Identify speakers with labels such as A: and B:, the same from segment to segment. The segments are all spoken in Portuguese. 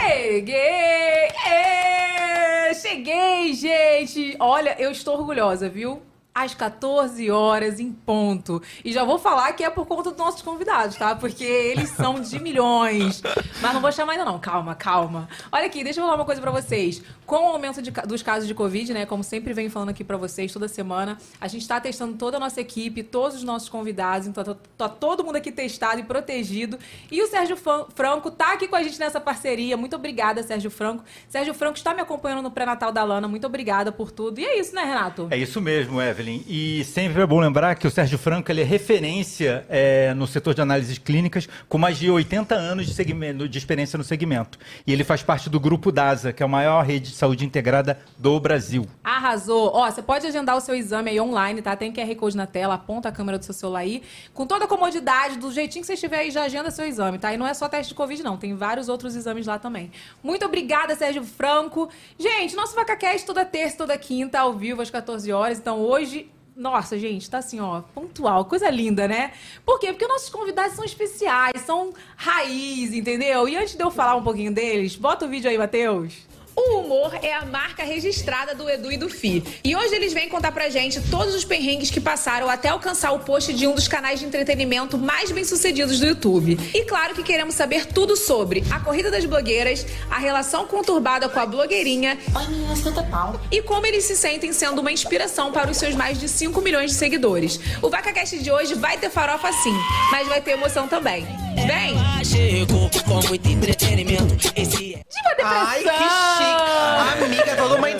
A: Cheguei! É, cheguei, gente! Olha, eu estou orgulhosa, viu? Às 14 horas em ponto. E já vou falar que é por conta dos nossos convidados, tá? Porque eles são de milhões. Mas não vou chamar ainda, não. Calma, calma. Olha aqui, deixa eu falar uma coisa pra vocês. Com o aumento de ca- dos casos de Covid, né? Como sempre venho falando aqui pra vocês toda semana, a gente tá testando toda a nossa equipe, todos os nossos convidados. Então tá, tá todo mundo aqui testado e protegido. E o Sérgio Fan- Franco tá aqui com a gente nessa parceria. Muito obrigada, Sérgio Franco. Sérgio Franco está me acompanhando no pré-natal da Lana. Muito obrigada por tudo. E é isso, né, Renato?
B: É isso mesmo, Evelyn. E sempre é bom lembrar que o Sérgio Franco ele é referência é, no setor de análises clínicas, com mais de 80 anos de, segmento- de experiência no segmento. E ele faz parte do Grupo DASA, que é a maior rede de saúde integrada do Brasil.
A: Arrasou! Ó, você pode agendar o seu exame aí online, tá? Tem QR Code na tela, aponta a câmera do seu celular aí. Com toda a comodidade, do jeitinho que você estiver aí, já agenda seu exame, tá? E não é só teste de Covid, não. Tem vários outros exames lá também. Muito obrigada, Sérgio Franco. Gente, nosso VacaCast toda terça, toda quinta, ao vivo, às 14 horas. Então hoje... Nossa, gente, tá assim, ó, pontual, coisa linda, né? Por quê? Porque nossos convidados são especiais, são raiz, entendeu? E antes de eu falar um pouquinho deles, bota o vídeo aí, Matheus.
C: O humor é a marca registrada do Edu e do Fi. E hoje eles vêm contar pra gente todos os perrengues que passaram até alcançar o post de um dos canais de entretenimento mais bem-sucedidos do YouTube. E claro que queremos saber tudo sobre a corrida das blogueiras, a relação conturbada com a blogueirinha
D: Oi meninas, tudo bom?
C: e como eles se sentem sendo uma inspiração para os seus mais de 5 milhões de seguidores. O VacaCast de hoje vai ter farofa sim, mas vai ter emoção também. Vem!
E: Chegou com muito entretenimento. Esse é
F: Ai, que chique! Ah, Amiga, toda uma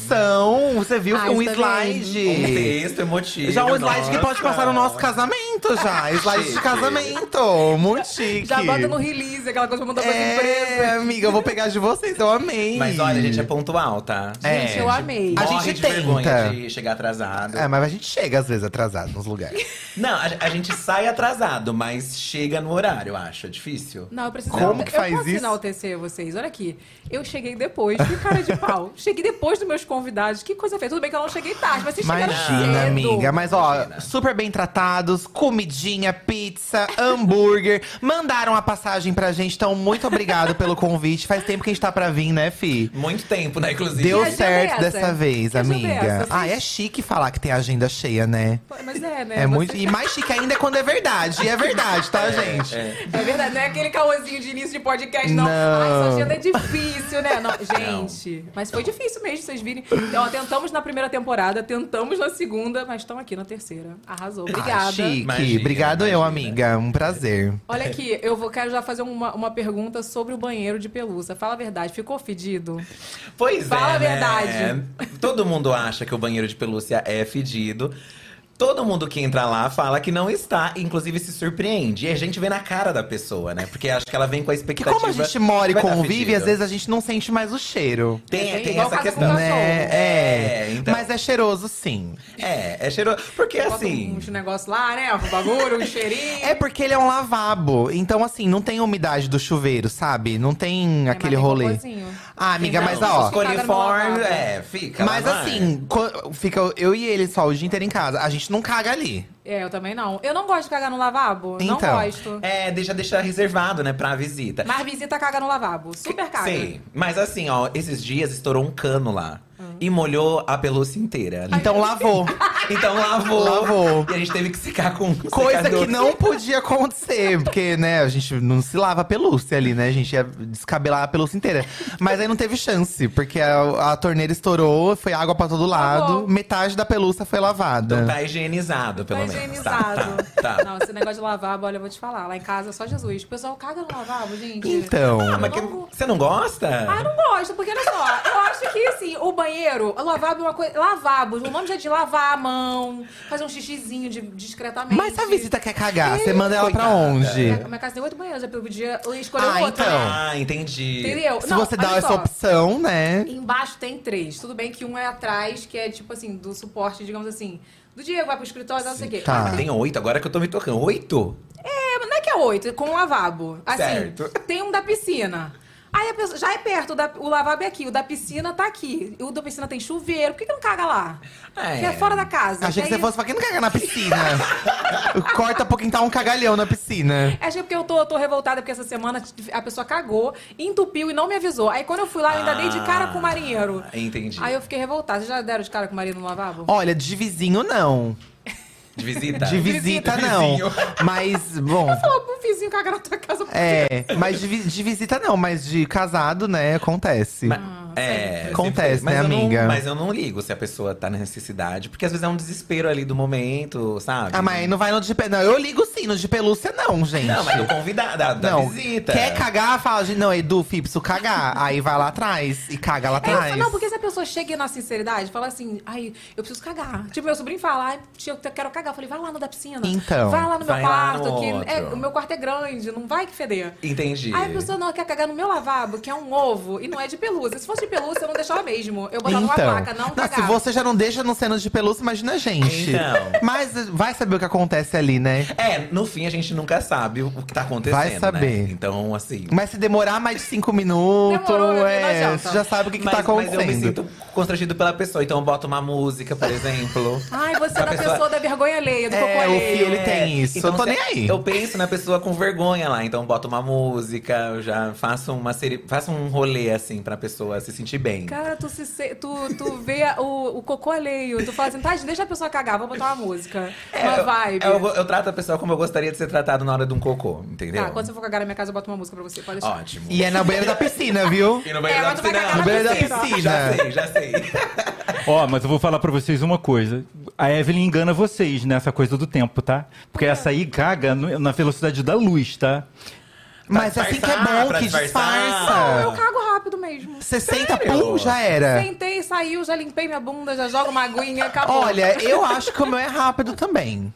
F: introdução. Você viu
A: Ai,
F: um
A: isso tá bem.
G: Um
F: slide.
G: texto emotivo.
F: Já um slide que
G: nossa. Ah,
F: pode passar no nosso casamento, já. Slide de
G: Chique.
F: casamento. Muito chique.
A: Já bota no release, aquela coisa pra mandar pra
F: É,
A: empresa.
F: amiga, eu vou pegar de vocês, eu amei.
G: Mas olha, gente, é pontual, tá?
F: É.
A: Gente, eu amei.
F: A
G: Morre
F: gente
G: de
F: tenta.
G: vergonha de chegar atrasado.
F: É, mas a gente chega às vezes atrasado nos lugares.
G: Não, a, a gente sai atrasado, mas chega no horário, eu acho. É difícil.
A: Não, eu preciso.
F: Como que faz
A: eu posso
F: isso?
A: enaltecer vocês. Olha aqui. Eu cheguei depois. Que cara de pau. cheguei depois dos meus convidados. Que coisa feia. Tudo bem que eu não cheguei tarde, mas vocês chegaram
F: Imagina,
A: cedo.
F: amiga. Mas ó,
G: Imagina.
F: super bem tratados, comidinha, pizza, hambúrguer. Mandaram a passagem pra gente, então muito obrigado pelo convite. Faz tempo que a gente tá pra vir, né, Fi?
G: Muito tempo, né, inclusive.
F: Deu
A: Que agenda
F: certo
A: é essa?
F: dessa vez,
A: Que agenda é essa?
F: amiga.
A: Vocês-
F: Ah, é chique falar que tem agenda cheia, né?
A: Mas é, né?
F: É, muito.
A: Vocês-
F: E mais chique ainda é quando é verdade. E é verdade, tá, gente?
A: É verdade, não é aquele caôzinho de início de podcast, não.
F: Não.
A: Ai, essa agenda é difícil, né? Não, gente, mas foi difícil mesmo, vocês virem. Ó, tentamos na primeira temporada, tentamos na segunda, mas estão aqui na terceira. Arrasou. Obrigada.
F: Ah, chique.
G: Imagina,
F: Obrigado eu,
G: imagina.
F: amiga. Um prazer.
A: Olha aqui, eu vou, quero já fazer uma, uma pergunta sobre o banheiro de pelúcia. Fala a verdade, ficou fedido?
G: Pois
A: Fala
G: é.
A: a verdade.
G: Né? Todo mundo acha que o banheiro de pelúcia é fedido. Todo mundo que entra lá fala que não está, inclusive se surpreende. E a gente vê na cara da pessoa, né? Porque acho que ela vem com a
F: Que
G: expectativa.
F: como a gente mora e
G: vai dar
F: convive,
G: fedido.
F: às vezes a gente não sente mais o cheiro.
G: Tem,
A: É,
G: tem
A: igual
G: essa
A: casa com
G: questão.
A: cachorro.
F: Né? É.
G: É, então.
F: Mas é cheiroso, sim.
G: É, é cheiroso. Porque
A: Bota um
G: assim.
A: uns negócios lá, né? Um bagulho, um cheirinho.
F: É porque ele é um lavabo. Então, assim, não tem a umidade do chuveiro, sabe? Não tem
A: É, mas
F: aquele
A: tem um
F: rolê.
A: cocôzinho. um
F: Ah, amiga,
A: Não,
F: mas
A: isso
F: ó.
A: fica Cada
G: Coliforme,
A: numa lava.
G: é, fica.
F: Mas
G: lá, né? vai.
F: assim, co- fica eu e ele só o dia inteiro em casa. A gente não caga ali.
A: É, eu também não. Eu não gosto de cagar no lavabo. não
F: Então,
A: gosto.
G: É, deixa deixar reservado, né, pra visita.
A: Mas é visita caga no lavabo. Super caga.
G: Sim, mas assim, ó, esses dias estourou um cano lá.
A: Hum.
G: E molhou a pelúcia inteira. né?
F: Então lavou.
G: Então lavou.
F: Lavou.
G: E a gente teve que secar com um
F: Coisa
G: secador.
F: que não podia acontecer, porque, né, a gente não se lava a pelúcia ali, né? A gente ia descabelar a pelúcia inteira. Mas aí não teve chance, porque a, a torneira estourou, foi água pra todo lado,
A: Lavou.
F: metade da pelúcia foi
G: Então
F: lavada.
G: tá higienizado, pelo
A: Tá
G: menos. Tá,
A: higienizado.
G: Tá, tá.
A: Não, esse negócio de lavabo, olha, eu vou te falar. Lá em casa é só Jesus. O pessoal caga no lavabo, gente.
F: Então.
G: Ah, mas que- você não gosta?
A: Ah, eu não gosto, porque olha só, eu acho que assim, o banheiro, o lavabo é uma coisa. Lavabo, o nome já é de lavar a mão, fazer um xixizinho de, discretamente.
F: Mas se a visita quer cagar, você manda ela pra
G: coitada.
F: onde?
A: Minha, minha casa tem oito banheiros, já podia escolher
F: Ah,
A: outro.
F: então.
A: né?
G: Ah, entendi.
A: Entendeu?
F: Se
A: Não,
F: você dá
A: olha
F: essa
A: só,
F: opção, né?
A: Embaixo tem três. Tudo bem que um é atrás, que é tipo assim, do suporte, digamos assim. Do Diego vai pro escritório, não sei o quê.
F: Tá.
G: Ah, tem oito, agora que eu tô me tocando. Oito?
A: É, mas não é que é oito, é com um lavabo. Assim,
G: Certo.
A: tem um da piscina. Aí a pessoa, já é perto, o, da, o lavabo é aqui, o da piscina tá aqui. O da piscina tem chuveiro, por que, que não caga lá?
G: Ah,
A: Que é
G: é.
A: fora da casa.
F: Achei
A: E
F: que você
A: aí-
F: fosse pra quem não caga na piscina. Corta pra quem tá um cagalhão na piscina.
A: Acho que É, porque eu tô, eu tô revoltada, porque essa semana a pessoa cagou, entupiu e não me avisou. Aí quando eu fui lá, eu ainda dei tá de cara com o marinheiro.
G: Ah, Entendi.
A: Aí eu fiquei revoltada. Vocês já deram de cara com o marinheiro no lavabo?
F: Olha, de vizinho não.
G: Tá. De visita?
F: De visita não. Ah,
G: Vizinho.
F: Mas, bom.
A: Fala pro um vizinho cagar na tua casa. por quê?
F: É, mas de, vi- de visita não, mas de casado, né, acontece.
G: É,
F: Acontece,
G: sempre- mas
F: né,
G: eu não-
F: amiga?
G: mas eu não ligo se a pessoa tá na necessidade, porque às vezes é um desespero ali do momento, sabe?
F: Ah, mas aí não vai no de pelúcia. Não, eu ligo sim, no de pelúcia não, gente.
G: Não, mas do convidado, da, da visita.
F: Quer cagar, fala, gente, não, Edu, Fih, preciso cagar. aí vai lá atrás e caga lá
A: É, eu
F: atrás.
A: falo, não, porque se a pessoa chega na sinceridade, fala assim, ai, eu preciso cagar. Tipo, meu sobrinho fala, ai, tia, eu quero cagar. Eu falei, vai lá no da piscina.
F: Então,
A: Vai lá no meu
G: vai lá
A: quarto,
G: no
A: que é-
G: outro.
A: o meu quarto é grande, não vai que feder.
G: Entendi.
A: Aí a pessoa não quer cagar no meu lavabo, que é um ovo, e não é de pelúcia. Se fosse de pelúcia, eu não deixava mesmo. Eu botava uma
F: Então,
A: placa, não,
F: não,
A: cagava.
F: se você já não deixa no cena de pelúcia, imagina a gente.
G: Então.
F: Mas vai saber o que acontece ali, né?
G: É, no fim a gente nunca sabe o que tá acontecendo.
F: Vai saber.
G: Né? Então, assim.
F: Mas se demorar mais de cinco minutos,
A: Demorou, eu vi na
F: é,
A: janta.
F: você já sabe o que, que
G: mas,
F: tá
G: mas eu me
F: acontecendo.
G: sinto constrangido pela pessoa. Então eu boto uma música, por exemplo.
A: Ai, você é
G: A
A: da
G: pessoa-
A: pessoa... da vergonha alheia, do
F: É,
A: cocô
F: o
A: alheio.
F: filho, ele tem isso. eu tô
G: se-
F: nem aí.
G: então Eu penso na pessoa com vergonha lá, então boto uma música, eu já faço uma série, faço um rolê assim pra pessoa se sentir bem.
A: Cara, tu, se, se- tu, tu vê o, o cocô alheio, tu fala assim, tá, deixa a pessoa cagar, vou botar uma música, uma
G: eu- é
A: vibe.
G: Eu, eu trato a pessoa como eu gostaria de ser tratado na hora de um cocô, entendeu?
A: Tá, quando você for cagar na minha casa, eu boto uma música pra você, pode deixar.
G: Ótimo.
F: E é na banheira da piscina, viu?
G: E no
A: É, mas tu vai cagar
F: na
G: não.
F: piscina.
G: Já sei, já sei.
B: Ó, mas eu vou falar pra vocês uma coisa. A Evelyn engana vocês nessa coisa do tempo, tá? Porque essa aí caga no- na velocidade da luz, tá?
F: Mas assim que é
G: disfarçar,
F: bom,
G: pra
F: que
G: disfarçar.
A: Não, eu
F: disfarça.
A: cago rápido mesmo.
F: Você senta,
G: Sério?
F: pum, já era.
A: Sentei, saiu, já limpei minha bunda, já jogo uma aguinha, acabou.
F: Olha, eu acho que o meu é rápido também.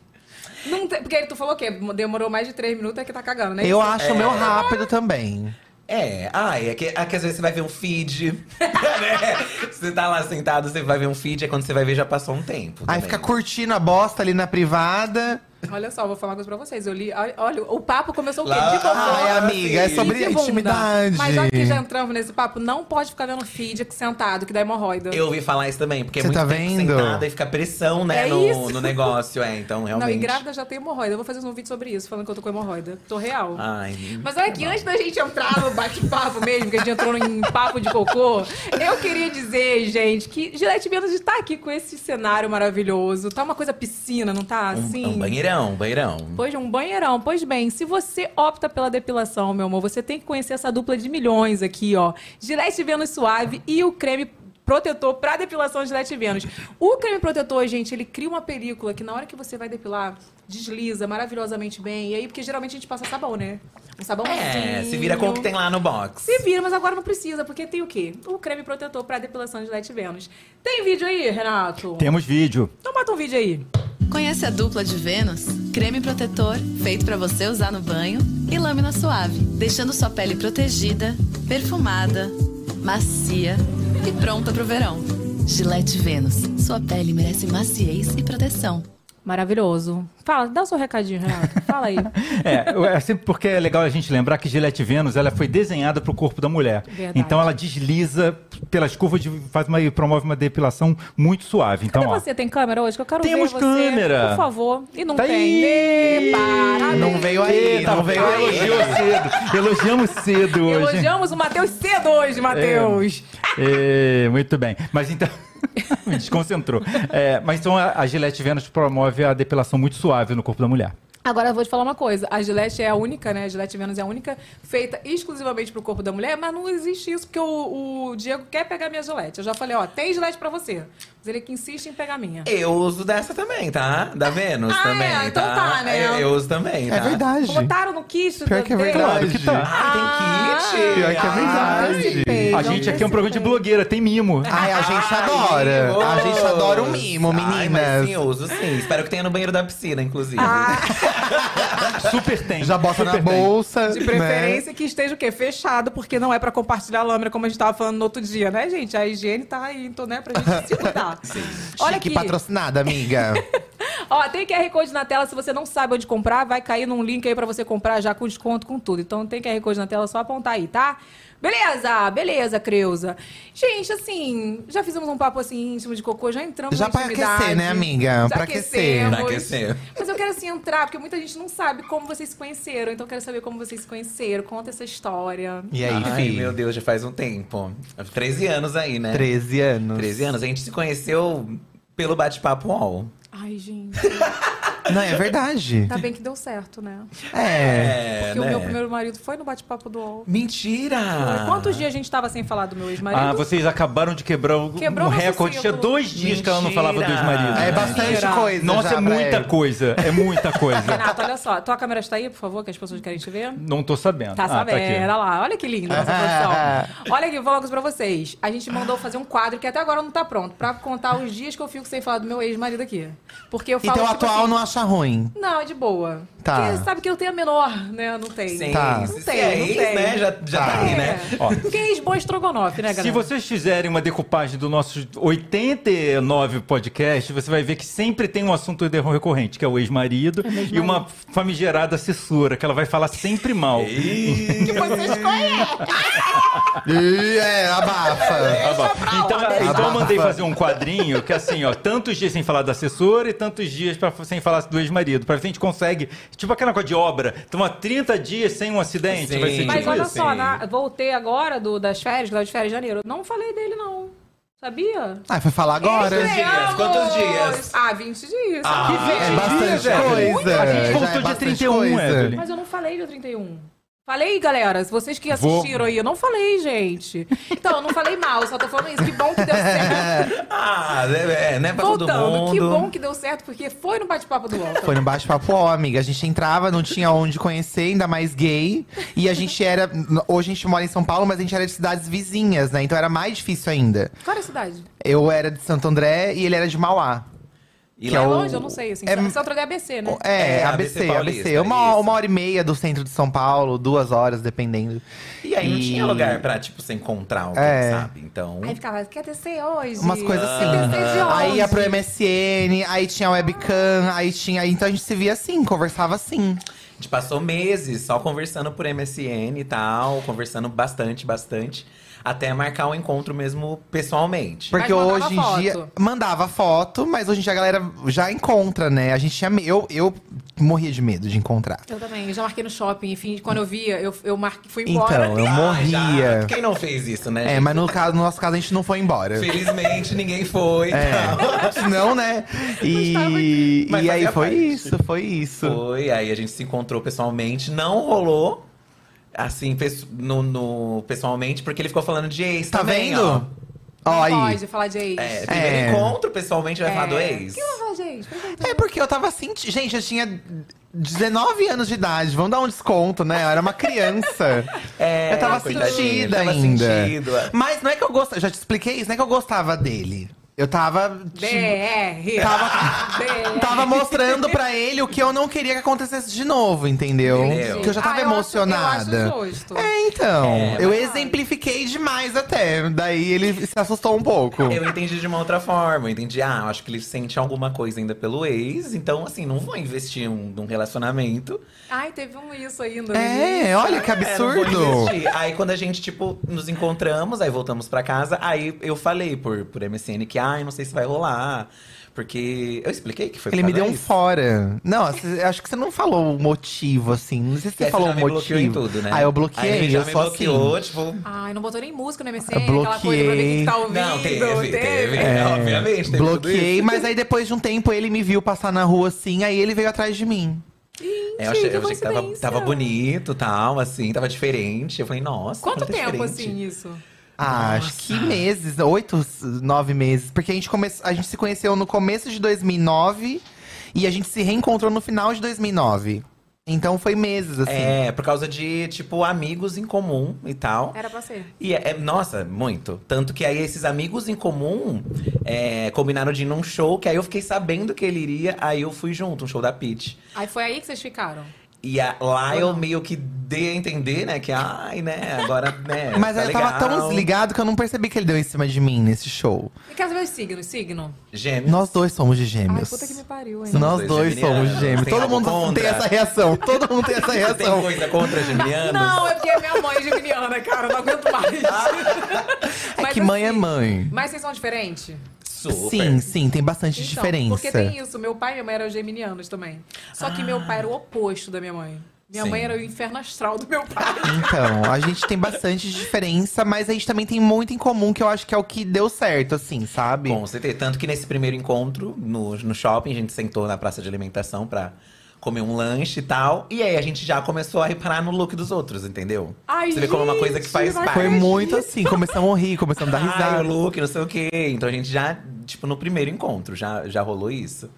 A: Não tem- porque tu falou o quê? Demorou mais de três minutos, é que tá cagando, né?
F: Eu
A: Isso.
F: acho o meu rápido também.
G: É, ai, é que, é que às vezes você vai ver um feed. né? Você tá lá sentado, você vai ver um feed, é quando você vai ver já passou um tempo.
F: Aí
G: também.
F: fica curtindo a bosta ali na privada.
A: Olha só, vou falar uma coisa pra vocês. Eu li. Olha, olha, o papo começou o quê?
G: Lá-
A: De cocô.
F: Ai, amiga, é
A: e
F: sobre
A: de bunda.
F: intimidade.
A: Mas já que já entramos nesse papo, não pode ficar vendo feed sentado, que dá hemorroida.
G: Eu ouvi falar isso também, porque
F: Você
G: é muito
F: tá
G: tempo
F: vendo?
G: sentada e fica pressão, né,
A: É
G: no,
A: isso.
G: no negócio. É, então
A: Não,
G: realmente.
A: e grávida já tem hemorroida. Eu vou fazer um vídeo sobre isso, falando que eu tô com hemorroida. Tô real.
G: Ai,
A: Mas olha aqui, antes da gente entrar no bate-papo mesmo, que a gente entrou em papo de cocô, eu queria dizer, gente, que Gillette Vênus tá aqui com esse cenário maravilhoso. Tá uma coisa piscina, não tá
G: um,
A: assim?
G: um banheirão, um banheirão.
A: Pois um banheirão. Pois bem, se você opta pela depilação, meu amor, você tem que conhecer essa dupla de milhões aqui, ó. Gillette Vênus Suave e o creme protetor para depilação Gillette Vênus. O creme protetor, gente, ele cria uma película que na hora que você vai depilar, desliza maravilhosamente bem. E aí, porque geralmente a gente passa sabão, né? Um sabão
G: É, se vira com o que tem lá no box.
A: se vira, mas agora não precisa, porque tem o quê? O creme protetor para depilação Gillette Vênus. Tem vídeo aí, Renato?
B: Temos vídeo.
A: Então bota um vídeo aí.
D: Conhece a dupla de Vênus? Creme protetor, feito para você usar no banho, e lâmina suave, deixando sua pele protegida, perfumada, macia e pronta pro verão. Gillette Vênus. Sua pele merece maciez e proteção.
A: Maravilhoso. Fala, dá o seu recadinho, Renato. Fala aí.
B: É, eu- é sempre porque é legal a gente lembrar que Gillette Vênus ela foi desenhada para o corpo da mulher.
A: Verdade.
B: Então ela desliza pelas curvas de, faz uma, e promove uma depilação muito suave. Então,
A: Cadê
B: ó,
A: você? Tem câmera hoje? Que eu quero
B: Temos
A: ver você.
B: câmera.
A: Por favor. E não
B: Tá
A: tem.
B: aí.
A: E parabéns.
F: Não veio aí,
B: Eita,
F: não veio aí.
B: elogiou cedo. Elogiamos cedo hoje.
A: Elogiamos o Matheus cedo hoje, Matheus.
B: É, muito bem. Mas então. Me desconcentrou. É, mas então a, a Gillette Vênus promove a depilação muito suave no corpo da mulher.
A: Agora eu vou te falar uma coisa. A Gillette é a única, né? A Gillette Vênus é a única feita exclusivamente pro corpo da mulher, mas não existe isso, porque o, o Diego quer pegar minha Gillette. Eu já falei, ó, tem Gillette pra você. Mas ele que insiste em pegar a minha.
G: Eu uso dessa também, tá? Da Vênus
A: Ah,
G: também.
A: é, então tá, né?
G: Eu, eu uso também, tá?
F: É verdade.
A: Botaram no kit.
F: Pior
A: do-
F: que é
A: dele.
F: verdade.
B: que tá.
G: Ah, tem kit.
F: Pior que é
G: Ai,
F: verdade.
A: Ei,
B: A
A: não
B: gente aqui é um programa de
A: percebi.
B: blogueira, tem mimo.
F: Ai, a gente adora. A gente adora o mimo,
G: oh. Ai, mas sim,
F: meninas.
G: eu uso sim. Espero que tenha no banheiro da piscina, inclusive.
A: Ah.
B: Super tem.
F: Já bota na
B: super tem.
F: bolsa. né?
A: De preferência que esteja o quê? Fechado, porque não é pra compartilhar lâmina, como a gente tava falando no outro dia, né, gente? A higiene tá aí, então, né, pra gente se cuidar.
F: Né? Chique patrocinada, amiga.
A: Ó, tem QR Code na tela. Se você não sabe onde comprar, vai cair num link aí pra você comprar já com desconto, com tudo. Então tem QR Code na tela, é só apontar aí, tá? Beleza, beleza, Creuza. Gente, assim, já fizemos um papo assim íntimo de cocô, já entramos
F: Já
A: na
F: pra
A: intimidade.
F: aquecer, né, amiga?
A: Já
F: Pra aquecer.
A: aquecemos.
G: Pra aquecer.
A: Mas eu quero assim entrar, porque muita gente não sabe como vocês se conheceram. Então eu quero saber como vocês se conheceram. Conta essa história.
F: E aí,
G: Ai,
F: filho?
G: meu Deus, já faz um tempo. 13 anos aí, né?
F: 13 anos.
G: 13 anos. A gente se conheceu pelo bate-papo UOL.
A: Ai, gente,
F: Não, é verdade.
A: tá bem que deu certo, né?
F: É.
G: É,
A: Porque o meu primeiro marido foi no bate-papo do UOL.
G: Mentira!
A: Foi. Quantos dias a gente tava sem falar do meu ex-marido?
B: Ah, vocês acabaram de quebrar o-
A: Quebrou
B: um
A: nosso
B: recorde. Tinha
A: ciclo.
B: dois dias que ela não falava dos
G: Mentira.
B: maridos.
F: É bastante
A: Mentira.
F: coisa.
B: Nossa,
F: já
B: é
F: pra
B: muita
F: ele.
B: coisa. É muita coisa.
A: Renato, olha só. Tua câmera está aí, por favor, que as pessoas querem te ver?
B: não tô sabendo.
A: Tá
B: Ah,
A: sabendo,
B: aqui.
A: olha lá. Olha que lindo essa produção. Olha aqui, vou logo pra vocês. A gente mandou fazer um quadro que até agora não tá pronto, pra contar os dias que eu fico sem falar do meu ex-marido aqui. Porque eu falo.
F: E teu
A: tipo
F: atual
A: assim,
F: não acha ruim.
A: Não, é de boa.
F: Tá.
A: Porque sabe que eu tenho a menor, né? Não tem.
G: Sim,
F: Tá.
G: se-
A: Não
G: se
A: tem,
G: é
A: não
G: ex,
A: tem.
G: né? Já, já tá.
F: Tá.
G: aí,
A: É.
G: né?
B: Ó.
A: Porque é ex-bom estrogonofe, né, galera?
B: Se vocês fizerem uma decupagem do nosso 89 podcast, você vai ver que sempre tem um assunto de- recorrente, que é o ex-marido e uma famigerada assessora, que ela vai falar sempre mal.
F: Ih, é, abafa.
B: Tá bom. Então, então eu
F: Abafa.
B: mandei fazer um quadrinho que assim, ó, tantos dias sem falar da assessora e tantos dias pra, sem falar do ex-marido. Pra ver se a gente consegue, tipo aquela coisa de obra, toma 30 dias sem um acidente,
G: Sim.
B: vai ser
A: Mas
B: tipo
A: olha
B: isso.
A: só,
G: Sim.
A: na- voltei agora do, das férias, lá de férias de janeiro. Não falei dele, não. Sabia?
F: Ah, foi falar agora.
A: é Estreamos!
G: Quantos dias?
A: Ah, 20 dias.
G: Ah,
A: Que vinte
F: É
G: Gente,
F: bastante
B: velho.
F: coisa.
B: A gente
F: Já
B: voltou
F: é
B: dia
F: bastante
B: 31, Evelyn.
A: Mas eu não falei dia 31. Falei, galera, vocês que
B: Vou.
A: assistiram aí, eu não falei, gente. Então, eu não falei mal, só tô falando isso. Que bom que deu certo.
G: Ah, é, é, né? Pra todo
A: Voltando,
G: mundo.
A: que bom que deu certo, porque foi no bate-papo do UOL.
F: Foi no bate-papo, ó, amiga. A gente entrava, não tinha onde conhecer, ainda mais gay. E a gente era. Hoje a gente mora em São Paulo, mas a gente era de cidades vizinhas, né? Então era mais difícil ainda.
A: Qual é a cidade?
F: Eu era de Santo André e ele era de Mauá.
G: E
F: Que
A: É
G: lá-
A: longe, eu não sei, assim.
F: é-
A: É... Centro de ABC, né?
F: É,
G: É, ABC
F: ABC,
G: Paulista,
F: ABC. Uma,
G: isso.
F: uma hora e meia do centro de São Paulo, duas horas, dependendo.
G: E aí não
F: E-
G: tinha lugar pra, tipo, se encontrar alguém,
F: É.
G: sabe? Então.
A: Aí ficava, quer descer hoje?
F: Umas coisas assim.
A: Quer descer de hoje?
F: Aí ia pro MSN, aí tinha webcam, aí tinha. Então a gente se via assim, conversava assim.
G: A gente passou meses só conversando por MSN e tal, conversando bastante, bastante, até marcar o encontro mesmo pessoalmente.
F: Porque
A: Mas mandava
F: hoje em dia.
A: foto.
F: Mandava foto, mas hoje em dia a galera já encontra, né? A gente tinha. me- Eu, eu morria de medo de encontrar.
A: Eu também, eu já marquei no shopping, enfim, quando eu via, eu, eu marquei, fui embora.
F: Então, eu
G: Ah, já-
F: morria.
G: Quem não fez isso, né?
F: É,
G: gente?
F: mas no, caso, no nosso caso a gente não foi embora.
G: Felizmente ninguém foi. então.
F: É. não, né? E,
G: Mas
F: e aí
G: fazia
F: foi
G: parte.
F: isso, foi isso.
G: Foi, aí a gente se encontrou pessoalmente, não rolou. Assim, pesso- no, no- pessoalmente, porque ele ficou falando de ex
F: Tá
G: também,
F: vendo?
G: ó.
F: Ó,
A: Não
F: aí.
A: pode falar de ex.
G: É, primeiro
F: É.
G: encontro, pessoalmente, vai falar do
A: É.
G: ex.
A: Quem vai falar de ex? Por que que-
F: É porque eu tava sentindo. Gente, eu tinha 19 anos de idade. Vamos dar um desconto, né? Eu era uma criança.
G: É,
F: eu tava
G: coitadinha,
F: sentida
G: tava
F: ainda.
G: sentido.
F: Mas não é que eu gostava. Já te expliquei isso, não é que eu gostava dele. Eu tava.
A: BR.
F: Tava-
A: BR.
F: Tava mostrando pra ele o que eu não queria que acontecesse de novo, entendeu?
G: Entendeu.
F: Que eu já tava
A: Ah, eu acho-
F: emocionada.
A: eu acho justo.
F: é, então.
G: É,
F: eu exemplifiquei demais até. Daí ele se assustou um pouco.
G: Eu entendi de uma outra forma. Eu entendi, ah, eu acho que ele sente alguma coisa ainda pelo ex. Então, assim, não vou investir um- num relacionamento.
A: Ai, teve um isso ainda. né?
F: É, olha que
G: É, não vou
F: absurdo.
G: investir. aí quando a gente, tipo, nos encontramos, aí voltamos pra casa, aí eu falei por, por MSN que, ai, não sei se vai rolar. Porque eu expliquei que foi por
F: Ele me
G: causa
F: deu um
G: disso.
F: fora. Não, assim, acho que você não falou o motivo, assim. Não sei se
G: E
F: você
G: aí
F: falou
G: É, já
F: o
G: me
F: motivo.
G: bloqueou em tudo, né?
F: Ah, eu bloqueei,
G: Aí ele já
F: eu
G: me
F: sou
G: bloqueou,
F: assim.
G: tipo.
A: Ai, não botou nem música no MSN,
F: Eu
A: aquela coisa pra ver quem que tá ouvindo.
G: Não, teve, teve.
F: É,
G: Obviamente, teve tudo
F: bloqueei, mas aí depois de um tempo ele me viu passar na rua assim, aí ele veio atrás de mim.
A: Gente,
G: É, eu achei,
A: que
G: eu achei que tava,
A: coincidência.
G: tava bonito e tal, assim, tava diferente. Eu falei, nossa.
A: Quanto
G: tá
A: tempo,
G: diferente.
A: assim, isso?
F: Ah, acho que meses, oito, s- nove meses. Porque a gente, come... a gente se conheceu no começo de 2009 e a gente se reencontrou no final de 2009. Então foi meses, assim.
G: É, por causa de, tipo, amigos em comum e tal.
A: Era pra ser.
G: E é, é- nossa, muito. Tanto que aí esses amigos em comum é, combinaram de ir num show, que aí eu fiquei sabendo que ele iria, aí eu fui junto, um show da Pete.
A: Aí foi aí que vocês ficaram.
G: E a Lyle meio que dê a entender, né? Que, ai, né, agora, né,
F: Mas
G: tá
F: aí eu tava tão
G: legal.
F: desligado que eu não percebi que ele deu em cima de mim nesse show.
A: E quer saber o signo? Signo?
G: Gêmeos.
F: Nós dois somos de
A: Ai,
F: gêmeos.
A: puta que me pariu, hein?
G: Não.
F: Nós
G: Somos
F: dois
G: dois
F: somos
G: geminianos.
F: gêmeos.
G: Tem
F: Todo
G: algo
F: mundo tem
G: contra?
F: essa reação. Todo mundo tem essa
G: Ah,
F: é
G: Tem
F: reação.
G: coisa contra geminianos?
A: Não, é porque é minha mãe é geminiana, cara, eu não aguento mais.
F: É
A: Mas
F: que mãe é
A: assim,
F: mãe.
A: Mas vocês são diferentes?
G: Super.
F: Sim, sim, tem bastante
A: Então,
F: diferença.
A: Porque tem isso, meu pai e minha mãe eram geminianos também. Só que meu pai era o oposto da minha mãe. Minha
G: Sim.
A: mãe era o inferno astral do meu pai.
F: Então, a gente tem bastante diferença, mas a gente também tem muito em comum, que eu acho que é o que deu certo, assim, sabe?
G: Com certeza. Tanto que nesse primeiro encontro, no, no shopping, a gente sentou na praça de alimentação pra comer um lanche e tal. E aí a gente já começou a reparar no look dos outros, entendeu?
A: Ai,
G: Você vê como é uma coisa que
A: gente,
G: faz
A: vai
G: parte.
F: Foi muito assim, começamos a rir, começamos a dar
G: Ai, o
F: risada.
G: look, não sei o quê. Então a gente já, tipo, no primeiro encontro, já, já rolou isso.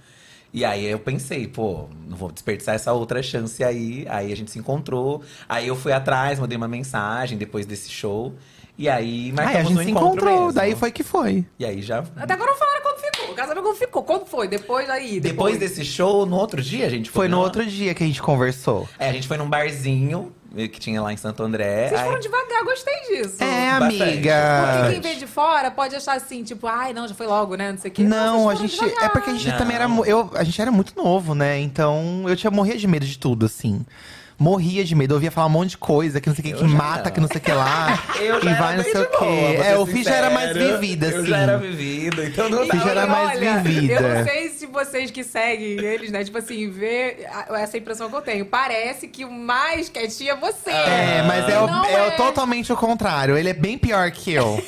G: E aí eu pensei, pô, não vou desperdiçar essa outra chance aí. Aí a gente se encontrou. Aí eu fui atrás, mandei uma mensagem depois desse show. E aí
F: Aí a
G: marcamos um
F: gente se
G: encontro
F: encontrou,
G: mesmo.
F: daí foi que foi.
G: E aí já
A: Até agora não falaram quando ficou. Quero saber como ficou. Quando foi? Depois aí?
G: Depois desse show, no outro dia, a gente
F: Foi no
G: lá.
F: outro dia que a gente conversou.
G: É, a gente foi num barzinho eh, que tinha lá em Santo André.
A: Vocês
G: Aí-
A: foram devagar, gostei disso.
F: É,
G: Bastante.
A: Porque
F: amiga.
A: quem vem de fora pode achar assim, tipo, ai, não, já foi logo, né? Não sei o quê.
F: Não, a
A: vocês
F: gente.
A: foram
F: É porque a gente
G: Não.
F: também era. mu- Eu, a gente era muito novo, né? Então eu tinha morria de medo de tudo, assim. Morria de medo, eu ouvia falar um monte de coisa, que não sei o que,
G: Eu
F: que
G: já
F: mata,
G: não.
F: que não sei o que lá.
G: Eu já
F: e
G: era
F: vai, não
G: bem
F: sei o
G: de boa,
F: que.
G: vou
F: É,
G: ser
F: o Fish era mais
G: sincero.
F: vivida, assim.
G: Eu já era vivida, então não
F: Eu já
G: dava.
F: era
A: E
F: mais
A: olha,
F: vivida.
A: Eu não sei se vocês que seguem eles, né? Tipo assim, vê a- essa impressão que eu tenho. Parece que o mais quietinho é você.
F: É, mas é, o-
A: Não
F: é o
A: é.
F: totalmente o contrário. Ele é bem pior que eu.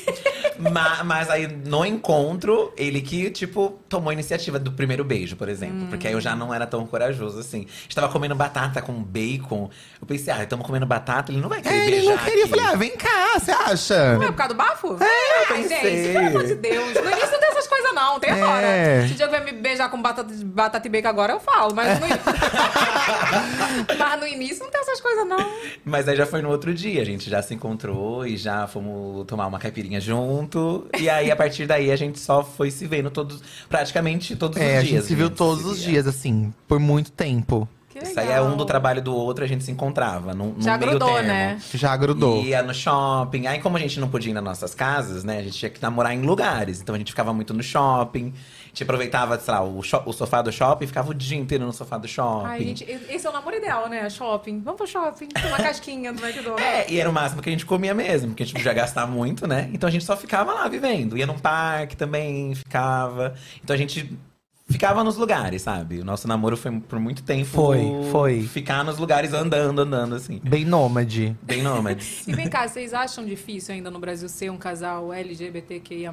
G: Ma- mas aí, no encontro, ele que, tipo, tomou a iniciativa do primeiro beijo, por exemplo. Porque aí eu
F: Hum.
G: já não era tão corajoso, assim. A gente tava comendo batata com bacon. Eu pensei, ah, estamos comendo batata, ele não vai querer
F: É, ele
G: beijar
F: não queria. Eu
G: aqui.
F: falei, ah, vem cá, você acha?
A: Não é por causa do bafo? É, Ai, gente,
G: pensei.
A: pelo amor de Deus. No início não tem essas coisas, não. Tem
F: É.
A: agora. Se o Diego vai me beijar com batata, batata e bacon agora, eu falo. Mas no, in- mas no início não tem essas coisas, não.
G: Mas aí já foi no outro dia, a gente já se encontrou e já fomos tomar uma caipirinha junto. E aí, a partir daí, a gente só foi se vendo todos, praticamente todos os
F: É,
G: dias. né?
F: a gente se viu todos
G: se
F: os
G: via.
F: dias, assim, por muito tempo.
A: Que
G: Isso aí é um do trabalho do outro, a gente se encontrava. Num, num
A: Já
G: meio
A: grudou,
G: termo.
A: né?
F: Já grudou.
G: Ia no shopping. Aí, como a gente não podia ir nas nossas casas, né? A gente tinha que namorar em lugares. Então a gente ficava muito no shopping. A gente aproveitava, sei lá, o, sho- o sofá do shopping e ficava o dia inteiro no sofá do shopping.
A: Ai, gente, esse é o namoro ideal, né? Shopping. Vamos pro shopping. Uma casquinha do McDonald's.
G: É, e era o máximo que a gente comia mesmo, porque a gente podia gastar muito, né? Então a gente só ficava lá vivendo. Ia num parque também, ficava. Então a gente ficava nos lugares, sabe? O nosso namoro foi por muito tempo.
F: Foi, foi.
G: Ficar nos lugares andando, andando, assim.
F: Bem nômade.
G: Bem nômades.
A: E vem cá, vocês acham difícil ainda no Brasil ser um casal LGBTQIA?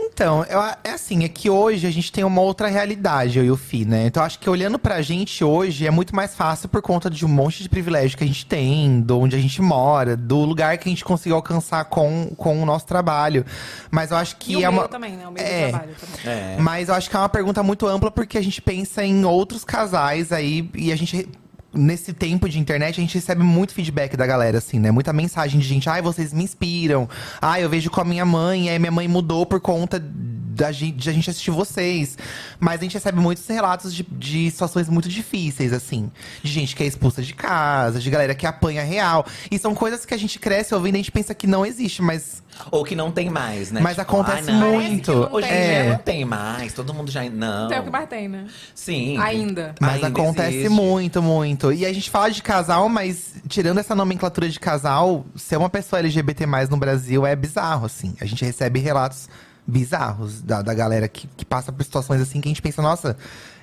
F: Então, eu a- é assim, é que hoje a gente tem uma outra realidade, eu e o Fi, né? Então, acho que olhando pra gente hoje é muito mais fácil por conta de um monte de privilégio que a gente tem, de onde a gente mora, do lugar que a gente conseguiu alcançar com, com o nosso trabalho. Mas eu acho que
A: E o
F: é
A: meu
F: uma.
A: também, né? O meu
F: É.
A: trabalho também.
G: É.
F: Mas eu acho que é uma pergunta muito ampla, porque a gente pensa em outros casais aí e a gente. re- Nesse tempo de internet, a gente recebe muito feedback da galera, assim, né? Muita mensagem de gente, ai, vocês me inspiram. Ai, eu vejo com a minha mãe, e aí minha mãe mudou por conta da gente, de a gente assistir vocês. Mas a gente recebe muitos relatos de, de situações muito difíceis, assim. De gente que é expulsa de casa, de galera que apanha real. E são coisas que a gente cresce ouvindo e a gente pensa que não existe, mas
G: Ou que não tem mais, né?
F: Mas acontece
G: não.
F: muito. É.
A: Parece que não
G: Hoje em
A: tem. né?
G: dia não tem mais, todo mundo já. Não.
A: Então é o que mais tem, né?
G: Sim.
A: Ainda.
F: Mas
G: Ainda
F: acontece
G: existe.
F: muito, muito. E a gente fala de casal, mas tirando essa nomenclatura de casal, ser uma pessoa LGBT no Brasil é bizarro, assim. A gente recebe relatos bizarros da, da galera que, que passa por situações assim que a gente pensa, nossa,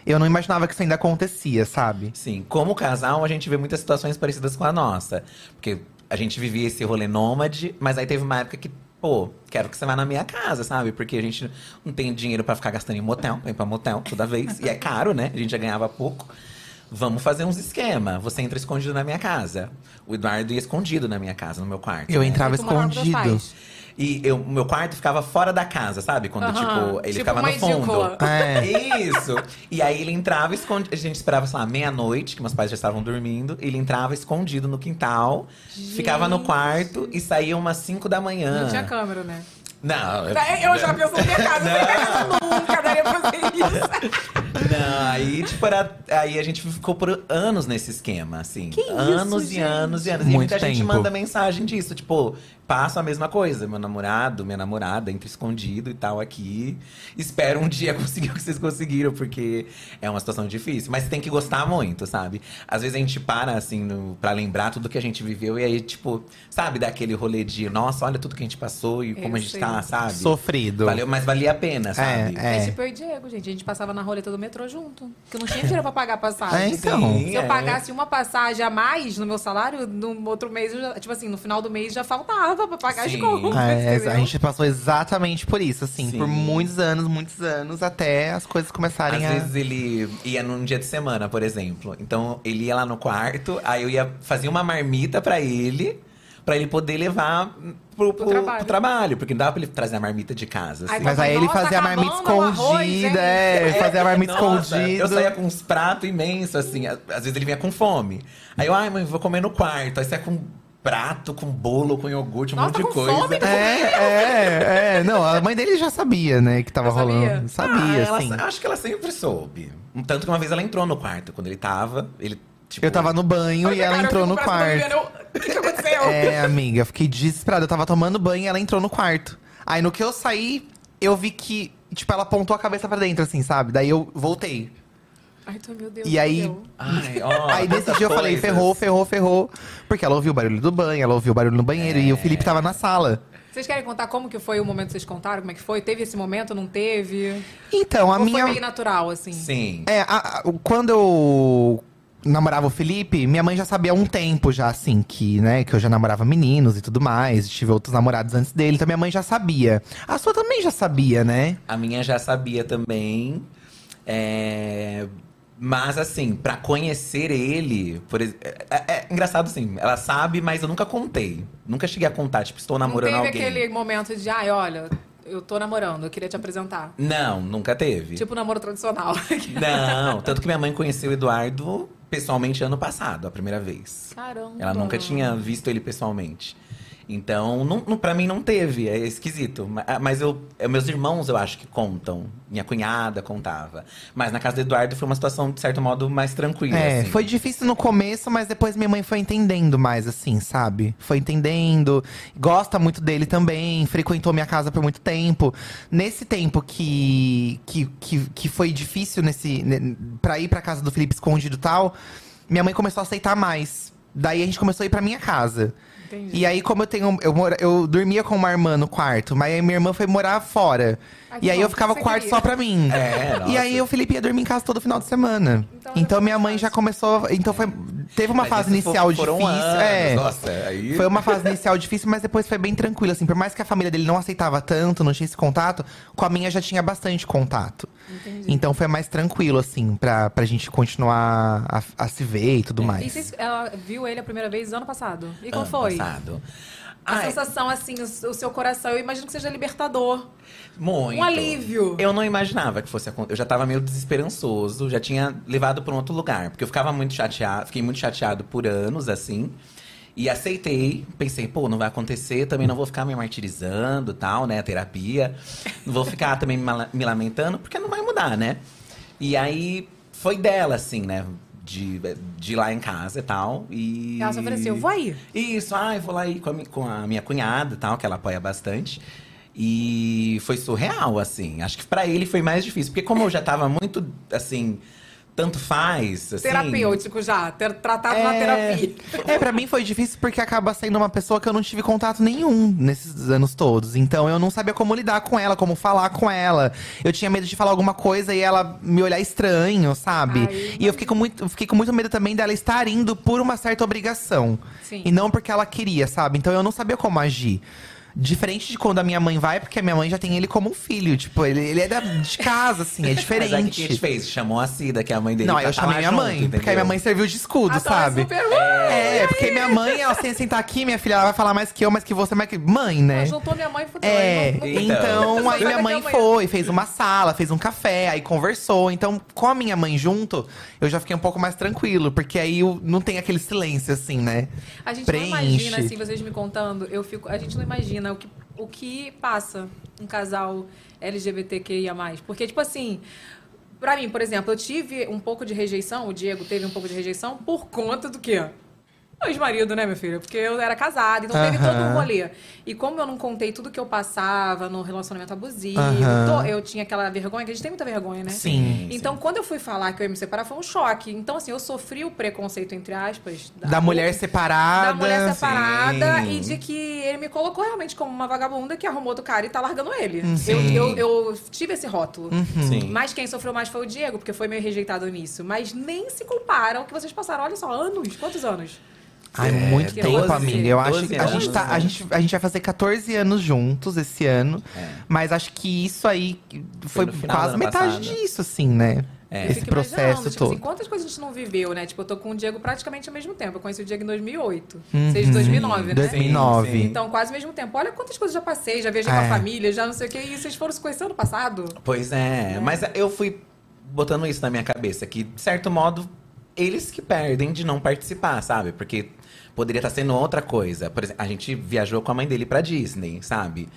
F: eu não imaginava que isso ainda acontecia, sabe?
G: Sim, como casal, a gente vê muitas situações parecidas com a nossa. Porque a gente vivia esse rolê nômade, mas aí teve uma época que, pô, quero que você vá na minha casa, sabe? Porque a gente não tem dinheiro pra ficar gastando em motel, pra ir pra motel toda vez. e é caro, né? A gente já ganhava pouco. Vamos fazer uns esquema. Você entra escondido na minha casa. O Eduardo ia escondido na minha casa, no meu quarto.
F: Eu
G: né?
F: entrava
A: Eu tô morando com meus
F: escondido.
A: pais.
G: E eu- o meu quarto ficava fora da casa, sabe? Quando,
A: Aham.
G: tipo, ele
A: Tipo
G: ficava
A: uma
G: no fundo.
A: edícula.
F: É.
G: Isso. E aí ele entrava escondido. A gente esperava, sei lá, meia-noite, que meus pais já estavam dormindo. Ele entrava escondido no quintal, ficava no quarto e saía umas 5 da manhã.
A: Não tinha câmera, né?
G: Não,
F: É, né?
A: Eu já penso na minha casa, eu não minha casa nunca daria pra fazer isso.
G: Não, aí, tipo, era, aí a gente ficou por anos nesse esquema, assim.
A: Que isso,
G: anos e
A: gente?
G: anos e anos. e
F: Muito
G: muita gente
F: tempo.
G: manda mensagem disso, tipo, passo a mesma coisa. Meu namorado, minha namorada, entre escondido e tal aqui. Espero um dia conseguir o que vocês conseguiram, porque é uma situação difícil. Mas tem que gostar muito, sabe? Às vezes a gente para, assim, no, pra lembrar tudo que a gente viveu. E aí, tipo, sabe, dá aquele rolê de, nossa, olha tudo que a gente passou e como a gente
A: sei.
G: tá, sabe?
F: Sofrido.
G: Valeu, mas valia a pena, sabe?
F: É.
A: É tipo eu e Diego, gente. A gente passava na roleta do metrô junto. Que não tinha dinheiro pra pagar a
F: É,
A: passagem.
F: então.
G: Sim,
A: Se eu
G: é.
A: pagasse uma passagem a mais no meu salário, no outro mês, eu já- tipo assim, no final do mês já faltava pra pagar
G: Sim.
A: as contas.
F: É,
A: entendeu?
F: a gente passou exatamente por isso, assim,
G: Sim.
F: por muitos anos, muitos anos, até as coisas
G: Às
F: começarem a.
G: vezes ele ia num dia de semana, por exemplo. Então ele ia lá no quarto, aí eu ia fazer uma marmita pra ele, pra ele poder levar pro, pro- pro trabalho.
A: trabalho. um
G: porque não dava pra ele trazer a marmita de casa.
A: Ai,
G: assim.
F: Mas aí ele
A: Nossa,
F: fazia a marmita
A: acabando o arroz, hein?
F: escondida, é, ele fazia a marmita
G: Nossa,
F: escondida.
G: Eu saía com uns pratos imensos, assim. Às às vezes ele vinha com fome. Aí eu, ai, mãe, vou comer no quarto. Aí saia com prato, com bolo, com iogurte, um
A: Nossa,
G: monte de
A: tá com
G: coisa.
A: fome,
F: É, é, é. Não, a mãe dele já sabia, né, que tava
A: Já sabia?
F: rolando.
G: Ah,
F: Sabia,
G: ela-
F: assim.
G: Acho que ela sempre soube. Tanto que uma vez ela entrou no quarto, quando ele tava. Ele, tipo,
F: Eu tava no banho
A: Olha,
F: e ela
A: cara, é eu
F: entrou
A: fico
F: no
A: com o braço
F: quarto.
A: doendo, eu- O que, que aconteceu?
F: É, amiga, eu fiquei desesperada. Eu tava tomando banho e ela entrou no quarto. Aí no que eu saí, eu vi que, tipo, ela apontou a cabeça pra dentro, assim, sabe? Daí eu voltei.
A: Ai, tô, meu Deus.
F: E aí-
A: meu Deus.
G: Ai, ó,
F: Aí nesse
G: tantas
F: dia eu falei,
G: coisas.
F: ferrou, ferrou, ferrou. Porque ela ouviu o barulho do banho, ela ouviu o barulho no banheiro. E o Felipe tava na sala.
A: Vocês querem contar como que foi o momento que vocês contaram? Como é que foi? Teve esse momento? Não teve?
F: Então, a
A: Ou
F: minha.
A: foi meio natural, assim?
G: Sim.
F: É, a- a- quando eu namorava o Felipe, minha mãe já sabia há um tempo já, assim, que, né, que eu já namorava meninos e tudo mais. Tive outros namorados antes dele, então minha mãe já sabia. A sua também já sabia, né?
G: A minha já sabia também. É, Mas assim, pra conhecer ele, por ex- é, é- é engraçado assim, ela sabe, mas eu nunca contei. Nunca cheguei a contar, tipo, estou
A: Não
G: namorando
A: teve
G: alguém.
A: aquele momento de, ai, olha, eu tô namorando, eu queria te apresentar.
G: Não, nunca teve.
A: Tipo namoro tradicional.
G: Não, tanto que minha mãe conheceu o Eduardo pessoalmente ano passado, a primeira vez.
A: Caramba.
G: Ela nunca tinha visto ele pessoalmente. Então, não, não, para mim não teve, é esquisito. Ma- ah, Mas eu, é, meus irmãos, eu acho que contam. Minha cunhada contava. Mas na casa do Eduardo foi uma situação, de certo modo, mais tranquila.
F: É,
G: assim.
F: foi difícil no começo, mas depois minha mãe foi entendendo mais, assim, sabe? Foi entendendo, gosta muito dele também, frequentou minha casa por muito tempo. Nesse tempo que, que, que, que foi difícil nesse, ne- pra ir pra casa do Felipe escondido e tal, minha mãe começou a aceitar mais. Daí a gente começou a ir pra minha casa.
A: Entendi.
F: E aí, como eu tenho. Eu, mora, eu dormia com uma irmã no quarto, mas aí minha irmã foi morar fora.
A: Ai, Ah, que
F: e aí
A: bom,
F: eu ficava
A: você
F: o quarto
A: queria.
F: só pra mim.
G: É,
F: E
G: nossa.
F: aí o Felipe ia dormir em casa todo final de semana.
A: Então
F: Então,
A: já foi
F: minha mãe
A: fácil.
F: já começou. Então foi. Teve uma
G: Mas
F: fase
G: isso fo-
F: inicial
G: foram
F: difícil.
G: anos, né?
F: é.
G: Nossa, aí.
F: Foi uma fase inicial difícil, mas depois foi bem tranquilo, assim. Por mais que a família dele não aceitava tanto, não tinha esse contato, com a minha já tinha bastante contato. Então foi mais tranquilo, assim, pra, pra gente continuar a, a se ver e tudo
A: É, E
F: mais.
A: vocês- ela viu ele a primeira vez ano passado. E como
G: ano
A: foi?
G: Passado.
A: A
G: Ai,
A: sensação, assim, o, o seu coração, eu imagino que seja libertador.
G: Muito.
A: Um alívio.
G: Eu não imaginava que fosse acontecer. Eu já tava meio desesperançoso, já tinha levado pra um outro lugar. Porque eu ficava muito chateado, fiquei muito chateado por anos, assim. E aceitei, pensei, pô, não vai acontecer, também não vou ficar me martirizando tal, né? Terapia. Não vou ficar também me mala- me lamentando, porque não vai mudar, né? E aí foi dela, assim, né? De, de ir lá em casa e tal. E.
A: Ela se ofereceu, vou aí.
G: Isso, ai, vou lá ir com a, mi- com a minha cunhada e tal, que ela apoia bastante. E foi surreal, assim. Acho que pra ele foi mais difícil. Porque como eu já tava muito, assim, tanto faz, assim…
A: Terapêutico já, ter- tratado na
G: É.
A: terapia.
F: É, pra mim foi difícil porque acaba sendo uma pessoa que eu não tive contato nenhum nesses anos todos. Então eu não sabia como lidar com ela, como falar com ela. Eu tinha medo de falar alguma coisa e ela me olhar estranho, sabe?
A: Ai,
F: e eu fiquei com, muito, fiquei com muito medo também dela estar indo por uma certa obrigação.
A: Sim.
F: E não porque ela queria, sabe? Então eu não sabia como agir. Diferente de quando a minha mãe vai, porque a minha mãe já tem ele como um filho. Tipo, ele, ele é da- de casa, assim, é
G: Mas aí o que que a gente
F: diferente.
G: fez? Chamou a Cida, que é a mãe dele.
F: Não,
G: pra
F: aí eu
G: tá
F: chamei
G: lá
F: minha
G: junto,
F: mãe, porque
G: entendeu? Ah, tá, é
F: aí minha mãe serviu de escudo,
A: Ah, tá,
F: sabe? É, porque minha mãe, ela sem sentar aqui, minha filha, ela vai falar mais que eu, mais que você, mais que. Mãe, né?
A: Mas juntou minha mãe e fudeu.
F: É,
A: aí não- não-
F: então,
A: Só
F: aí
A: vai
F: minha
A: daqui
F: mãe
A: amanhã.
F: foi, fez uma sala, fez um café, aí conversou. Então, com a minha mãe junto, eu já fiquei um pouco mais tranquilo, porque aí eu- não tem aquele silêncio assim, né?
A: A gente não imagina, assim, vocês me contando, eu fico. A gente não imagina o que, o que passa um casal LGBTQIA. Porque, tipo assim. Pra mim, por exemplo, eu tive um pouco de rejeição, o Diego teve um pouco de rejeição por conta do quê? O ex-marido, né, minha filha? Porque eu era casada, então teve todo um
F: Aham.
A: rolê. E como eu não contei tudo que eu passava no relacionamento abusivo,
F: Aham.
A: to- eu tinha aquela vergonha, que a gente tem muita vergonha, né?
G: Sim.
A: Então, quando eu fui falar que eu ia me separar, foi um choque. Então, assim, eu sofri o preconceito, entre aspas,
F: Da mulher separada.
G: Ah,
A: da mulher separada
G: sim.
A: e de que ele me colocou realmente como uma vagabunda que arrumou do cara e tá largando ele. Eu,
G: Uhum. Sim. Uhum.
A: eu- eu tive esse rótulo.
G: Sim.
A: Mas quem sofreu mais foi o Diego, porque foi meio rejeitado nisso. Mas nem se comparam que vocês passaram, olha só, anos. Quantos anos?
F: Ai, muito
A: É,
F: tempo,
A: 12,
F: amiga. Eu acho
G: 12
F: que a gente,
G: anos,
F: tá, a,
G: né?
F: gente, a gente vai fazer 14 anos juntos esse ano.
G: É.
F: Mas acho que isso aí que
G: Foi
F: foi,
G: no final do
F: quase
G: ano
F: metade
G: passado.
F: disso, assim, né?
G: É.
A: Eu
F: Esse
A: fico
F: processo
A: imaginando, tipo
F: todo.
A: assim, quantas coisas a gente não viveu, né? Tipo, eu tô com o Diego praticamente ao mesmo tempo. Eu conheci o Diego em 2008.
G: Uhum.
A: Vocês em
F: Uhum.
A: 2009, né?
F: 2009.
G: Sim, sim.
A: Então, quase ao mesmo tempo. Olha quantas coisas já passei, já viajei com
F: É.
A: a família, já não sei o que. E vocês foram se conhecer ano passado?
G: Pois é, mas eu fui botando isso na minha cabeça, que, de certo modo, eles que perdem de não participar, sabe? Porque poderia estar sendo outra coisa. Por exemplo, a gente viajou com a mãe dele pra Disney, sabe?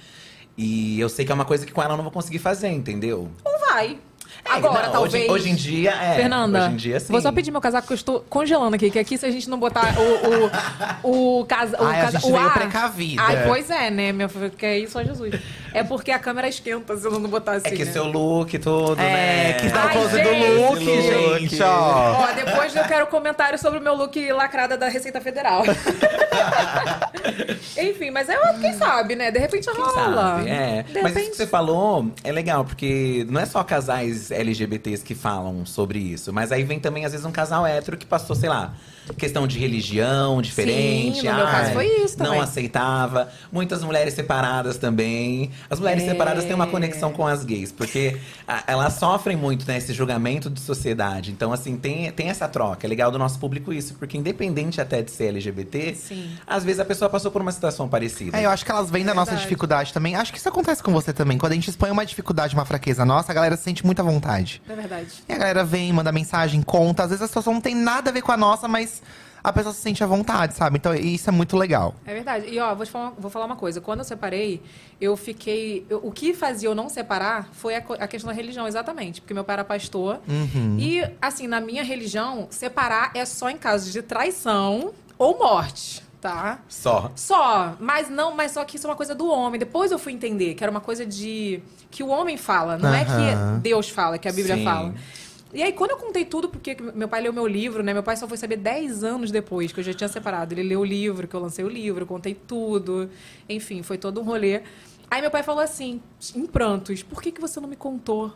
G: E eu sei que é uma coisa que com ela eu não vou conseguir fazer, entendeu?
A: Ou vai?
G: É,
A: Agora,
G: não, hoje-
A: talvez.
G: Hoje, em dia, é.
A: Fernanda,
G: Hoje em dia, sim.
A: vou só pedir meu casaco que eu estou congelando aqui, que aqui se a gente não botar o o o, casa, o,
F: Ai, a
A: casa-
F: gente
A: o
F: veio
A: ar-
F: precavida.
A: Ai, pois é, né, meu filho, que é isso, ó Jesus. É porque a câmera esquenta se eu não botar assim.
G: É que
A: né? tá
G: seu look e tudo, né?
F: É, que dá o
A: Ai,
F: close do
A: gente.
F: look,
G: Look.
F: gente, ó.
A: Ó, depois eu quero comentário sobre o meu look lacrada da Receita Federal. Enfim, mas é quem sabe, né? De repente rola.
G: Sabe? É.
A: De
G: Mas isso
A: repente.
G: que você falou é legal, porque não é só casais LGBTs que falam sobre isso, mas aí vem também, às vezes, um casal hétero que passou, sei lá, questão de religião diferente.
A: Sim, no meu
G: ai,
A: caso foi isso também.
G: Não aceitava. Muitas mulheres separadas também. As mulheres
A: É.
G: separadas têm uma conexão com as gays, porque a- elas sofrem muito, né, esse julgamento de sociedade. Então, assim, tem, tem essa troca. É legal do nosso público isso, porque independente até de ser LGBT,
A: Sim.
G: às vezes a pessoa passou por uma situação parecida.
F: É, eu acho que elas vêm da nossa
A: Verdade.
F: dificuldade também. Acho que isso acontece com você também. Quando a gente expõe uma dificuldade, uma fraqueza nossa, a galera se sente muita vontade.
A: É verdade.
F: E a galera vem, manda mensagem, conta. Às vezes a situação não tem nada a ver com a nossa, mas a pessoa se sente à vontade, sabe? Então isso é muito legal.
A: É verdade. E ó, vou, te falar, vou falar uma coisa. Quando eu separei, eu fiquei. eu- o que fazia eu não separar foi a, co- a questão da religião, exatamente. Porque meu pai era pastor. E, assim, na minha religião, separar é só em casos de traição ou morte, tá?
G: Só.
A: Só, mas não, mas só que isso é uma coisa do homem. Depois eu fui entender que era uma coisa de que o homem fala, não é
F: Aham.
A: que Deus fala, que a Bíblia
G: Sim.
A: fala. E aí, quando eu contei tudo, porque meu pai leu meu livro, né? Meu pai só foi saber 10 anos depois que eu já tinha separado. Ele leu o livro, que eu lancei o livro, eu contei tudo. Enfim, foi todo um rolê. Aí meu pai falou assim, em prantos, por que, que você não me contou?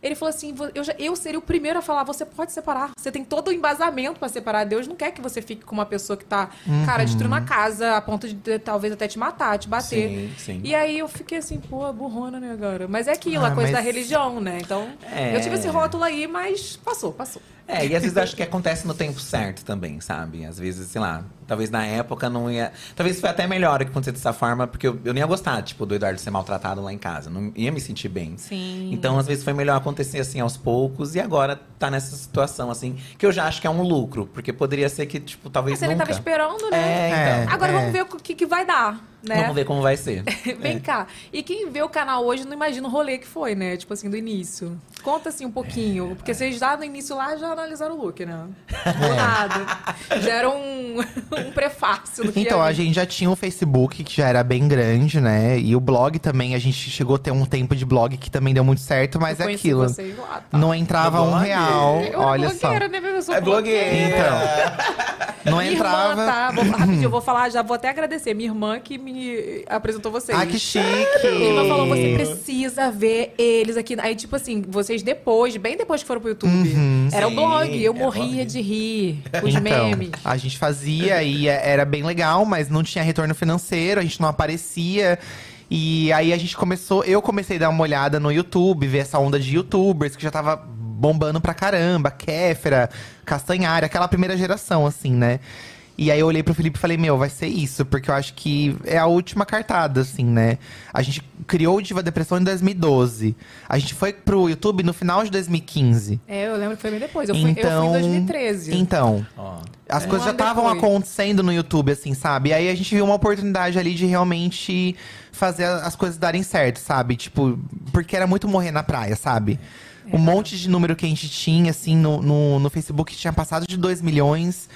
A: Ele falou assim, "Vo- eu, já- eu seria o primeiro a falar, você pode separar. Você tem todo o embasamento pra separar. Deus não quer que você fique com uma pessoa que tá, cara, destruindo a casa, a ponto de, de talvez até te matar, te bater.
G: Sim, sim.
A: E aí eu fiquei assim, pô, burrona, né, agora? Mas é aquilo,
F: Ah,
A: a coisa da
F: mas-
A: religião, né? Então,
G: É.
A: eu tive esse rótulo aí, mas passou, passou.
G: É, e às vezes eu acho que acontece no tempo certo também, sabe? Às vezes, sei lá, talvez na época não ia. Talvez foi até melhor que acontecer dessa forma, porque eu, eu nem ia gostar, tipo, do Eduardo ser maltratado lá em casa. Não ia me sentir bem.
A: Sim.
G: Então, às vezes, foi melhor acontecer assim aos poucos e agora tá nessa situação, assim, que eu já acho que é um lucro, porque poderia ser que, tipo, talvez.
A: Mas ele
G: nunca...
A: tava esperando,
G: É,
A: né?
G: então.
F: É. É.
A: Agora vamos ver o que, que vai dar, né?
G: Vamos ver como vai ser.
A: Vem cá. E quem vê o canal hoje não imagina o rolê que foi, né? Tipo assim, do início. Conta assim um
F: É.
A: pouquinho. Porque vocês já no início lá já analisaram o look, né? Do nada. Já era um, um prefácio do que é
F: Então,
A: ia
F: a
A: vir.
F: gente já tinha o Facebook, que já era bem grande, né? E o blog também, a gente chegou a ter um tempo de blog que também deu muito certo, mas
A: Eu
F: é
A: conheci
F: aquilo.
A: Vocês lá, tá?
F: Não entrava
G: No
F: um
G: blog?
F: real,
A: Eu era
F: olha só.
A: blogueira, né, meu? Eu sou
G: É blogueira.
F: Então, não
A: Minha
F: entrava.
A: irmã, tá? Vou, rapidinho, eu vou falar, já vou até agradecer. Minha irmã que me apresentou vocês.
F: Ah, que chique!
A: Minha irmã falou, você precisa ver eles aqui. Aí, tipo assim, vocês depois, bem depois que foram pro YouTube. era o
G: Sim,
A: blog, eu
G: era
A: morria
G: blog.
A: de rir. Os
F: Uhum. Então,
A: memes.
F: a gente fazia e é- era bem legal, mas não tinha retorno financeiro, a gente não aparecia. E aí a gente começou, eu comecei a dar uma olhada no YouTube, ver essa onda de youtubers que já tava bombando pra caramba, Kéfera, Castanhari, aquela primeira geração, assim, né? E aí eu olhei pro Felipe e falei, meu, vai ser isso, porque eu acho que é a última cartada, assim, né? A gente criou o Diva Depressão em 2012. A gente foi pro YouTube no final de 2015.
A: É, eu lembro que foi bem depois. Eu fui,
F: então,
A: eu fui em 2013.
F: Então.
G: Ó.
F: As coisas já
A: ano
F: estavam
A: depois.
F: acontecendo no YouTube, assim, sabe? E aí a gente viu uma oportunidade ali de realmente fazer a- as coisas darem certo, sabe? Tipo, porque era muito morrer na praia, sabe? um monte de número que a gente tinha, assim, no, no, no Facebook, tinha passado de 2 milhões.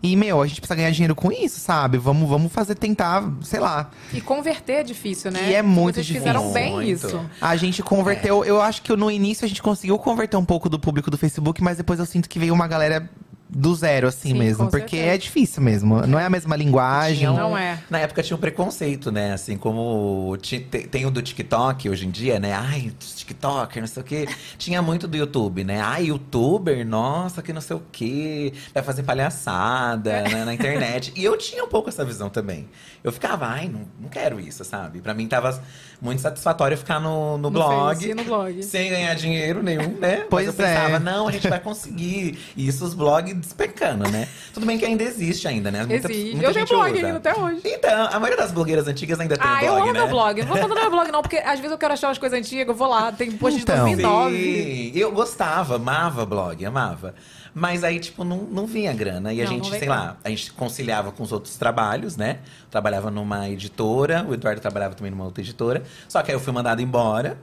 F: E, meu, a gente precisa ganhar dinheiro com isso, sabe? Vamos, vamos fazer, tentar, sei lá.
A: E converter é difícil, né?
F: E é muito
A: Vocês
F: difícil.
A: fizeram bem
G: Muito.
A: isso.
F: A gente converteu.
A: É.
F: Eu acho que no início a gente conseguiu converter um pouco do público do Facebook, mas depois eu sinto que veio uma galera do zero, assim
A: Sim,
F: mesmo.
A: com
F: Porque
A: certeza.
F: é difícil mesmo. Não é a mesma linguagem.
G: Tinha um-
A: Não é.
G: Na época tinha um preconceito, né? Assim como ti- te- tem o do TikTok hoje em dia, né? Ai, TikToker, não sei o quê. Tinha muito do YouTube, né? Ai, youtuber, nossa, que não sei o quê. Vai fazer palhaçada
A: É.
G: né, na internet. E eu tinha um pouco essa visão também. Eu ficava, ai, não, não quero isso, sabe? Pra mim tava muito satisfatório ficar no, no, blog.
A: Face, no blog.
G: Sem ganhar dinheiro nenhum, né?
F: Pois
G: Mas eu pensava,
F: é.
G: não, a gente vai conseguir. E isso os blogs despecando, né? Tudo bem que ainda existe ainda, né? Muita-
A: Exige.
G: muita
A: eu tenho
G: gente
A: é blog
G: usa.
A: ainda até hoje.
G: Então, a maioria das blogueiras antigas ainda tem
A: Ah,
G: blog,
A: eu amo
G: né?
A: meu blog. Não vou botar no meu blog, não, porque às vezes eu quero achar umas coisas antigas, eu vou lá, tem post de
F: Então.
A: 2009.
G: Sim, eu gostava, amava blog, amava. Mas aí, tipo, não, não vinha grana. E a
A: Não,
G: gente,
A: não vem
G: sei lá, a gente conciliava com os outros trabalhos, né? Trabalhava numa editora, o Eduardo trabalhava também numa outra editora. Só que aí eu fui mandado embora.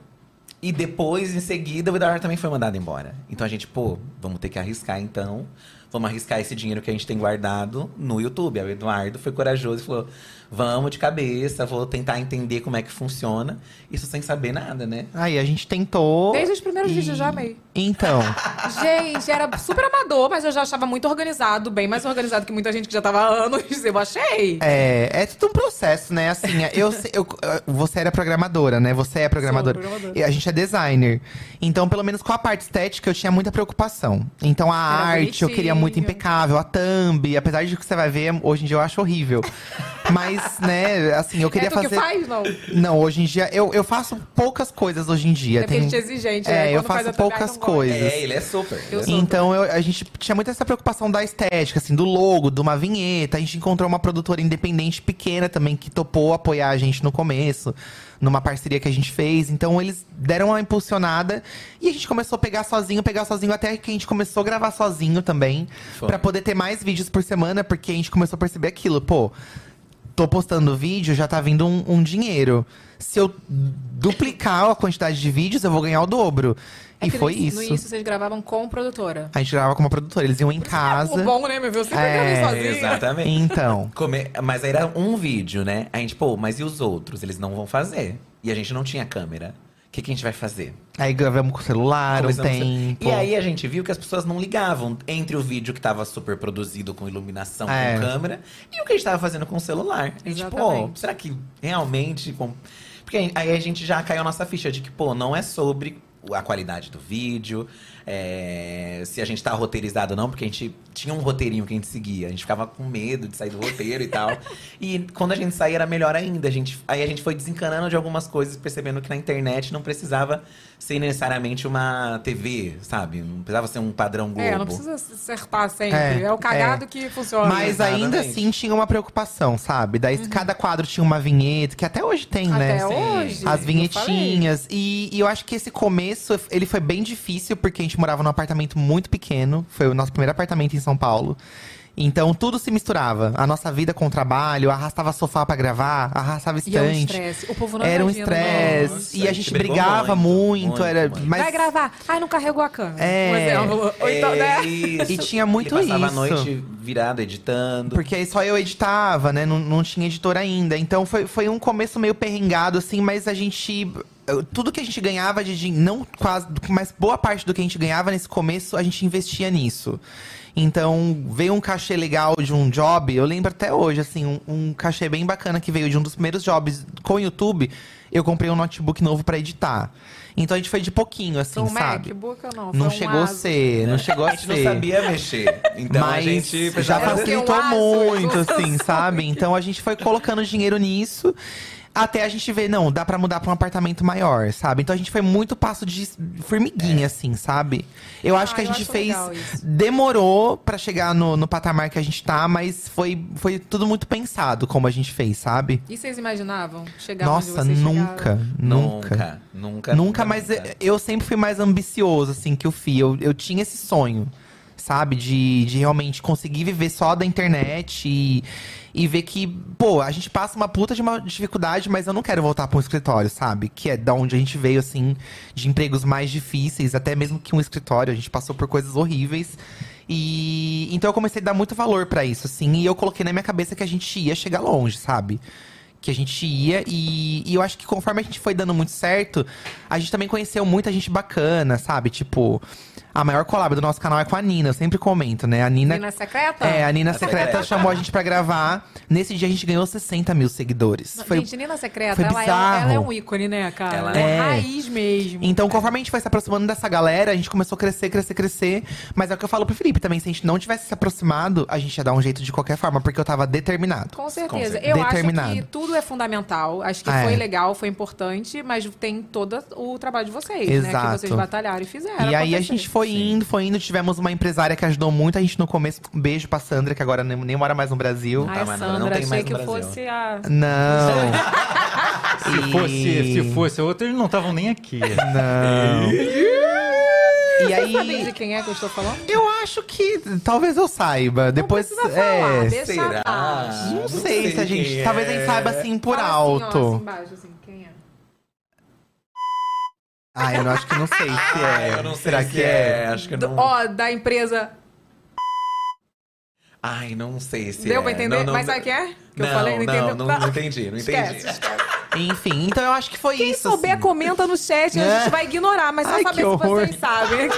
G: E depois, em seguida, o Eduardo também foi mandado embora. Então a gente, pô, vamos ter que arriscar então. Vamos arriscar esse dinheiro que a gente tem guardado no YouTube. Aí o Eduardo foi corajoso e falou: vamos de cabeça, vou tentar entender como é que funciona. Isso sem saber nada, né?
F: Aí a gente tentou.
A: Desde os primeiros vídeos eu já amei.
F: Então,
A: Gente, era super amador, mas eu já achava muito organizado, bem mais organizado que muita gente que já tava há anos, eu achei.
F: é, é tudo um processo, né? Assim, eu, sei- eu, você era programadora, né? Você é programadora.
A: programadora.
F: E a gente é designer. Então, pelo menos com a parte estética, eu tinha muita preocupação. Então, a
A: Era
F: arte eu queria muito
A: bonitinho.
F: impecável, a thumb, apesar de que você vai ver, hoje em dia eu acho horrível. Mas, né, assim, eu queria
A: é tu
F: fazer.
A: que faz, não? É
F: Não, hoje em dia eu, eu faço poucas coisas hoje em dia.
A: porque a
F: Tem-
A: gente é exigente, né?
F: É, eu
A: Quando faz
F: faço
A: a tua cara,
F: poucas
A: não gosta.
F: coisas.
G: É, ele é super.
A: Eu
G: Ele é
A: sou.
F: Então eu- a gente tinha muito essa preocupação da estética, assim, do logo, de uma vinheta. A gente encontrou uma produtora independente pequena também que topou apoiar a gente no começo, numa parceria que a gente fez. Então eles deram uma impulsionada e a gente começou a pegar sozinho, pegar sozinho, até que a gente começou a gravar sozinho também,
G: Foi.
F: pra poder ter mais vídeos por semana, porque a gente começou a perceber aquilo, pô. Tô postando vídeo, já tá vindo um, um dinheiro. Se eu duplicar a quantidade de vídeos, eu vou ganhar o dobro.
A: É
F: e
A: que
F: foi
A: no,
F: isso.
A: No início vocês gravavam com produtora.
F: A gente gravava com uma produtora, eles iam em
A: É
F: casa.
A: bom, né, meu? Eu sempre
F: É,
A: gravei sozinha.
G: Exatamente.
F: Então.
G: Come- Mas era um vídeo, né? A gente, pô, mas e os outros? Eles não vão fazer. E a gente não tinha câmera. O que, que a gente vai fazer?
F: Aí gravamos com o
G: Ah,
F: celular um
G: Começamos a-
F: tempo.
G: E aí a gente viu que as pessoas não ligavam entre o vídeo que tava super produzido com iluminação,
F: É.
G: com câmera, e o que a gente tava fazendo com o celular. A gente, pô,
A: Exatamente.
G: será que realmente. com- Porque aí- aí a gente já caiu a nossa ficha de que, pô, não é sobre o- a qualidade do vídeo, é, se a gente tá roteirizado ou não, porque a gente tinha um roteirinho que a gente seguia, a gente ficava com medo de sair do roteiro e tal. E quando a gente saía era melhor ainda. A gente, aí a gente foi desencanando de algumas coisas, percebendo que na internet não precisava ser necessariamente uma TV, sabe? Não precisava ser um padrão Globo.
A: É, não precisa acertar sempre. É,
F: É,
A: o cagado que funciona.
F: Mas
G: Exatamente.
F: ainda assim tinha uma preocupação, sabe? Daí cada quadro tinha uma vinheta, que até hoje tem, né?
A: Uhum. Até
F: Sim.
A: hoje.
F: As
A: eu
F: vinhetinhas. E, e eu acho que esse começo, ele foi bem difícil, porque a gente morava num apartamento muito pequeno. Foi o nosso primeiro apartamento em São Paulo. Então tudo se misturava. A nossa vida com o trabalho, arrastava sofá pra gravar, arrastava
A: falei. E é um
F: estante.
A: estresse. O povo não
F: Era um
A: imagina,
F: estresse.
G: Nossa,
F: E
G: a
F: a
G: gente
F: gente
G: brigou
F: brigava muito.
G: muito, muito,
F: era,
G: muito.
A: não.
F: Mas
A: né? Vai gravar. Ai, não carregou a câmera.
F: É.
A: Um exemplo. Ou então, né?
G: É isso.
F: E tinha muito
G: Ele passava
F: isso.
G: a noite virado, editando.
F: Porque aí só eu editava, né? Não, não tinha editor ainda. Então foi, foi um começo meio perrengado, assim, mas a gente. eu- Tudo que a gente ganhava de dinheiro, não quase, mas boa parte do que a gente ganhava nesse começo, a gente investia nisso. Então, veio um cachê legal de um job, eu lembro até hoje, assim, um, um cachê bem bacana que veio de um dos primeiros jobs com o YouTube. Eu comprei um notebook novo pra editar. Então a gente foi de pouquinho, assim,
A: Foi um
F: sabe?
A: MacBook ou não? Foi
F: não
A: um
F: chegou a
A: Asus.
F: ser, não chegou
G: a
F: a
G: gente não
F: ser
G: sabia mexer. Então a
F: mas
G: gente assim, um
F: já
G: precisava-
A: fazer-
F: facilitou
G: né?
A: Era o que eu
F: muito,
A: acho,
F: assim, sabe? Então a gente foi colocando dinheiro nisso. Até a gente ver, não, dá pra mudar pra um apartamento maior, sabe? Então a gente foi muito passo de
G: É.
F: formiguinha, assim, sabe? Eu acho
A: Ah,
F: que a
A: eu
F: gente
A: acho
F: fez.
A: legal isso.
F: Demorou pra chegar no, no patamar que a gente tá, mas foi, foi tudo muito pensado como a gente fez, sabe?
A: E vocês imaginavam chegar
F: Nossa,
A: onde vocês
F: nunca, nunca.
G: Nunca, nunca.
F: Nunca, mas é,
G: nunca.
F: eu sempre fui mais ambicioso, assim, que o Fi. Eu, eu tinha esse sonho. sabe? De, de realmente conseguir viver só da internet e, e ver que, pô, a gente passa uma puta de uma dificuldade, mas eu não quero voltar para um escritório, sabe? Que é da onde a gente veio, assim, de empregos mais difíceis, até mesmo que um escritório. A gente passou por coisas horríveis. E então eu comecei a dar muito valor para isso, assim, e eu coloquei na minha cabeça que a gente ia chegar longe, sabe? que a gente ia. E, e eu acho que conforme a gente foi dando muito certo, a gente também conheceu muita gente bacana, sabe? Tipo, a maior collab do nosso canal é com a Nina, eu sempre comento, né? A Nina.
A: Menina secreta?
F: é, a Nina
G: A
F: Secreta
G: secreta.
F: chamou a gente pra gravar. Nesse dia a gente ganhou 60 mil seguidores.
A: Não,
F: Foi-
A: Gente, Nina Secreta,
F: foi
A: ela, é-
F: bizarro.
A: ela é um ícone, né, cara?
G: Ela
A: Ela é
F: é.
A: raiz mesmo.
F: Então, conforme a gente foi se aproximando dessa galera, a gente começou a crescer, crescer, crescer. Mas é o que eu falo pro Felipe também: se a gente não tivesse se aproximado, a gente ia dar um jeito de qualquer forma, porque eu tava determinado.
A: Com certeza.
G: Com certeza.
A: Eu acho
F: Determinado.
A: que tudo é fundamental. Acho que
F: Ah,
A: foi
F: é.
A: legal, foi importante, mas tem todo o trabalho de vocês, né? Que
F: Exato.
A: vocês batalharam e fizeram.
F: E aí a
A: acontecer.
F: gente foi indo, foi indo. Tivemos uma empresária que ajudou muito a gente no começo. Um beijo pra Sandra, que agora nem, nem mora mais no Brasil.
A: Ai,
G: Tá, mas não
A: Sandra,
G: tem
A: achei
G: mais
A: que
G: no Brasil.
A: fosse a.
F: Não.
B: Se
A: assim-
B: fosse, se fosse outro, eles não estavam nem aqui.
F: Não. E
A: Sabe de
F: aí.
A: quem é que eu estou falando?
F: Eu acho que. Talvez eu saiba. Depois.
A: Não precisa falar,
F: é.
A: deixa
G: será?
A: abaixo.
F: Não,
G: Não
F: sei,
G: sei
F: se a gente.
G: quem
F: Talvez a
G: é.
F: gente saiba assim por
A: Fala Assim, ó, assim,
F: alto.
A: embaixo, assim, quem é?
F: ah, eu não- acho que não sei se
G: Ah,
F: é.
G: eu não sei
F: Será
G: se
F: que
G: é. Acho que
A: Do-
G: não.
A: Ó, da empresa.
G: Ai, não sei se
A: Deu
G: é.
A: pra entender?
G: Não, não,
A: Mas sabe quem é? Que
G: não,
A: eu falei, não,
G: não,
A: entendeu?
G: Não, não entendi, não
A: Esquece,
G: entendi.
A: esquece.
F: Enfim, então eu acho que foi
A: Quem
F: isso.
A: souber,
F: assim.
A: comenta no chat, a gente
F: É.
A: vai ignorar, mas só
F: Ai,
A: saber
F: que
A: se
F: horror.
A: vocês sabem. né,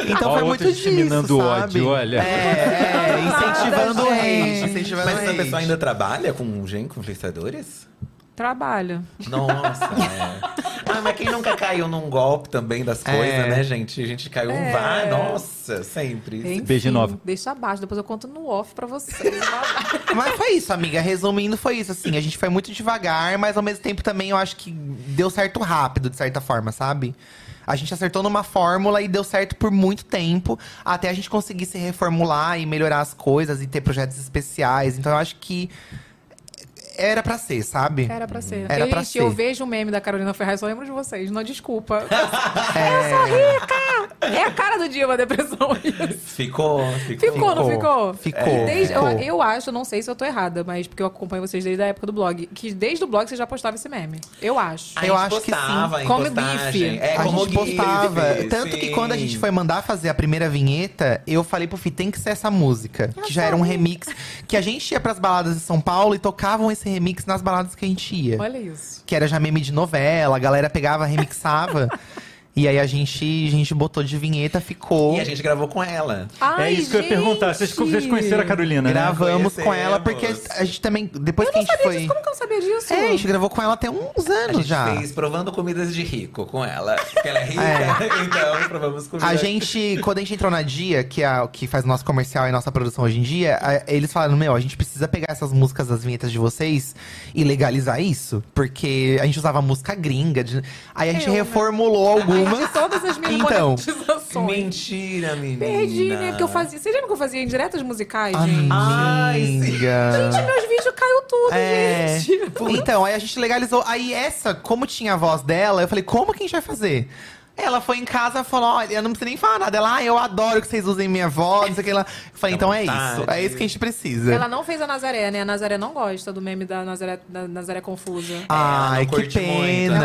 A: é
F: Então
B: Ó,
F: foi
B: outro
F: muito
B: disseminando
F: disso, sabe?
B: ódio, olha.
F: É, é, incentivando o
A: Nada,
F: hate.
A: gente.
F: Incentivando
G: Mas
F: o
G: essa
F: hate.
G: pessoa ainda trabalha com gente, com influenciadores?
A: Trabalho.
G: Nossa, é. Ah, mas quem nunca caiu num golpe também das
F: É.
G: coisas, né, gente? A gente caiu
A: É.
G: um vá, nossa, sempre.
A: Enfim,
B: Beijo nova.
A: Deixa abaixo, depois eu conto no off pra vocês.
F: Mas foi isso, amiga. Resumindo, foi isso. Assim, a gente foi muito devagar, mas ao mesmo tempo também eu acho que deu certo rápido, de certa forma, sabe? A gente acertou numa fórmula e deu certo por muito tempo, até a gente conseguir se reformular e melhorar as coisas e ter projetos especiais. Então eu acho que era pra ser, sabe?
A: Era pra ser.
F: Era
A: eu,
F: pra
A: gente,
F: ser.
A: eu vejo o meme da Carolina Ferraz, só lembro de vocês. Não, desculpa.
F: É,
A: É a cara do Diva, a depressão. isso.
G: Ficou, ficou.
A: Ficou, não ficou?
F: Ficou,
A: Desde- eu,
F: ficou.
A: eu acho, não sei se eu tô errada, mas porque eu acompanho vocês desde a época do blog. Que desde o blog você já postava esse meme. Eu acho.
G: A
F: Eu
G: gente
F: acho que sim.
G: postava em
A: Come
G: postagem.
A: bife.
G: É,
F: a
G: como
F: gente
G: bife,
F: postava. Tanto que
G: sim.
F: quando a gente foi mandar fazer a primeira vinheta, eu falei pro Fih, tem que ser essa música. que já era um remix. Que a gente ia pras baladas de São Paulo e tocavam esse remix nas baladas que a gente ia.
A: Olha isso.
F: Que era já meme de novela, a galera pegava, remixava. e aí a gente, a gente botou de vinheta, ficou.
G: E a gente gravou com ela.
A: Ai,
B: é isso que eu ia
A: gente!
B: perguntar. Vocês, vocês conheceram a Carolina, né?
F: Gravamos com ela, porque
G: Conhecemos.
F: a gente também. Depois que a gente foi.
A: Como assim, que eu sabia disso?
F: É, a gente gravou com ela até uns
G: A
F: anos
G: gente
F: já.
G: fez Provando Comidas de Rico com ela. Porque ela é rica,
F: É.
G: então provamos comidas.
F: A gente, quando a gente entrou na Dia, que é o que faz nosso comercial e nossa produção hoje em dia, a- eles falaram: Meu, a gente precisa pegar essas músicas das vinhetas de vocês e legalizar isso. Porque a gente usava música gringa. de- Aí a gente
A: Eu, né?
F: reformulou algumas.
A: De todas as minhas
F: Então.
A: monetizações.
G: Mentira, menina.
A: Perdi, né? Porque eu fazia. Vocês lembram que eu fazia indiretas musicais,
F: Ah,
A: gente?
G: Ai, sim.
F: Amiga.
A: Gente, meus vídeos caiu tudo,
F: É.
A: gente.
F: Então, aí a gente legalizou. Aí essa, como tinha a voz dela, eu falei, como que a gente vai fazer? Ela foi em casa e falou: olha, eu não preciso nem falar nada. Ela, ah, eu adoro que vocês usem minha voz, não sei o que lá. Eu falei, então é
G: vontade.
F: isso. É isso que a gente precisa.
A: Ela não fez a Nazaré, né? A Nazaré não gosta do meme da Nazaré, da Nazaré Confusa.
F: Ah,
G: ela
F: Ai,
G: não
F: que
G: curte muito, né?
A: Ela não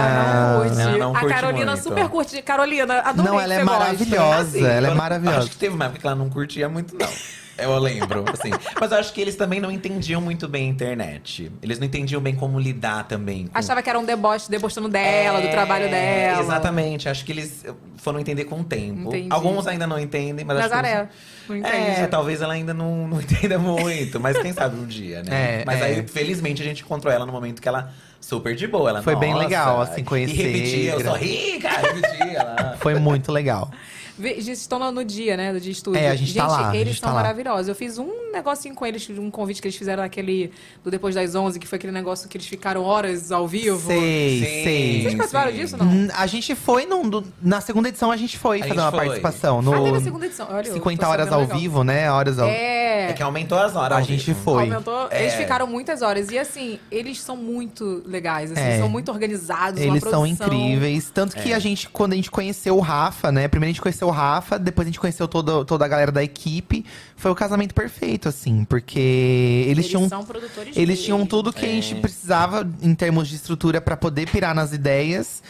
F: pena.
A: curte.
G: Ela não
A: a
G: curte
A: Carolina
G: muito.
A: super curte. Carolina, adorei
F: Não,
A: que
F: ela
A: você
F: é
A: goste. né? assim.
F: maravilhosa. Ela é
G: eu-
F: maravilhosa.
G: Acho que teve uma época que ela não curtia muito, não. Eu lembro, assim. Mas eu acho que eles também não entendiam muito bem a internet. Eles não entendiam bem como lidar também. Com...
A: Achava que era um deboche, debochando dela, do trabalho dela.
G: É, Exatamente. Acho que eles foram entender com o tempo.
A: Entendi.
G: Alguns ainda não entendem, mas
A: Nazaré.
G: acho que...
A: Não
G: eles-
A: entende.
G: É, talvez ela ainda não, não entenda muito, mas quem sabe um dia, né?
F: É,
G: mas
F: é.
G: aí, felizmente, a gente encontrou ela no momento que ela super de boa. Ela,
F: Foi bem
G: "Nossa",
F: legal, assim, conhecer,
G: E repetia, eu sou
F: gra-
G: rica, repetia. Ela...
F: Foi muito legal.
A: Vê, Gente, estão lá no dia, né? De estúdio.
F: É, a gente tá lá, a
A: eles
F: gente
A: estão
F: tá lá.
A: maravilhosos. Eu fiz um negocinho com eles, um convite que eles fizeram naquele. Do Depois das 11, que foi aquele negócio que eles ficaram horas ao vivo.
F: Sei,
G: Sim,
A: Vocês
F: sei.
A: participaram
G: sim.
A: disso, não?
F: Hum, A gente foi num, do- na segunda edição, a gente foi
G: A
F: fazer
G: gente
F: uma
G: foi.
F: participação.
A: Ah, teve
F: No
A: a segunda edição. Olha, eu tô
F: 50 horas
A: sabendo é
F: ao
A: legal.
F: vivo, né? Horas ao
A: É.
G: É que aumentou as horas.
F: A
G: ao
F: gente
G: vivo.
F: foi. É.
A: Aumentou. Eles ficaram muitas horas. E assim, eles são muito legais, assim,
F: É.
A: são muito organizados. uma
F: Eles são
A: produção.
F: incríveis. Tanto que a gente, quando a gente conheceu o Rafa, né? Primeiro a gente conheceu conheceu o Rafa, depois a gente conheceu toda, toda a galera da equipe. Foi o casamento perfeito, assim, porque eles,
A: Eles
F: tinham. um
A: são produtores
F: Eles
A: mesmo.
F: tinham um tudo que a gente precisava em termos de estrutura pra poder pirar nas ideias.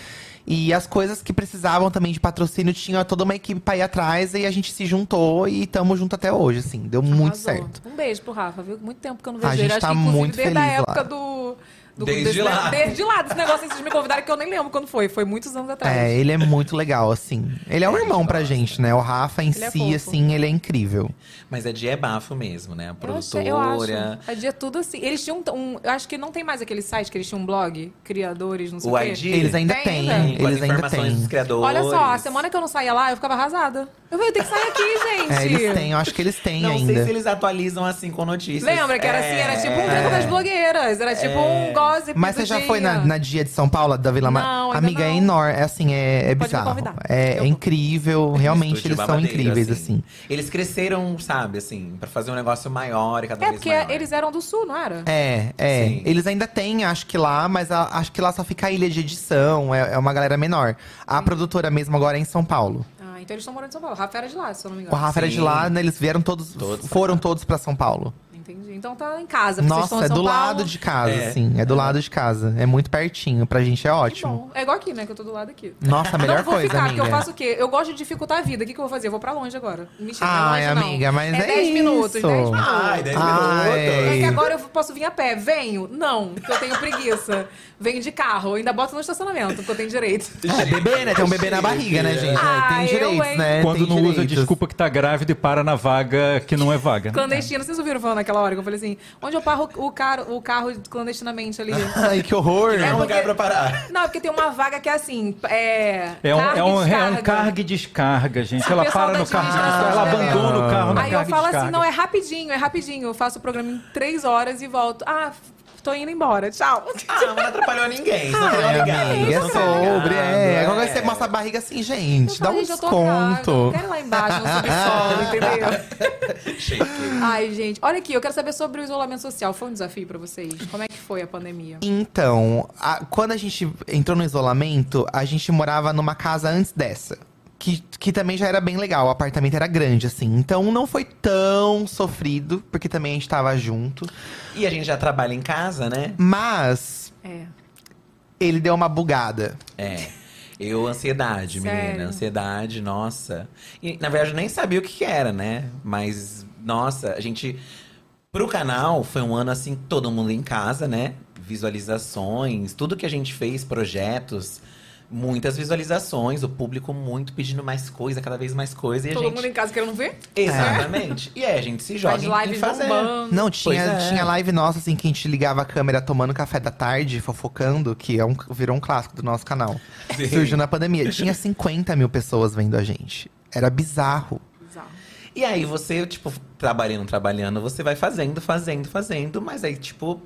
F: E as coisas que precisavam também de patrocínio, tinha toda uma equipe pra ir atrás e a gente se juntou e estamos junto até hoje, assim. Deu muito
A: Arrasou.
F: certo.
A: Um beijo pro Rafa, viu? Muito tempo que eu não
F: A
A: vejo
F: gente
A: ele.
F: tá
A: Acho que, inclusive,
F: muito
A: desde a
F: feliz lá.
A: época do... do
G: Desde
A: desse-
G: lá.
A: Desde lá, desse negócio aí, vocês me convidaram que eu nem lembro quando foi. Foi muitos anos atrás.
F: É, ele é muito legal, assim. Ele é um irmão pra gente, né? O Rafa em
A: Ele é
F: si,
A: fofo.
F: assim, ele é incrível.
G: Mas a Dia é bafo mesmo, né? A
A: Eu acho- eu
G: produtora.
A: acho. A dia é tudo assim. Eles tinham um. Eu acho que não tem mais aquele site que eles tinham um blog, criadores, não sei
G: O
A: o quê.
G: ID?
F: Eles ainda
A: Tem
F: têm,
A: ainda?
G: Com as
F: eles ainda
G: informações dos
F: têm.
G: criadores.
A: Olha só, a semana que eu não saía lá, eu ficava arrasada. Eu falei, eu tenho que sair aqui, gente.
F: É, eles têm, eu acho que eles têm
G: Não
F: ainda.
G: sei se eles atualizam assim com notícias.
A: Lembra que era assim,
G: É.
A: era tipo um drama das blogueiras, era tipo um gossip.
F: Mas
A: do
F: você já
A: dia.
F: foi na, na dia de São Paulo, da
A: Não,
F: Vila Mar...
A: ainda
F: Amiga, é
A: não.
F: enorme. É assim, é, é
A: Pode me
F: bizarro.
A: convidar. Eu
F: É, é
A: vou.
F: incrível, realmente
G: Estúdio
F: eles são
G: babadeiro,
F: incríveis, assim.
G: Eles cresceram, sabe, assim, pra fazer um negócio maior e cada
A: É,
G: vez
A: porque
G: maior.
A: eles eram do sul, não era?
F: É, é.
G: Sim.
F: Eles ainda têm, acho que lá, mas a- acho que lá só fica a ilha de edição, é, é uma galera menor. A produtora mesmo agora é em São Paulo.
A: Ah, então eles estão morando em São Paulo. Rafa era de lá, se eu não me
F: O
A: engano.
F: Rafa era de
G: Sim.
F: lá, né, eles vieram todos,
G: Todos
F: foram todos pra São Paulo.
A: Entendi. Então tá em casa. porque vocês estão em
F: Nossa, é
A: São
F: do
A: Paulo.
F: lado de casa,
G: É.
F: sim. É do lado de casa. É muito pertinho, pra gente é
A: Que
F: ótimo.
A: bom. É igual aqui, né? Que eu tô do lado aqui.
F: Nossa, a melhor
A: não vou
F: coisa,
A: ficar,
F: amiga.
A: porque eu faço o quê? Eu gosto de dificultar a vida. O que, que eu vou fazer? Eu vou pra longe agora. Mentira, não
F: Ai,
A: é longe, não.
F: amiga, mas é
A: 10 minutos,
F: isso.
A: 10 minutos.
G: Ai,
F: Ah,
G: 10
F: Ai.
A: É que agora eu posso vir a pé. Venho? Não, porque eu tenho preguiça. Venho de carro. Eu ainda boto no estacionamento, porque eu tenho direito.
F: É bebê, né? Tem um bebê na barriga, né, gente?
A: Ah,
F: tem
A: eu,
F: direitos,
A: hein?
F: né?
B: Quando
F: Tem
B: não usa
F: direitos.
B: desculpa que tá grávida e para na vaga que não é vaga. né?
A: Clandestino, vocês ouviram falando naquela hora que eu falei assim: onde eu parro o, caro, o carro clandestinamente ali?
F: Ai, que horror.
G: É um
A: porque-
G: lugar pra parar.
A: Não, é porque tem uma vaga que é assim. É,
B: É um,
A: carga
B: é, um,
A: e
B: é um
A: descarga.
B: carga e descarga, gente.
A: O
B: Ela
A: pessoal
B: para
A: da
B: no carro,
A: administração
F: Ah,
B: ela
A: de evento.
B: abandona o carro na
A: Aí eu
B: carga e
A: falo assim,
B: descarga.
A: não, é rapidinho, é rapidinho. Eu faço o programa em três horas e volto. Ah, f- tô indo embora, tchau.
G: Ah, não atrapalhou ninguém. Não
F: É,
G: foi obrigado.
F: amiga, é
G: não foi
F: sobre, é.
G: obrigado,
F: Agora você mostra a barriga assim, gente, dá um
A: Gente, eu tô grávida, eu
F: desconto.
A: Quero ir lá embaixo, no subsolo, entendeu?
G: Chique.
A: Ai, gente. Olha aqui, eu quero saber sobre o isolamento social. Foi um desafio pra vocês? Como é que foi a pandemia?
F: Então, a- quando a gente entrou no isolamento, a gente morava numa casa antes dessa. Que, que também já era bem legal, o apartamento era grande, assim. Então não foi tão sofrido, porque também a gente tava junto.
G: E a gente já trabalha em casa, né?
F: Mas
A: É.
F: ele deu uma bugada.
G: É. Eu, ansiedade,
A: Sério?
G: menina. Ansiedade, nossa. E, na verdade, eu nem sabia o que, que era, né? Mas, nossa, a gente. Pro canal, foi um ano assim, todo mundo em casa, né? Visualizações, tudo que a gente fez, projetos, muitas visualizações, o público muito pedindo mais coisa, cada vez mais coisa. E a
A: Todo
G: gente.
A: mundo em casa querendo ver?
G: Exatamente. E é, a gente se joga.
A: Faz
G: em-
A: lives
G: em fazer.
A: bombando.
F: Não, tinha,
G: Pois é.
F: tinha live nossa, assim, que a gente ligava a câmera tomando café da tarde, fofocando, que é um, virou um clássico do nosso canal.
G: Sim.
F: Surgiu na pandemia. Tinha 50 mil pessoas vendo a gente. Era bizarro.
A: Bizarro.
G: E aí você, tipo, trabalhando, trabalhando, você vai fazendo, fazendo, fazendo, mas aí, tipo,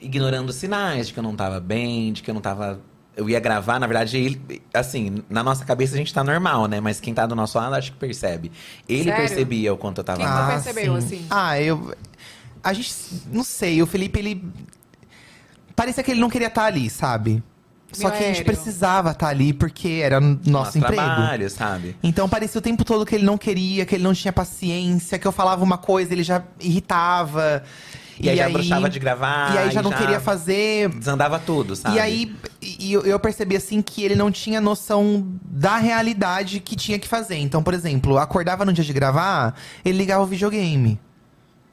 G: ignorando os sinais de que eu não tava bem, de que eu não tava. Eu ia gravar, na verdade, ele, assim, na nossa cabeça a gente tá normal, né? Mas quem tá do nosso lado acho que percebe. Ele
A: Sério?
G: percebia o quanto eu tava
A: Quem tá
G: mal.
A: não percebeu,
F: sim.
A: assim?
F: Ah, eu. A gente. Não sei, o Felipe, ele. Parecia que ele não queria estar ali, sabe? Só que a gente
A: aéreo.
F: precisava estar ali porque era nosso, nosso emprego.
G: trabalho, sabe?
F: Então parecia o tempo todo que ele não queria, que ele não tinha paciência, que eu falava uma coisa, ele já irritava.
G: E, aí, já bruxava de gravar.
F: E aí já não queria fazer.
G: Desandava tudo, sabe?
F: E aí e eu eu percebi assim que ele não tinha noção da realidade que tinha que fazer. Então, por exemplo, acordava no dia de gravar, ele ligava o videogame.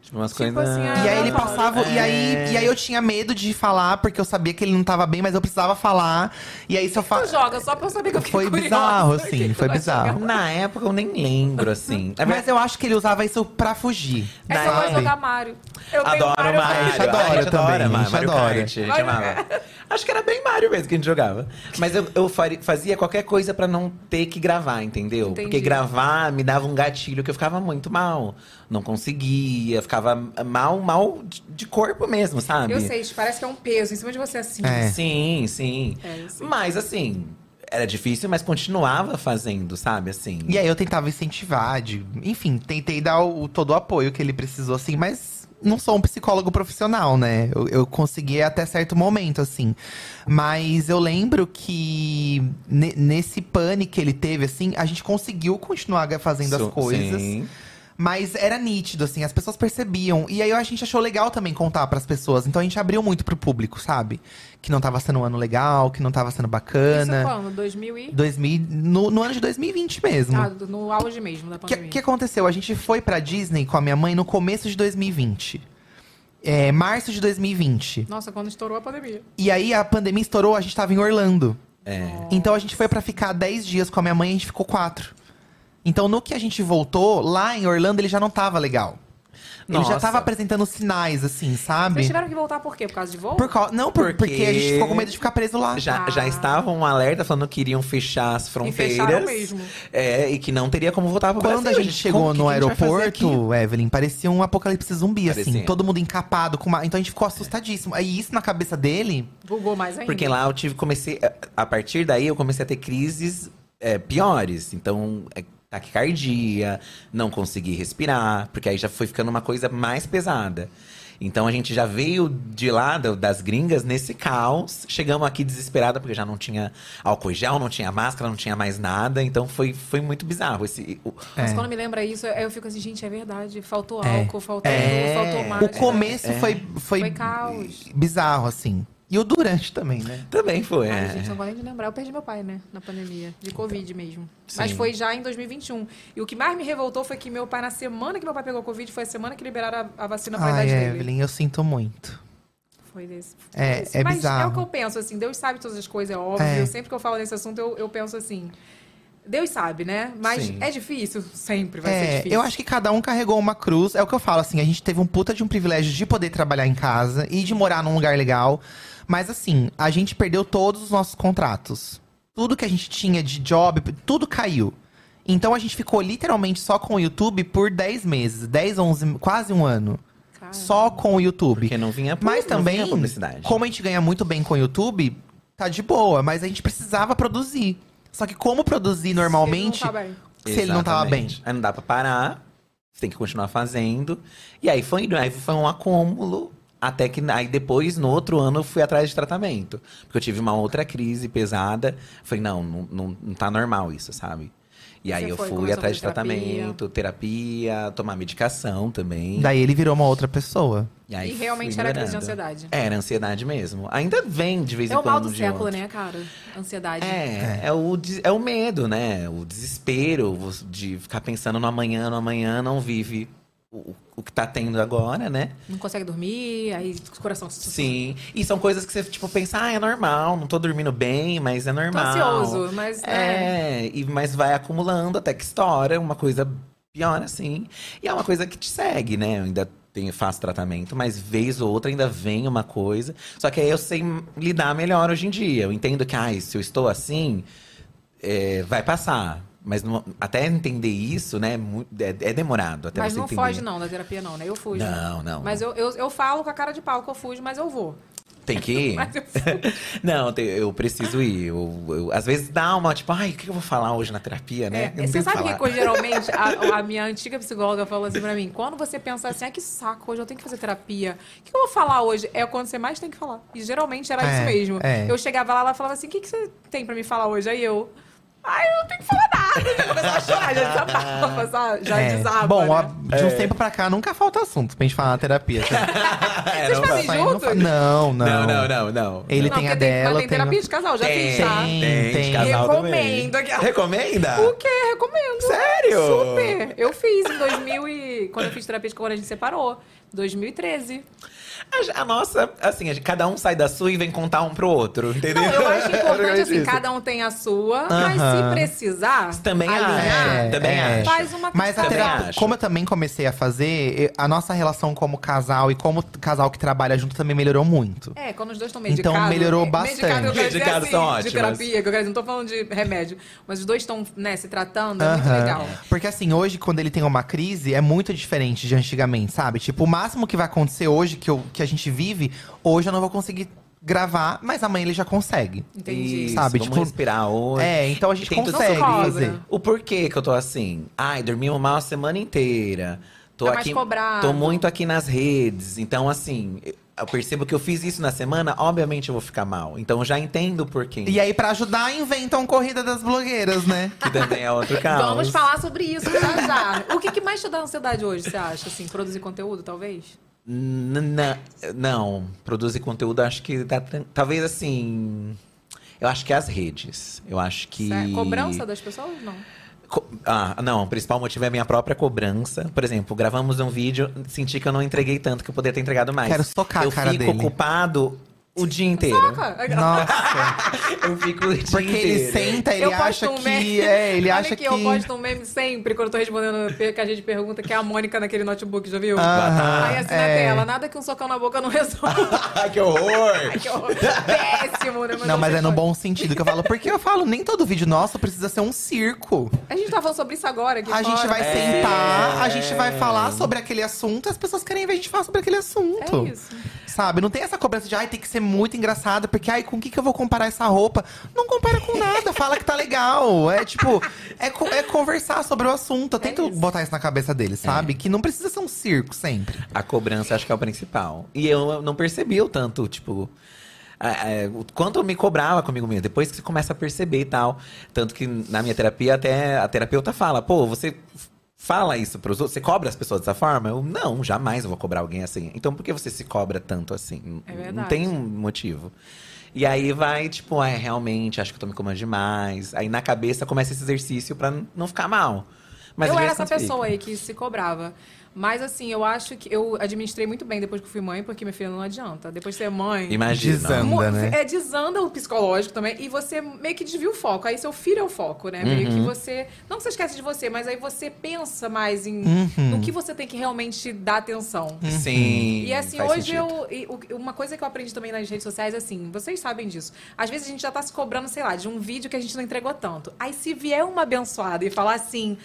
G: Tipo, umas
A: Tipo
G: coisas.
A: assim, ah,
F: E aí ele
A: não.
F: passava. E, aí, e aí eu tinha medo de falar, porque eu sabia que ele não tava bem, mas eu precisava falar. E aí se eu
A: Tu
F: falo.
A: joga só pra eu saber que eu fiquei
F: Ah, Foi
A: curiosa.
F: bizarro,
A: O que
F: assim,
A: que
F: foi
A: tu vai
F: bizarro.
A: jogar?
G: Na época eu nem lembro, assim. Na
F: Mas eu acho que ele usava isso pra fugir.
A: É só
F: sabe?
A: pra jogar Mario. Eu tenho
G: Adoro
A: Mario.
G: Mario.
A: pra-
F: A gente adora
G: A gente
F: também,
G: adora
F: a
G: Mario,
F: gente
G: Mario
F: adora.
G: Kart, a gente
A: Mario
G: amava. Acho que era bem Mario mesmo que a gente jogava. Mas eu, eu fari- fazia qualquer coisa pra não ter que gravar, entendeu?
A: Entendi.
G: Porque gravar me dava um gatilho que eu ficava muito mal. Não conseguia, ficava mal, mal de- de corpo mesmo, sabe?
A: Eu sei, isso parece que é um peso em cima de você, assim.
F: É.
G: Sim, sim.
A: É, eu sei.
G: Mas assim, era difícil, mas continuava fazendo, sabe? Assim.
F: E aí eu tentava incentivar, de, enfim, tentei dar o, todo o apoio que ele precisou, assim, mas não sou um psicólogo profissional, né? Eu, eu consegui até certo momento, assim. Mas eu lembro que ne- nesse pane que ele teve, assim, a gente conseguiu continuar ga- fazendo
G: Sim.
F: as coisas. Mas era nítido, assim, as pessoas percebiam. E aí a gente achou legal também contar pras pessoas. Então a gente abriu muito pro público, sabe? Que não tava sendo um ano legal, que não tava sendo
A: Isso
F: bacana.
A: quando? 2000 e...
F: 2000, no, no ano de 2020 mesmo.
A: Ah, do- no auge mesmo da
F: O que,
A: pandemia.
F: que aconteceu? A gente foi pra Disney com a minha mãe no começo de 2020. É, março de 2020.
A: Nossa, quando estourou a pandemia.
F: E aí a pandemia estourou, a gente tava em Orlando.
G: É.
F: Então a gente foi pra ficar 10 dias com a minha mãe, a gente ficou 4. Então no que a gente voltou, lá em Orlando ele já não tava legal. Ele já
G: Nossa.
F: tava apresentando sinais, assim,
A: Vocês
F: sabe?
A: tiveram que voltar por quê? Por causa de voo?
F: Por cau- Não, por- porque...
G: Porque-
F: a gente ficou com medo de ficar preso lá.
G: Já, já estava um alerta falando que iriam fechar as fronteiras.
A: Ah. fecharam mesmo.
G: É, e que não teria como voltar pro
F: Quando
G: Brasil.
F: assim a gente chegou
G: como um que
F: no
G: a gente vai fazer aqui?
F: aeroporto, Evelyn, parecia um apocalipse zumbi, assim.
G: Parecia.
F: Todo mundo encapado com uma. Então a gente ficou assustadíssimo. Aí isso na cabeça dele.
A: Bugou mais ainda.
G: Porque lá eu tive, comecei. é, A partir daí eu comecei a ter crises é, piores. Então, é, taquicardia, não consegui respirar, porque aí já foi ficando uma coisa mais pesada. Então a gente já veio de lá do- das gringas nesse caos. Chegamos aqui desesperada, porque já não tinha álcool em gel, não tinha máscara, não tinha mais nada. Então foi, foi muito bizarro. Esse, o-
A: Mas
F: É.
A: quando me lembra isso, eu eu fico assim, gente, é verdade. Faltou
F: É.
A: álcool, faltou
F: É.
A: luz, faltou
F: O
A: máscara.
F: começo
G: É.
F: foi, foi.
A: Foi caos.
F: Bizarro, assim. E o durante também, né?
G: Também foi.
A: Ai,
G: é.
A: gente, não gosto nem de lembrar. Eu perdi meu pai, né? Na pandemia. De Covid mesmo.
G: Sim.
A: Mas foi já em 2021. E o que mais me revoltou foi que meu pai, na semana que meu pai pegou Covid, foi a semana que liberaram a, a vacina pra
F: Ai, é,
A: idade
F: Evelyn,
A: dele.
F: eu sinto muito.
A: Foi desse.
F: É,
A: Isso.
F: é
A: Mas é o
F: bizarro.
A: que eu penso, assim, Deus sabe todas as coisas, é óbvio.
F: É.
A: Eu sempre que eu falo nesse assunto, eu, eu penso assim. Deus sabe, né? Mas
G: Sim.
A: é difícil, sempre vai ser
F: é,
A: difícil.
F: eu acho que cada um carregou uma cruz. É o que eu falo, assim, a gente teve um puta de um privilégio de poder trabalhar em casa e de morar num lugar legal. Mas assim, a gente perdeu todos os nossos contratos. Tudo que a gente tinha de job, tudo caiu. Então a gente ficou literalmente só com o YouTube por 10 meses, 10, 11, quase um ano.
A: Cara,
F: Só com o YouTube.
G: Porque não vinha pu-
F: Mas
G: não
F: também,
G: vinha publicidade.
F: como a gente ganha muito bem com o YouTube, tá de boa. Mas a gente precisava produzir. Só que como produzir normalmente,
A: ele não tá bem.
F: se ele não tava bem.
G: Exatamente. Aí não dá pra parar, você tem que continuar fazendo. E aí foi, indo, aí foi um acúmulo. Até que aí depois, no outro ano, eu fui atrás de tratamento. Porque eu tive uma outra crise pesada. Falei, não, não, não, não tá normal isso, sabe? E aí
A: Você
G: eu
A: foi,
G: fui
A: começou a
G: atrás de
A: fazer terapia.
G: tratamento, terapia, tomar medicação também.
F: Daí ele virou uma outra pessoa.
G: E, aí
A: E realmente
G: fui
A: era crise de
G: melhorando.
A: ansiedade.
G: Era ansiedade mesmo. Ainda vem de vez
A: É
G: em
A: o
G: quando.
A: mal do
G: de
A: século,
G: outro.
A: né, cara? Ansiedade.
G: É, é o, des- é o medo, né? O desespero vo- de ficar pensando no amanhã, no amanhã, não vive o, o que tá tendo agora, né?
A: Não consegue dormir, aí o coração.
G: Sim. E são coisas que você, tipo, pensa, ah, é normal, não tô dormindo bem, mas é
A: Tô
G: normal.
A: ansioso, mas. É.
G: É, e, mas vai acumulando até que estoura, uma coisa pior assim. E é uma coisa que te segue, né? Eu ainda tenho, faço tratamento, mas vez ou outra ainda vem uma coisa. Só que aí eu sei lidar melhor hoje em dia. Eu entendo que, ai, se eu estou assim, é, vai passar. Mas não- até entender isso, né, é mu- é, é demorado até
A: Mas
G: você
A: não
G: entender.
A: foge, não, da terapia, não, né? Eu fujo.
G: Não, não.
A: Mas eu, eu, eu falo com a cara de pau que eu fujo, mas eu vou.
G: Tem que ir?
A: Mas eu
G: não, tem- eu preciso ir. Eu- eu- às vezes dá uma, tipo, ai, o que eu vou falar hoje na terapia, né?
A: É,
G: Eu não
A: você
G: sei
A: sabe que
G: falar.
A: coisa, geralmente a, a minha antiga psicóloga falou assim pra mim: quando você pensa assim, ah, que saco, hoje eu tenho que fazer terapia. O que eu vou falar hoje? É quando você mais tem que falar. E geralmente era
F: É,
A: isso mesmo.
F: é.
A: Eu chegava lá, ela falava assim: o que, que você tem pra me falar hoje? Aí eu. Ai, eu não tenho que falar nada. Eu Já começava a chorar, já desabafa, sabe? Já
F: É.
A: desaba.
F: Bom,
A: né?
F: ó, de uns tempos pra cá nunca falta assunto pra gente falar na terapia.
G: É,
A: Vocês
G: não
A: fazem
G: vai.
F: Pai, não,
A: juntos?
F: fa- não, não.
G: Não, não, não, não.
F: Ele
A: Não,
F: tem
A: porque
F: a
A: mas
F: dela,
A: Tem
F: tem a-
A: terapia de casal, já fiz,
G: tem,
A: tá?
G: tem,
F: Tem.
G: de casal
A: Recomendo
G: também.
A: aquela-
G: Recomenda?
A: O que? Recomendo.
G: Sério?
A: Super. Eu fiz em 2000 e... Quando eu fiz terapia de cor, a gente separou. 2013.
G: A, a nossa, assim, a gente- cada um sai da sua e vem contar um pro outro, entendeu?
A: Não, eu acho importante,
G: Organiza
A: assim,
G: isso.
A: cada um tem a sua, mas se
F: É Aham.
A: precisar
G: Também
A: alinhar,
G: acho.
F: É,
G: também
F: é.
G: acho.
A: Ah, faz uma
F: Mas a
G: Também
F: terapia,
G: acho.
F: como eu também comecei a fazer, eu- a nossa relação como casal e como t- casal que trabalha junto também melhorou muito.
A: É, quando os dois estão
F: Então,
A: medicados.
F: melhorou
A: é,
F: bastante.
A: Medicado, eu quero dizer
G: Medicados
A: assim,
G: são
A: de
G: ótimos.
A: terapia, que eu quero, não tô falando de remédio. Mas os dois estão, né, se tratando, é muito
F: Aham.
A: legal.
F: Porque assim, hoje, quando ele tem uma crise, é muito diferente de antigamente, sabe? Tipo, o máximo que vai acontecer hoje, que, eu- que a gente vive, hoje eu não vou conseguir gravar, mas amanhã ele já consegue.
A: Entendi.
G: Isso,
F: Sabe,
G: vamos
F: tipo-
G: respirar hoje.
F: É, então a gente
G: Tem tudo-
F: consegue
A: Não se cobra.
F: fazer.
G: O porquê que eu tô assim? Ai, dormi mal a semana inteira. Tô Tô
A: Tá mais
G: aqui,
A: cobrado.
G: Tô muito aqui nas redes. Então, assim, eu percebo que eu fiz isso na semana, obviamente eu vou ficar mal. Então eu já entendo por quê.
F: E aí, pra ajudar, inventam Corrida das Blogueiras, né?
G: Que também é outro caso.
A: Vamos falar sobre isso já já. O que, que mais te dá ansiedade hoje, você acha? Assim, produzir conteúdo, talvez?
G: Não, produzir conteúdo acho que tá. tran- Talvez assim. Eu acho que as redes. Eu acho que.
A: Sério? é Cobrança das pessoas? Não.
G: Co- Ah, não, o principal motivo é a minha própria cobrança. Por exemplo, gravamos um vídeo, senti que eu não entreguei tanto, que eu poderia ter entregado mais.
F: Quero socar a
G: eu
F: cara
G: fico
F: dele.
G: ocupado o dia inteiro.
A: Cara,
F: Nossa.
G: Eu fico o dia
F: Porque ele
G: inteiro.
F: senta, ele
A: eu
F: acha
A: posto um meme.
F: que. É, ele
A: Olha
F: acha
A: que
F: que.
A: eu posto um meme sempre quando eu tô respondendo que a gente pergunta, que é a Mônica naquele notebook, já viu?
F: Aham,
A: Aí assim na
F: é.
A: tela, nada que um socão na boca não resolve.
G: Ai, que horror!
A: Ai, que horror. um Péssimo, né?
F: Não, mas é no
A: bom.
F: bom sentido que eu falo. Porque eu falo, nem todo vídeo nosso precisa ser um circo.
A: A gente tá falando sobre isso agora. Aqui
F: A gente
A: fora. É
F: vai sentar, a gente vai falar sobre aquele assunto, as pessoas querem ver a gente falar sobre aquele assunto.
A: É isso.
F: Sabe? Não tem essa cobrança de, ai, tem que ser muito engraçado, porque, ai, com o que, que eu vou comparar essa roupa? Não compara com nada, fala que tá legal. É tipo, é, co- é conversar sobre o assunto. Eu tento botar isso na cabeça deles, sabe? Que não precisa ser um circo sempre.
G: A cobrança acho que é o principal. E eu não percebi o tanto, tipo. a- a- o quanto eu me cobrava comigo mesmo, depois que você começa a perceber e tal. Tanto que na minha terapia, até a terapeuta fala: pô, você f- fala isso pros outros, você cobra as pessoas dessa forma? Eu, não, jamais eu vou cobrar alguém assim. Então por que você se cobra tanto assim?
A: É
G: não
A: verdade.
G: tem um motivo. E aí vai, tipo, ah, realmente, acho que eu tô me comando demais. Aí na cabeça começa esse exercício pra n- não ficar mal. Mas
A: eu
G: às
A: era
G: vezes
A: essa
G: quando
A: pessoa
G: fica-
A: aí que se cobrava. Mas assim, eu acho que eu administrei muito bem depois que eu fui mãe, porque minha filha não adianta. Depois de ser mãe.
G: Imagina.
F: Desanda.
A: Mu-
F: Anda, né?
A: É, desanda o psicológico também. E você meio que desvia o foco. Aí seu filho é o foco, né? Meio
G: Uhum.
A: que você. Não que você esquece de você, mas aí você pensa mais em
G: Uhum.
A: no que você tem que realmente dar atenção.
G: Sim.
A: E assim,
G: faz
A: hoje
G: sentido.
A: eu. e o- Uma coisa que eu aprendi também nas redes sociais, assim, vocês sabem disso. Às vezes a gente já tá se cobrando, sei lá, de um vídeo que a gente não entregou tanto. Aí se vier uma abençoada e falar assim.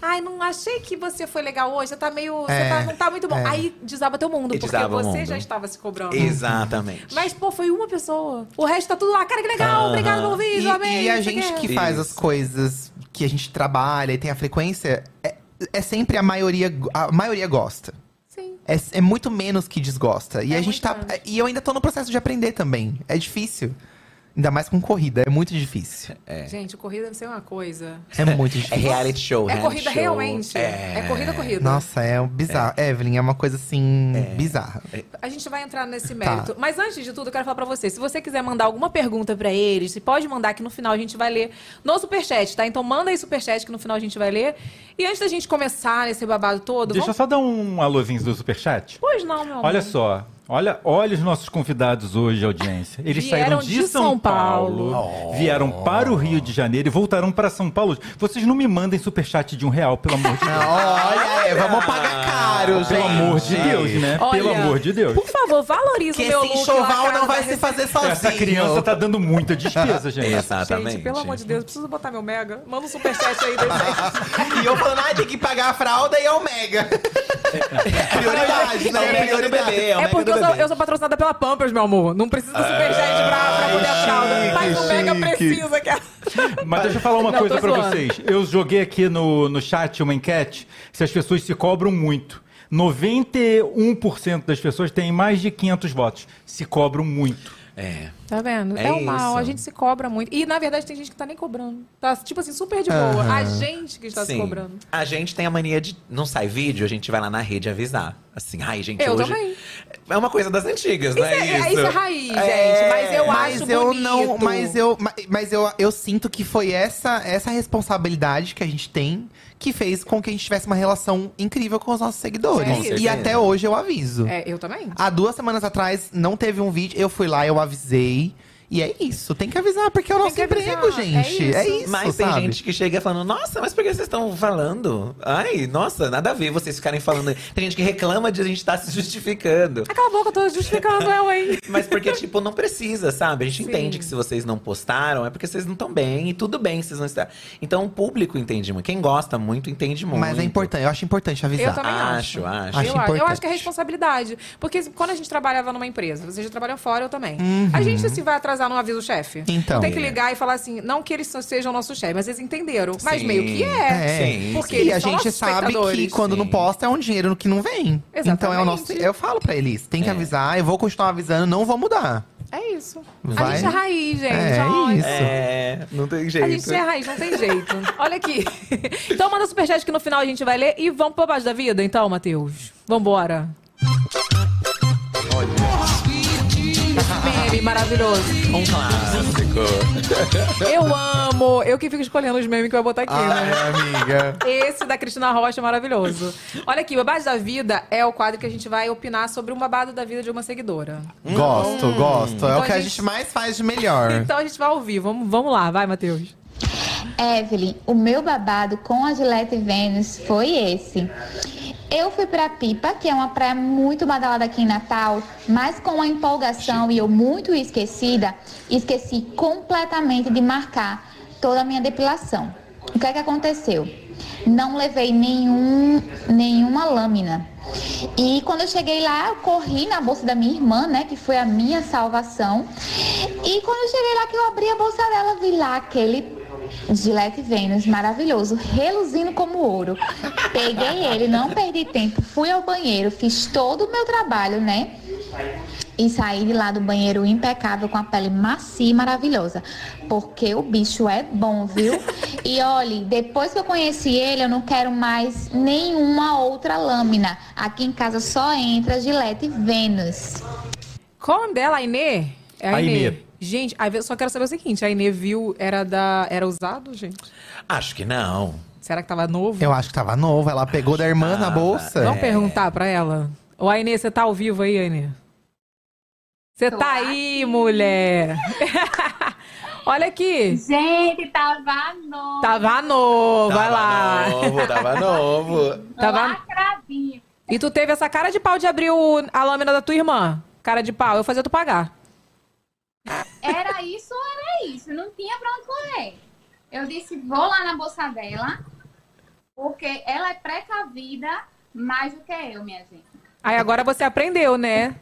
A: Ai, não achei que você foi legal hoje, você tá meio. você
F: É,
A: tá- não tá muito bom.
F: é.
A: Aí desaba teu mundo,
G: E
A: porque
G: desaba o
A: você
G: mundo.
A: já estava se cobrando.
G: Exatamente.
A: Mas, pô, foi uma pessoa. O resto tá tudo lá. Cara, que legal,
G: Aham.
A: obrigado pelo
F: E,
A: vídeo, amei.
F: e a
A: não sei o
F: gente
A: quê.
F: que faz
G: Isso.
F: as coisas que a gente trabalha e tem a frequência, é, é sempre a maioria, a maioria gosta.
A: Sim.
F: É, é muito menos que desgosta. E
A: É
F: a gente
A: muito
F: tá.
A: menos.
F: E eu ainda tô no processo de aprender também. É difícil. Ainda mais com corrida. É muito difícil.
A: Gente, corrida deve ser uma coisa.
F: É muito
G: É
F: difícil.
G: reality show,
A: é
G: reality
A: corrida
G: show.
A: realmente. É.
G: É.
A: corrida, corrida.
F: Nossa, é um bizarro. Evelyn, é uma coisa assim. bizarra.
A: A gente vai entrar nesse mérito. Mas antes de tudo, eu quero falar pra você. Se você quiser mandar alguma pergunta pra eles, você pode mandar que no final a gente vai ler no superchat, tá? Então manda aí superchat que no final a gente vai ler. E antes da gente começar nesse babado todo,
B: Deixa eu
A: vamos...
B: só dar um alôzinho do superchat.
A: Pois não, meu amor.
B: Olha só. Olha, olha os nossos convidados hoje, audiência. Eles
A: Vieram
B: saíram de,
A: de
B: São,
A: São Paulo.
B: Paulo, vieram para o Rio de Janeiro e voltaram para São Paulo. Vocês não me mandem superchat de um real, pelo amor de Deus.
F: Olha, é, vamos pagar caro, gente.
B: Pelo amor de Deus, né?
A: Olha,
B: Pelo amor de Deus.
A: Por favor, valoriza
F: Que
A: o meu
F: esse
A: look
F: enxoval
A: lacrado
F: não vai
A: da
F: se fazer sozinho.
B: Essa criança tá dando muita despesa,
A: É.
B: gente.
G: Exatamente.
A: Gente, pelo amor de Deus, eu preciso botar meu mega. Manda um superchat aí desse.
F: E eu falando, ah, tem que pagar a fralda e a Omega. Prioridade,
G: É o
F: né?
G: mega do
F: Prioridade.
G: bebê, é o
A: É
G: mega
A: porque
G: do
A: eu sou,
G: bebê.
A: eu sou patrocinada pela Pampers, meu amor. Não precisa do superchat pra, pra poder a fralda. Mas o mega precisa. Que...
B: Mas deixa eu falar uma
A: Não,
B: coisa
A: tô
B: pra
A: zoando.
B: vocês. Eu joguei aqui no, no chat uma enquete se as pessoas se cobram muito. 91% das pessoas têm mais de 500 votos. Se cobram muito.
G: É.
A: Tá vendo? É,
G: É
A: o mal.
G: isso.
A: A gente se cobra muito. E, na verdade, tem gente que tá nem cobrando. Tá, tipo assim, super de boa. A gente que está se
G: Sim.
A: cobrando.
G: A gente tem a mania de. Não sai vídeo, a gente vai lá na rede avisar. Assim, ai, gente,
A: Eu
G: hoje.
A: também.
G: É uma coisa das antigas,
A: Isso
G: né?
A: é, isso é raiz, gente.
G: É.
A: Mas eu
F: mas
A: acho
F: eu
A: bonito.
F: não mas eu ma- mas eu, eu sinto que foi essa essa responsabilidade que a gente tem que fez com que a gente tivesse uma relação incrível com os nossos
A: É
F: seguidores
A: isso.
F: e
G: certeza.
F: até hoje eu aviso
A: É, eu também.
F: há duas semanas atrás não teve um vídeo eu fui lá eu avisei e é isso tem que avisar porque é o
A: Tem
F: nosso
A: que avisar,
F: emprego gente
A: é
F: é
A: isso.
F: isso,
G: Mas tem
F: sabe?
G: gente que chega falando, nossa, mas por que vocês estão falando? Ai, nossa, nada a ver vocês ficarem falando. Tem gente que reclama de a gente estar se justificando.
A: Ah, Cala a boca, eu tô justificando eu, hein?
G: Mas porque, tipo, não precisa, sabe? A gente
A: Sim.
G: entende que se vocês não postaram, é porque vocês não estão bem. E tudo bem vocês não estar. Então, o público entende muito. Quem gosta muito, entende muito.
F: mas é importante eu acho importante avisar
A: Eu também acho.
G: Acho, acho.
A: eu,
F: Acho
A: acho- eu acho
F: importante.
G: Uhum.
A: que é responsabilidade. Porque quando a gente trabalhava numa empresa, você já trabalhou fora, eu também. A gente se vai atrasar atrasar, não avisa o chefe.
F: Então.
A: Tem que ligar e falar assim, não que eles sejam nossos chefes, mas eles entenderam. Mas
G: Sim.
A: meio que é.
F: É.
G: Sim,
A: Porque
F: e
A: eles
F: a
A: são
F: gente
A: nossos
F: sabe que
A: espectadores.
F: quando não
G: Sim.
F: posta é um dinheiro que não vem. Então é o nosso.
A: Exatamente.
F: Eu falo pra eles, tem que
G: É.
F: avisar, eu vou continuar avisando, não vou mudar.
A: É isso. A
F: Vai.
A: gente é raiz, gente.
F: É, é
A: Olha.
F: isso.
G: É, não tem jeito.
A: A gente é raiz, não tem jeito. Olha aqui. Então manda superchat que no final a gente vai ler e vamos pro baixo da vida, então, Matheus. Vambora. Olha. Meme maravilhoso.
G: Um clássico.
A: Eu amo. Eu que fico escolhendo os memes que eu vou botar aqui,
F: Ah,
A: né?
F: é amiga.
A: Esse da Cristina Rocha é maravilhoso. Olha aqui, Babado da Vida é o quadro que a gente vai opinar sobre um babado da vida de uma seguidora.
F: Gosto, gosto. é
A: Então
F: o que
A: a
F: a
A: gente-
F: gente mais faz de melhor.
A: Então a gente vai ouvir. Vamos, vamos lá, vai, Matheus.
H: Evelyn, o meu babado com a Gillette Vênus foi esse. Eu fui pra Pipa, que é uma praia muito badalada aqui em Natal, mas com uma empolgação e eu muito esquecida, esqueci completamente de marcar toda a minha depilação. O que é que aconteceu? Não levei nenhum, nenhuma lâmina. E quando eu cheguei lá, eu corri na bolsa da minha irmã, né, que foi a minha salvação. E quando eu cheguei lá, que eu abri a bolsa dela, vi lá aquele Gillette Vênus, maravilhoso, reluzindo como ouro. Peguei ele, não perdi tempo, fui ao banheiro, fiz todo o meu trabalho, né? E saí de lá do banheiro impecável, com a pele macia e maravilhosa. Porque o bicho é bom, viu? E olhe, depois que eu conheci ele, eu não quero mais nenhuma outra lâmina. Aqui em casa só entra Gillette Vênus.
A: Qual o nome dela? Ainê? É
B: Ainê.
A: Gente, aí eu só quero saber o seguinte: a Inê viu, era da. Era usado, gente?
G: Acho que não.
A: Será que tava novo?
F: Eu acho que tava novo, ela pegou da irmã na bolsa.
A: Vamos perguntar pra ela. Ô, Ainê, você tá ao vivo aí, Ainê? Você tá aí, mulher! Olha aqui.
H: Gente, tava novo.
A: Tava novo, vai lá.
G: novo, tava novo.
A: Tava...
H: Lacradinho.
A: E tu teve essa cara de pau de abrir o- a lâmina da tua irmã. Cara de pau, eu fazia tu pagar.
H: Era isso ou era isso? Não tinha pra onde correr. Eu disse, vou lá na bolsa dela, porque ela é precavida mais do que eu, minha gente.
A: Aí agora você aprendeu, né?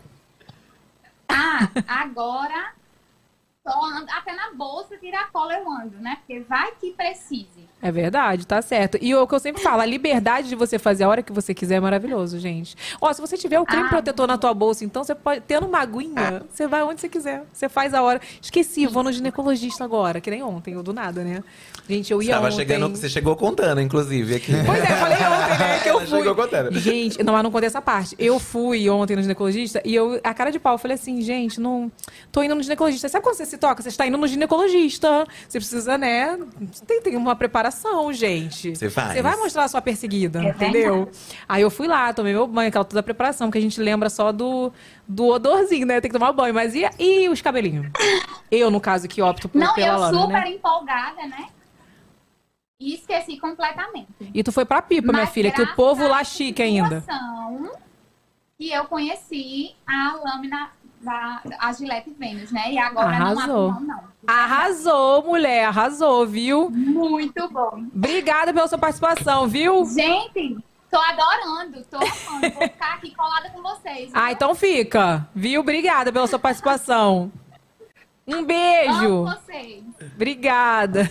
H: Ah, agora só ando- até na bolsa tirar a cola eu ando, né? Porque vai que precise.
A: É verdade, tá certo. E o que eu sempre falo, a liberdade de você fazer a hora que você quiser é maravilhoso, gente. Ó, se você tiver o creme
H: Ah,
A: protetor na tua bolsa, então você pode, tendo uma aguinha, você vai onde você quiser. Você faz a hora. Esqueci, vou no ginecologista agora, que nem ontem, eu do nada, né? Gente, eu
G: Você
A: ia
G: tava
A: ontem.
G: chegando, você chegou contando, inclusive, aqui.
A: Pois é, eu falei ontem, né, que eu
G: Ela chegou
A: fui.
G: contando.
A: Gente, não, mas não contei essa parte. Eu fui ontem no ginecologista e eu, a cara de pau, eu falei assim, gente, não. Tô indo no ginecologista. Sabe quando você se toca? Você está indo no ginecologista. Você precisa, né? Tem, tem uma preparação, gente.
G: Você faz.
A: Você vai mostrar a sua perseguida,
H: É
A: entendeu? Aí eu fui lá, tomei meu banho, aquela toda a preparação, que a gente lembra só do, do odorzinho, né? Tem que tomar banho. Mas e, e os cabelinhos? Eu, no caso, que opto por,
H: Não,
A: pela
H: eu
A: lâmina,
H: super
A: né?
H: empolgada, né? E esqueci completamente.
A: E tu foi pra pipa, minha
H: Mas
A: filha, que o
H: graças
A: povo
H: a
A: lá
H: essa
A: chique ainda.
H: situação que eu conheci a lâmina da a Gillette Vênus, né? E agora
A: Arrasou.
H: não abro mão, não.
A: Arrasou, mulher, arrasou, viu?
H: Muito bom.
A: Obrigada pela sua participação, viu?
H: Gente, tô adorando, tô amando. Vou ficar aqui colada com vocês.
A: Ah,
H: viu?
A: então fica, viu? Obrigada pela sua participação. Um beijo.
H: Amo vocês.
A: Obrigada.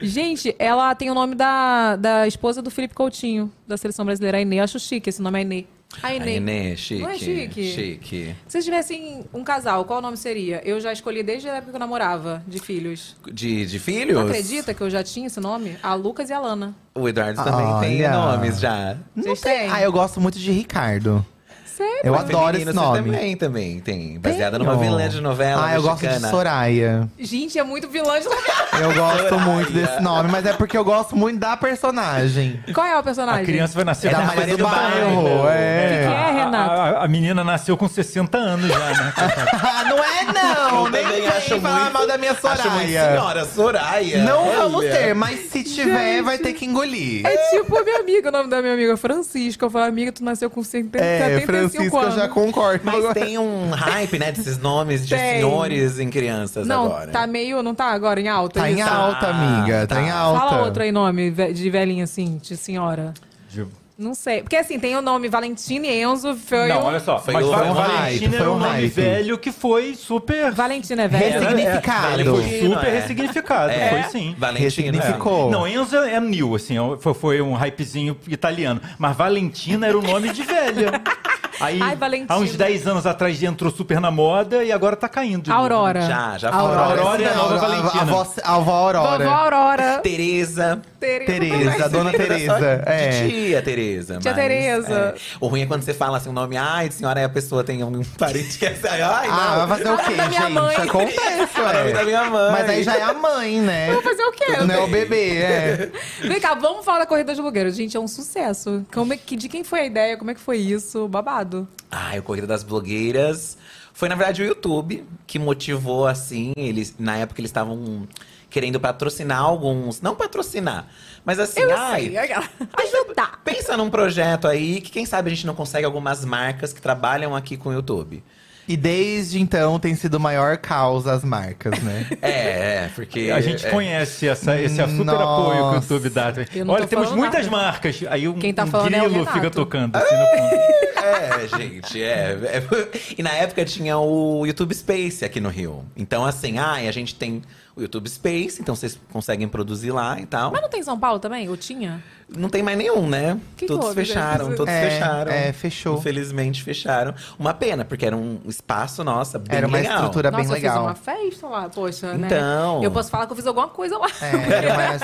A: Gente, ela tem o nome da, da esposa do Felipe Coutinho, da seleção brasileira, Ainê. Eu acho chique esse nome, Ainê. Ainê.
G: Nenê, chique.
A: Não é chique?
G: Chique.
A: Se vocês tivessem um casal, qual o nome seria? Eu já escolhi desde a época que eu namorava, de filhos.
G: De, de filhos?
A: Tu acredita que eu já tinha esse nome? A Lucas e a Lana.
G: O Eduardo também tem
F: Olha.
G: nomes já.
F: Não
A: Vocês
F: tem-
A: têm?
F: Ah, eu gosto muito de Ricardo.
A: Sempre.
F: Eu
G: Mas
F: adoro
G: feminino
F: esse
G: você
F: nome.
G: Também, também tem. Baseada numa
F: Tenho.
G: vilã de novela
F: Ah, eu gosto
G: mexicana.
F: de Soraya.
A: Gente, é muito vilã de
F: Eu gosto muito desse nome, mas é porque eu gosto muito da personagem.
A: Qual é o
B: A
A: personagem?
B: criança vai nascer
F: É da
B: com
F: Maria
B: Maria
F: do Bairro, é.
A: Que que é,
B: A- a-
A: Renato?
B: A, a menina nasceu com 60 anos já, né? coitada.
F: Ah, não é não!
G: Eu também
F: Nem
G: acho
F: acho falar
G: muito-
F: mal da minha
G: Acho muito
F: Soraya.
G: senhora, Soraya.
F: Não
G: Olha.
F: vamos ter, mas se tiver, vai ter que engolir.
A: É tipo a minha amiga, o nome da minha amiga, é Francisca. Eu falo, amiga, tu nasceu com 70,
F: É,
A: 75
F: Francisco, eu
A: anos.
F: já concordo.
G: Mas tem um hype, né, desses nomes de
A: Tem.
G: senhores em crianças
A: Não,
G: agora.
A: tá meio, não tá agora em alta?
F: Tá em
A: isso?
F: alta, amiga.
G: Tá.
F: Tá em alta.
A: Fala outro aí, nome ve- de velhinha assim, de senhora.
B: De-
A: Não sei. Porque assim, tem o nome Valentino e Enzo foi.
B: Não, olha só.
G: Foi
B: mas
G: um
B: Val-
G: hype,
B: Valentina
F: foi
B: era
F: um
B: um nome
F: hype.
B: velho que foi super.
A: Valentino é velho.
F: Ressignificado.
B: Ele foi
G: Valentino,
B: super
G: é.
B: ressignificado.
G: É.
B: Foi sim.
G: Valentina.
F: Ressignificou.
B: Não, Enzo é new, assim, foi, foi um hypezinho italiano. Mas Valentina era o nome de velha. Aí,
A: Ai, Valentina.
B: há uns 10 anos atrás, entrou super na moda e agora tá caindo. de novo.
A: Aurora.
G: Já, já
A: Aurora.
G: falou.
B: Aurora é a nova
F: Não,
B: Valentina.
F: A vó- a vó
A: Vovó
F: Aurora.
A: Aurora.
G: Tereza.
F: Tereza, dona Tereza.
G: De
F: É.
G: tia, Tereza.
A: Tia
G: mas,
A: Tereza.
G: é. O ruim é quando você fala assim o nome, ai, senhora, aí a pessoa tem um parente que é assim, ai,
F: Ah,
G: não.
F: vai fazer o quê,
A: da minha mãe.
F: gente? Acontece,
G: o nome da
F: ué.
G: minha mãe.
F: Mas aí já é a mãe, né?
A: Vou fazer o quê?
F: Não é o bebê, é.
A: Vem cá, vamos falar da Corrida de Blogueiras. Gente, é um sucesso. Como é que, de quem foi a ideia? Como é que foi isso? Babado.
G: Ai, o Corrida das Blogueiras. Foi, na verdade, o YouTube que motivou, assim, eles. Na época eles estavam querendo patrocinar alguns. Não patrocinar, mas assim,
A: Eu
G: ai.
A: sei. é aquela- Ajudar.
G: Pensa num projeto aí que, quem sabe, a gente não consegue algumas marcas que trabalham aqui com o YouTube.
F: E desde então tem sido o maior caos as marcas, né?
G: É, é, porque.
B: A gente
G: é,
B: conhece essa, esse é super
F: Nossa.
B: apoio que o YouTube dá.
A: Eu não tô
B: Olha, temos
A: falando
B: muitas
A: nada.
B: marcas. Aí um,
A: Quem tá
B: um
A: falando é o
B: grilo
A: Renato.
B: fica tocando assim no fundo.
G: É, gente, é, é. E na época tinha o YouTube Space aqui no Rio. Então, assim, ai, a gente tem o YouTube Space, então vocês conseguem produzir lá e tal.
A: Mas Ah, não tem em São Paulo também? Ou tinha?
G: Não tem mais nenhum, né?
A: Que
G: todos
A: houve,
G: fecharam,
A: gente?
G: todos
F: É,
G: fecharam.
F: é, fechou.
G: Infelizmente fecharam. Uma pena, porque era um espaço, nossa, bem
F: Era uma
G: legal.
F: estrutura Tá bem
A: Nossa,
F: legal.
A: eu fiz uma festa lá, poxa, né?
G: Então.
A: Eu posso falar que eu fiz alguma coisa lá.
F: É, era mais.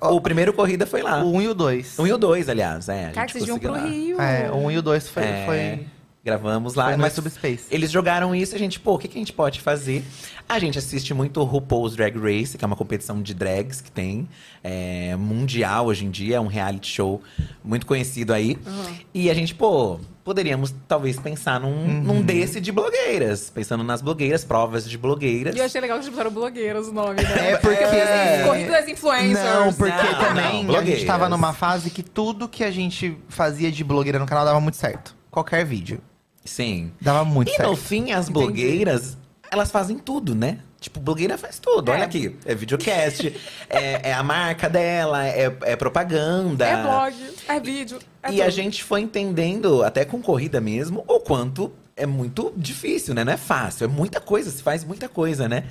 G: O primeiro corrida foi lá.
F: O
G: O
F: 1 e o 2.
G: um e o dois, aliás, é. A
A: Cara,
G: gente
A: vocês iam um pro
G: conseguiu lá.
A: Rio.
F: É, o 1 e o 2 foi.
G: É,
F: foi...
G: Gravamos lá.
F: foi no
G: mas
F: Subspace.
G: Eles jogaram isso e a gente, pô, o que, que a gente pode fazer? A gente assiste muito RuPaul's Drag Race, que é uma competição de drags que tem é, mundial hoje em dia, é um reality show muito conhecido aí.
F: Uhum.
G: E a gente, pô, poderíamos talvez pensar num,
F: Uhum.
G: num desse de blogueiras, pensando nas blogueiras, provas de blogueiras.
A: E eu achei legal que eles botaram blogueiras no nome, né?
F: É porque.
A: Assim, Corrida das influencers.
F: Não, porque
G: Não,
F: também
G: não,
F: a gente
G: blogueiras.
F: tava numa fase que tudo que a gente fazia de blogueira no canal dava muito certo. Qualquer vídeo.
G: Sim.
F: Dava muito
G: E
F: certo.
G: no fim, as blogueiras, elas fazem tudo, né? Tipo, blogueira faz tudo. Olha aqui, é videocast, é, é a marca dela, é, é propaganda.
A: É blog, é vídeo. É
G: e
A: tudo.
G: a gente foi entendendo, até com corrida mesmo, o quanto é muito difícil, né? Não é fácil, é muita coisa, se faz muita coisa, né?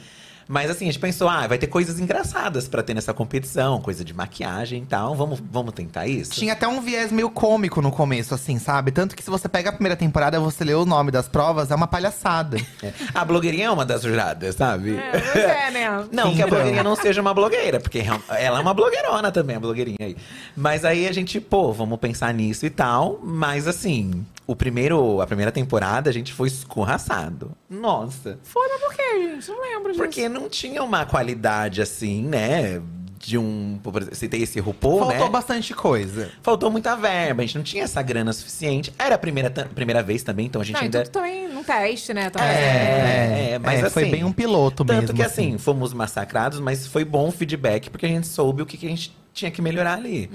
G: Mas assim, a gente pensou, ah, vai ter coisas engraçadas pra ter nessa competição, coisa de maquiagem e tal, vamos, vamos tentar isso?
F: Tinha até um viés meio cômico no começo, assim, sabe? Tanto que se você pega a primeira temporada, você lê o nome das provas, é uma palhaçada.
G: É. A blogueirinha é uma das juradas, sabe?
A: É, pois é, né?
G: Não, que a
F: Então.
G: blogueirinha não seja uma blogueira, porque real- ela é uma blogueirona também, a blogueirinha aí. Mas aí a gente, pô, vamos pensar nisso e tal. Mas assim, o primeiro, a primeira temporada a gente foi escorraçado. Nossa.
A: Foi, mas por quê, gente? Não lembro disso.
G: Porque não tinha uma qualidade assim, né? De um. por exemplo, Citei esse RuPaul,
F: Faltou
G: né?
F: bastante coisa.
G: Faltou muita verba, a gente não tinha essa grana suficiente. Era a primeira, ta- primeira vez também, então a gente
A: Não, e
G: ainda.
A: tudo também num teste, né? Também.
G: É, é, mas
F: foi
G: assim,
F: bem um piloto
G: Tanto
F: mesmo.
G: que assim, fomos massacrados, mas foi bom o feedback, porque a gente soube o que, que a gente tinha que melhorar ali.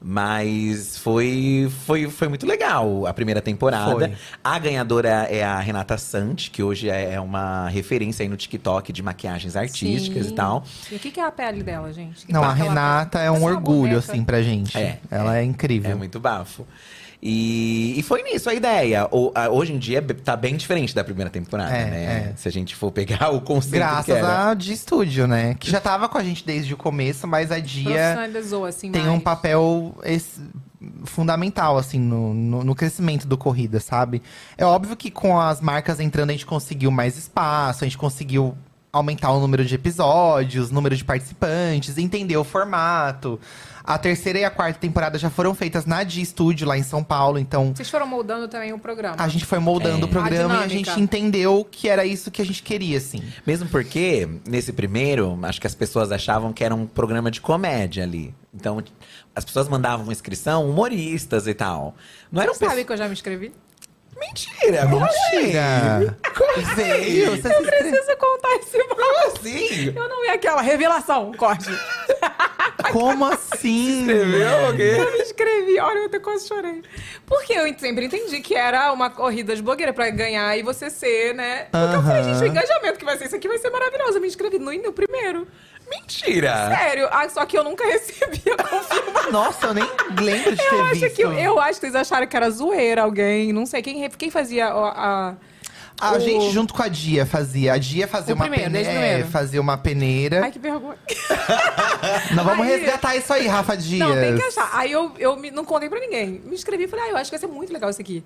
G: Mas foi, foi, foi muito legal a primeira temporada.
F: Foi.
G: A ganhadora é a Renata Sante, que hoje é uma referência aí no TikTok de maquiagens artísticas
A: Sim.
G: e tal.
A: E o que que é a pele dela, gente?
F: Não, a
A: Aquela-
F: Renata é um
A: Parece uma
F: orgulho,
A: boneca.
F: assim, pra gente.
G: É,
F: Ela é, incrível.
G: É muito bafo. E, e foi nisso a ideia. O- a- hoje em dia be- tá bem diferente da primeira temporada,
F: É,
G: né?
F: é.
G: Se a gente for pegar o conceito que
F: Graças
G: era.
F: a de estúdio, né? Que já tava com a gente desde o começo, mas a Dia
A: Profissionalizou, assim,
F: é- tem
A: mais.
F: um papel esse- fundamental, assim, no, no, no crescimento do Corrida, sabe? É óbvio que com as marcas entrando, a gente conseguiu mais espaço, a gente conseguiu aumentar o número de episódios, número de participantes, entender o formato. A terceira e a quarta temporada já foram feitas na Dia Estúdio, lá em São Paulo, então…
A: Vocês foram moldando também o programa.
F: A gente foi moldando
G: É.
F: o programa e a gente
A: dinâmica.
F: entendeu que era isso que a gente queria, assim.
G: Mesmo porque, nesse primeiro, acho que as pessoas achavam que era um programa de comédia ali. Então, as pessoas mandavam inscrição, humoristas e tal. Não era um
A: Sabe
G: pessoal.
A: que eu já me inscrevi?
G: Mentira! assim?
A: assim?
G: Mentira!
F: É Veio, você se
A: Preciso contar esse
G: Como assim?
A: Eu não vi aquela revelação, corte.
F: Como assim?
G: Escreveu alguém?
A: Eu me inscrevi, olha, eu até quase chorei. Porque eu sempre entendi que era uma corrida de blogueira pra ganhar e você ser, né? Porque eu falei,
F: Aham.
A: gente, o engajamento que vai ser isso aqui vai ser maravilhoso. Eu me inscrevi no, no primeiro.
F: É?
G: Mentira!
A: Sério, ah, só que eu nunca recebi a confirmação.
F: Nossa, eu nem lembro de ter
A: Eu
F: visto.
A: acho, que, eu acho que eles acharam que era zoeira alguém, não sei quem, quem fazia a. a-
F: A
A: o-
F: gente junto com a Dia fazia. A Dia fazia
A: O
F: uma
A: primeiro,
F: peneira.
A: desde o primeiro.
F: fazia uma peneira.
A: Ai, que vergonha.
F: Não vamos
A: Aí-
F: resgatar isso aí, Rafa Dias.
A: Não, tem que achar. Aí eu, eu me- não contei pra ninguém. Me inscrevi e falei, ah, eu acho que vai ser muito legal isso aqui.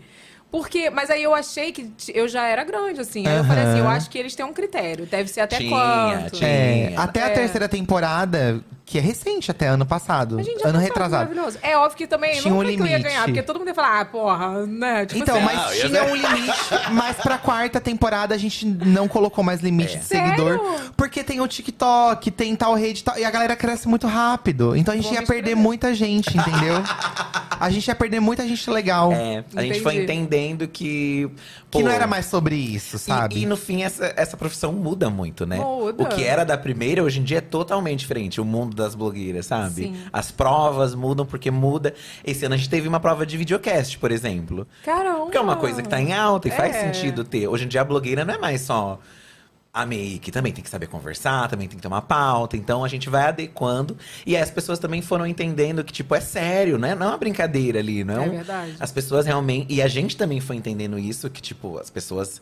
A: Porque, mas aí eu achei que t- eu já era grande, assim. Aí eu falei assim, eu
F: Aham.
A: acho que eles têm um critério. Deve ser até
G: Tinha,
A: quanto.
G: tinha.
F: É,
G: Sim.
F: até a
A: É.
F: terceira temporada, que é recente até ano passado.
A: A gente já
F: Ano
A: pensou,
F: retrasado.
A: maravilhoso. É óbvio que também
F: Tinha
A: nunca
F: um
A: que eu ia
F: limite.
A: ganhar, porque todo mundo ia falar, ah, porra, né? Tipo
F: Então,
A: assim,
F: mas
G: Não, ia
F: tinha
G: ser-
F: um limite. Mas pra quarta temporada a gente não colocou mais limite de
A: É. Sério?
F: seguidor. Porque tem o TikTok, tem tal rede e tal. E a galera cresce muito rápido. Então a gente
A: Vou
F: ia
A: me
F: perder
A: inscrever.
F: muita gente, entendeu? a gente ia perder muita gente legal.
G: É, a gente foi
A: Entendi.
G: entendendo que.
F: Que
G: pô,
F: não era mais sobre isso,
G: e-
F: sabe?
G: E, no fim, essa, essa profissão muda muito, né?
A: Muda.
G: O que era da primeira, hoje em dia é totalmente diferente. O mundo das blogueiras, sabe?
A: Sim.
G: As provas mudam porque muda. Esse ano a gente teve uma prova de videocast, por exemplo.
A: Caramba.
G: Porque é uma coisa que tá em alta e faz
A: É.
G: sentido ter. Hoje em dia a blogueira não é mais só a make, também tem que saber conversar, também tem que ter uma pauta. Então a gente vai adequando. E aí as pessoas também foram entendendo que, tipo, é sério, né? Não é uma brincadeira ali, não
A: É
G: um-
A: verdade.
G: As pessoas realmente. E a gente também foi entendendo isso, que, tipo, as pessoas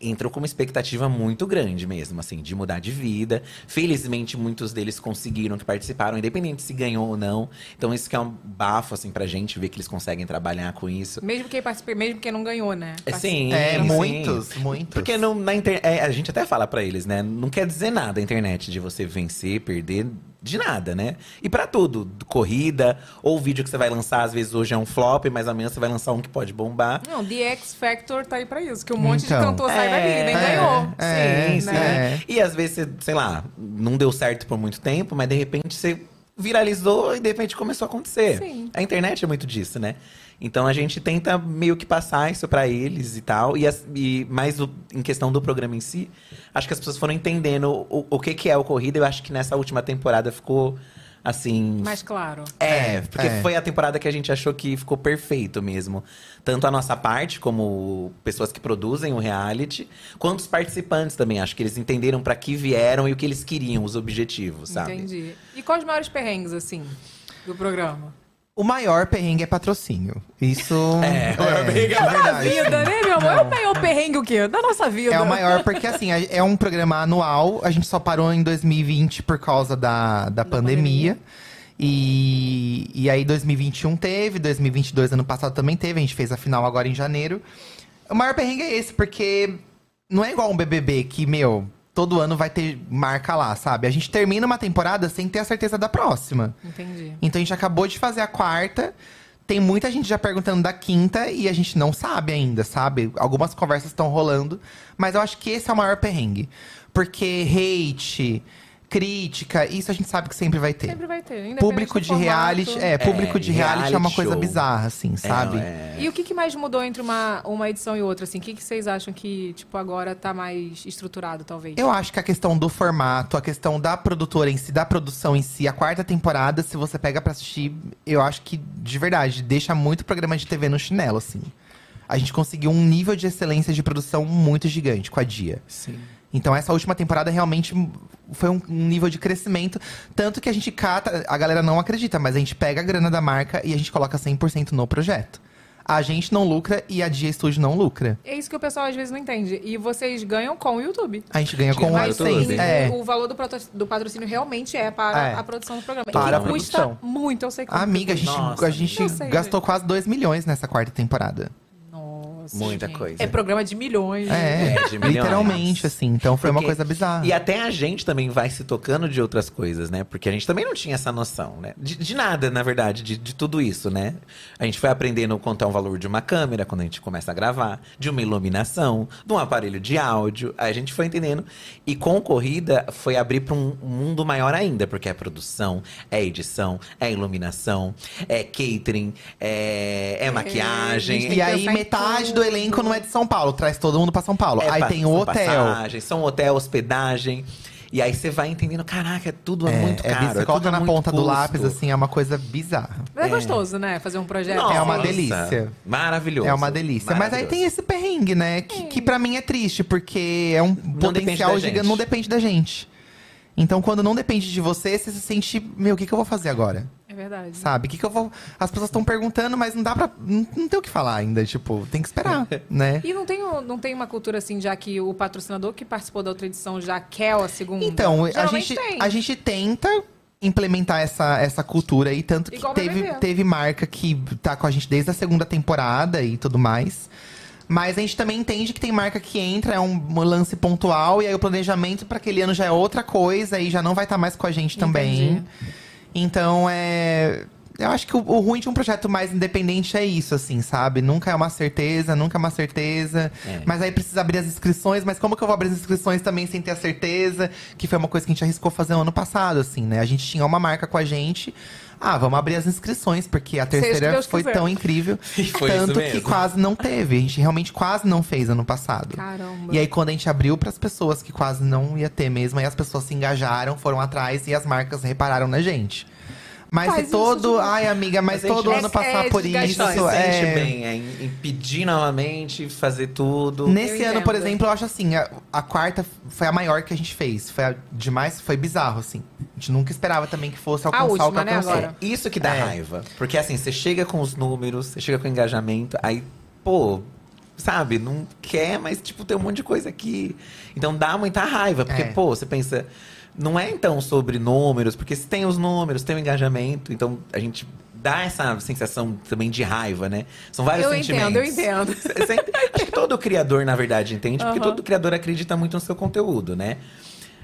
G: entrou com uma expectativa muito grande mesmo, assim, de mudar de vida. Felizmente, muitos deles conseguiram que participaram, independente se ganhou ou não. Então, isso que é um bafo, assim, pra gente ver que eles conseguem trabalhar com isso.
A: Mesmo quem participou, mesmo quem não ganhou, né?
G: É, Sim,
F: É,
G: sim.
F: muitos, muitos.
G: Porque não, na inter... é, a gente até fala pra eles, né? Não quer dizer nada a internet de você vencer, perder, de nada, né? E pra tudo, d- corrida, ou vídeo que você vai lançar, às vezes hoje é um flop, mas amanhã você vai lançar um que pode bombar.
A: Não, The X Factor tá aí pra isso, que um monte
F: Então.
A: de cantor sai dali, nem
G: É,
A: ganhou.
F: é,
A: sim,
G: sim,
A: né?
F: é.
G: E às vezes, você, sei lá, não deu certo por muito tempo, mas de repente você viralizou e de repente começou a acontecer.
A: Sim.
G: A internet é muito disso, né? Então a gente tenta meio que passar isso pra eles e tal. E, as, e mais o- em questão do programa em si, acho que as pessoas foram entendendo o, o que, que é o corrida. Eu acho que nessa última temporada ficou assim.
A: Mas claro.
G: É, porque
F: é.
G: foi a temporada que a gente achou que ficou perfeito mesmo. Tanto a nossa parte, como pessoas que produzem o reality, quanto os participantes também. Acho que eles entenderam pra que vieram e o que eles queriam, os objetivos, sabe?
A: Entendi. E quais os maiores perrengues, assim, do programa?
F: O maior perrengue é patrocínio. Isso.
G: É, o maior perrengue é
F: a verdade.
A: Vida, né, meu amor? É o maior perrengue o quê? Da nossa vida.
F: Ah, É o maior, porque assim, a- é um programa anual. A gente só parou em 2020 por causa da, da, pandemia. E, e aí 2021 teve, 2022 ano passado também teve. A gente fez a final agora em janeiro. O maior perrengue é esse, porque não é igual um BBB que, meu, todo ano vai ter marca lá, sabe? A gente termina uma temporada sem ter a certeza da próxima.
A: Entendi.
F: Então a gente acabou de fazer a quarta. Tem muita gente já perguntando da quinta e a gente não sabe ainda, sabe? Algumas conversas estão rolando, mas eu acho que esse é o maior perrengue. Porque hate, crítica, isso a gente sabe que sempre vai ter.
A: Sempre vai ter. independente
F: Público
A: do
F: de
A: formato.
F: reality, é, público de reality, é uma
G: reality
F: coisa
G: show.
F: bizarra assim,
G: É,
F: sabe?
G: é.
A: E o que, que mais mudou entre uma, uma edição e outra, assim? O que, que vocês acham que, tipo, agora tá mais estruturado, talvez?
F: Eu acho que a questão do formato, a questão da produtora em si, da produção em si, a quarta temporada, se você pega pra assistir, eu acho que, de verdade, deixa muito programa de TV no chinelo, assim. A gente conseguiu um nível de excelência de produção muito gigante com a Dia.
G: Sim.
F: Então essa última temporada realmente foi um um nível de crescimento. Tanto que a gente cata, a galera não acredita, mas a gente pega a grana da marca e a gente coloca 100% no projeto. A gente não lucra e a Dia Studio não lucra.
A: É isso que o pessoal às vezes não entende. E vocês ganham com o YouTube.
F: A gente ganha
G: A gente
F: com
G: ganha
F: a
G: mais né? tudo,
F: AdSense.
G: hein?
F: É.
A: O valor do, proto- do patrocínio realmente é para
F: É.
A: a produção do programa.
F: Para
A: e
F: a
A: que
F: produção.
A: custa muito, eu sei que
F: Amiga, a gente,
G: Nossa,
F: a gente
A: Eu sei,
F: gastou quase 2 milhões nessa quarta temporada.
A: Nossa,
G: Muita
A: gente.
G: coisa.
A: É programa de milhões.
F: É,
G: É, de milhões.
F: literalmente, assim. Então foi uma
G: Porque-
F: coisa bizarra.
G: E até a gente também vai se tocando de outras coisas, né? Porque a gente também não tinha essa noção, né? De, de nada, na verdade, de, de tudo isso, né? A gente foi aprendendo quanto é o valor de uma câmera quando a gente começa a gravar, de uma iluminação, de um aparelho de áudio. Aí a gente foi entendendo. E com corrida foi abrir para um mundo maior ainda, porque é produção, é edição, é iluminação, é catering, é, é maquiagem.
F: E aí, metade do elenco não é de São Paulo, traz todo mundo pra São Paulo.
G: É,
F: aí
G: pa-
F: tem o
G: são
F: hotel.
G: passagens, são hotel, hospedagem. E aí você vai entendendo, caraca, tudo é,
F: É,
G: muito
F: é,
G: caro.
F: você
G: é
F: coloca
G: tudo
F: na
G: muito
F: ponta do
G: custo.
F: lápis, assim, é uma coisa bizarra.
A: Mas é, gostoso, né? Fazer um projeto.
G: Nossa,
F: É uma delícia.
G: Maravilhoso.
F: É uma delícia. Mas aí tem
G: maravilhoso.
F: esse perrengue, né? Que, que para mim é triste, porque é um
G: depende da
F: potencial
G: gente.
F: gigante. Não depende da gente. Então, quando não depende de você, você se sente, meu, o que, que eu vou fazer agora?
A: É verdade.
F: Sabe? O que, que eu vou. As pessoas estão perguntando, mas não dá pra. Não, não tem o que falar ainda. Tipo, tem que esperar, né?
A: E não tem, um- não tem uma cultura assim, já que o patrocinador que participou da outra edição já quer a segunda?
F: Então, a
A: Geralmente
F: gente,
A: tem.
F: a gente tenta implementar essa, essa cultura aí, tanto que
A: Igual
F: teve,
A: BBB.
F: teve marca que tá com a gente desde a segunda temporada e tudo mais. Mas a gente também entende que tem marca que entra, é um lance pontual, e aí o planejamento para aquele ano já é outra coisa e já não vai estar mais com a gente também. Então é. Eu acho que o, o ruim de um projeto mais independente é isso, assim, sabe? Nunca é uma certeza, nunca é uma certeza.
G: É.
F: Mas aí precisa abrir as inscrições, mas como que eu vou abrir as inscrições também sem ter a certeza? Que foi uma coisa que a gente arriscou fazer ano passado, assim, né? A gente tinha uma marca com a gente. Ah, vamos abrir as inscrições, porque a
A: que
F: terceira
A: Deus
F: foi
A: quiser.
F: tão incrível.
G: E foi isso
F: tanto que
G: mesmo.
F: quase não teve. A gente realmente quase não fez ano passado.
A: Caramba.
F: E aí, quando a gente abriu para as pessoas que quase não ia ter mesmo, aí as pessoas se engajaram, foram atrás e as marcas repararam na gente. Mas
A: Faz
F: se
A: isso de
F: todo.
A: novo.
F: Ai, amiga, mas,
G: Mas a gente-
F: todo
G: É-
F: ano passar
A: é
F: por isso.
A: desgastante.
G: Não, se sente
F: é...
G: bem, é em- impedir novamente, fazer tudo.
F: Nesse
A: Eu
F: ano, por
A: entendo.
F: exemplo, eu acho assim, a, a quarta foi a maior que a gente fez. Foi a demais, foi bizarro, assim. A gente nunca esperava também que fosse alcançar o que
A: última, né,
F: alcançou.
A: agora.
G: Isso que dá
F: É.
G: raiva. Porque assim, você chega com os números, você chega com o engajamento, aí, pô, sabe, não quer, mas tipo, tem um monte de coisa aqui. Então dá muita raiva, porque,
F: É.
G: pô, você pensa. Não é então sobre números, porque se tem os números, tem o engajamento, então a gente dá essa sensação também de raiva, né? São vários
A: Eu
G: sentimentos.
A: entendo, eu entendo.
G: Cê- cê ent- Acho que todo criador, na verdade, entende, porque
A: Aham.
G: todo criador acredita muito no seu conteúdo, né?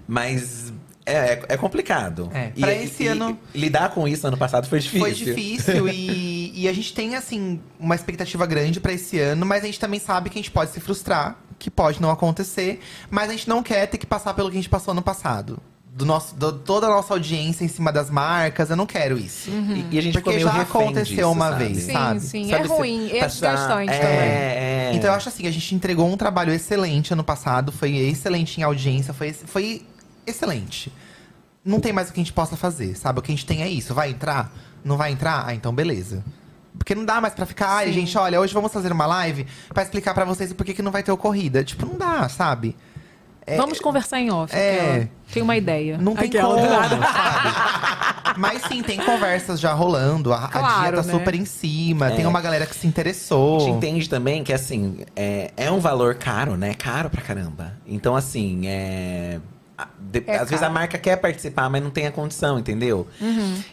G: Mas é, é- é complicado.
F: É, pra esse ano-
G: Lidar com isso ano passado foi difícil.
F: Foi difícil e, e a gente tem, assim, uma expectativa grande pra esse ano, mas a gente também sabe que a gente pode se frustrar, que pode não acontecer, mas a gente não quer ter que passar pelo que a gente passou ano passado. Do nosso, do- toda a nossa audiência em cima das marcas, eu não quero isso.
G: E, e a gente
F: Uhum.
G: ficou
F: Porque
G: meio
F: já
G: refém
F: aconteceu
G: disso,
F: uma
G: sabe?
F: vez.
A: Sim,
F: sabe?
A: sim.
G: Sabe,
A: é
G: você
A: ruim, é
G: passar-
A: desgastante
G: é,
A: também.
G: É,
F: Então eu acho assim, a gente entregou um trabalho excelente ano passado, foi excelente em audiência, foi, foi excelente. Não tem mais o que a gente possa fazer, sabe? O que a gente tem é isso. Vai entrar? Não vai entrar? Ah, então beleza. Porque não dá mais pra ficar, ai, gente, olha, hoje vamos fazer uma live pra explicar pra vocês por que que não vai ter ocorrida. Tipo, não dá, sabe?
A: Vamos conversar em off.
F: É.
A: É. Tem uma ideia.
F: Não tem
A: Aquela.
F: como, sabe? Mas sim, tem conversas já rolando. A, a Dia
A: Claro,
F: tá
A: né? É.
F: super em cima. Tem uma galera que se interessou.
G: A gente entende também que, assim, é, é um valor caro, né? Caro pra caramba. Então, assim, é. a- de-
A: É
G: às vezes a
A: caro. Uhum.
G: marca quer participar, mas não tem a condição, entendeu?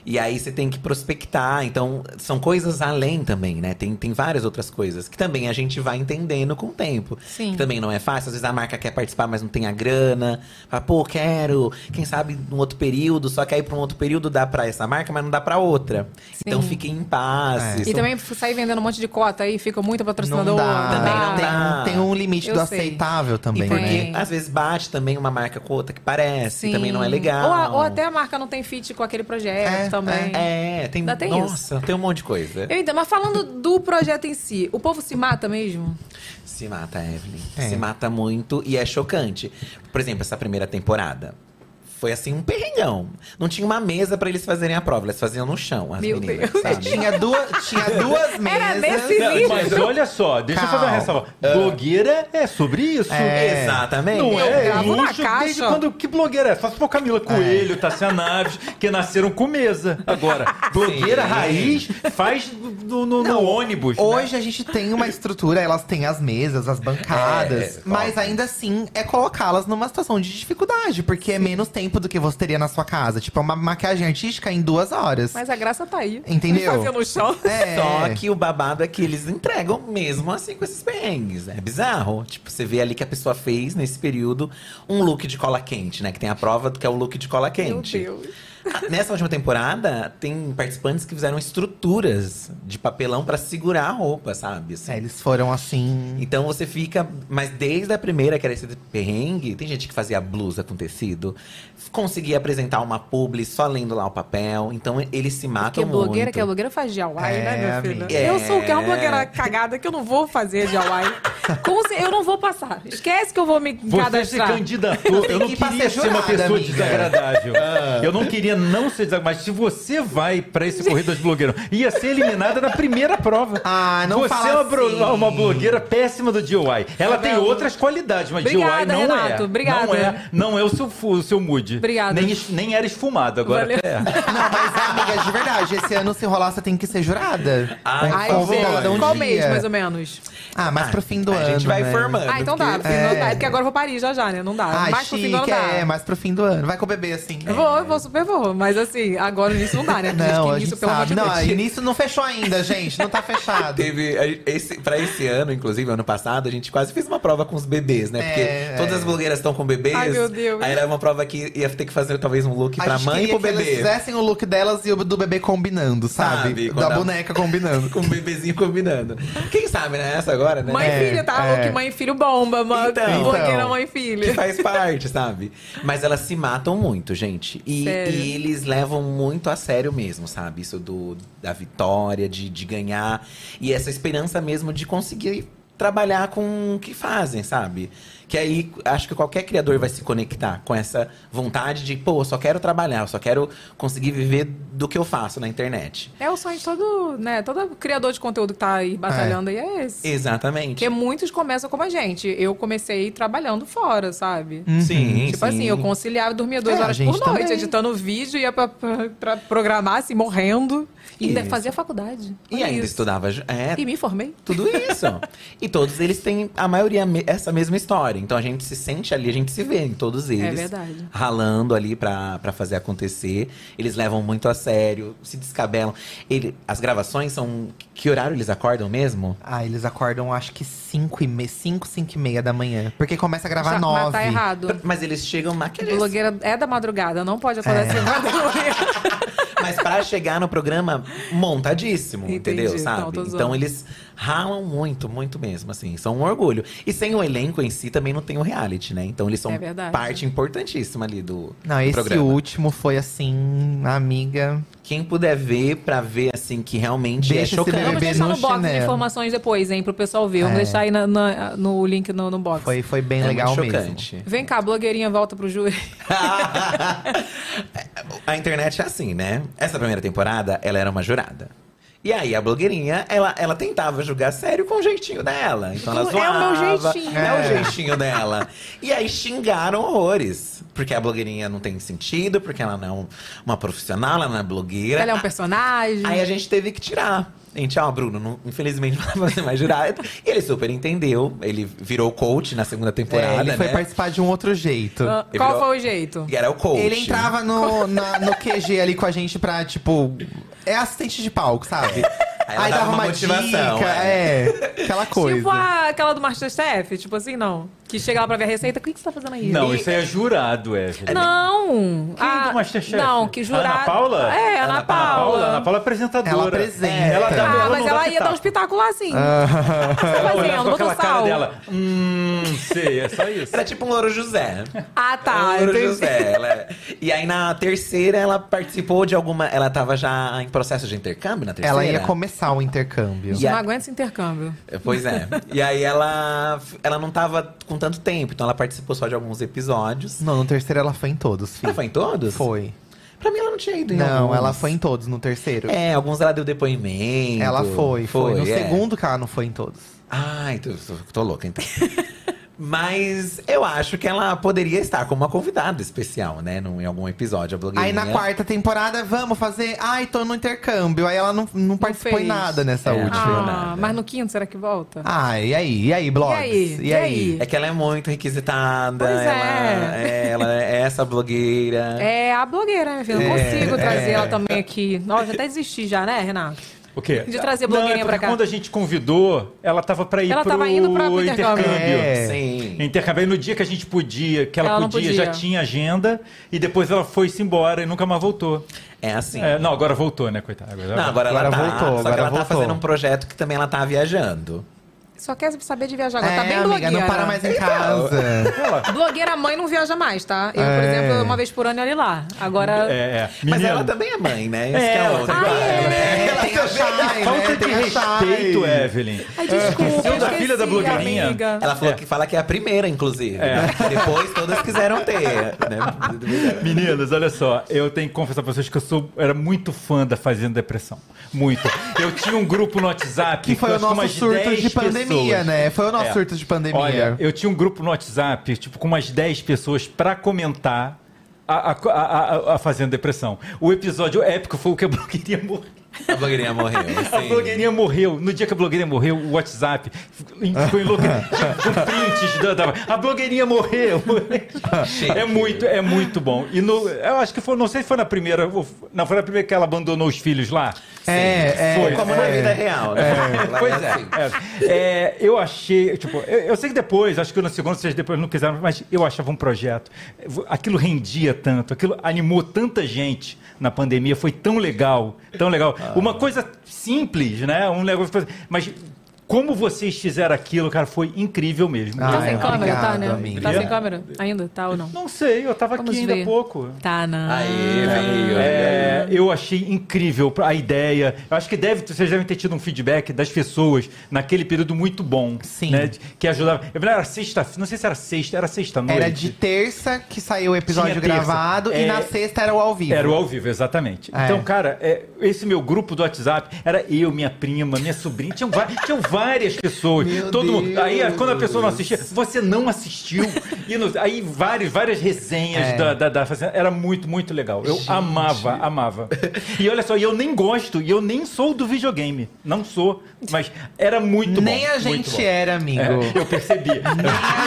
G: E aí você tem que prospectar. Então, são coisas além também, né? Tem, tem várias outras coisas que também a gente vai entendendo com o tempo.
A: Sim.
G: Que também não é fácil. Às vezes a marca quer participar, mas não tem a grana. Fala, pô, quero. Quem sabe num outro período. Só que aí pra um outro período dá pra essa marca, mas não dá pra outra. Então fica em paz.
A: E também sair vendendo um monte de cota aí, fica muito
F: Não
A: patrocinador.
F: dá.
G: Também não
F: tem,
G: dá.
F: tem um limite
A: Eu
F: do
A: sei.
F: aceitável também,
G: E porque
F: né?
A: Tem.
G: às vezes bate também uma marca com outra que parece,
A: Sim.
G: também não é legal.
A: Ou, a- ou até a marca não tem fit com aquele projeto
F: É,
A: também.
G: É, tem.
A: Ainda tem
G: nossa, tem um monte de coisa.
A: Eu entendo, mas falando do projeto em si, o povo se mata mesmo?
G: Se mata, Evelyn.
F: É.
G: Se mata muito e é chocante. Por exemplo, essa primeira temporada. Foi assim, um perrengão. Não tinha uma mesa pra eles fazerem a prova, elas faziam no chão, as
A: Meu
G: meninas.
A: Deus.
G: sabe?
F: Tinha duas, tinha duas mesas.
A: Era nesse nível.
B: Mas olha só, deixa eu fazer uma ressalva. Blogueira é sobre isso.
F: É.
G: Exatamente.
B: Não é,
A: gravo na
B: luxo
A: caixa.
B: desde quando que blogueira é? Só se for Camila Coelho, Tassia Naves, que nasceram com mesa. Agora, blogueira
G: Sim.
B: raiz faz no, no- no ônibus. né?
F: Hoje a gente tem uma estrutura, elas têm as mesas, as bancadas.
G: É,
F: mas
G: óbvio.
F: ainda assim, é colocá-las numa situação de dificuldade. Porque é menos tempo do que você teria na sua casa. Tipo, uma maquiagem artística em duas horas.
A: Mas a graça tá aí.
F: Entendeu?
A: Fazendo o chão.
F: É.
G: Só que o babado é que eles entregam mesmo assim com esses perrengues. É bizarro. Tipo, você vê ali que a pessoa fez nesse período um look de cola quente, né? Que tem a prova do que é o look de cola
A: Meu
G: quente.
A: Deus.
G: Ah, Nessa última temporada, tem participantes que fizeram estruturas de papelão pra segurar a roupa, sabe? Assim.
F: É, eles foram assim.
G: Então você fica. Mas desde a primeira, que era esse perrengue, tem gente que fazia blusa com tecido, conseguia apresentar uma publi só lendo lá o papel. Então eles se matam
A: Porque blogueira é
G: muito.
A: que é blogueira faz de Hawaii, né,
F: É,
A: minha filha?
F: amiga.
A: Eu sou o que é uma
G: É.
A: blogueira cagada que eu não vou fazer de Hawaii. Com ce- eu não vou passar. Esquece que eu vou me
B: Você se
A: cadastrar.
B: candidatou. Eu não
F: Tem que
B: queria
F: ser
B: ser uma
F: jurada,
B: pessoa
F: amiga.
B: desagradável.
A: Ah.
B: Eu não queria não ser desagradável. Mas se você vai pra esse corrida de blogueiro, ia ser eliminada na primeira prova.
F: Ah, não
B: Você
F: fala
B: é uma, bro-
F: assim.
B: uma blogueira péssima do DIY. Ela tem outras qualidades, mas
A: Obrigada,
B: DIY não
A: Renato.
B: é.
A: Obrigada.
B: Não é, não é o seu, fu- o seu mood.
A: Obrigada.
B: Nem, es- nem era esfumado agora.
A: Valeu.
B: até é.
F: Não, mas amiga, de verdade, esse ano se rolar, você tem que ser jurada.
G: Ai,
F: Um
G: Ai,
F: convidado, um
A: Qual
F: dia.
A: mês, mais ou menos?
F: Ah, mas pro fim do
G: a
F: ano.
G: gente vai
F: né?
G: formando.
A: Ah, então dá.
G: porque-
A: Porque, não dá, porque agora eu vou parir já já, né? Não dá.
F: é. Ah,
A: mais pro fim do ano
F: chique,
A: dá.
F: é, mas pro fim do ano. Vai com o bebê, assim.
A: Eu Vou, eu vou, super vou. Mas assim, agora nisso não dá, né? Porque
F: Não,
A: que
F: a gente
A: nisso, pelo amor de
F: sabe. Não,
A: Deus.
F: início não fechou ainda, gente. Não tá fechado.
G: Teve. a gente- Esse, pra esse ano, inclusive, ano passado, a gente quase fez uma prova com os bebês, né? Porque
F: É,
G: todas
F: é.
G: as blogueiras estão com bebês.
A: Ai, meu Deus.
G: Aí era uma prova que ia ter que fazer talvez um look
F: A
G: pra
F: gente
G: mãe e
F: queria
G: pro
F: que elas
G: bebê.
F: fizessem o look delas e o do bebê combinando, sabe?
G: Sabe, quando um-
F: da
G: a-
F: boneca combinando.
G: Com o bebezinho combinando. Quem sabe, né? Essa agora, né?
A: Mãe e
F: É,
A: filho, tá?
F: é.
A: Que mãe e filho bomba, mano.
G: Então.
A: blogueira mãe e
G: Que
A: filho.
G: faz parte, sabe? Mas elas se matam muito, gente. E,
A: Sério.
G: e eles levam muito a sério mesmo, sabe? Isso do, da vitória, de, de ganhar. E essa esperança mesmo de conseguir trabalhar com o que fazem, sabe? Que aí acho que qualquer criador vai se conectar com essa vontade de, pô, eu só quero trabalhar, eu só quero conseguir viver do que eu faço na internet.
A: É o sonho de todo, né? Todo criador de conteúdo que tá aí batalhando aí é esse.
G: Exatamente.
A: Porque muitos começam como a gente. Eu comecei trabalhando fora, sabe?
G: Sim,
A: Tipo assim, eu conciliava, eu dormia duas
F: Hum, É, a
A: horas por
F: gente
A: noite,
F: também.
A: editando vídeo, ia pra, pra- pra programar, assim, morrendo. E ainda
G: Isso.
A: fazia faculdade.
G: E
A: Olha
G: ainda
A: isso.
G: estudava. ju- É,
A: E me formei.
G: Tudo isso. e todos eles têm, a maioria, me- essa mesma história. Então a gente se sente ali, a gente se vê em todos eles.
A: verdade.
G: Ralando ali pra pra fazer acontecer. Eles levam muito a sério, se descabelam. Ele, as gravações são. Que horário eles acordam mesmo?
F: Ah, eles acordam acho que 5 e meia, 5, 5 e meia da manhã. Porque começa a gravar
A: Já- mas
F: 9.
A: tá errado.
G: Mas eles chegam maquiados.
A: Blogueira é da madrugada, não pode
F: É.
A: acordar assim.
G: Mas pra chegar no programa montadíssimo,
A: Entendi.
G: entendeu?
A: Não,
G: Sabe?
A: tô zoando.
G: então eles ralam muito, muito mesmo, assim. São um orgulho. E sem o elenco em si também não tem o reality, né? Então eles são
A: É verdade.
G: parte importantíssima ali do,
F: Não,
G: do
F: esse
G: programa.
F: último foi assim, amiga.
G: Quem puder ver pra ver, assim, que realmente
F: Deixa
G: é
F: esse
G: chocante.
A: Vamos
F: bebê
A: deixar
F: no
A: no box de
F: chinelo.
A: informações depois, hein, pro pessoal ver. Vamos
F: É.
A: deixar aí na- na- no link no, no box.
F: Foi, foi bem
G: É
F: legal
G: muito
F: mesmo.
G: chocante.
A: Vem cá, blogueirinha, volta pro júri.
G: a internet é assim, né? Essa primeira temporada, ela era uma jurada. E aí, a blogueirinha, ela, ela tentava julgar sério com o jeitinho dela. Então ela
A: É o meu
G: zoava,
A: jeitinho.
G: É o
F: É.
G: jeitinho dela. E aí xingaram horrores. Porque a blogueirinha não tem sentido, porque ela não é uma profissional, ela não é blogueira. Ah,
A: Ela é um personagem.
G: Aí a gente teve que tirar. A gente, ó, Bruno, não- infelizmente não vai fazer mais jurado. E ele super entendeu. Ele virou coach na segunda temporada,
F: É, ele foi
G: né?
F: participar de um outro jeito.
A: Ah,
G: Ele
A: Qual
G: virou-
A: foi o jeito?
G: E era o coach.
F: Ele entrava no, na- no QG ali com a gente pra, tipo. É assistente de palco, sabe?
G: É. Aí ela dava uma motivação,
F: dica, é. aquela coisa.
A: Tipo a- aquela do Masterchef, tipo assim, não. Que chega lá pra ver a receita, o que, que você tá fazendo aí?
B: Não,
A: E-
B: isso aí é jurado, é.
A: Não! é ah,
B: Quem do Masterchef?
A: Não, que jurado.
B: Ana Paula?
A: É, Ana, Paula.
B: Ana Paula é apresentadora.
F: Ela apresenta.
B: É, Ela dá,
A: Ah,
B: ela
A: mas
B: não
A: ela
B: dá
A: ia dar
B: pitaco.
A: uns pitacos lá assim. O que você tá
B: Ela olhava
A: fazendo?
B: com
A: Botou
B: aquela cara
A: sal.
B: dela. Hum, sei, é só isso.
G: Era tipo um Louro José.
A: Ah, tá.
G: Era um Louro
A: entendi.
G: José. Ela... E aí na terceira ela participou de alguma. Ela tava já em processo de intercâmbio na terceira?
F: Ela ia começar o intercâmbio.
A: Não aguenta esse intercâmbio.
G: Pois é. E aí ela, ela não tava com tanto tempo, então ela participou só de alguns episódios.
F: Não, no terceiro ela foi em todos, filho.
G: Ela foi em todos?
F: Foi.
G: Pra mim ela não tinha ido em
F: Não,
G: alguns.
F: ela foi em todos no terceiro.
G: É, alguns ela deu depoimento.
F: Ela foi, foi. No
G: é.
F: segundo que ela não foi em todos.
G: Ai, tô, tô, tô louca então. Mas eu acho que ela poderia estar como uma convidada especial, né? Num, em algum episódio, a blogueirinha.
F: Aí na quarta temporada, vamos fazer. Ai, tô no intercâmbio. Aí ela não, não participou em
A: fez.
F: nada nessa
G: É.
F: última.
A: Ah,
G: nada.
A: mas no quinto, será que volta?
F: Ah, e aí? E aí, blogs?
A: aí? E aí?
G: É que ela é muito requisitada.
A: Pois é.
G: ela, é, ela é essa blogueira.
A: É a blogueira, minha filha. Não consigo trazer ela também aqui. Nossa, já até desisti já, né, Renato?
B: O quê?
A: De trazer a
B: Não, é
A: blogueirinha
B: porque
A: pra cá.
B: Quando a gente convidou, ela tava pra ir
A: Ela
B: pro
A: tava indo pra- pro intercâmbio.
B: intercâmbio.
F: É.
G: Sim.
B: Intercâmbio. Aí no dia que a gente podia, que ela,
A: Ela não
B: podia,
A: podia.
B: já tinha agenda. E depois ela foi-se embora e nunca mais voltou.
G: É assim.
B: É, não, agora voltou, né, coitada? Agora
G: Não, agora,
F: Agora
G: ela tá,
F: voltou,
G: só que
F: agora
G: ela tá
F: voltou.
G: fazendo um projeto que também ela tá viajando.
A: Só quer saber de viajar agora. tá bem
F: é, amiga,
A: blogueira.
F: não para mais
G: Então.
F: em casa.
A: Blogueira mãe não viaja mais, tá? Eu, por
F: É.
A: exemplo, uma vez por ano eu ia lá. Agora.
B: É, é.
G: Mas
B: Menino,
G: ela também é mãe, né? Esse
B: É,
G: que é
B: ela
G: outra.
B: também
F: É, ela tem a Shai,
B: Falta
F: né?
B: de
F: Tem né? a Shai.
B: respeito, é, Evelyn.
A: Ai, desculpa.
B: Esqueceu
A: eu
B: É. da
A: esqueci,
B: filha da blogueirinha?
A: amiga.
G: Ela falou que fala que é a primeira, inclusive.
B: É.
G: né? Depois todas quiseram ter. Né?
B: Meninas, olha só, eu tenho que confessar pra vocês que eu sou, era muito fã da Fazenda Depressão. Muito. Eu tinha um grupo no WhatsApp.
F: Que foi
B: eu
F: o
B: acho
F: nosso
B: umas
F: surto
B: 10
F: de pandemia,
B: pessoas.
F: né? Foi o nosso
B: É.
F: surto de pandemia.
B: Olha, eu tinha um grupo no WhatsApp, tipo, com umas 10 pessoas pra comentar a, a, a, a- a Fazenda Depressão. O episódio épico foi o que a blogueirinha morreu.
G: A blogueirinha morreu. assim.
B: A
G: sim.
B: blogueirinha morreu. No dia que a blogueirinha morreu, o WhatsApp ficou em- ficou enlouquecido. Com prints da, da- A blogueirinha morreu. É muito, é muito bom. E no, eu acho que foi, não sei se foi na primeira. ou- Não, foi na primeira que ela abandonou os filhos lá.
F: é, é,
B: Foi.
G: Como na
F: é.
G: vida real, né? Ela
B: Pois
G: é
B: é.
G: assim.
B: é. É, eu achei, tipo, eu, eu sei que depois, acho que na segunda vocês depois não quiseram, mas eu achava um projeto. Aquilo rendia tanto, aquilo animou tanta gente na pandemia, foi tão legal, tão legal. Uma coisa simples, né? Um negócio, mas como vocês fizeram aquilo, cara, foi incrível mesmo.
F: Ah,
A: Tá sem
F: é,
A: câmera, tá,
F: obrigado,
A: né?
F: amiga.
A: Tá sem câmera? Ainda? Tá ou não?
B: Não sei, eu tava
A: Vamos
B: aqui ainda
A: ver.
B: há pouco.
A: Tá, não.
G: Aí, veio.
B: É, eu achei incrível pra- a ideia. Eu acho que deve, vocês devem ter tido um feedback das pessoas naquele período muito bom.
F: Sim.
B: né, de- que ajudava. Eu lembro, era sexta, não sei se era sexta, era sexta-noite.
F: Era de terça que saiu o
B: Tinha
F: episódio
B: terça.
F: gravado
B: É.
F: e na sexta era o ao vivo.
B: Era o ao vivo, exatamente.
F: É.
B: Então, cara, é, esse meu grupo do WhatsApp era eu, minha prima, minha sobrinha. Tinham, va- tinham várias pessoas.
F: Meu
B: todo mundo. Aí,
F: Deus.
B: quando a pessoa não assistia, você não assistiu. E no- aí, várias, várias resenhas
F: É.
B: da, da, da Fazenda. Era muito, muito legal. Eu amava, amava. E olha só, e eu nem gosto, e eu nem sou do videogame. Não sou, mas era muito bom.
F: Nem a
B: muito bom.
F: gente era, amigo.
B: É, eu percebi.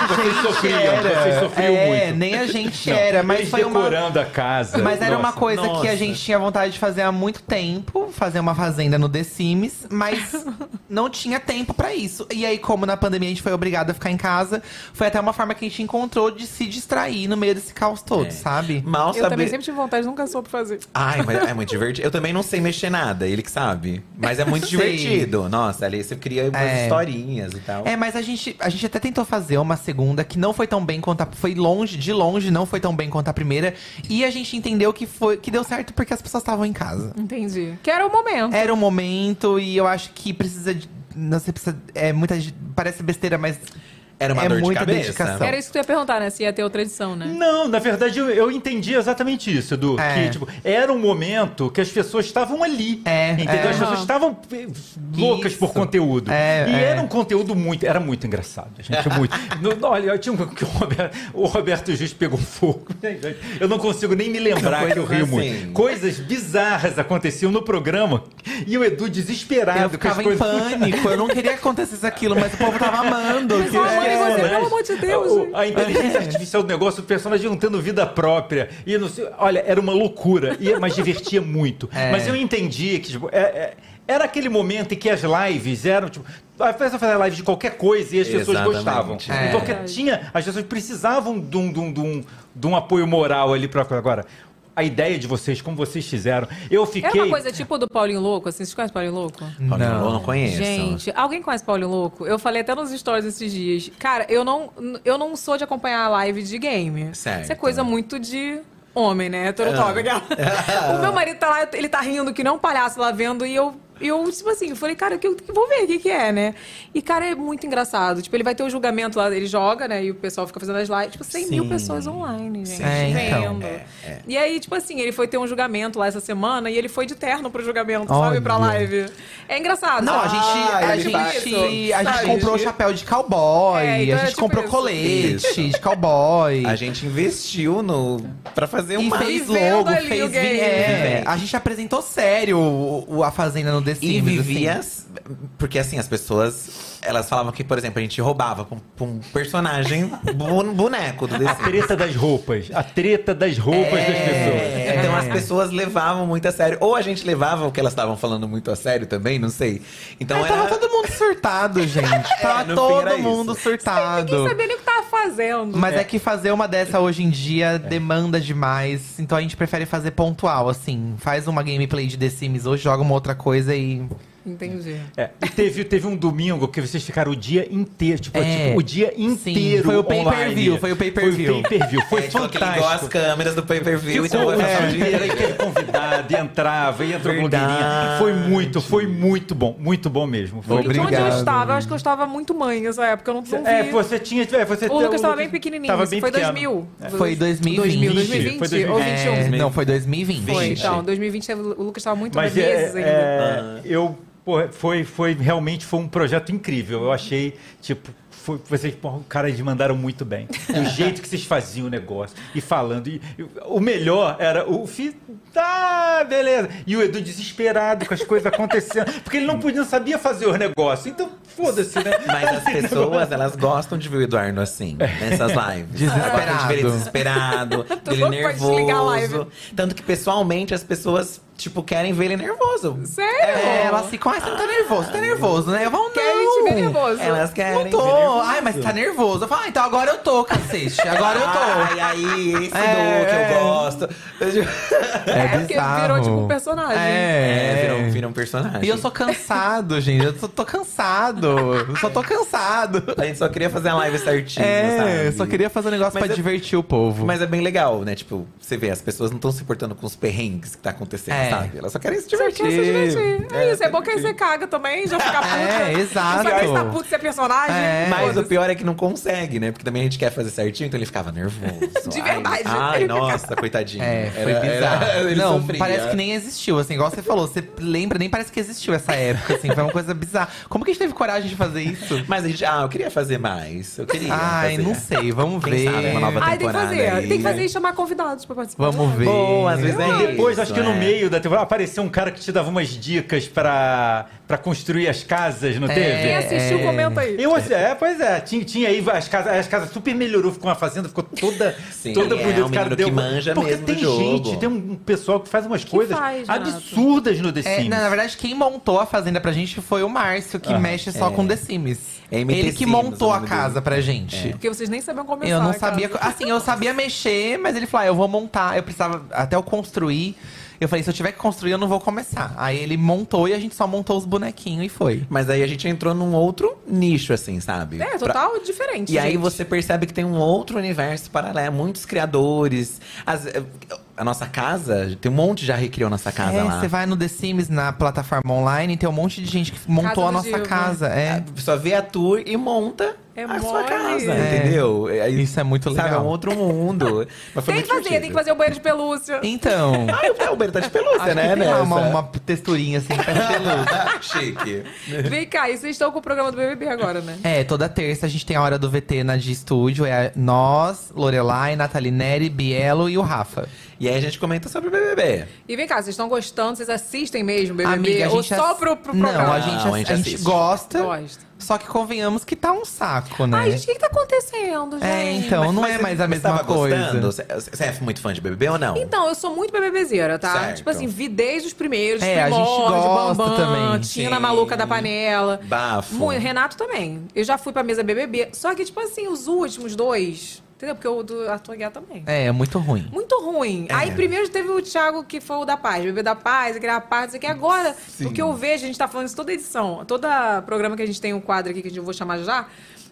B: vocês sofriam,
F: era.
B: vocês sofriam
F: É,
B: muito.
F: nem a gente
B: Não,
F: era, mas
B: eles
F: foi uma.
B: decorando a casa.
F: Mas era uma
B: Nossa,
F: coisa que a
B: nossa.
F: gente tinha vontade de fazer há muito tempo, fazer uma fazenda no The Sims, mas não tinha tempo pra isso. E aí, como na pandemia a gente foi obrigado a ficar em casa, foi até uma forma que a gente encontrou de se distrair no meio desse caos todo, sabe?
G: né? Mal
A: Eu também
G: saber.
A: sempre tive vontade, nunca soube fazer.
G: Ai, mas é muito divertido. Eu também não sei mexer nada, ele que sabe. Mas é muito
F: Sei.
G: divertido. Nossa, ali você cria umas
F: É.
G: historinhas e tal.
F: É, mas a gente, a gente até tentou fazer uma segunda que não foi tão bem quanto a, foi longe, de longe não foi tão bem quanto a primeira, e a gente entendeu que foi que deu certo porque as pessoas estavam em casa.
A: Entendi. Que era o momento.
B: É.
F: Era um momento e eu acho que precisa de não sei, precisa, é muita ge- parece besteira, mas
G: Era uma
F: é
G: dor de
F: muita
G: cabeça.
F: dedicação.
A: Era isso que tu ia perguntar, né? Se ia ter outra edição, né?
B: Não, na verdade eu, eu entendi exatamente isso, Edu.
F: É.
B: Que, tipo, era um momento que as pessoas estavam ali.
F: É,
B: entendeu?
F: é.
B: As pessoas
A: Aham.
B: estavam eh, loucas
F: Isso.
B: por conteúdo.
F: É,
B: e
F: é.
B: era um conteúdo muito. Era muito engraçado, gente. Muito. No- olha, eu tinha um que o Roberto, o Roberto Justo pegou fogo. né, Eu não consigo nem me lembrar que eu rio
G: Coisas assim.
B: muito. Coisas bizarras aconteciam no programa e o Edu desesperado.
F: Ah, Eu
B: com
F: ficava
B: as
F: em
B: coisas-
F: pânico, eu não queria que acontecesse aquilo, mas o povo tava amando.
A: Mas olha,
F: que-
A: olha,
B: É,
A: você,
B: né?
A: pelo amor de Deus,
B: O-
A: gente.
B: A inteligência artificial do negócio, o personagem não tendo vida própria. E não sei- olha, era uma loucura, e, mas divertia muito.
F: É.
B: Mas eu entendi que, tipo, é- é- era aquele momento em que as lives eram, tipo, a pessoa fazia live de qualquer coisa e as pessoas
G: Exatamente.
B: gostavam.
G: É.
B: Então, que tinha, as pessoas precisavam de um, de um- de um- de um apoio moral ali pra. Agora, a ideia de vocês, como vocês fizeram, eu fiquei.
A: Era uma coisa tipo do Paulinho Louco, assim. Vocês conhecem o Paulinho Louco?
G: Paulinho, eu não conheço.
A: Gente, alguém conhece Paulinho Louco? Eu falei até nos stories esses dias. Cara, eu não, eu não sou de acompanhar a live de game.
G: Certo.
A: Isso é coisa muito de homem, né?
F: É.
A: Heterotópico. aquela. o meu marido tá lá, ele tá rindo que nem um palhaço lá vendo e eu. Eu, tipo assim, falei, cara, que eu que eu vou ver o que, que é, né? E, cara, é muito engraçado. Tipo, ele vai ter o julgamento lá, ele joga, né? E o pessoal fica fazendo as lives. Tipo, 100 mil
G: Sim.
A: pessoas online, gente.
F: É, então.
A: vendo. E aí, tipo assim, ele foi ter um julgamento lá essa semana e ele foi de terno pro julgamento,
F: Olha.
A: sabe? Pra live. É engraçado.
F: Não, a
A: sabe?
F: gente,
G: Ah,
F: a
G: ele
F: gente,
G: vai-
F: a gente comprou o chapéu de cowboy,
A: É, então
F: a
A: é
F: gente
A: tipo
F: comprou
A: isso.
F: colete
G: Isso.
F: de cowboy.
G: A gente investiu no pra fazer
F: E
G: uma.
F: fez
A: Vivendo
F: logo,
A: ali
F: fez
A: o game.
F: vi- é, A gente apresentou sério o, o- a Fazenda no The
G: E
F: Sims,
G: vivia.
F: assim.
G: as- Porque assim, as pessoas. Elas falavam que, por exemplo, a gente roubava pra um, pra um personagem bu- um boneco do
B: A
G: desenho.
B: treta das roupas. A treta das roupas das pessoas.
G: É, Então as pessoas levavam muito a sério. Ou a gente levava o que elas estavam falando muito a sério também, não sei. Então
F: Aí
G: era.
F: Ah,
G: É,
F: Tava todo mundo surtado, gente. Tava
G: no fim
F: todo
G: era
F: mundo
G: isso.
F: surtado.
A: Ninguém sabia nem o que tava fazendo.
F: Mas é. que fazer uma dessa hoje em dia
G: É.
F: demanda demais. Então a gente prefere fazer pontual, assim. Faz uma gameplay de The Sims hoje, joga uma outra coisa e
A: Entendi.
B: É, e teve, teve um domingo que vocês ficaram o dia inteiro, tipo,
G: É.
B: tipo, o dia inteiro
G: foi o
B: online.
G: pay-per-view, foi o pay-per-view.
B: Foi o pay-per-view, foi
G: É, tipo, aquele igual as
B: fantástico.
G: câmeras do pay-per-view,
B: Ficou
G: então vai passar
B: é,
G: o dia
B: era aquele convidado, e entrava, e entrou
G: Verdade.
B: blogueirinha. Foi muito, foi muito bom, muito bom mesmo. Foi
A: De onde eu
F: Obrigado,
A: estava? Eu acho que eu estava muito mãe nessa época. Eu não, não vi.
B: É, você tinha. É, você
A: O Lucas estava bem pequenininho.
B: Tava
A: isso
B: bem
A: foi
B: pequeno. É.
A: 2000.
F: Foi 2020.
A: 2020,
B: Foi
A: ou
B: 2020.
A: 21.
F: É, não, foi 2020.
A: Foi, então. 2020 teve- o Lucas estava muito
B: Mas é,
A: meses ainda.
B: é, eu pô, foi, foi realmente foi um projeto incrível. Eu achei tipo foi, vocês, pô, cara, eles mandaram muito bem. O jeito que vocês faziam o negócio e falando. E, e o melhor era o Fi. Tá, beleza. E o Edu desesperado com as coisas acontecendo. Porque ele não podia, não sabia fazer o negócio. Então, foda-se, né?
G: Mas as pessoas, elas gostam de ver o Eduardo assim, nessas lives. Desesperado. Elas gostam de ver ele desesperado, dele
A: louco pra desligar a live.
G: nervoso. Tanto que, pessoalmente, as pessoas, tipo, querem ver ele nervoso.
A: Sério?
F: É, elas ficam, ai, você não tá nervoso, tá nervoso, né? Eu falo, não.
A: Querem te ver nervoso.
G: Elas querem
F: Não
G: ver nervoso.
F: tô. Ai, mas você tá nervoso. Eu falo, ah, então agora eu tô, cacete. Agora eu tô.
G: Ai, aí, esse
F: É,
G: do que
F: é.
G: eu gosto.
A: É, porque virou tipo um personagem.
G: É, virou,
F: É,
G: virou um personagem.
F: E eu sou cansado, gente. Eu só tô cansado. Eu só tô cansado.
G: A gente só queria fazer a live certinho,
F: É,
G: sabe?
F: eu só queria fazer um negócio
G: Mas
F: pra
G: eu-
F: divertir o povo.
G: Mas é bem legal, né? Tipo, você vê, as pessoas não estão se portando com os perrengues que tá acontecendo,
F: É.
G: sabe? Elas só querem se
A: Você
G: divertir.
A: quer se divertir. É, isso, é bom que aí você caga também, já fica puto.
F: tipo, É,
A: né?
F: exato.
A: Não sabe se tá puto, se é personagem.
F: É.
G: Mas o
A: Foda-se.
G: pior é que não consegue, né? Porque também a gente quer fazer certinho, então ele ficava nervoso.
A: De
G: Ai,
A: verdade.
G: Ai, nossa, coitadinho.
F: É, foi
G: Era-
F: bizarro.
G: era- ele
F: não,
G: sofria.
F: parece que nem existiu, assim, igual você falou. Você lembra, nem parece que existiu essa época, assim. Foi uma coisa bizarra. Como que a gente teve coragem de fazer isso?
G: Mas a gente. Ah, eu queria fazer mais. Eu queria.
F: Ai,
G: é, fazer.
F: não sei, vamos
G: Quem
F: ver.
G: sabe uma nova
A: Ai, tem que fazer.
G: temporada aí.
A: Tem que fazer e chamar convidados pra participar.
F: Vamos ver.
G: Boa, às vezes é
B: E depois,
G: isso,
B: acho que no
G: é.
B: meio da temporada, apareceu um cara que te dava umas dicas pra, pra construir as casas, não teve?
A: Quem assistiu,
F: É.
A: comenta aí.
B: Eu, assim, é, pois é. Tinha, tinha aí as casas, as casas super melhorou, ficou uma fazenda, ficou toda,
G: Sim,
B: toda
G: é,
B: bonita.
G: um
B: o cara
G: menino
B: deu
G: que
B: uma-
G: manja
B: Porque
G: mesmo do
B: tem
G: jogo.
B: gente, tem um pessoal que faz umas coisas
A: faz, Renato?
B: absurdas no The
F: É,
B: Sims.
F: não, na verdade, quem montou a fazenda pra gente foi o Márcio, que
B: Ah,
F: mexe só com The Sims.
G: É MT
F: Ele que
G: Sims,
F: montou
G: o
F: a
G: nome dele. É.
F: casa pra gente.
A: Porque vocês nem sabiam começar.
F: Eu não
A: cara.
F: sabia. co- Assim, eu sabia mexer, mas ele falou: ah, eu vou montar. Eu precisava até eu construir. Eu falei: se eu tiver que construir, eu não vou começar. Aí ele montou e a gente só montou os bonequinhos e foi.
G: Mas aí a gente entrou num outro nicho, assim, sabe?
A: É,
G: Pra-
A: total diferente.
G: E aí
A: gente.
G: você percebe que tem um outro universo paralelo, muitos criadores. As- a nossa casa, tem um monte já recriou nossa casa
F: é,
G: lá.
F: você vai no The Sims na plataforma online e tem um monte de gente que montou
A: do
F: a nossa
A: Gil, né?
F: casa. É.
G: Só vê a tour e monta
A: É
G: a sua
A: mole.
G: casa,
F: É.
G: entendeu? É, aí,
F: Isso é muito
G: Sabe, é
F: legal.
G: um outro mundo. Mas foi
A: Tem que
G: muito
A: fazer, tem que
G: divertido.
A: fazer o banheiro de pelúcia.
F: Então.
G: Ah, o Beiro tá de pelúcia,
F: acho
G: né?
F: que tem lá
G: nessa?
F: uma, uma texturinha assim, parece pelúcia.
G: Chique.
A: Vem cá, e vocês estão com o programa do BBB agora, né?
F: É, toda terça a gente tem a hora do VT na de estúdio. É a- nós, Lorelai, Nathalie Neri, Bielo e o Rafa.
G: E aí a gente comenta sobre o BBB.
A: E vem cá, vocês estão gostando, vocês assistem mesmo BBB?
F: É. Amiga, a
A: ou
F: gente
A: só
F: ass-
A: pro, pro
F: Não,
A: programa?
F: a gente,
G: Não,
F: ass-
G: a gente
F: a gente
G: assiste.
F: gosta.
A: Gosta.
F: Só que convenhamos que tá um saco, né?
A: Ai, gente, o que, que tá acontecendo, gente?
F: É, então, não é mais a
G: Mas
F: mesma
G: tava gostando?
F: coisa.
G: Você você é muito fã de BBB ou não?
A: Então, eu sou muito bebebezeira, tá?
G: Certo.
A: Tipo assim, vi desde os primeiros,
F: É, a gente
A: Primórdio,
F: gosta
A: Bambam,
F: também.
A: Tina
G: Sim.
A: Maluca da Panela.
G: Bafo.
A: Muito, Renato também. Eu já fui pra mesa BBB, só que tipo assim, os últimos dois, entendeu? Porque o do Arthur Guiar também.
F: É, muito ruim.
A: Muito ruim. Aí primeiro teve o Thiago, que foi o da paz, bebê da paz, aquele rapaz, isso aqui. Agora, o que eu vejo, a gente tá falando isso toda edição, toda programa que a gente tem um quadro aqui que a gente eu vou chamar já.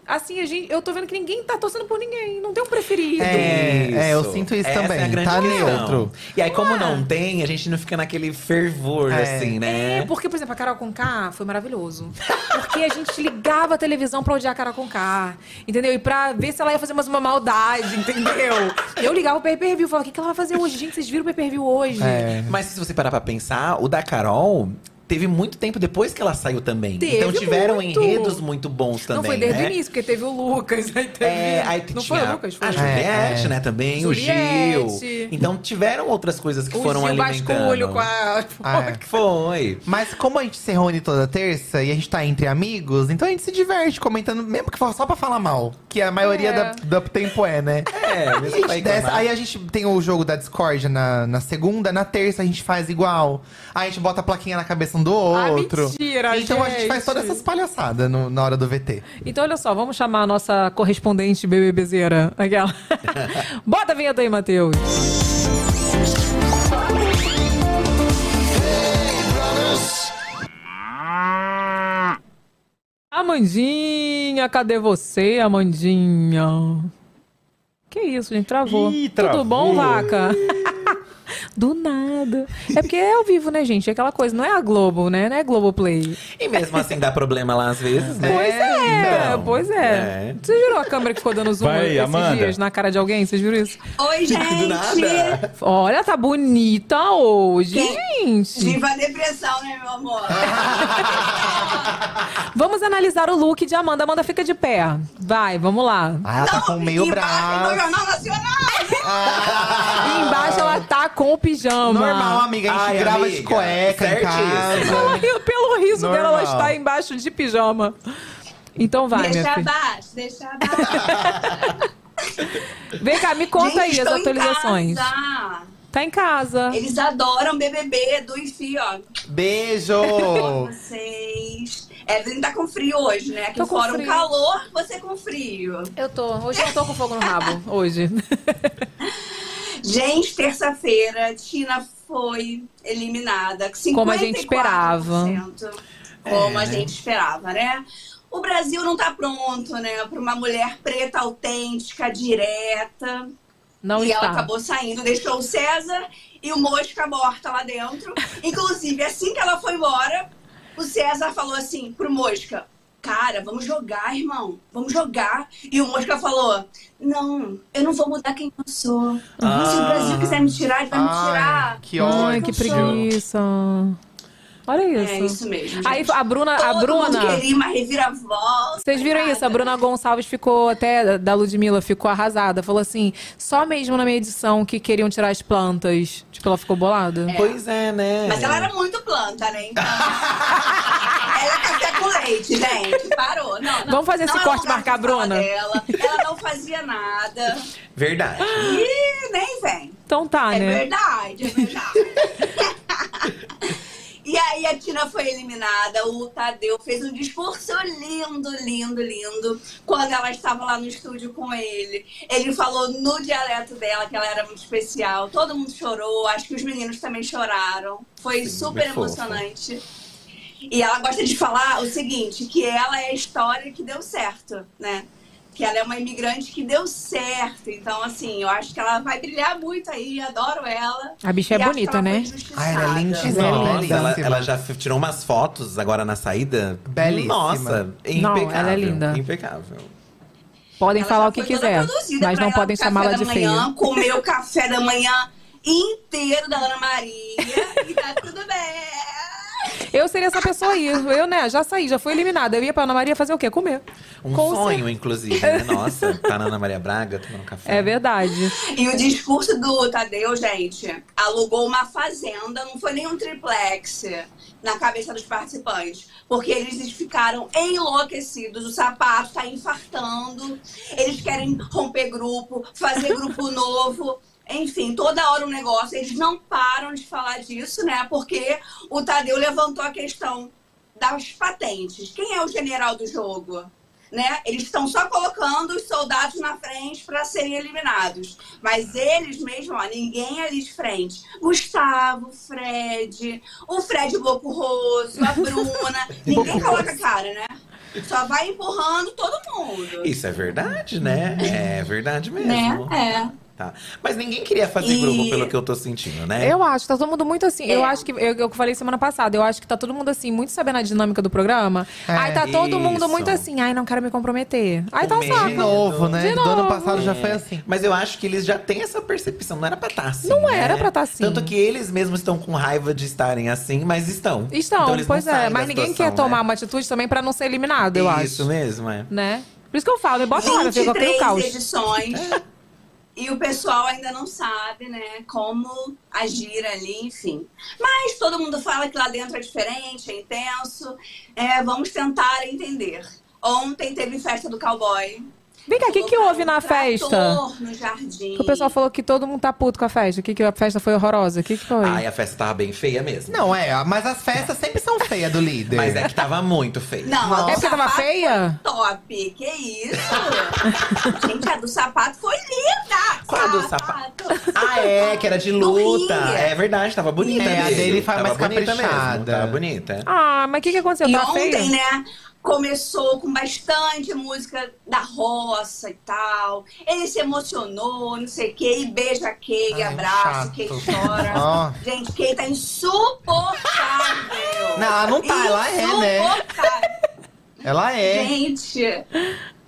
A: Assim, a gente, eu tô vendo que ninguém tá torcendo por ninguém, não tem um preferido.
F: É, é, eu
G: Isso.
F: sinto isso
G: Essa
F: também,
G: É a grande
F: tá
G: questão.
F: neutro.
G: E aí, como não tem, a gente não fica naquele fervor,
F: É.
G: assim,
A: É,
G: né?
A: porque, por exemplo, a Carol Conká foi maravilhoso. Porque a gente ligava a televisão pra odiar a Carol Conká, entendeu? E pra ver se ela ia fazer mais uma maldade, entendeu? Eu ligava o pay-per-view, falava, o que, que ela vai fazer hoje? Gente, vocês viram o pay-per-view hoje?
F: É.
G: Mas se você parar pra pensar, o da Carol teve muito tempo depois que ela saiu também.
A: Teve
G: então tiveram
A: muito.
G: enredos muito bons também.
A: não foi desde
G: né?
A: o início, porque teve o Lucas, aí teve...
G: É, aí
A: não
G: tinha
A: foi o Lucas, foi
G: a
A: o
G: Juliette, né, também, o Gil.
A: Juliette.
G: Então tiveram outras coisas que
A: o
G: foram
A: Gil
G: alimentando.
A: Basculho com a...
F: Ah, é.
G: Foi.
F: Mas como a gente se reúne toda terça e a gente tá entre amigos, então a gente se diverte comentando, mesmo que for só pra falar mal. Que a maioria
A: É.
F: da, do tempo é, né?
G: É,
F: A
G: mesmo
F: gente
G: pra
F: desce-
G: reclamar.
F: aí a gente tem o jogo da Discord na, na segunda, na terça a gente faz igual. Aí a gente bota a plaquinha na cabeça um do
A: Ah,
F: outro.
A: mentira,
F: então a gente
A: gente.
F: faz todas essas palhaçadas no- na hora do VT.
A: Então, olha só, vamos chamar a nossa correspondente BBBzeira, aquela. Bota a vinheta aí, Matheus. Amandinha, cadê você, Amandinha? Que isso, gente, travou.
B: Ih, travou.
A: Tudo bom, vaca? Do nada. É porque é ao vivo, né, gente? É aquela coisa, não é a Globo, né? Não é Globoplay.
G: E mesmo assim dá problema lá às vezes, né?
A: Pois é,
G: então.
A: pois é.
G: É.
A: Vocês viram a câmera que ficou dando zoom
B: Vai,
A: esses
B: Amanda.
A: dias na cara de alguém? Vocês viram isso?
H: Oi,
G: Do
H: gente!
G: nada.
A: Olha, tá bonita hoje, gente.
H: Viva a depressão, né, meu amor?
A: Vamos analisar o look de Amanda. Amanda, fica de pé. Vai, vamos lá.
F: Ah, ela tá com meio
H: Embaixo do
F: braço.
H: Jornal Nacional!
F: Ah,
A: Embaixo ela tá com o pijama.
F: normal, amiga. A gente
G: Ai,
F: grava de
G: amiga,
F: cueca em
G: certíssimo.
F: casa.
A: Ela riu- pelo riso
F: Normal.
A: dela, ela está embaixo de pijama. Então vai,
H: deixa
A: minha filha.
H: abaixo, deixa abaixo.
A: Vem cá, me conta aí
H: Gente,
A: as
H: estou em
A: atualizações.
H: casa.
A: Tá em casa.
H: Eles adoram BBB, do enfio, ó.
F: Beijo!
H: Vocês. Evelyn tá com frio hoje, né? Aqui
A: Tô com
H: fora um
A: frio.
H: calor, você com frio.
A: Eu tô. Hoje eu tô com fogo no rabo. Hoje.
H: Gente, terça-feira, Tina foi eliminada. 54%,
A: Como a gente esperava.
H: Como a gente esperava, né? O Brasil não tá pronto, né? Pra uma mulher preta, autêntica, direta.
A: Não
H: e
A: está.
H: ela acabou saindo, deixou o César e o Mosca morta lá dentro. Inclusive, assim que ela foi embora, o César falou assim pro Mosca: Cara, vamos jogar, irmão. Vamos jogar. E o Mosca falou: Não, eu não vou mudar quem eu sou. Se o Brasil quiser me tirar, ele vai
F: Ah.
H: me tirar.
F: Ai, que ódio.
A: Ai, que preguiça. Olha isso.
H: um É isso mesmo. Gente.
A: Aí a Bruna, a
H: Todo
A: Bruna.
H: Mundo queria uma reviravolta.
A: Vocês viram isso? A Bruna Gonçalves ficou até da Ludmilla ficou arrasada. Falou assim: só mesmo na minha edição que queriam tirar as plantas. Tipo, ela ficou bolada.
G: Pois é, né?
H: Mas ela era muito planta, né? Então. ela é café com leite, gente. Parou. Não, não.
A: Vamos fazer esse
H: Não é
A: corte
H: lugar
A: marcar a
H: de fala
A: Bruna?
H: Dela. Ela não fazia nada.
G: Verdade.
H: Ah, E nem vem.
A: Então tá,
H: é
A: né?
H: verdade, é verdade. E aí a Tina foi eliminada, o Tadeu fez um discurso lindo, lindo, lindo. Quando ela estava lá no estúdio com ele, ele falou no dialeto dela que ela era muito especial. Todo mundo chorou, acho que os meninos também choraram. Foi super
G: fofo.
H: emocionante. E ela gosta de falar o seguinte, que ela é a história que deu certo, né? Que ela é uma imigrante que deu certo. Então, assim, eu acho que ela vai brilhar muito aí, adoro ela.
A: A bicha é
H: E acho que
A: bonita,
H: ela foi
A: né?
H: injustiçada.
F: Ah, ela é lindíssima.
G: Nossa,
F: Belíssima.
G: ela, ela já f- tirou umas fotos agora na saída.
F: Belíssima.
G: Nossa, é
A: Não,
G: impecável.
A: ela é linda.
G: Impecável.
A: Podem
H: Ela
A: falar
H: já
A: o que
H: foi toda
A: quiser,
H: produzida
A: mas
H: pra
A: não
H: ela
A: podem
H: no café
A: chamá-la
H: da
A: de feia.
H: manhã, Comeu o café da manhã inteiro da Ana Maria e tá tudo bem.
A: Eu seria essa pessoa aí. Eu, né, já saí, já fui eliminada. Eu ia pra Ana Maria fazer o quê? Comer.
G: Um
A: Com
G: sonho, inclusive, né? Nossa, tá na Ana Maria Braga tomando café.
A: É verdade.
H: E o discurso do Tadeu, gente, alugou uma fazenda, não foi nem um triplex na cabeça dos participantes. Porque eles ficaram enlouquecidos, o sapato tá infartando, eles querem romper grupo, fazer grupo novo. Enfim, toda hora um negócio. Eles não param de falar disso, né? Porque o Tadeu levantou a questão das patentes. Quem é o general do jogo? Né? Eles estão só colocando os soldados na frente para serem eliminados. Mas eles mesmos, ó, ninguém ali de frente. Gustavo, Fred, o Fred Bocurroso, a Bruna. ninguém coloca a cara, né? Só vai empurrando todo mundo.
G: Isso é verdade, né? É verdade mesmo.
H: Né? É.
G: Tá. Mas ninguém queria fazer
H: E-
G: grupo, pelo que eu tô sentindo, né?
A: Eu acho, tá todo mundo muito assim. Eu
H: É.
A: acho que, eu, eu falei semana passada, eu acho que tá todo mundo assim, muito sabendo a dinâmica do programa.
F: É.
A: Aí tá todo mundo
G: Isso.
A: muito assim, ai, não quero me comprometer. Aí tá um
G: Comer.
A: saco.
F: De novo, né?
A: De
F: Do ano
A: novo.
F: passado já foi assim.
G: Mas eu acho que eles já têm essa percepção. Não era pra estar assim.
A: Não
G: né?
A: era pra tá assim.
G: Tanto que eles mesmos estão com raiva de estarem assim, mas estão.
A: Estão,
G: Então eles não
A: pois é.
G: saem
A: Mas
G: da
A: ninguém quer
G: situação,
A: tomar
G: né?
A: uma atitude também pra não ser eliminado, eu
G: Isso
A: acho.
G: mesmo, é.
A: Né? Por isso que eu falo, me bota lá, meu filho, eu crio
H: 23
A: caos.
H: edições. E o pessoal ainda não sabe, né, como agir ali, enfim. Mas todo mundo fala que lá dentro é diferente, é intenso. É, vamos tentar entender. Ontem teve festa do cowboy.
A: Vem cá, o que, que
H: Colocaram
A: houve na
H: um
A: festa?
H: trator No jardim.
A: Que o pessoal falou que todo mundo tá puto com a festa. Que, que a festa foi horrorosa. O que, que foi?
G: Ai, a festa tava bem feia mesmo.
F: Não, é, mas as festas sempre são feias do líder.
G: Mas é que tava muito feia.
H: Não, a do
A: é porque tava
H: sapato
A: feia?
H: foi Top, que isso? Gente, a do sapato foi linda!
G: Qual a do Ah, é, que era de
H: Do
G: luta.
H: ringue.
G: É verdade, tava bonita
F: É, a
G: mesmo.
F: dele foi
G: tava
F: mais
G: bonita
F: caprichada.
G: mesmo, Tava bonita.
A: Ah, mas o que, que aconteceu?
H: E
A: Tá
H: ontem,
A: feia?
H: né? começou com bastante música da roça e tal. Ele se emocionou, não sei o quê, e beija quem,
F: Ai,
H: abraça,
F: chato.
H: quem chora.
F: Ó.
H: Gente, quem tá insuportável.
F: Não, ela não tá, ela é, né?
H: Insuportável.
F: Ela é.
H: Gente,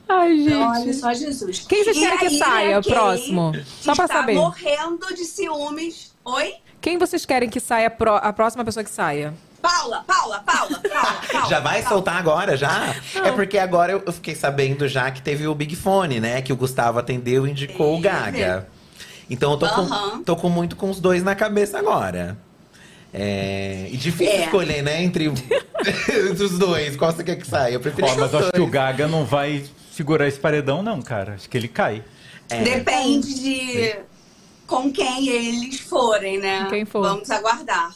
A: Ai,
H: olha
A: gente.
H: só Jesus.
A: Quem vocês
H: E
A: querem
H: aí,
A: que saia?
H: né, quem
A: Próximo. Só pra
H: está
A: saber.
H: morrendo de ciúmes. Oi?
A: Quem vocês querem que saia pro- a próxima pessoa que saia?
H: Paula, Paula, Paula, Paula,
F: Ah,
H: Paula.
G: Já vai
H: Paula.
G: soltar agora, já? É porque agora eu eu fiquei sabendo já que teve o Big Fone, né? Que o Gustavo atendeu e indicou o
H: Teve.
G: Gaga. Então eu tô, com,
H: Aham.
G: tô com muito com os dois na cabeça agora. É... E difícil
H: É.
G: escolher, né? Entre, entre os dois. Qual você quer que saia? Eu prefiro
B: Ó,
G: os
B: mas eu acho que o
G: dois.
B: Gaga não vai segurar esse paredão, não, cara. Acho que ele cai.
H: Depende de com quem eles forem, né?
A: Com quem for.
H: Vamos aguardar.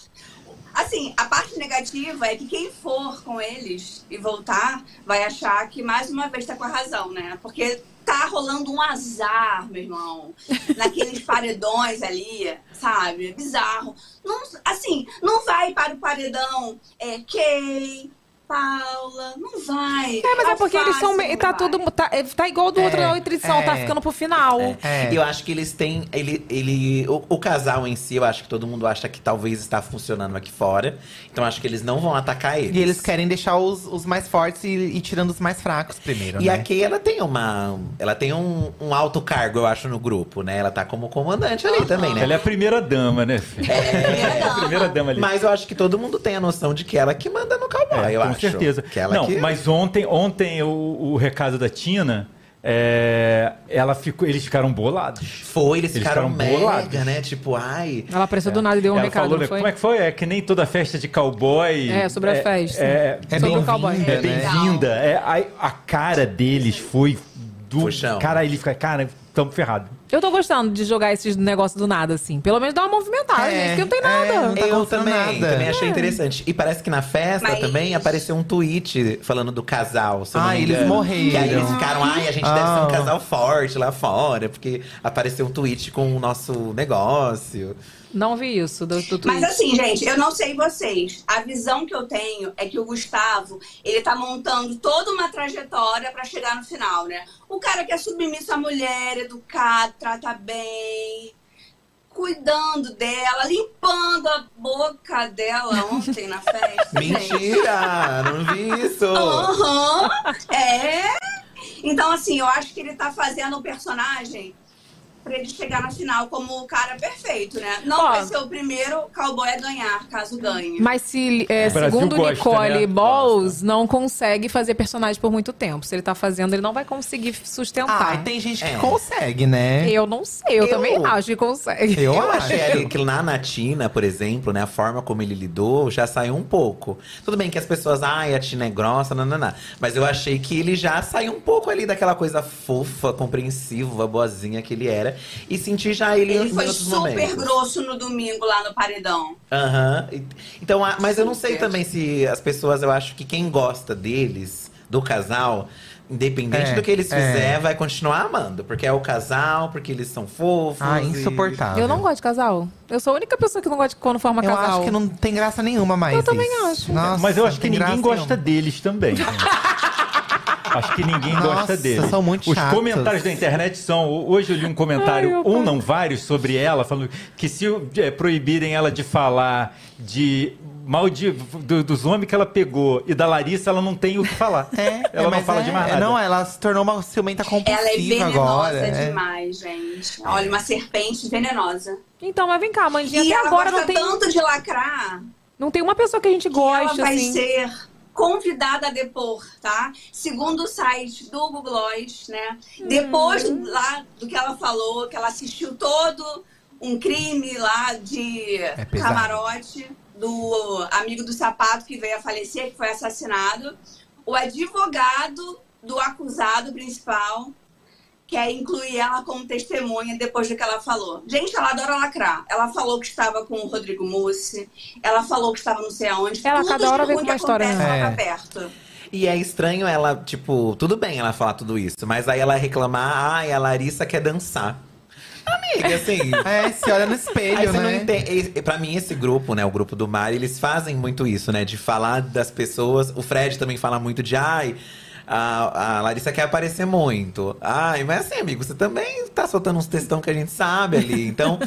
H: Assim, a parte negativa é que quem for com eles e voltar vai achar que mais uma vez tá com a razão, né? Porque tá rolando um azar, meu irmão. Naqueles paredões ali, sabe? É bizarro. Não, assim, não vai para o paredão é, Kay, Paula, não vai.
A: É, mas é porque eles são.
H: Fácil,
A: meio-
H: não
A: Tá
H: vai.
A: tudo. Tá, é, tá igual do outro
F: É,
A: na outra edição,
F: é.
A: tá ficando pro final.
F: É.
G: E Eu acho que eles têm. Ele, ele, o, o casal em si, eu acho que todo mundo acha que talvez está funcionando aqui fora. Então acho que eles não vão atacar eles.
F: E eles querem deixar os, os mais fortes e, e tirando os mais fracos primeiro,
G: E
F: né?
G: a Kay, ela tem uma. Ela tem um, um alto cargo, eu acho, no grupo, né? Ela tá como comandante ali também, né?
B: Ela é a primeira dama, né? filho? É a primeira dama ali.
G: Mas eu acho que todo mundo tem a noção de que ela que manda no cowboy,
B: É,
G: eu
B: com
G: acho.
B: certeza.
G: Que ela é
B: não,
G: que...
B: mas ontem, ontem o, o recado da Tina, é, ela ficou, eles ficaram bolados.
G: Foi, eles,
B: Eles
G: ficaram,
B: ficaram
G: mega,
B: bolados.
G: né? Tipo, ai.
A: Ela apareceu do nada e deu um
B: ela
A: recado,
B: falou,
A: não
B: né,
A: foi?
B: como é que foi? É que nem toda festa de cowboy.
A: É, sobre a festa.
B: É,
F: É
A: Sobre o
F: bem-vinda,
A: cowboy.
B: é
F: né?
B: bem-vinda. É, aí a, cara deles foi do.
G: Foi chão.
B: Cara, ele fica, cara, tamo ferrado.
A: Eu tô gostando de jogar esses negócios do nada, assim. Pelo menos dá uma movimentada, gente,
F: É,
A: porque não tem
F: é,
A: nada.
F: tá
G: eu
F: acontecendo
G: também,
F: nada. É.
G: também achei interessante. E parece que na festa
H: Mas-
G: também apareceu um tweet falando do casal. Se eu não
F: Ah,
G: me
F: eles
G: engano.
F: morreram.
G: E aí eles ficaram, ai, a gente deve
F: Ah.
G: ser um casal forte lá fora, porque apareceu um tweet com o nosso negócio.
A: Não vi isso do, do
H: Mas
A: tweet.
H: assim, gente, eu não sei vocês. A visão que eu tenho é que o Gustavo, ele tá montando toda uma trajetória pra chegar no final, né? O cara que é submisso à mulher, educado, trata bem, cuidando dela, limpando a boca dela ontem na festa. gente.
G: Mentira! não vi isso!
A: Oh,
H: Aham, é. Então, assim, eu acho que ele tá fazendo um personagem pra ele chegar na final como o cara perfeito, né? Não
A: Ó.
H: vai ser o primeiro cowboy a ganhar, caso ganhe.
A: Mas se, é,
B: O Brasil
A: segundo
B: gosta,
A: Nicole
B: né?
A: Balls, não consegue fazer personagem por muito tempo. Se ele tá fazendo, ele não vai conseguir sustentar.
F: Ah, e tem gente que
G: É.
F: consegue, né?
A: tá. Eu não sei, eu,
G: Eu-
A: também acho que consegue.
G: Eu achei ali que na Natina, por exemplo, né, a forma como ele lidou já saiu um pouco. Tudo bem que as pessoas, ai, a Tina é grossa, nananã. Mas eu achei que ele já saiu um pouco ali daquela coisa fofa, compreensiva, boazinha que ele era. E senti já ele,
H: Ele
G: em
H: foi
G: outros
H: super
G: momentos.
H: grosso no domingo lá no paredão.
G: Aham. E- Então, a- mas eu não sei
H: Super.
G: também se as pessoas, eu acho que quem gosta deles, do casal, independente
F: É,
G: do que eles
F: é.
G: fizerem, vai continuar amando. Porque é o casal, porque eles são fofos.
F: Ah,
G: e-
F: insuportável.
A: Eu não gosto de casal. Eu sou a única pessoa que não gosta de quando forma
F: Eu
A: casal.
F: acho que não tem graça nenhuma mais.
A: Eu também
F: isso.
A: acho.
F: Nossa,
B: Mas eu acho
F: não
B: que
F: tem
B: ninguém
F: graça
B: gosta
F: nenhuma.
B: deles também. gente. Acho que ninguém
F: Nossa,
B: gosta deles.
F: são muito
B: Os
F: chatos.
B: comentários da internet são. Hoje eu li um
A: Ai,
B: comentário,
A: meu
B: um
A: pai.
B: não vários, sobre ela, falando que se eh, proibirem ela de falar de mal de, do- dos homens que ela pegou e da Larissa, ela não tem o que falar. ela não
F: mas
B: fala
F: é,
B: de mais nada.
F: Não, ela se tornou uma ciumenta compulsiva
H: Ela é venenosa
F: agora. é.
H: demais, gente. Olha, uma serpente venenosa.
A: Então, mas vem cá, Mandinha,
H: e
A: até
H: ela
A: agora não
H: gosta
A: tem,
H: tanto de lacrar
A: não tem uma pessoa que a gente
H: ela
A: goste,
H: vai
A: assim.
H: ser convidada a depor, tá? Segundo o site do Google Gloss, né? Depois
A: Uhum.
H: do- lá do que ela falou, que ela assistiu todo um crime lá de
F: pesado.
H: camarote do amigo do sapato que veio a falecer, que foi assassinado. O advogado do acusado principal quer é incluir ela como testemunha depois do que ela falou. Gente, ela adora lacrar. Ela falou que estava com o Rodrigo Mussi, ela falou que estava não sei aonde.
A: Ela,
H: Tudo
A: cada hora
H: de
A: vem
H: ruim
A: com uma
H: que
A: história,
H: acontece,
F: né?
H: Ela
F: É.
H: tá perto.
G: E é estranho ela, tipo, tudo bem ela falar tudo isso, mas aí ela reclamar, ai, a Larissa quer dançar. Ah, amiga, assim.
F: É, se olha no
G: Aí
F: espelho,
G: você não
F: né?
G: entende. Esse- Pra mim, esse grupo, né? O grupo do mar, eles fazem muito isso, né? De falar das pessoas. O Fred também fala muito de ai. A, a Larissa quer aparecer muito. Ai, mas assim, amigo, você também tá soltando uns textão que a gente sabe ali. Então,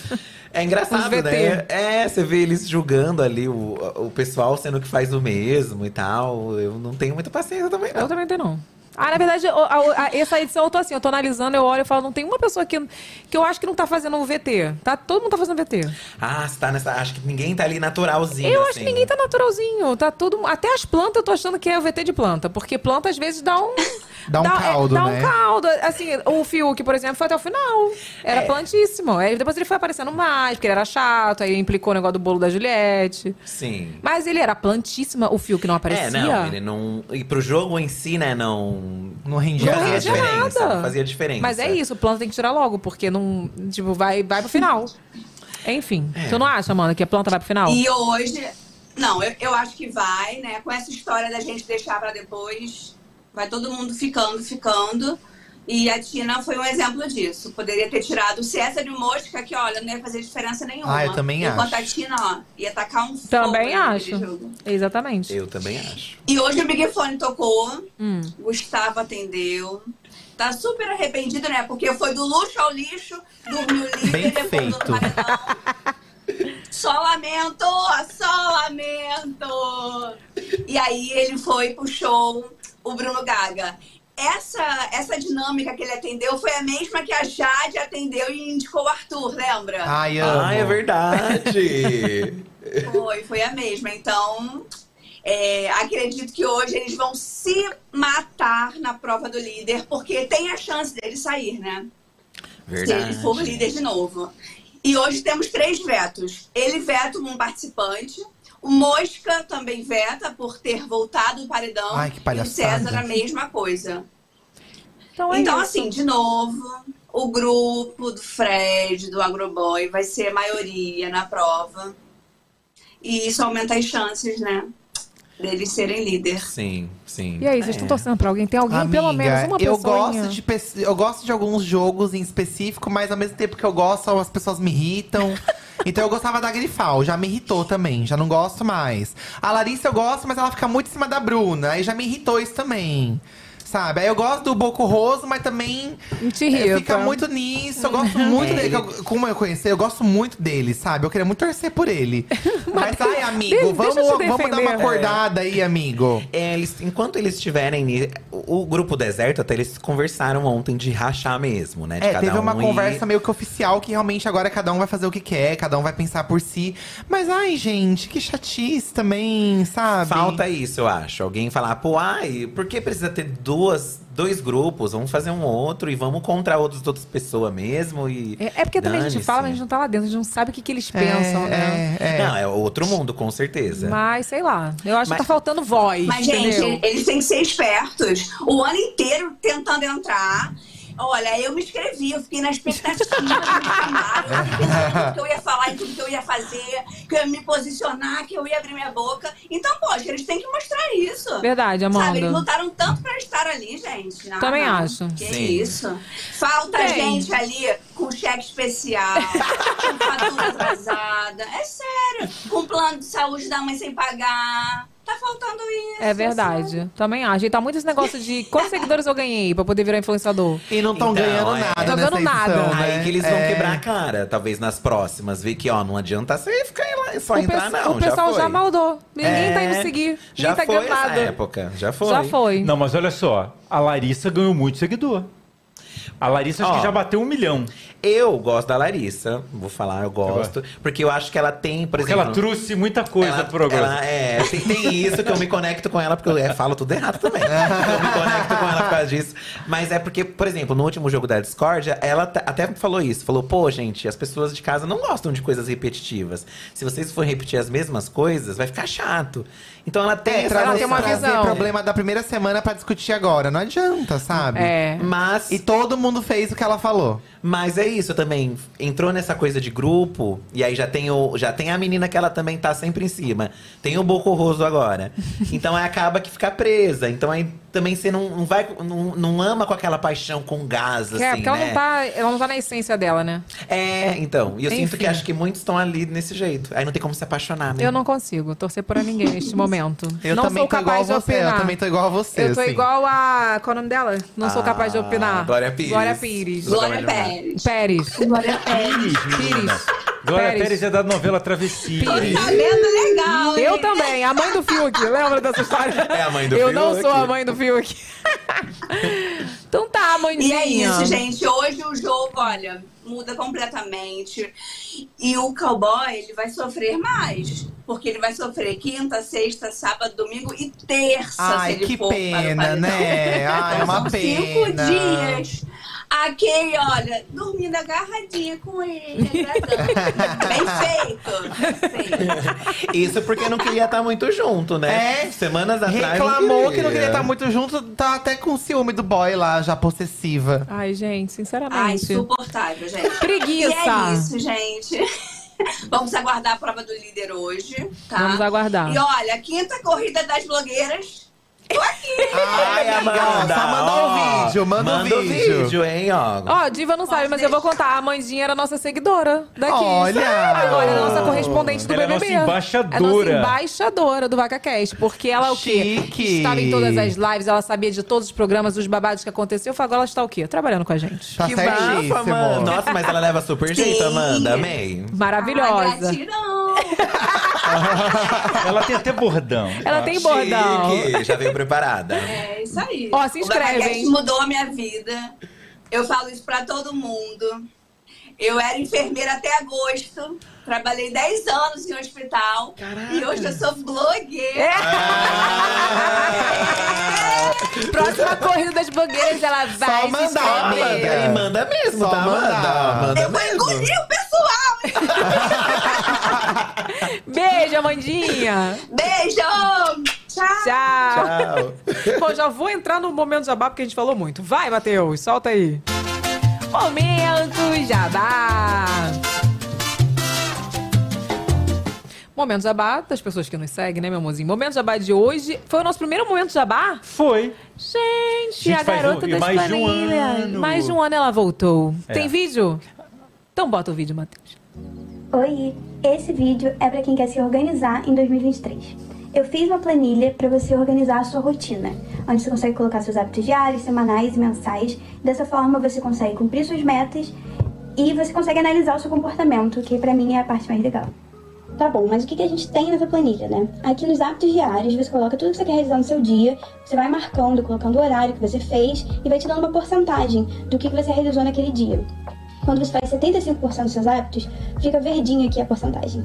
G: é
A: Uns
G: engraçado,
A: VT.
G: né? É, você vê eles julgando ali o, o pessoal sendo que faz o mesmo e tal. Eu não tenho muita paciência também,
A: Eu
G: não.
A: também não. tenho, não. Ah, na verdade, eu- a- a- essa edição eu tô assim, eu tô analisando, eu olho e falo, não tem uma pessoa que, que eu acho que não tá fazendo um VT. Tá, todo mundo tá fazendo VT.
G: Ah, você tá nessa. Acho que ninguém tá ali naturalzinho.
A: Eu acho
G: assim.
A: que ninguém tá naturalzinho. Tá tudo. Até as plantas eu tô achando que é o VT de planta. Porque planta às vezes dá um.
F: Dá um
A: é,
F: caldo,
A: dá um
F: né?
A: caldo. Assim, o Fiuk, por exemplo, foi até o final. Era
F: É.
A: plantíssimo. Aí depois ele foi aparecendo mais, porque ele era chato, aí implicou o negócio do bolo da Juliette.
G: Sim.
A: Mas ele era plantíssima, o Fiuk não aparecia.
G: É, não, ele não. E pro jogo em si, né, não.
F: Não rende
G: Não
F: nada.
G: fazia
A: rendia nada.
G: diferença. Não fazia diferença.
A: Mas é isso, o planta tem que tirar logo, porque não. Tipo, vai, vai pro final. Enfim. Tu não acha, mano, que a planta vai pro final?
H: E hoje, não, eu, eu acho que vai, né? Com essa história da gente deixar pra depois, vai todo mundo ficando, ficando. E a Tina foi um exemplo disso. Poderia ter tirado o César de Mosca, que olha, não ia fazer diferença nenhuma.
F: Ah, eu também
H: Enquanto
F: acho.
H: a Tina, ó, ia tacar um fogo
A: Também
H: naquele
A: acho.
H: jogo.
A: Exatamente.
G: Eu também acho.
H: E hoje o Big Fone tocou, Gustavo atendeu. Tá super arrependido, né? Porque foi do luxo ao lixo, dormiu
F: Bem
H: livre, depois do
F: feito.
H: paredão. Só lamento, só lamento. E aí ele foi e puxou o Bruno Gaga. Essa, essa dinâmica que ele atendeu foi a mesma que a Jade atendeu e indicou o Arthur, lembra?
F: Ai, amo.
G: Ah, é verdade!
H: Foi, foi a mesma. Então, é, acredito que hoje eles vão se matar na prova do líder, porque tem a chance dele sair, né? Se ele for líder de novo. E hoje temos três vetos. Ele veta um participante. O Mosca também veta por ter voltado do paredão.
F: Ai, que
H: e o
F: palhaçada.
H: César a mesma coisa.
A: Então, é
H: Então,
A: isso.
H: assim, de novo, o grupo do Fred, do Agroboy, vai ser a maioria na prova. E isso aumenta as chances, né? Deles serem líder.
G: Sim, sim.
A: E aí, vocês estão torcendo pra alguém? Tem alguém, pelo
F: Amiga,
A: menos uma
F: eu
A: pessoa.
F: gosto, de, pe- eu gosto de alguns jogos em específico, mas ao mesmo tempo que eu gosto, as pessoas me irritam. então eu gostava da Grifal, já me irritou também, já não gosto mais. A Larissa eu gosto, mas ela fica muito em cima da Bruna, aí já me irritou isso também. Sabe? Aí eu gosto do Boco Roso, mas também
A: Te
F: eh,
A: irrita.
F: fica muito nisso. Eu gosto muito dele. que eu- como eu conheci, eu gosto muito dele, sabe? Eu queria muito torcer por ele. mas ai, amigo,
A: deixa-
F: vamos,
A: deixa eu te
F: vamos dar uma
A: defender.
F: acordada aí, amigo.
G: É, eles, enquanto eles estiverem. ni- O, o grupo deserto, até eles conversaram ontem de rachar mesmo, né? De
F: É,
G: cada
F: teve
G: um
F: uma
G: ir-
F: conversa meio que oficial que realmente agora cada um vai fazer o que quer, cada um vai pensar por si. Mas ai, gente, que chatice também, sabe?
G: Falta isso, eu acho. Alguém falar, pô, ai, por que precisa ter duas, dois grupos? Vamos fazer um outro e vamos contra outros, outras pessoas mesmo. E
A: É, é porque também a gente
G: Dane-se.
A: fala, mas a gente não tá lá dentro, a gente não sabe o que, que eles
F: É,
A: pensam, né?
F: é, é.
G: Não, é outro mundo, com certeza.
A: Mas sei lá, eu acho
G: Mas-
A: que tá faltando voz.
H: Mas,
A: entendeu?
H: gente, eles têm que ser espertos. O ano inteiro tentando entrar. Olha, eu me inscrevi, eu fiquei na expectativa. me chamaram, eu fiquei pensando em tudo que eu ia falar, em tudo que eu ia fazer, que eu ia me posicionar, que eu ia abrir minha boca. Então, poxa, eles têm que mostrar isso.
A: Verdade, Amanda.
H: Sabe, eles lutaram tanto pra estar ali, gente. Ah,
A: Também
H: não.
A: acho.
H: Que
G: Sim.
H: isso. Falta
A: Tem.
H: gente ali com cheque especial, com fatura atrasada. É sério. Com plano de saúde da mãe sem pagar. Tá faltando isso.
A: É verdade. Também acho. E tá muito esse negócio de quantos seguidores eu ganhei pra poder virar influenciador.
F: E não estão
G: Então,
F: ganhando
G: é.
F: nada,
A: Tô
F: nessa
A: ganhando nada.
F: edição, né?
G: Aí que eles vão
F: É.
G: quebrar a cara, talvez nas próximas. Ver que, ó, não adianta você ficar aí lá, só
A: o,
G: entrar,
A: pessoal-
G: não.
A: o pessoal já,
G: já, foi.
A: maldou. Ninguém tá
G: É,
A: indo seguir. Ninguém
G: Já
A: tá
G: foi
A: ganhando
G: essa
A: nada.
G: época. Já foi.
A: Já foi.
B: Não, mas olha só, a Larissa ganhou muito seguidor. A Larissa acho
G: Ó.
B: que já bateu um milhão.
G: Eu gosto da Larissa, vou falar, eu gosto. Porque eu acho que ela tem, por
B: Porque
G: exemplo.
B: ela trouxe muita coisa
G: ela-
B: pro programa.
G: ela- é, tem, tem isso que eu me conecto com ela, porque eu é, falo tudo errado também. eu me conecto com ela por causa disso. Mas é porque, por exemplo, no último jogo da Discordia, ela ta- até falou isso. Falou, pô, gente, as pessoas de casa não gostam de coisas repetitivas. Se vocês forem repetir as mesmas coisas, vai ficar chato. Então ela tem
F: É,
G: essa
F: trazer,
A: tem uma
F: trazer
A: visão.
F: problema da primeira semana pra discutir agora. Não adianta, sabe?
A: É.
G: Mas
F: E todo todo mundo fez o que ela falou.
G: Mas é isso também. Entrou nessa coisa de grupo, e aí já tem, o, já tem a menina que ela também tá sempre em cima. Tem o Bocorroso agora. Então aí acaba que fica presa. Então aí também você não, não vai. Não, não ama com aquela paixão com gás, assim.
A: É, porque ela,
G: né?
A: não tá, ela não tá na essência dela, né?
G: É, então. E eu
A: Enfim.
G: sinto que acho que muitos estão ali nesse jeito. Aí não tem como se apaixonar, né?
A: Eu não consigo torcer por ninguém neste momento.
F: Eu
A: não
F: também
A: sou
F: tô igual a
A: capaz de
F: você,
A: opinar.
F: eu também tô igual a você.
A: Eu tô
F: assim.
A: igual a. Qual é o nome dela? Não sou
G: Ah,
A: capaz de opinar.
G: Glória Pires.
A: Glória Pires.
G: Glória
H: Glória Pérez.
A: Pérez.
I: Glória Pérez.
A: Pires.
B: Glória
A: Pérez.
B: Pérez. é da novela Travessia.
A: Pires.
H: Tá vendo? Legal, hein?
A: Eu também, a mãe do Fiuk. Lembra dessa história?
G: É a mãe do
A: Eu não
G: Fiuk.
A: sou a mãe do Fiuk. então tá,
H: E
A: mãezinha.
H: é isso, gente. Hoje o jogo, olha, muda completamente. E o cowboy, ele vai sofrer mais. Porque ele vai sofrer quinta, sexta, sábado, domingo e terça.
F: Ai,
H: se ele
F: que
H: for para o
F: pena,
H: paredão.
F: né? Ai,
H: Então,
F: uma
H: são cinco
F: pena.
H: dias. A Kay, olha, dormindo agarradinha com ele, agradando. Bem feito. Bem feito.
G: Isso porque não queria estar muito junto, né?
F: É.
G: Semanas atrás. É.
F: Reclamou que não queria estar muito junto, tá até com ciúme do boy lá, já possessiva.
A: Ai, gente,
H: Ai,
A: sinceramente.
H: insuportável, gente.
A: Preguiça.
H: E é isso, gente. Vamos aguardar a prova do líder hoje, tá?
A: Vamos aguardar.
H: E olha, quinta corrida das blogueiras. Tô aqui!
G: Ai,
F: Amiga,
G: Amanda.
F: só um manda
G: ó.
F: o vídeo, manda o
G: manda
F: vídeo.
G: o vídeo, hein, ó.
A: Ó, Diva não sabe, mas eu vou contar. A Mandinha era nossa seguidora daqui.
F: Olha!
A: Agora é a nossa correspondente do
B: Ela é
A: BBB.
B: nossa embaixadora.
A: É nossa embaixadora do VacaCast. Porque ela é o quê?
F: Chique.
A: Estava em todas as lives, ela sabia de todos os programas, dos babados que aconteceu. Agora ela está o quê? Trabalhando com a gente.
F: Tá
G: que
F: certíssimo.
G: bafa, mano. Nossa, mas ela leva super jeito,
H: Sim.
G: Amanda. Amei.
H: Ah,
A: Maravilhosa.
H: gratidão!
B: Ela tem até bordão.
A: ela tem bordão.
G: Chique, já veio preparada.
H: É isso aí.
A: Ó, se inscreve,
H: O Babacast
A: hein?
H: mudou a minha vida. Eu falo isso pra todo mundo. Eu era enfermeira até agosto. Trabalhei 10 anos em hospital. E hoje eu sou
A: É.
H: blogueira.
A: Próxima corrida das blogueiras, ela vai se
F: mandar,
A: inscrever.
F: Amanda.
G: Amanda. E manda mesmo,
F: Só
G: tá,
F: mandar.
G: Amanda?
A: É?
G: Manda
H: Eu vou
G: mesmo.
H: engolir o pessoal! hein?
A: Beijo, Amandinha.
H: Beijo! Tchau!
A: Tchau.
G: Tchau.
A: Bom, já vou entrar no momento jabá, porque a gente falou muito. Vai, Matheus, solta aí. Momento jabá. Momento jabá das pessoas que nos seguem, né, meu amorzinho? Momento jabá de hoje foi o nosso primeiro momento jabá.
B: Foi.
A: Gente,
B: Gente,
A: a
B: faz
A: garota
B: um- e
A: das
B: mais de um
A: planilhas.
B: ano.
A: Mais de um ano ela voltou.
B: É.
A: Tem vídeo? Então bota o vídeo, Matheus.
J: Oi, esse vídeo é para quem quer se organizar em 2023. Eu fiz uma planilha para você organizar a sua rotina, onde você consegue colocar seus hábitos diários, semanais e mensais. Dessa forma, você consegue cumprir suas metas e você consegue analisar o seu comportamento, que para mim é a parte mais legal. Tá bom, mas o que que a gente tem nessa planilha, né? Aqui nos hábitos diários, você coloca tudo que você quer realizar no seu dia, você vai marcando, colocando o horário que você fez e vai te dando uma porcentagem do que que você realizou naquele dia. Quando você faz 75% dos seus hábitos, fica verdinho aqui a porcentagem.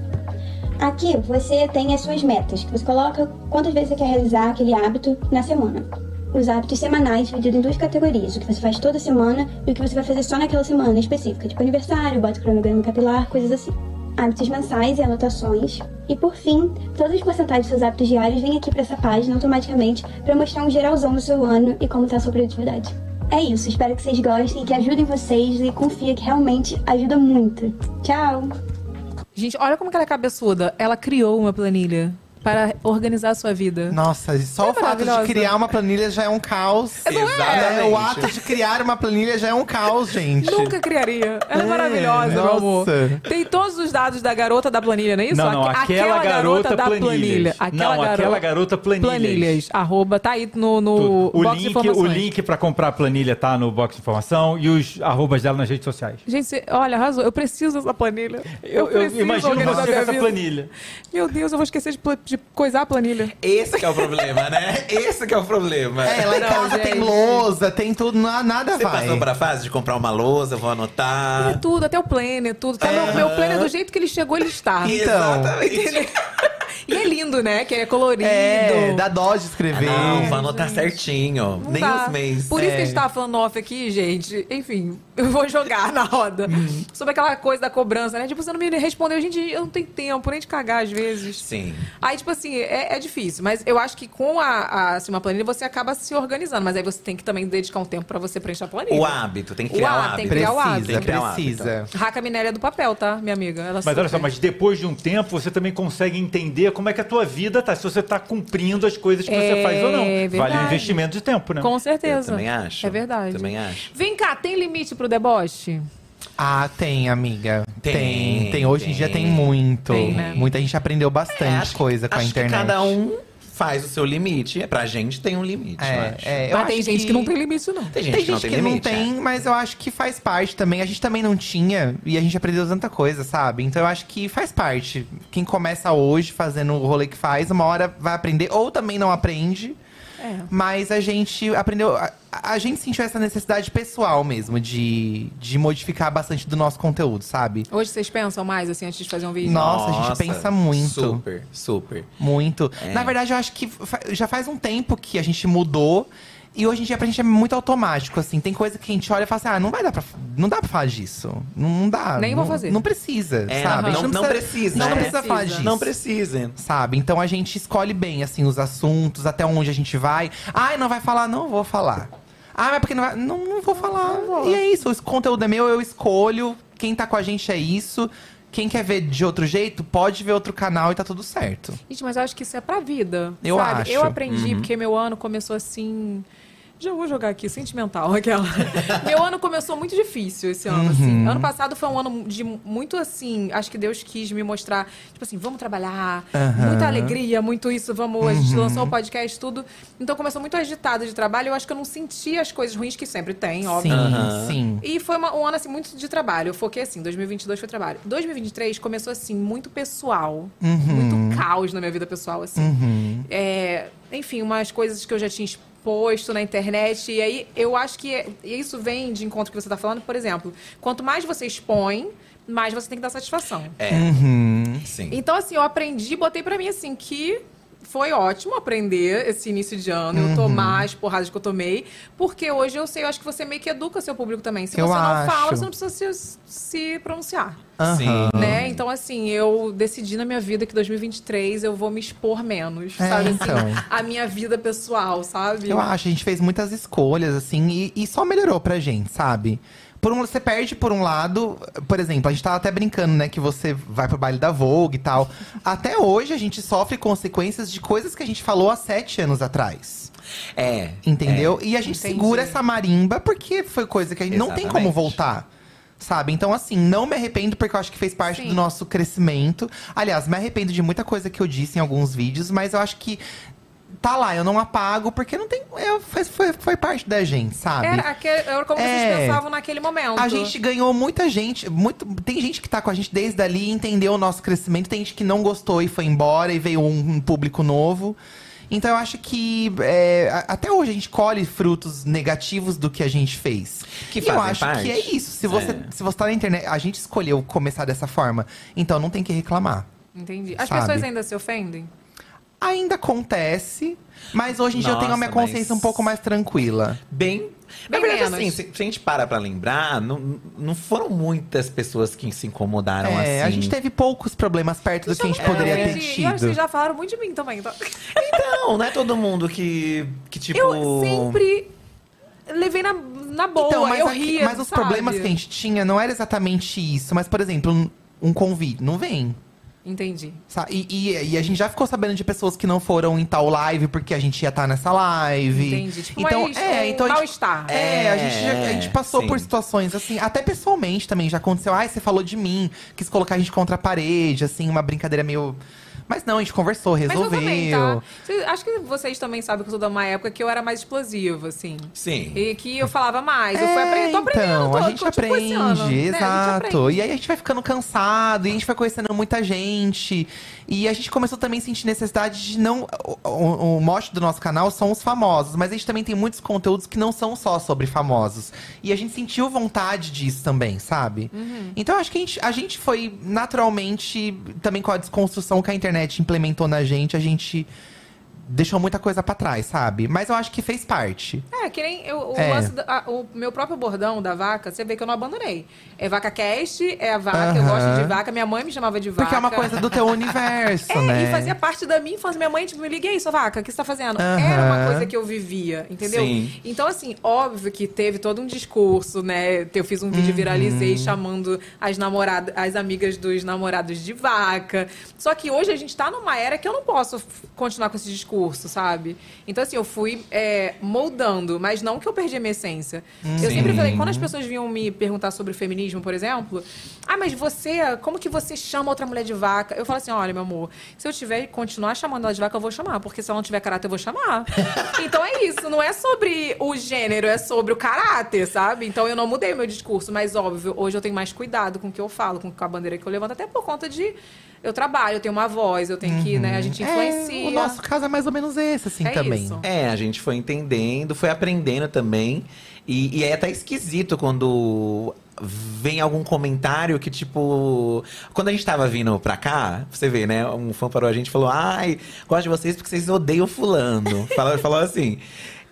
J: Aqui você tem as suas metas, que você coloca quantas vezes você quer realizar aquele hábito na semana. Os hábitos semanais divididos em duas categorias, o que você faz toda semana e o que você vai fazer só naquela semana específica, tipo aniversário, bota cronograma capilar, coisas assim. Hábitos mensais e anotações. E por fim, todas as porcentagens dos seus hábitos diários vêm aqui para essa página automaticamente para mostrar um geralzão do seu ano e como está a sua produtividade. É isso, espero que vocês gostem, que ajudem vocês e confia que realmente ajuda muito. Tchau!
A: Gente, olha como que ela é cabeçuda. Ela criou uma planilha para organizar a sua vida.
F: Nossa, só
A: É
F: o fato
A: maravilhosa.
F: de criar uma planilha já é um caos.
G: Exatamente.
F: O ato de criar uma planilha já é um caos, gente.
A: Nunca criaria. Ela é,
F: É,
A: maravilhosa, meu amor.
F: nossa.
A: Tem todos os dados da garota da planilha, não é isso?
B: Não, não,
A: Aque-
B: aquela, garota, planilhas.
A: Aquela
B: não,
A: garota,
B: aquela garota planilhas.
A: planilhas. Arroba, tá aí no, no
B: Tudo. O
A: box de
B: link, o
A: informações.
B: link pra comprar a planilha tá no box de informação e os arrobas dela nas redes sociais.
A: Gente, cê- olha, arrasou. Eu preciso dessa planilha. Eu,
B: Eu, eu
A: preciso
B: imagino
A: organizar
B: você com
A: minha
B: essa
A: vida.
B: planilha.
A: Meu Deus, eu vou esquecer de, pla- de coisar a planilha.
G: Esse que é o problema, né? Esse que é o problema.
F: É, lá em
A: Não,
F: casa
A: gente.
F: tem lousa, tem tudo, na- nada
G: Você
F: vai.
G: passou pra fase de comprar uma lousa, vou
A: É
G: anotar.
A: tudo, até o
G: É.
A: planner, tudo. Tá meu, meu planner do jeito que ele chegou, ele está.
F: Então.
G: Exatamente.
A: E é lindo, né? Que é colorido.
F: É, dá dó de escrever.
G: Ah, Não, vou anotar certinho.
A: Não
G: Nem
A: dá.
G: os meses. é.
A: Por isso que a gente tava falando off aqui, gente. Enfim, eu vou jogar na roda.
G: Uhum.
A: Sobre aquela coisa da cobrança, né? Tipo, você não me respondeu. Gente, eu não tenho tempo nem de cagar às vezes.
G: É, Sim.
A: Aí, tipo assim, é, é difícil. Mas eu acho que com a, a, assim, uma planilha você acaba se organizando. Mas aí você tem que também dedicar um tempo pra você preencher a planilha.
G: O hábito, tem que criar o
A: hábito, tem
G: hábito.
A: que criar o hábito.
G: Tem
F: Precisa,
G: que criar o hábito.
F: precisa.
A: Raca minéria do papel, tá, minha amiga? Ela
B: Mas olha
A: super-
B: só, mas depois de um tempo você também consegue entender como é que a tua vida tá, se você tá cumprindo as coisas que
A: É
B: você faz ou não. Vale
A: verdade.
B: um investimento de tempo, né?
A: Com certeza.
G: Eu também acho.
A: É verdade.
G: Também acho.
A: Vem cá, tem limite pro deboche?
F: Ah, tem, amiga.
G: Tem,
F: Tem. Tem. Hoje em dia tem muito.
A: Tem, né?
F: Muita gente aprendeu bastante
G: que-
F: coisa com a
G: É, acho
F: internet.
G: Que cada um faz o seu limite. É, Pra gente tem um limite, eu
F: É,
G: acho.
F: é, eu
A: mas
F: acho
A: Tá, tem gente que... não tem limite, não.
G: Tem gente
F: Tem
G: que não
F: gente
G: tem
F: que não
G: limite. é.
F: tem, mas eu acho que faz parte também. A gente também não tinha e a gente aprendeu tanta coisa, sabe? Então eu acho que faz parte. Quem começa hoje fazendo o rolê que faz, uma hora vai aprender ou também não aprende.
A: É.
F: Mas a gente aprendeu. A, a gente sentiu essa necessidade pessoal mesmo de, de modificar bastante do nosso conteúdo, sabe?
A: Hoje vocês pensam mais, assim, antes de fazer um vídeo?
F: Nossa, a gente pensa muito.
G: Super, super.
F: Muito.
G: É.
F: Na verdade, eu acho que fa- já faz um tempo que a gente mudou. E hoje em dia pra gente é muito automático, assim. Tem coisa que a gente olha e fala assim, ah, não vai dar pra. Não dá pra falar disso. Não, não dá.
A: Nem vou
F: Não-
A: fazer.
F: Não precisa,
G: É,
F: sabe? A
G: não,
F: gente
G: não precisa.
F: Não
G: né?
F: precisa falar disso.
G: Não precisa.
F: Sabe? Então a gente escolhe bem, assim, os assuntos, até onde a gente vai. Ah, não vai falar? Não vou falar. Ah, mas porque não vai. Não, não vou falar. E é isso, o conteúdo é meu, eu escolho. Quem tá com a gente é isso. Quem quer ver de outro jeito, pode ver outro canal e tá tudo certo.
A: Gente, mas eu acho que isso é pra vida.
F: Eu
A: sabe?
F: acho. Uhum.
A: Eu aprendi, porque meu ano começou assim. Já vou jogar aqui, sentimental, aquela. meu ano começou muito difícil esse ano, assim.
F: Uhum.
A: Ano passado foi um ano de muito assim. Acho que Deus quis me mostrar, tipo assim, vamos trabalhar, muita alegria, muito isso, vamos. A
F: Uhum.
A: gente lançou o podcast, tudo. Então começou muito agitado de trabalho. Eu acho que eu não senti as coisas ruins que sempre tem, óbvio.
F: Sim,
G: Aham.
F: sim.
A: E foi uma- um ano, assim, muito de trabalho. Eu foquei, assim, 2022 foi trabalho. 2023 começou, assim, muito pessoal. Muito caos na minha vida pessoal, assim. É, enfim, umas coisas que eu já tinha exposto na internet. E aí, eu acho que é- e isso vem de encontro que você tá falando. Por exemplo, quanto mais você expõe, mais você tem que dar satisfação.
G: É. Sim.
A: Então, assim, eu aprendi, botei pra mim, assim, que foi ótimo aprender esse início de ano, eu
F: Uhum.
A: tomar as porradas que eu tomei, porque hoje eu sei, eu acho que você meio que educa seu público também. Se
F: Eu
A: você não
F: acho. Ah.
A: fala, você não precisa se, se pronunciar.
G: Sim.
A: Né? Então, assim, eu decidi na minha vida que 2023 eu vou me expor menos,
F: É,
A: sabe? Assim,
F: então.
A: a minha vida pessoal, sabe?
F: Eu acho, a gente fez muitas escolhas, assim, e, e só melhorou pra gente, sabe? Por um, você perde por um lado, por exemplo, a gente tava até brincando, né, que você vai pro baile da Vogue e tal. Até hoje a gente sofre consequências de coisas que a gente falou há sete anos atrás.
G: É.
F: Entendeu? E a gente
A: Entendi.
F: segura essa marimba porque foi coisa que a gente não tem como
G: Exatamente.
F: voltar. Sabe? Então, assim, não me arrependo porque eu acho que fez parte
A: Sim.
F: do nosso crescimento. Aliás, me arrependo de muita coisa que eu disse em alguns vídeos, mas eu acho que tá lá, eu não apago porque não tem. eu- foi, foi- foi parte da gente, sabe?
A: Era, aquele- era como
F: É.
A: vocês pensavam naquele momento.
F: A gente ganhou muita gente. Muito, tem gente que tá com a gente desde ali e entendeu o nosso crescimento. Tem gente que não gostou e foi embora e veio um, um público novo. Então eu acho que é, a- até hoje a gente colhe frutos negativos do que a gente fez.
G: Que
F: E eu
G: fazem
F: acho
G: parte.
F: que é isso. Se você,
G: É.
F: se você tá na internet, a gente escolheu começar dessa forma, então não tem que reclamar.
A: Entendi. As
F: Sabe?
A: pessoas ainda se ofendem?
F: Ainda acontece, mas hoje em dia eu tenho a minha
G: Nossa,
F: consciência
G: mas-
F: um pouco mais tranquila.
G: Bem.
A: Bem
G: na verdade,
A: menos.
G: assim, se, se a gente para pra lembrar, não, não foram muitas pessoas que se incomodaram
F: É,
G: assim.
F: a gente teve poucos problemas perto do que a gente
A: É,
F: poderia
A: eu
F: ter
A: entendi.
F: tido.
A: E olha, vocês já falaram muito de mim também. Então...
G: Não, não é todo mundo que, que tipo.
A: Eu sempre levei na, na boa,
F: Então, mas,
A: eu
F: aqui-
A: ria,
F: mas os
A: sabe?
F: problemas que a gente tinha não era exatamente isso. Mas, por exemplo, um, um convite não vem.
A: Entendi.
F: sa- E, e- e a gente já ficou sabendo de pessoas que não foram em tal live porque a gente ia estar nessa live.
A: Entendi. Tipo,
F: então,
A: mas
F: é,
A: um
F: então a gente,
A: mal-estar.
F: é, a gente, já- a gente
G: É,
F: passou
G: sim.
F: por situações assim, até pessoalmente também já aconteceu. Ai, você falou de mim, quis colocar a gente contra a parede, assim, uma brincadeira meio. Mas não, a gente conversou,
A: Mas eu
F: resolveu.
A: também, tá? Vocês- acho que vocês também sabem que eu sou de uma época que eu era mais explosiva, assim.
G: Sim.
A: E que eu falava mais. eu
F: É,
A: fui aprendendo, tô aprendendo.
F: então,
A: tô,
F: a gente
A: continuo
F: aprende,
A: esse ano, né? A gente
F: exato.
A: aprende.
F: E aí a gente vai ficando cansado, e a gente vai conhecendo muita gente. E a gente começou também a sentir necessidade de não. O, o, o mote do nosso canal são os famosos, mas a gente também tem muitos conteúdos que não são só sobre famosos. E a gente sentiu vontade disso também,
A: Uhum.
F: sabe? Então acho que a gente, a gente foi naturalmente, também com a desconstrução que a internet internet implementou na gente, a gente deixou muita coisa pra trás, sabe? Mas eu acho que fez parte.
A: É, que nem eu- o,
F: É.
A: lance da- a- o meu próprio bordão da vaca, você vê que eu não abandonei. É vaca cast, é a vaca, eu
F: Aham.
A: gosto de vaca, minha mãe me chamava de vaca.
F: Porque é uma coisa do teu universo,
A: É,
F: né?
A: e fazia parte da minha infância. Minha mãe, tipo, me liguei, sua vaca, o que você tá fazendo?
F: Aham.
A: Era uma coisa que eu vivia, entendeu?
G: Sim.
A: Então, assim, óbvio que teve todo um discurso, né? Eu fiz um vídeo, viralizei, chamando as namoradas, as amigas dos namorados de vaca. Só que hoje a gente tá numa era que eu não posso f- continuar com esse discurso, sabe? Então, assim, eu fui é, moldando, mas não que eu perdi a minha essência. Eu
G: Sim.
A: sempre falei, quando as pessoas vinham me perguntar sobre feminismo, por exemplo, ah, mas você, como que você chama outra mulher de vaca? Eu falo assim, olha, meu amor, se eu tiver que continuar chamando ela de vaca, eu vou chamar, porque se ela não tiver caráter, eu vou chamar. então é isso, não é sobre o gênero, é sobre o caráter, sabe? Então eu não mudei meu discurso, mas óbvio, hoje eu tenho mais cuidado com o que eu falo, com a bandeira que eu levanto, até por conta de eu trabalho, eu tenho uma voz, eu tenho que, né, a gente influencia.
F: É, o nosso caso é mais ou menos esse, assim,
A: É
F: também.
A: isso.
G: É, a gente foi entendendo, foi aprendendo também. E, e é até esquisito quando vem algum comentário que, tipo. Quando a gente tava vindo pra cá, você vê, né? Um fã parou a gente e falou: Ai, gosto de vocês porque vocês odeiam Fulano. falou, falou assim.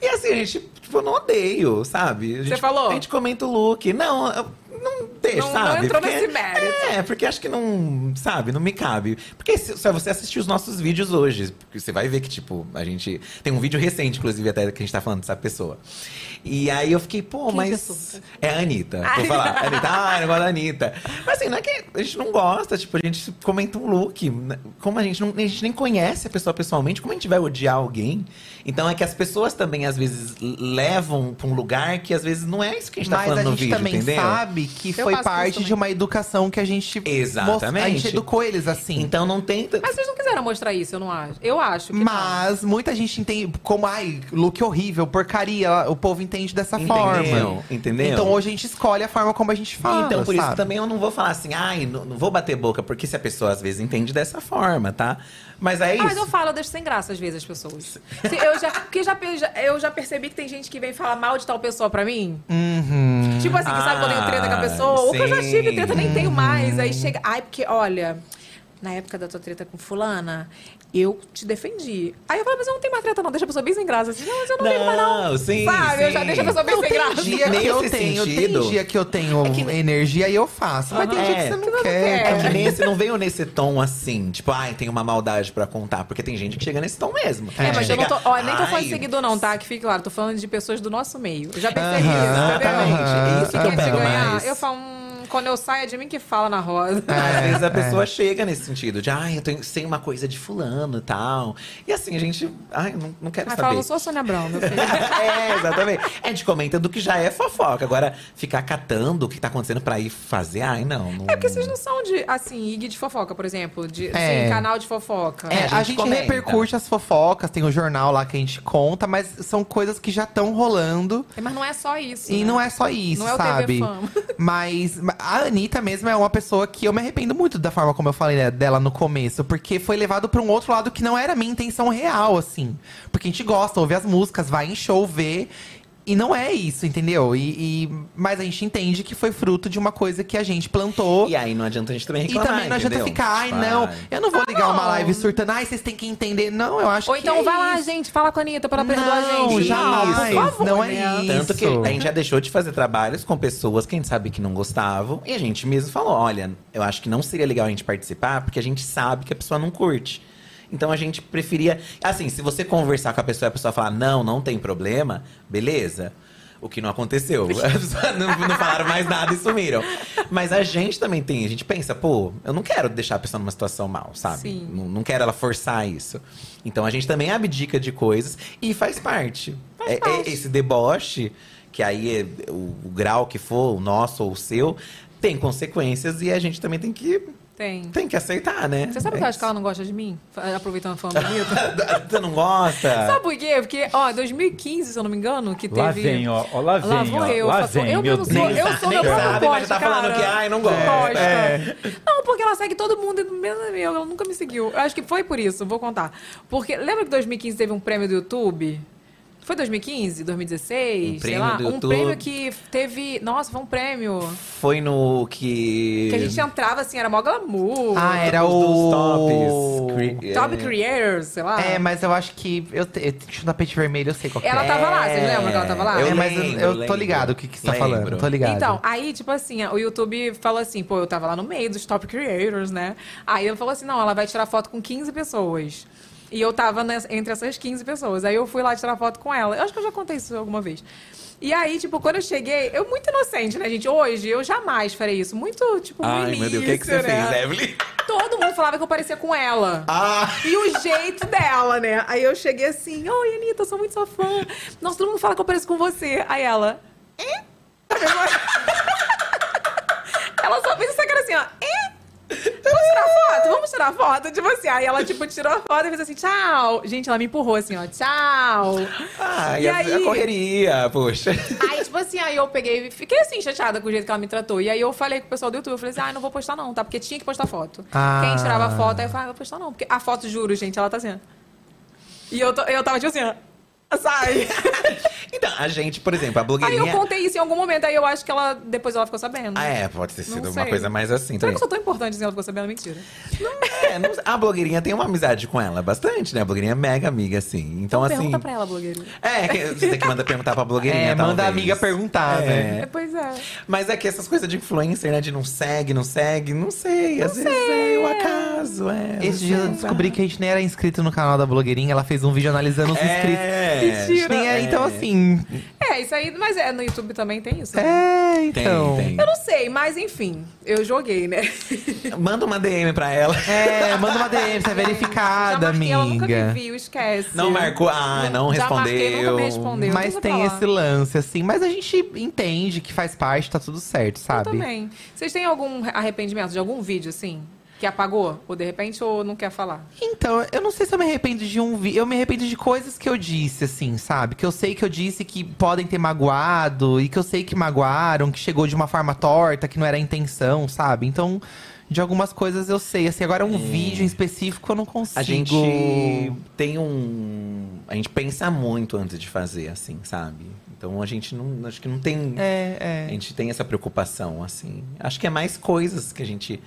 G: E assim, a gente, tipo, não odeio, sabe? A gente-
A: falou?
G: A gente comenta o look. Não, eu- não deixa,
A: Não- não
G: sabe?
A: entrou nesse mérito.
G: É, porque acho que não, sabe, não me cabe. Porque se, se você assistir os nossos vídeos hoje, porque você vai ver que, tipo, a gente. Tem um vídeo recente, inclusive, até que a gente tá falando dessa pessoa. E aí eu fiquei, pô, mas. É a Anitta. Vou falar. Anitta, ah, eu não gosto da Anitta. Mas assim, não é que a gente não gosta, tipo, a gente comenta um look. né? Como a gente, não, a gente nem conhece a pessoa pessoalmente, como a gente vai odiar alguém? Então é que as pessoas também, às vezes, levam pra um lugar que às vezes não é isso que a gente tá
F: Mas
G: falando no
F: a gente
G: vídeo,
F: também
G: entendeu?
F: sabe que
A: Eu
F: foi
A: faço isso
F: parte de
A: também.
F: uma educação que a gente most- A
G: Exatamente.
F: gente educou eles assim.
G: Então não tenta.
A: Mas vocês não quiseram mostrar isso, eu não acho. Eu acho que não.
F: Mas muita gente entende como, ai, look horrível, porcaria. O povo entende dessa
G: Entendeu?
F: forma.
G: Entendeu?
F: Então hoje a gente escolhe a forma como a gente fala.
G: Então, por isso
F: Ah, sabe?
G: também eu não vou falar assim, ai, não, não vou bater boca, porque se a pessoa às vezes entende dessa forma, tá? Mas é
A: Ah,
G: isso.
A: mas eu falo, eu deixo sem graça às vezes as pessoas. Se eu já, porque já, pe- já- eu já percebi que tem gente que vem falar mal de tal pessoa pra mim. Tipo assim, que sabe quando eu tenho treta com a pessoa? Ou que eu já
G: Uhum. Ah, sim. Uhum.
A: tive treta, nem tenho mais. Aí chega. Ai, porque, olha, na época da tua treta com fulana, eu te defendi. Aí eu falo, mas eu não tenho mais treta, não. Deixa a pessoa bem sem graça. Assim, não, mas eu não, tenho mais, não.
G: sim,
A: Sabe? Eu já
G: sim.
A: deixo a pessoa bem
F: Não,
A: sem
F: tem
A: graça. é
F: dia que
G: Nesse
F: eu tenho,
G: sentido.
F: tem dia que eu tenho energia e eu faço. Mas tem
G: Aham.
F: dia que
G: É,
F: você não
G: que
F: quer.
G: É que nesse, não veio nesse tom assim, tipo, ai, tem uma maldade pra contar. Porque tem gente que chega nesse tom mesmo.
A: É, mas eu não tô.
G: Chega,
A: Ó, nem tô falando
G: "Ai,
A: de seguidor, não, tá? Que fique claro, tô falando de pessoas do nosso meio. Eu já percebi
F: Aham, tá
A: isso,
G: exatamente.
A: entendeu?
G: É isso que eu
A: Quer te
G: pego
A: ganhar?
G: mais.
A: Eu falo, hum, quando eu saio é de mim que fala na rosa.
F: É,
G: Às vezes a pessoa chega nesse sentido de, ai, eu tenho, sei uma coisa de fulano e tal. E assim, a gente, ai, não, não quero
A: Mas
G: saber.
A: fala, não sou a Sônia Brown, meu filho.
G: é, exatamente. A gente comenta do que já é fofoca. Agora, ficar catando o que tá acontecendo pra ir fazer, ai, não. não...
A: É porque vocês não são de, assim, IG de fofoca, por exemplo. De,
F: É.
A: assim, canal de fofoca.
F: É, a gente,
G: a gente comenta.
F: repercute as fofocas, tem o jornal lá que a gente conta, mas são coisas que já estão rolando.
A: Mas não é só isso.
F: E
A: né?
F: não é só isso,
A: Não é o TV
F: sabe?
A: Fama.
F: Mas a Anitta mesmo é uma pessoa que eu me arrependo muito da forma como eu falei né, dela no começo, porque foi levado pra um outro lado que não era a minha intenção real, assim. Porque a gente gosta, ouve as músicas, vai em show, vê. E não é isso, entendeu? E, e- mas a gente entende que foi fruto de uma coisa que a gente plantou.
G: E aí não adianta a gente também
F: E
G: reclamar,
F: também não adianta
G: entendeu?
F: ficar, ai
G: Tipo,
F: não,
G: ai,
F: eu não vou ligar uma
A: não.
F: live surtando, ai vocês têm que entender. Não, eu acho
A: Ou
F: que.
A: então
F: é
A: vai lá,
F: isso.
A: gente, fala com a Anitta pra ela perdoar a
F: Não,
A: gente.
F: jamais,
A: Não, por favor,
F: não é
A: né?
F: isso.
G: Tanto que a gente já deixou de fazer trabalhos com pessoas que a gente sabe que não gostavam. E a gente mesmo falou: olha, eu acho que não seria legal a gente participar, porque a gente sabe que a pessoa não curte. Então a gente preferia. Assim, se você conversar com a pessoa e a pessoa falar, não, não tem problema, beleza. O que não aconteceu. A pessoa não, não falaram mais nada e sumiram. Mas a gente também tem, a gente pensa, pô, eu não quero deixar a pessoa numa situação mal, sabe?
A: Sim.
G: Não, não quero ela forçar isso. Então a gente também abdica de coisas e faz parte. É- é esse deboche, que aí é o, o grau que for, o nosso ou o seu, tem consequências e a gente também tem que,
A: Tem.
G: tem que aceitar, né?
A: Você sabe que é eu acho que ela não gosta de mim? Fa- Aproveitando falando da Anitta.
G: não. Você não gosta?
A: Sabe por quê? Porque, ó, 2015, se eu não me engano, que teve.
B: Lá vem, ó. ó, Lá vem,
A: Lá vou
B: ó.
A: eu,
B: lá
A: só sou-
B: vem,
A: eu
B: meu
A: mesmo sou-
B: Deus.
A: eu sou meu
G: Nem
A: próprio
G: sabe,
A: bote,
G: mas tá falando
A: cara.
G: que, ai, não gosta.
A: Gosta.
G: É.
A: Não, porque ela segue todo mundo, e menos eu, ela nunca me seguiu. Eu acho que foi por isso, vou contar. Porque lembra que 2015 teve um prêmio do YouTube? Foi 2015, 2016,
G: Um
A: sei
G: prêmio
A: lá.
G: do
A: Um
G: YouTube.
A: prêmio que teve. Nossa, foi um prêmio.
G: Foi no que.
A: Que a gente entrava assim, era mó glamour.
F: Ah, era
G: Os dos
F: o.
G: tops. Cri-
A: Top
G: é.
A: Creators, sei lá.
F: É, mas eu acho que. Eu, te... eu tinha um tapete vermelho, eu sei qual que
A: Ela
F: é.
A: tava lá, vocês lembram que ela tava lá?
G: Eu
F: é, mas eu-
G: lembro,
F: eu, tô
G: lembro.
F: ligado o que, que você tá
G: Lembro.
F: falando. eu Tô ligado.
A: Então, aí, tipo assim, o YouTube falou assim, pô, eu tava lá no meio dos top creators, né? Aí ele falou assim, não, ela vai tirar foto com 15 pessoas. E eu tava nessa- entre essas 15 pessoas. Aí eu fui lá tirar foto com ela. Eu acho que eu já contei isso alguma vez. E aí, tipo, quando eu cheguei, eu muito inocente, né, gente? Hoje, eu jamais farei isso. Muito, tipo, no
G: Ai, meu Deus, o que, é que você
A: início, né?
G: fez, Evelyn?
A: Todo mundo falava que eu parecia com ela. E o jeito dela, né? Aí eu cheguei assim, oi, Anitta, eu sou muito sua fã. Nossa, todo mundo fala que eu pareço com você. Aí ela. "Hã?" ela só fez essa cara assim, ó. "Hã? Vamos tirar foto? Vamos tirar foto? Tipo assim, aí ela, tipo, tirou a foto e fez assim, tchau. Gente, ela me empurrou assim, ó, tchau.
G: Ah,
A: E
G: e a,
A: aí?
G: a correria, poxa.
F: É,
A: Aí, tipo assim, aí eu peguei e fiquei assim, chateada com o jeito que ela me tratou. E aí eu falei com o pessoal do YouTube, eu falei assim, ah, não vou postar não, tá? Porque tinha que postar foto.
F: Ah.
A: Quem tirava a foto, aí eu falei, ah, vou postar não. Porque a foto, juro, gente, ela tá assim. ó. E eu, tô- eu tava tipo assim, ó, sai.
G: Então, a gente, por exemplo, a
A: aí eu
G: blogueirinha.
A: contei isso em algum momento, aí eu acho que ela, depois ela ficou sabendo.
G: é? Ah, é, pode ter sido
A: Não
G: uma
A: sei.
G: coisa mais assim
A: Será que
G: também.
A: eu sou tão importante assim, ela ficou sabendo? Mentira.
G: É, não- a blogueirinha tem uma amizade com ela, bastante, né? A blogueirinha é mega amiga, assim. Então, assim.
A: Pergunta pra ela, blogueira.
G: É, que- você tem que mandar perguntar pra blogueirinha.
F: é, manda a
G: talvez.
F: amiga perguntar, né?
A: É, Pois é.
G: Mas é que essas coisas de influencer, né? De não segue, não segue, não sei. Às vezes é o acaso, é.
F: Esse dia eu descobri que a gente nem era inscrito no canal da blogueirinha, ela fez um vídeo analisando os inscritos.
G: É,
A: Mentira.
F: Nem é, então, assim.
A: É, isso aí, mas é, no YouTube também tem isso. né?
F: É,
G: tem,
F: então.
G: tem.
A: Eu não sei, mas enfim, eu joguei, né?
G: Manda uma DM pra ela.
F: É, manda uma DM, você
A: Já
F: é verificada,
A: marquei, Ela nunca me
F: amiga.
A: viu, esquece.
G: Não marcou. Ah, não
A: Já marquei, nunca
G: respondeu.
A: me respondeu. tá
F: Mas
A: Nunca
F: tem
A: falar.
F: esse lance, assim. Mas a gente entende que faz parte, tá tudo certo,
A: Eu
F: sabe?
A: também. Vocês têm algum arrependimento de algum vídeo, assim? Que apagou? Ou de repente, ou não quer falar?
F: Então, eu não sei se eu me arrependo de um vídeo. Eu me arrependo de coisas que eu disse, assim, sabe? Que eu sei que eu disse que podem ter magoado, e que eu sei que magoaram, que chegou de uma forma torta, que não era a intenção, sabe? Então, de algumas coisas eu sei. Assim, agora um vídeo em específico eu não consigo.
G: A gente tem um. A gente pensa muito antes de fazer, assim, sabe? Então a gente não. Acho que não tem.
F: É,
G: A
F: é.
G: gente tem essa preocupação, assim. Acho que é mais coisas que a gente.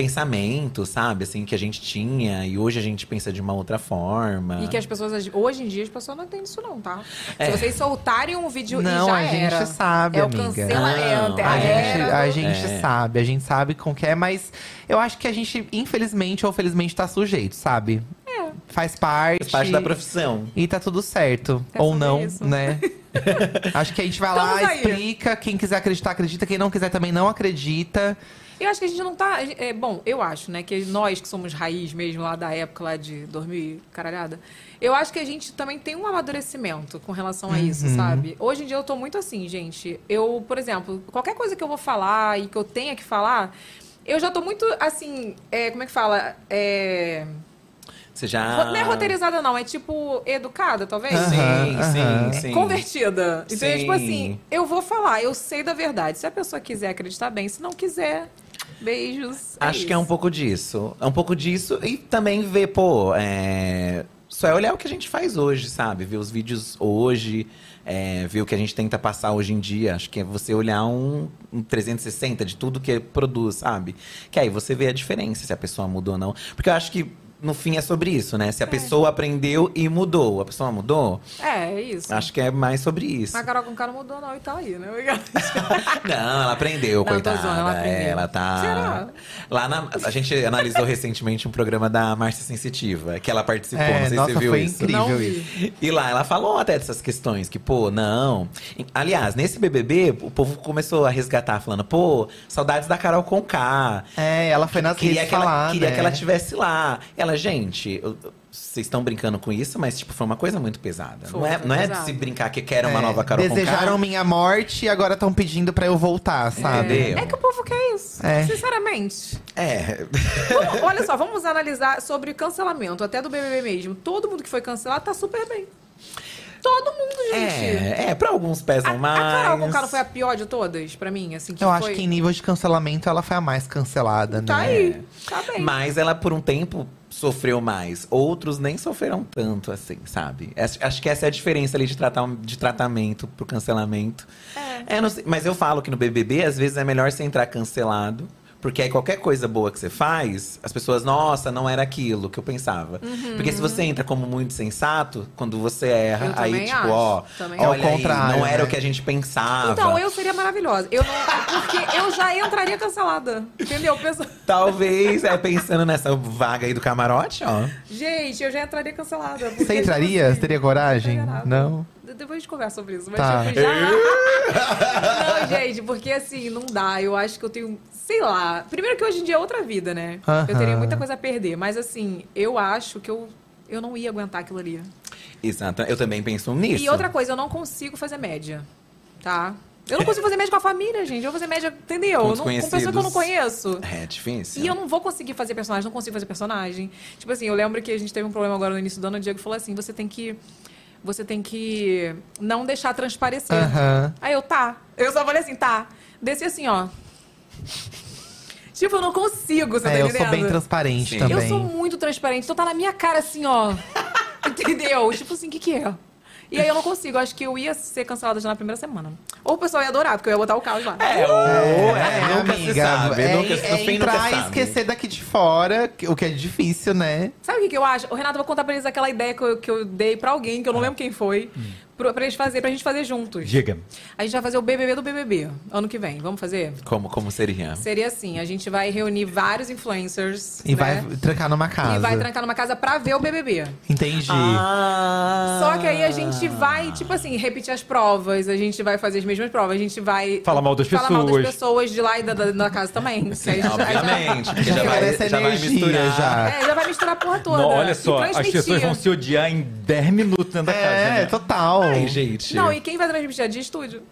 G: Pensamento, sabe? Assim, que a gente tinha e hoje a gente pensa de uma outra forma.
A: E que as pessoas. ag- Hoje em dia as pessoas não entendem isso, não, tá?
G: Ah. É.
A: Se vocês soltarem um vídeo
F: Não,
A: e já
F: a gente
A: era.
F: sabe,
A: é o
F: amiga.
A: cancelamento. é
G: Não,
F: A
A: a
F: gente,
A: era
F: a
A: do-
F: gente
G: É.
F: sabe, a gente sabe com que é, mas eu acho que a gente, infelizmente ou felizmente, tá sujeito, sabe? É. Faz parte.
G: Faz parte da profissão.
F: E tá tudo certo.
A: É
F: Ou
A: sobre
F: não,
A: isso.
F: né? acho que a gente vai lá,
A: Estamos aí.
F: explica. Quem quiser acreditar, acredita. Quem não quiser também não acredita.
A: Eu acho que a gente não tá. é, bom, eu acho, né? Que nós que somos raiz mesmo lá da época lá de 2000 e caralhada, eu acho que a gente também tem um amadurecimento com relação a isso,
G: Uhum.
A: sabe? Hoje em dia eu tô muito assim, gente. Eu, por exemplo, qualquer coisa que eu vou falar e que eu tenha que falar, eu já tô muito assim. é, como é que fala? É,
G: Você já.
A: ro- Não é roteirizada, não. É tipo educada, talvez?
G: Sim,
F: Aham,
G: sim, sim.
A: Convertida. Então, é
G: Sim.
A: tipo assim, eu vou falar, eu sei da verdade. Se a pessoa quiser acreditar bem, se não quiser, beijos.
G: Acho que é um
A: isso.
G: pouco disso. É um pouco disso e também ver, pô, é... só é olhar o que a gente faz hoje, sabe? Ver os vídeos hoje, é, ver o que a gente tenta passar hoje em dia. Acho que é você olhar um, um 360 de tudo que produz, sabe? Que aí você vê a diferença, se a pessoa mudou ou não. Porque eu acho que, no fim, é sobre isso, né? Se a pessoa aprendeu e mudou. A pessoa mudou?
A: É, é isso.
G: Acho que é mais sobre
F: Ah.
G: isso.
A: A Carol com cara mudou, não, e tá aí, né?
G: Não, ela aprendeu,
A: Não, tô
G: coitada.
A: zoando, ela aprendeu.
G: É, ela tá.
A: Será?
G: Lá na- A gente analisou recentemente um programa da Márcia Sensitiva, que ela participou,
F: É,
G: não sei se
F: nossa,
G: você viu
F: foi
G: isso.
F: incrível
A: Não vi.
F: isso.
G: E lá ela falou até dessas questões, que, pô, não. Aliás, nesse BBB, o povo começou a resgatar, falando, pô, saudades da Carol Conká.
F: É, ela foi nas
G: Queria
F: redes
G: que, ela,
F: falar,
G: queria
F: né?
G: que ela tivesse lá. Ela, gente, eu- eu- vocês estão brincando com isso, mas tipo, foi uma coisa muito pesada.
A: Foi,
G: não é,
A: foi
G: não é de
A: pesado.
G: se brincar que quer uma
F: É,
G: nova Carol
F: Desejaram
G: Conká.
F: minha morte e agora estão pedindo pra eu voltar, sabe?
G: Entendeu?
A: É que o povo quer isso,
F: É.
A: sinceramente.
G: É,
A: Vamos- olha só, vamos analisar sobre cancelamento, até do BBB mesmo. Todo mundo que foi cancelado tá super bem. Todo mundo, gente.
G: É, é, pra alguns
A: A,
G: pesam
A: a
G: mais.
A: Carol com cara foi a pior de todas, pra mim, assim, que
F: Eu
A: foi...
F: acho que em nível de cancelamento ela foi a mais cancelada, né?
A: Tá aí, tá bem.
G: Mas ela, por um tempo, sofreu mais, outros nem sofreram tanto assim, sabe? Acho acho que essa é a diferença ali de, tratar, de tratamento pro cancelamento. É, não sei, mas eu falo que no BBB, às vezes, é melhor você entrar cancelado. Porque aí qualquer coisa boa que você faz, as pessoas, nossa, não era aquilo que eu pensava. Porque se você entra como muito sensato, quando você erra,
A: Uhum. Eu
G: aí,
A: também
G: tipo,
A: acho,
G: ó,
A: também
G: olha
A: acho.
G: aí,
F: Ao contrário,
G: não era o
F: né?
G: que a gente pensava.
A: Então, eu seria maravilhosa. Eu não, porque eu já entraria cancelada. Entendeu? Pessoa-
G: Talvez, é, pensando nessa vaga aí do camarote, ó.
A: Gente, eu já entraria cancelada. porque
F: Você
A: eu já
F: entraria? Você
A: consegui.
F: teria coragem?
A: Não.
F: Não?
A: De- Depois a gente conversa sobre isso. Mas
F: Tá.
A: tipo, já... não, gente, porque assim, não dá. Eu acho que eu tenho, sei lá. Primeiro que hoje em dia é outra vida, né? Eu
F: Aham.
A: teria muita coisa a perder. Mas assim, eu acho que eu, eu não ia aguentar aquilo ali.
G: Exato, eu também penso nisso.
A: E outra coisa, eu não consigo fazer média, tá? Eu não consigo fazer média com a família, gente. Eu vou fazer média, entendeu?
G: Com
A: Eu não- Com, pessoas que eu não
G: desconhecidos.
A: conheço.
G: É difícil.
A: E eu não vou conseguir fazer personagem, não consigo fazer personagem. Tipo assim, eu lembro que a gente teve um problema agora no início do ano, o Diego falou assim: você tem que. Você tem que não deixar transparecer.
F: Aham.
A: Aí eu, tá. Eu só falei assim, tá. Desci assim, ó. Tipo, eu não consigo, você tá
F: É, eu sou
A: entendendo?
F: bem transparente
G: Sim.
F: também.
A: Eu sou muito transparente, então tá na minha cara assim, ó. Entendeu? Tipo assim, o que, que é? E aí eu não consigo, eu acho que eu ia ser cancelada já na primeira semana. Ou o pessoal ia adorar, porque eu ia botar o caos lá.
G: É, ou, é,
F: É,
G: nunca
F: amiga,
G: se sabe.
F: é,
G: nunca,
F: é
G: no fim, nunca
F: entrar e
G: sabe.
F: esquecer daqui de fora, que- o que é difícil, né?
A: Sabe o que, que eu acho? O Renato, eu vou contar pra eles aquela ideia que eu, que eu dei pra alguém,
B: Ah.
A: que eu não lembro quem foi,
B: Hum.
A: pro- pra eles fazer, pra gente fazer juntos.
B: Diga.
A: A gente vai fazer o BBB do BBB ano que vem. Vamos fazer?
G: Como, como seria?
A: Seria assim, a gente vai reunir vários influencers,
F: E
A: né?
F: vai trancar numa casa.
A: E vai trancar numa casa pra ver o BBB.
F: Entendi.
G: Ah.
A: Só que aí a gente vai, tipo assim, repetir as provas, a gente vai fazer as mesmas provas, a gente vai.
B: Falar mal das
A: falar mal
B: pessoas.
A: das pessoas de lá e da, da, da casa também. Que aí
G: Sim,
A: já-
G: obviamente, porque já,
F: Já
G: vai,
F: essa
G: já vai
F: energia,
G: misturar.
F: já.
A: É, já vai misturar a porra toda.
B: Não, olha
A: E
B: só, as
A: transmitir.
B: pessoas vão se odiar em 10 minutos dentro da casa.
F: É,
B: né?
F: total.
G: Ai, gente.
A: Não, e quem vai transmitir? É de estúdio.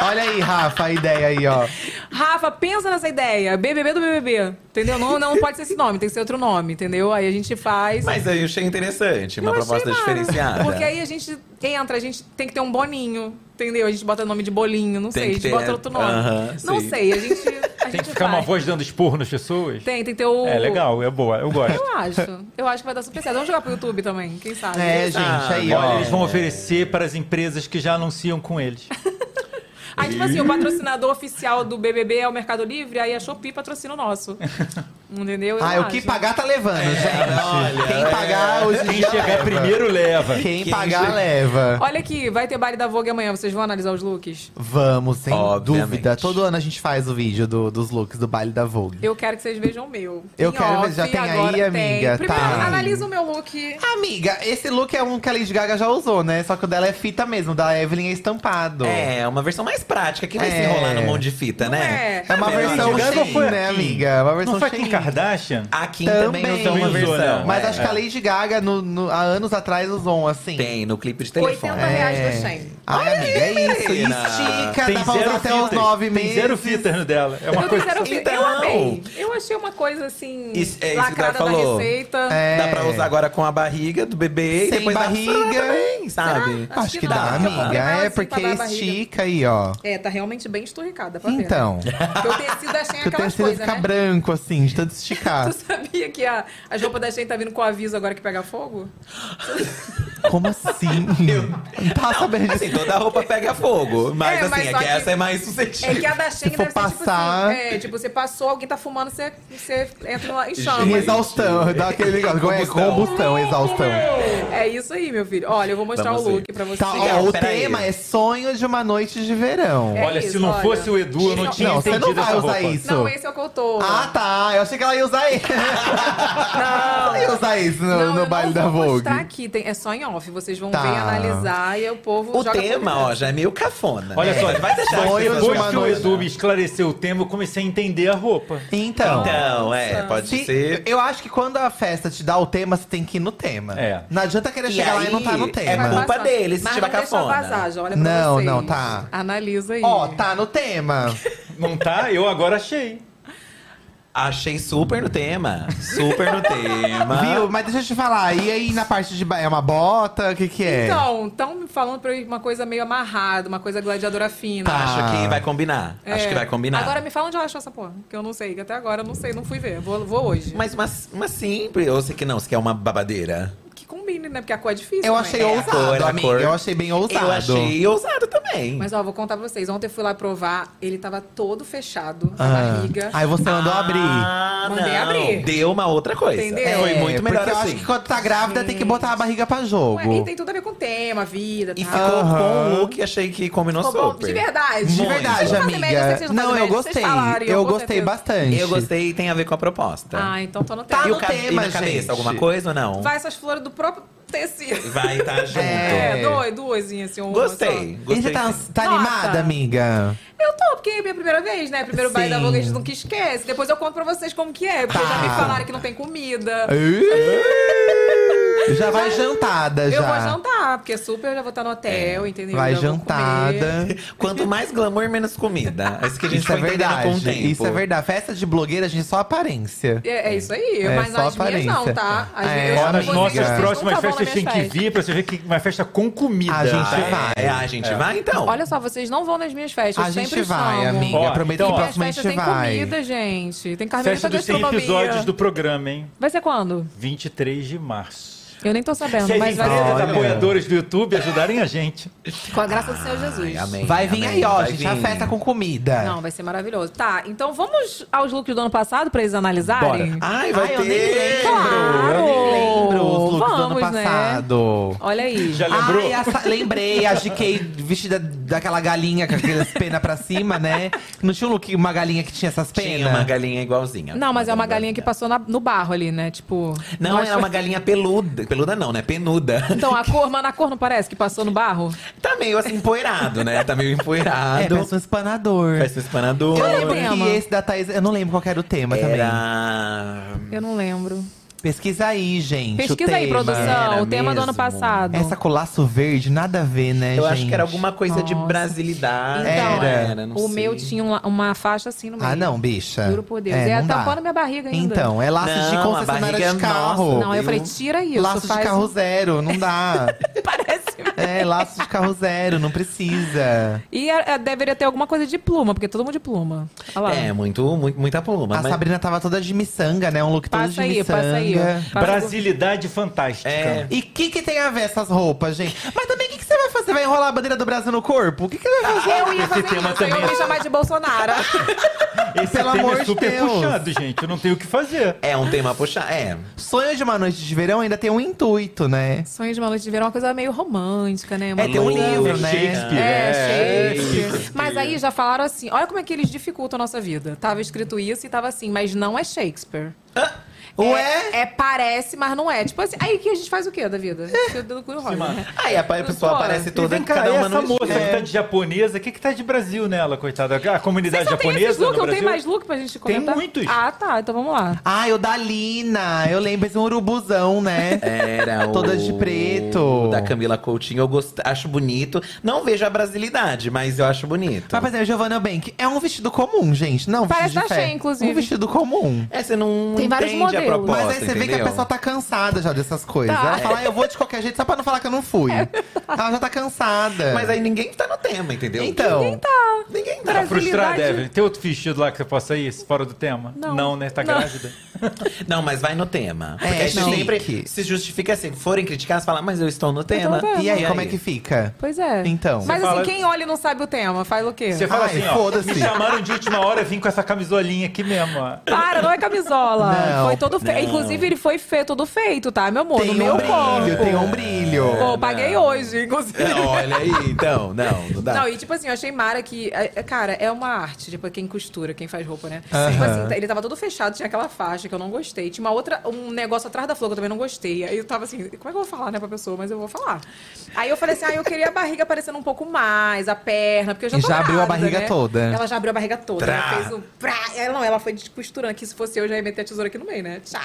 F: Olha aí, Rafa, a ideia aí, ó.
A: Rafa, pensa nessa ideia. BBB do BBB. Entendeu? Não, não pode ser esse nome, tem que ser outro nome, entendeu? Aí a gente faz.
G: Mas aí eu achei interessante, uma
A: Eu achei
G: proposta
A: mara,
G: diferenciada.
A: Porque aí a gente entra, a gente tem que ter um boninho, entendeu? A gente bota o nome de bolinho, não
G: Tem
A: sei,
G: que
A: a gente
G: ter- né?
A: bota outro nome.
G: Aham,
A: não
G: sim.
A: sei, a gente. A
B: Tem
A: gente
B: que ficar uma
A: faz.
B: voz dando esporro nas pessoas.
A: Tem, tem que ter o.
B: É legal, é boa, eu gosto.
A: Eu acho. Eu acho que vai dar super certo. Vamos jogar pro YouTube também, quem sabe?
F: É, gente,
G: sabe?
F: aí,
B: Olha,
F: ó.
B: eles vão oferecer para as empresas que já anunciam com eles.
A: Aí, tipo assim, o patrocinador oficial do BBB é o Mercado Livre, aí a Shopee patrocina o nosso. Entendeu? Eu
G: é
F: Ah, o
A: acho.
F: que pagar tá levando, gente.
G: Olha, é.
F: Quem pagar hoje em
B: Quem
F: dia
B: chegar
F: leva.
B: primeiro leva.
F: Quem,
G: Quem
F: pagar
G: che-
F: leva.
A: Olha aqui, vai ter baile da Vogue amanhã, vocês vão analisar os looks?
F: Vamos, sem
G: Obviamente.
F: dúvida. Todo ano a gente faz o vídeo do- dos looks do baile da Vogue.
A: Eu quero que vocês vejam o meu.
F: Eu
A: Em
F: quero ver, já
A: off,
F: tem aí,
A: agora
F: amiga?
A: Primeiro,
F: Tá.
A: analisa o meu look.
F: Amiga, esse look é um que a Lady Gaga já usou, né? Só que o dela é fita mesmo, o da Evelyn é estampado.
G: É, uma versão mais prática. Quem vai se
F: É.
G: enrolar num monte de fita, né?
A: é.
F: É uma
G: É verdade.
F: versão
G: Lady
B: Gaga
F: chique,
B: foi
F: né,
B: aqui.
F: amiga? Uma versão
B: Não foi Kim
F: chique.
B: Kardashian?
G: A Kim também,
F: Também.
G: usou uma
B: Também usou,
G: versão.
B: não.
F: Mas
G: é.
F: acho que a Lady Gaga, no- no- há anos atrás, usou um assim.
G: Tem no clipe de
A: 80
G: telefone.
A: reais
F: É.
A: do Shein.
F: Ai, amiga, é isso.
G: menina.
F: Estica, dá pra usar até os
B: fitas,
F: nove meses.
B: Tem zero fitas no dela. É uma
A: eu,
B: coisa.
F: assim,
A: quero ver. eu
G: Então.
A: amei. Eu achei uma coisa assim,
G: Isso- é isso que ela
A: lacrada
G: falou.
A: da receita.
F: É.
G: Dá pra usar agora com a barriga do bebê e
F: Sem
G: depois dá pra usar
F: barriga.
G: também, sabe?
A: Será?
F: Acho que
A: Acho que
F: dá,
A: dá.
F: amiga.
A: Assim, pra
F: É, porque
A: dar a barriga.
F: estica aí, ó.
A: É, tá realmente bem esturricada, pra ver. né?
F: Então,
A: Porque o tecido da Shein é
F: que o
A: aquelas
F: tecido
A: coisas,
F: fica
A: né?
F: branco, assim, de tanto esticar.
A: Tu sabia que a, as roupas da Shein tá vindo com aviso agora que pega fogo?
F: Como assim? Não tá sabendo disso.
G: Assim, toda roupa pega fogo. Mas
A: É,
G: assim,
A: mas
G: é
A: só
G: que
A: que-
G: essa é mais
A: É que
G: suscetível.
A: a da Shein
F: Se
A: deve
F: for
A: ser tipo
F: passar-
A: assim, é, tipo, você passou, alguém tá fumando, você, você entra lá em
F: Em
A: chama.
G: Gente.
F: exaustão, dá aquele negócio. É
G: Combustão.
F: combustão, exaustão.
A: É isso aí, meu filho. Olha, eu vou mostrar
G: Vamos
A: o
G: ver.
A: look pra vocês.
F: Tá, ó,
G: Legal,
F: o
G: peraí.
F: tema é sonho de uma noite de verão.
A: É
B: assim. olha,
A: isso,
B: se não
A: olha.
B: fosse o Edu, eu não
A: Não,
B: tinha
F: não, você não
B: entendido
F: vai
B: essa
F: usar
B: roupa.
F: isso.
A: Não, esse é o que eu tô.
F: Ah, tá. Eu achei que ela ia usar isso. Ela ia usar isso no, no
A: eu
F: baile da
A: não vou
F: Vogue.
A: mostrar aqui, tem- é só em off. Vocês vão
F: Tá.
A: ver, analisar e aí o povo
G: O
A: joga
G: tema, ó, já é meio cafona.
B: Olha
G: É,
B: só,
G: vai deixar as
F: sonho
G: pessoas
F: de
B: depois
F: uma
B: que o
F: noite.
B: Edu me esclareceu o tema, eu comecei a entender a roupa.
F: Então.
G: Então, é, pode
F: se-
G: ser.
F: eu acho que quando a festa te dá o tema, você tem que ir no tema.
B: É.
F: Não adianta querer chegar lá e não tá no
A: Vai
G: é
F: tema.
G: culpa
A: passando.
G: dele se
A: Mas
G: tiver
A: não deixa
G: cafona.
A: vazar, já olha pra
F: Não,
A: vocês.
F: não, tá.
A: Analisa aí.
F: Ó, tá no tema.
B: Não tá? Eu agora achei.
G: Achei super no tema. Super no tema.
F: Viu? Mas deixa eu te falar, e aí na parte de. ba- É uma bota? O que, que é?
A: Então, estão me falando pra eu ir uma coisa meio amarrada, uma coisa gladiadora fina.
F: Tá,
G: Acho que vai combinar.
A: É.
G: Acho que vai combinar.
A: Agora me fala onde eu acho essa porra, que eu não sei, que até agora eu não sei, não fui ver. Vou, vou hoje.
G: Mas uma, uma simples. Ou você que não, você quer uma babadeira.
A: Que combine, né? Porque a cor é difícil.
F: Eu
A: né?
F: achei
G: É, a
F: ousado,
G: cor, a
F: amiga.
G: cor.
F: Eu achei bem ousado.
G: Eu achei ousado também.
A: Mas ó, vou contar pra vocês. Ontem eu fui lá provar, ele tava todo fechado, a
F: Ah.
A: barriga.
F: Aí você
B: Então,
F: mandou abrir.
G: Ah,
A: Mandei
G: não.
A: abrir.
G: Deu uma outra coisa.
A: Entendeu?
G: Foi
A: É,
G: muito melhor
F: porque eu
G: assim.
F: acho que quando tá grávida tem que botar a barriga pra
A: Ué,
F: jogo.
A: e tem tudo a ver com o tema, vida,
G: E
A: tal.
G: ficou
F: Aham.
G: com o look e achei que combinou
A: Ficou bom,
G: super.
A: de verdade.
F: De
G: Muito.
F: verdade,
A: Vocês não fazem média, eu sei que
F: amiga.
A: vocês não
F: Não,
A: fazem
F: eu
A: média, vocês
F: gostei.
A: falarem, eu
F: Eu
A: com
F: gostei
A: certeza.
F: bastante.
G: Eu gostei e tem a ver com a proposta.
A: Ah, então tô no
F: Tá
A: tema.
G: e
F: no
G: o ca- e
F: tema,
G: na cabeça,
F: gente.
G: alguma coisa ou não?
A: Vai essas flores do próprio tecido.
G: Vai estar tá junto.
A: É,
F: É.
A: dois, duasinhas assim. Uma
G: Gostei.
A: só.
F: E você
G: Gostei.
F: tá,
G: sim.
F: tá
A: Nota.
F: animada, amiga?
A: Eu tô, porque é minha primeira vez, né? Primeiro baile da
F: Sim.
A: Vogue, a gente nunca esquece. Depois eu conto pra vocês como que é, porque
F: Tá.
A: já me falaram que não tem comida.
F: Ih, já vai jantada, já. É.
A: Eu vou jantar, porque super eu já vou estar no hotel, entendeu?
F: Vai
A: Já vou comer.
F: jantada.
G: assim, Quanto mais glamour, menos comida. Isso que a gente
F: Isso
G: foi
F: é
G: entendendo com o
F: verdade.
G: tempo.
F: Isso é verdade. Festa de blogueira, gente, só aparência.
A: É, é isso aí,
F: É,
A: mas
F: só
A: as minhas
F: aparência.
A: não, tá? As
F: É,
A: minhas-
F: Olha,
B: Olha,
A: eu
B: nas
A: juro
F: amiga.
A: pra vocês,
B: nossas
A: vocês
B: próximas
A: nunca vão
B: festas
A: nas
B: tem que
A: festas.
B: vir pra você ver que uma festa com comida. Tá?
F: A gente
G: Ah, é,
F: vai.
G: É, a gente vai então.
A: Olha só, vocês não vão nas minhas festas,
F: a
A: sempre
F: gente vai,
A: chamam.
F: amiga.
B: Ó,
F: Prometo
B: então,
F: que
B: ó.
A: E as
F: próximo a
A: festas
F: gente
A: tem
F: vai.
A: comida, gente. Tem
B: Festa
A: Carmelita
B: dos 100
A: Gastronomia.
B: episódios do programa, hein?
A: Vai ser quando?
B: 23 de março.
A: Eu nem tô sabendo,
B: Se as
A: mas vai ser.
B: empresas
F: Olha.
B: apoiadoras do YouTube ajudarem a gente.
A: Com a graça do Senhor
F: Ah,
A: Jesus.
G: Ai, amém,
F: Vai vir
G: amém.
F: aí, ó,
G: Vai
F: gente.
G: vir.
F: A festa com comida.
A: Não, vai ser maravilhoso. Tá, então vamos aos looks do ano passado pra eles analisarem?
G: Ai, vai
F: Ai, eu nem
G: ter.
F: lembro. Eu nem lembro os looks do ano
A: Vamos, né?
F: passado.
A: Olha aí.
B: Já lembrou?
F: Ai, essa- lembrei, a GK vestida daquela galinha com aquelas penas pra cima, né? Não tinha um look, uma galinha que tinha essas penas?
G: Tinha uma galinha igualzinha.
A: Não, mas é uma galinha que passou na- no barro ali, né? Tipo.
G: Não,
A: acho-
G: é uma galinha peluda. Peluda não, né? Penuda.
A: Então, a cor, mano, a cor não parece que passou no barro?
G: Tá meio assim, empoeirado, né? Tá meio empoeirado.
F: É, parece um espanador.
G: Parece um espanador.
F: Eu lembro
A: Qual era o
F: que
A: tema?
F: esse da Thaís. Eu não lembro qual que era o tema também.
G: Era...
A: Eu não lembro.
F: Pesquisa aí, gente. o
A: Pesquisa aí,
F: tema.
A: produção.
G: Era
A: O tema do ano
G: mesmo.
A: passado.
F: Essa com laço verde, nada a ver, né?
G: Eu
F: gente?
G: acho que era alguma coisa de
A: Nossa. é,
G: brasilidade.
F: Então,
G: não
A: o
G: sei.
A: meu tinha uma, uma faixa assim no meio.
F: Ah, não, bicha.
A: Juro por Deus.
F: É,
A: É,
F: não dá.
A: tampando minha barriga ainda.
F: Então, é laço
G: Não,
F: de
G: a barriga
F: concessionária
G: é
F: de carro.
G: nossa,
A: Não, eu
G: Eu-
A: falei, tira isso.
F: laço de
A: faz
F: carro
A: um-
F: zero, não dá.
A: Parece.
F: é, laço de carro zero, não precisa.
A: E é, é, deveria ter alguma coisa de pluma, porque todo mundo de pluma. Olha lá.
F: um
G: É, muito, muito, muita pluma.
F: A
G: mas-
F: Sabrina tava toda de miçanga, né? Um look todo
A: Passa
F: de
A: aí,
F: miçanga.
A: passa aí. Passa
B: Brasilidade fantástica.
G: É.
F: E o que, que tem a ver essas roupas, gente? Mas também o que, que você vai fazer? Vai enrolar a bandeira do Brasil no corpo? O que, que você vai fazer?
A: Eu ia fazer
B: tema
A: isso,
B: também
A: eu ia me
B: é-
A: chamar de Bolsonaro.
B: Esse tema
F: Pelo amor
B: é
F: de
B: super
F: Deus.
B: puxado, gente. Eu não tenho o que fazer.
G: É um tema puxar. É.
F: Sonho de uma noite de verão ainda tem um intuito, né?
A: Sonhos de uma noite de verão é uma coisa meio romântica, né? Uma
F: É, tem um
A: coisa-
F: livro, né?
B: Shakespeare.
A: É,
B: é.
A: Shakespeare. Mas aí já falaram assim: olha como é que eles dificultam a nossa vida. Tava escrito isso e tava assim, mas não é Shakespeare.
F: Ué?
A: É, é, parece, mas não é. Tipo assim, aí que a gente faz o quê da vida?
B: É.
A: Eu dou no cu e rola,
B: Ah,
A: né?
G: Aí a a pessoa
A: Pô,
G: aparece
B: E
G: toda,
B: vem cá,
G: cada
B: e
G: uma
B: essa
G: no
B: moça que
F: é.
B: tá de japonesa, o que que tá de Brasil nela, coitada? A
A: Vocês
B: comunidade
A: só tem esses
B: japonesa
A: look?
B: no
A: Eu tenho
B: Brasil?
A: mais look pra gente
B: Tem
A: comentar?
B: muitos.
A: Ah, tá. Então vamos lá.
F: Ah, eu da Lina. Eu lembro esse urubuzão, né?
B: É.
G: Era o...
F: Toda de preto.
G: Da Camila Coutinho, eu gosto, acho bonito. Não vejo a brasilidade, mas eu acho bonito.
F: Mas, por exemplo, Giovanna Bank é um vestido comum, gente. Não, um
A: Parece
F: vestido de
A: da
F: fé.
A: Shein, inclusive.
F: Um vestido comum.
G: É, você não
A: Tem vários
G: entende a
A: modelos.
G: proposta,
F: Mas aí você vê que a
G: entendeu?
F: pessoa tá cansada já dessas coisas.
A: Tá.
F: Ela fala, "Ah, eu vou de qualquer jeito só pra não falar que eu não fui. Ela já tá cansada.
G: Mas aí ninguém tá no tema, entendeu?
F: Então,
G: Ninguém tá.
B: Tá
A: Brasilidade.
B: frustrada, Evelyn? Tem outro vestido lá que você possa ir, fora do tema?
A: Não.
B: né? Tá
A: Não.
B: grávida?
G: Não, mas vai no tema. Porque
F: É,
G: a gente
F: não.
G: sempre
F: Chique.
G: se justifica assim. Forem criticar, você fala, mas eu estou no tema.
A: no tema.
F: e aí, como é que fica?
A: Pois é.
F: Então.
A: Mas
B: Você
A: assim,
B: fala-
A: quem olha e não sabe o tema, faz o quê?
B: Você fala
F: Ai,
B: assim, ó.
F: Tá foda-se.
B: Me chamaram de última hora, vim com essa camisolinha aqui mesmo, ó.
A: Para, não é camisola.
F: Não,
A: foi todo feito.
G: não.
A: Inclusive, ele foi feito, todo feito, tá? Meu amor, no
F: Tem
A: meu
F: um brilho,
A: corpo.
F: tem um brilho.
A: Pô, paguei hoje, inclusive.
G: É, Olha aí, então. Não, não dá.
A: Não, e tipo assim, eu achei Mara que. é, é, Cara, é uma arte, tipo, quem costura, quem faz roupa, né? Tipo assim, tá- ele tava todo fechado, tinha aquela faixa que eu não gostei. Tinha uma outra, um negócio atrás da flor que eu também não gostei. Aí eu tava assim, como é que eu vou falar, né, pra pessoa? Mas eu vou falar. Aí eu falei assim, ah, eu queria a barriga aparecendo um pouco mais, a perna, porque eu já
F: E
A: tô
F: já abriu a
A: grávida,
F: barriga
A: né?
F: toda.
A: Ela já abriu a barriga toda.
G: Trá.
A: Ela fez um. Prá, ela, não, ela foi descosturando, que se fosse eu já ia meter a tesoura aqui no meio, né? Tchá.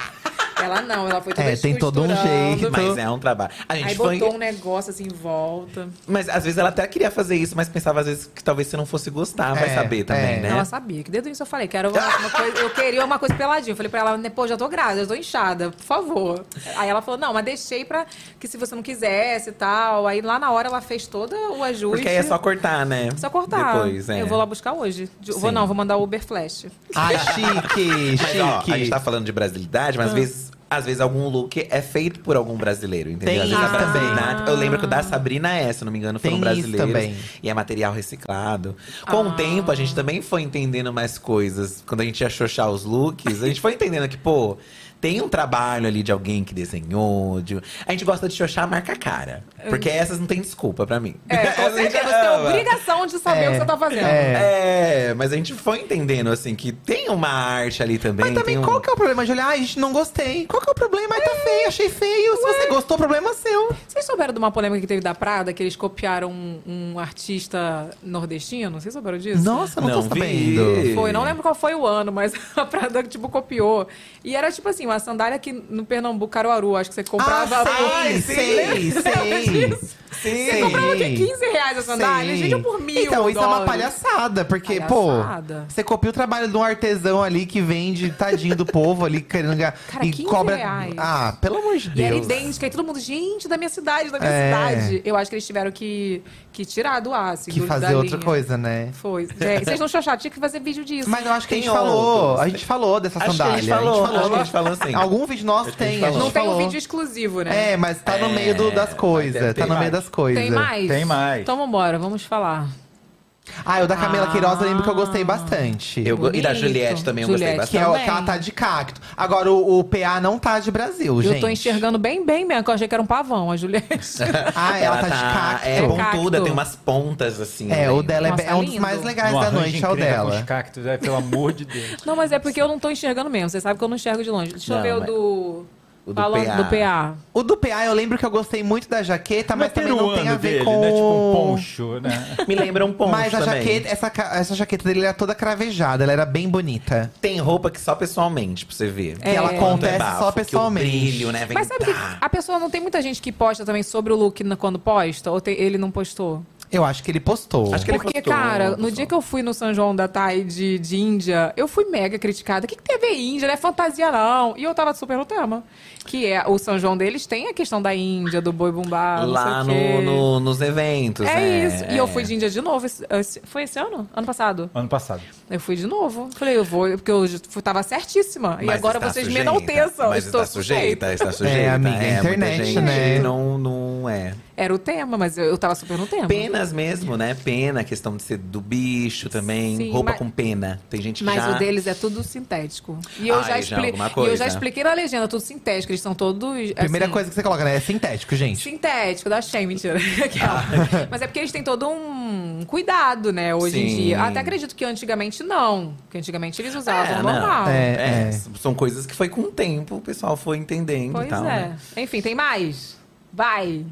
A: Ela não, ela foi toda
F: É, tem todo um
A: costurando.
F: jeito.
G: Mas é um trabalho. A gente
A: Aí
G: foi.
A: botou um negócio assim em volta.
G: Mas às vezes ela até queria fazer isso, mas pensava às vezes que talvez você não fosse gostar, vai
F: É,
G: saber também,
F: é.
G: né?
A: Ela sabia, que desde o início eu falei, quero uma, uma coisa, eu queria uma coisa peladinha. Eu falei pra ela, pô, já tô grávida, já tô inchada, por favor. Aí ela falou, não, mas deixei pra que se você não quisesse e tal. Aí lá na hora ela fez todo o ajuste.
G: Porque aí é só cortar, né?
A: Só cortar.
G: Depois, é.
A: Eu vou lá buscar hoje. De- Vou
G: Sim.
A: não, vou mandar o Uber Flash.
F: Ai, chique,
G: Mas, ó, a gente
F: chique.
G: tá falando de brasilidade,
A: Ah.
G: mas às vezes. Às vezes algum look é feito por algum brasileiro, entendeu?
F: Tem
G: Às vezes a
F: isso também.
G: brasilidade- Eu lembro que o
A: Ah.
G: da Sabrina é, se eu não me engano, foram
F: Tem isso
G: brasileiros.
F: também.
G: E é material reciclado. Com
A: Ah.
G: o tempo, a gente também foi entendendo mais coisas. Quando a gente ia xoxar os looks, a gente foi entendendo que, pô, tem um trabalho ali de alguém que desenhou. de- um, A gente gosta de xoxar a marca cara. Porque essas não tem desculpa pra mim.
A: É,
G: Essas
A: com
G: a gente
A: certeza, você tem
G: ama.
A: obrigação de saber o que
F: É,
A: você tá fazendo.
G: É, mas a gente foi entendendo, assim, que tem uma arte ali também.
F: Mas também,
G: tem um-
F: qual que é o problema de olhar? Ai, gente, não gostei. Qual que é o problema? Ai, tá feio, achei feio. Se você gostou, problema é seu.
A: Vocês souberam de uma polêmica que teve da Prada, que eles copiaram um, um artista nordestino? Vocês souberam disso?
F: Nossa, não, tô
G: vi.
F: sabendo.
A: Foi, não lembro qual foi o ano, mas a Prada, tipo, copiou. E era, tipo assim, uma sandália que no Pernambuco, Caruaru, acho que você comprava...
F: Ah, sei,
G: Ai,
F: sei,
A: sim.
F: sei.
G: Sim.
A: Você comprava o quê?
F: Sei.
A: 15 reais a sandália?
F: Sei.
A: Gente, eu por mil
F: Então, isso é uma
A: dólares.
F: palhaçada, porque,
A: Palhaçada.
F: pô, você copia o trabalho de um artesão ali que vende, tadinho do povo ali, querendo ganhar.
A: Cara,
F: e
A: 15
F: cobra.
A: reais.
F: Ah, pelo amor de
A: E era
F: Deus.
A: idêntica, e todo mundo, gente, da minha cidade, da minha
F: É.
A: cidade. Eu acho que eles tiveram que, que tirar do ar, assim,
F: que
A: do-
F: fazer
A: da
F: outra
A: linha.
F: coisa, né?
A: Foi. Gente, vocês não xoxaram, tinha que fazer vídeo disso.
F: Mas eu acho que a
G: Tem
F: gente falou.
G: outros.
F: A gente falou dessa
G: Acho que Tá a
F: sandália.
G: gente falou, acho que a gente falou assim. sim.
F: Algum vídeo nosso
G: Acho que a
F: tem,
G: gente
F: a gente
G: falou.
A: não tem
F: falou.
A: um vídeo exclusivo, né?
F: É, mas tá no meio do- das
G: É,
F: coisas.
G: vai ter-
F: Tá no
G: tem mais.
F: meio das coisas.
A: Tem mais?
B: Tem mais.
A: Então vambora, vamos falar.
F: Ah, o da Camila
A: Ah.
F: Queiroz eu lembro que eu gostei bastante.
G: Eu go- E da
A: Bonito.
G: Juliette também eu
A: Juliette.
F: Que
G: gostei bastante.
F: é o
A: também.
F: que ela tá de cacto. Agora, o, o PA não tá de Brasil, gente.
A: Eu tô enxergando bem, bem mesmo, que eu achei que era um pavão, a Juliette.
F: Ah, ela, tá, de cacto.
G: É
A: Cacto.
G: pontuda, tem umas pontas assim.
F: É,
G: né?
F: o dela é
A: Nossa, tá
F: be- é um dos
A: lindo.
F: mais legais
B: Uma
F: da
B: arranja
F: noite, é o
B: encrenca com os
F: dela.
B: cactos, é, pelo amor de Deus.
A: não, mas é porque eu não tô enxergando mesmo, você sabe que eu não enxergo de longe. Deixa eu
G: Não,
A: ver o
G: mas-
A: do...
G: o do
A: Balão-
G: PA.
A: do PA.
F: O do PA, eu lembro que eu gostei muito da jaqueta, Tá,
B: é
F: mas, também não tem a ver
B: dele,
F: com.
B: né? Tipo um poncho, né?
G: Me lembra um poncho
F: mas a
G: também.
F: jaqueta, essa, ca- essa jaqueta dele era toda cravejada, ela era bem bonita.
G: Tem roupa que só pessoalmente, pra você ver.
F: Que ela
G: É. Quanto
F: acontece
G: bafo,
F: só
G: que o
F: pessoalmente.
G: brilho, né? Vem
A: Mas sabe que
G: dar.
A: a pessoa não tem muita gente que posta também sobre o look na- quando posta? Ou tem- ele não postou?
F: Eu acho que ele postou.
G: Acho que ele
A: Porque,
G: postou,
A: cara, no
G: postou.
A: dia que eu fui no São João da Thay de, de Índia, eu fui mega criticada. O que, que tem a ver Índia? Não é fantasia, não. E eu tava super no tema. Que é, o São João deles tem a questão da Índia, do boi bumbá,
G: Lá
A: ah, não sei
G: no,
A: o quê.
G: no- nos eventos,
A: É
G: né?
A: isso. E eu fui de Índia de novo. esse- esse- foi esse ano? Ano passado?
B: Ano passado.
A: Eu fui de novo. Falei, eu vou, porque eu já fui- tava certíssima. e
G: É. Mas
A: agora
G: está
A: vocês me
G: sujeita,
A: enalteçam.
G: Mas
A: Estou
G: está sujeita, está sujeita. É,
F: amiga,
G: muita
F: internet,
G: gente
F: né?
G: Não, não é.
A: Era o tema, mas eu, eu tava super no tema.
G: Penas mesmo, né? Pena, a questão de ser do bicho também.
A: Sim,
G: roupa
A: mas-
G: com pena. Tem gente que
A: Mas
G: já...
A: o deles é tudo sintético. E eu,
G: Ah,
A: já,
G: e já
A: expli-
G: alguma
A: e eu já
G: coisa.
A: expliquei na legenda, tudo sintético. Eles são todos. assim,
F: Primeira coisa que você coloca, né? É sintético, gente.
A: Sintético, da Shein, mentira. Aquela. Mas é porque eles têm todo um cuidado, né, hoje em
G: Sim.
A: dia. Até acredito que antigamente não. Porque antigamente eles usavam
G: É, não.
A: normal.
G: É,
F: É.
G: são coisas que foi com o tempo, o pessoal foi entendendo
A: Pois
G: e tal,
A: é.
G: né?
A: Enfim, tem mais? Vai.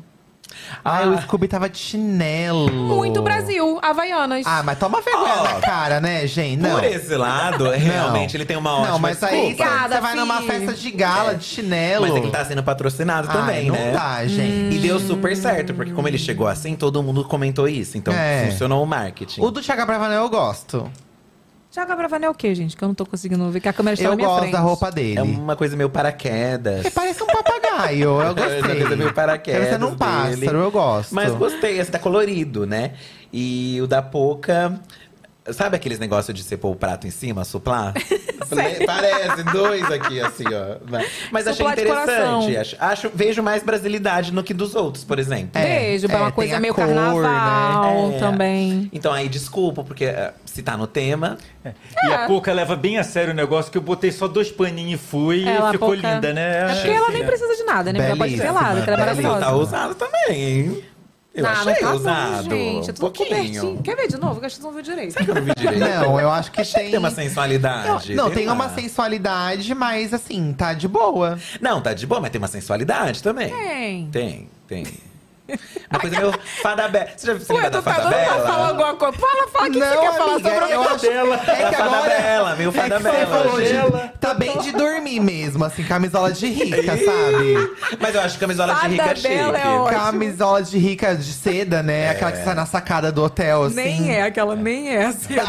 F: Ai, Ah, o Scooby tava de chinelo.
A: Ah. Muito Brasil, Havaianas.
F: Ah, mas toma vergonha
G: Ó.
F: na cara, né, gente? Não.
G: Oh. Por esse lado, realmente, ele tem uma ótima
F: Não, mas aí
G: desculpa.
A: Obrigada,
F: você vai numa
A: fi.
F: festa de gala, de chinelo.
G: Mas é que ele tá sendo patrocinado
F: Ai,
G: também,
F: não
G: né?
F: dá, gente.
G: E deu super certo, porque como ele chegou assim, todo mundo comentou isso. Então
F: É.
G: funcionou o marketing.
F: O do Thiago Bravanel eu gosto.
A: Tiago Bravanel é o quê, gente? Que eu não tô conseguindo ver, que a câmera está
F: Eu
A: tá na minha
F: gosto
A: frente.
F: da roupa dele.
G: É uma coisa meio paraquedas.
F: É, parece um papagaio, eu gostei.
G: Uma coisa meio paraquedas
F: Parece um
G: dele.
F: pássaro, eu gosto.
G: Mas gostei, esse tá colorido, né? E o da Poca. Sabe aqueles negócios de você pôr o prato em cima, suplar? Parece dois aqui, assim, ó. Mas achei
A: Suplar de coração.
G: interessante. Acho, acho- vejo mais brasilidade no que dos outros, por exemplo.
A: Beijo, pra
F: é,
A: uma
F: tem
A: coisa
F: a
A: meio
F: cor, né?
A: carnaval
G: É.
A: também.
G: Então aí, desculpa, porque eh, se tá no tema.
F: É.
B: E
A: É.
B: a Coca leva bem a sério o negócio, que eu botei só dois paninhos e fui
A: É, Ela
B: e ficou
A: pouca-
B: linda, né?
A: É porque ela nem precisa de nada, né? Porque Ela pode ser
F: Belíssima,
A: pelada, que ela é
F: belíssima.
A: maravilhosa.
G: tá usado também, hein? Eu
A: Ah,
G: achei
A: não tá não,
G: usado.
A: gente. É tudo
G: um pouquinho.
A: cobertinho. Quer ver de novo? Que acho que vocês não viu direito.
G: Eu não vi direito.
F: Não, eu acho que tem.
G: Tem uma sensualidade.
F: Não, tem
G: lá.
F: uma sensualidade, mas assim, tá de boa. É.
G: Não, tá de boa, mas tem uma sensualidade também.
A: Tem.
G: Tem, tem. Uma coisa meio fada bela. Você já você
A: Ué,
G: lembra
A: tu
G: da
A: tá
G: fada
A: dando pra falar
G: bela?
A: alguma coisa. Fala, fala, Ah, o que que você quer falar sobre
F: eu acho,
B: Bela.
F: é que
G: Da fada
F: agora
G: bela, meio
F: é que
G: fada
F: você
G: bela.
F: falou de-
B: Gela.
F: tá bem de dormir mesmo, assim, camisola de rica, sabe?
G: Mas eu acho camisola
A: Fada
G: de rica é
A: bela é
G: chique.
A: ótimo.
F: Camisola de rica de seda, né?
G: É.
F: Aquela que sai na sacada do hotel, assim.
A: Nem é aquela, nem é cedo.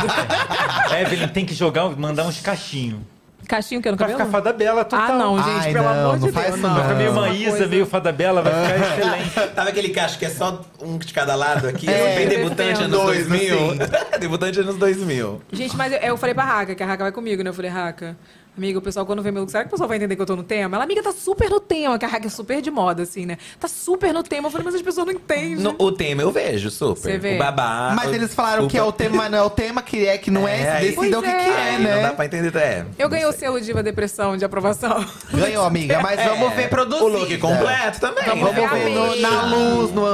B: Evelyn tem que jogar, mandar uns cachinhos.
A: Caixinho que é no
B: Vai
A: cabelo?
B: ficar fada bela total.
A: Ah, não, Ah. gente,
F: Ai,
A: pelo
F: não,
A: amor
F: não
A: de
F: faz
A: Deus.
F: isso
B: Vai ficar meio
F: Não.
B: Maísa, meio fada bela, vai ficar
F: Ah.
B: excelente.
G: Tava aquele cacho que é só um de cada lado aqui.
F: É,
G: bem debutante anos
F: dois, assim.
G: 2000. debutante anos 2000.
A: Gente, mas eu, eu falei pra Raca, que a Raca vai comigo, né? Eu falei, Raca, amiga, o pessoal quando vê meu look, será que o pessoal vai entender que eu tô no tema? Ela, amiga, tá super no tema, que a Raca é super de moda, assim, né? Tá super no tema. Eu falei, mas as pessoas não entendem.
G: No- o tema eu vejo, super.
A: Você vê?
G: O babá.
F: Mas
G: Ah, o-
F: eles falaram que é o tema, mas não é o tema que é, que não é,
G: É,
F: se decidam o que,
A: pois
F: que
A: é.
F: é,
G: Aí Não dá
F: né?
G: pra entender. É,
A: Eu
G: não
A: ganhei o
G: sei.
A: selo Diva Depressão de aprovação.
F: Ganhou, amiga, mas
G: É,
F: vamos ver produzir. É.
G: O look completo também.
F: Vamos
G: né?
F: ver no-
A: Então Amei.
F: na luz, no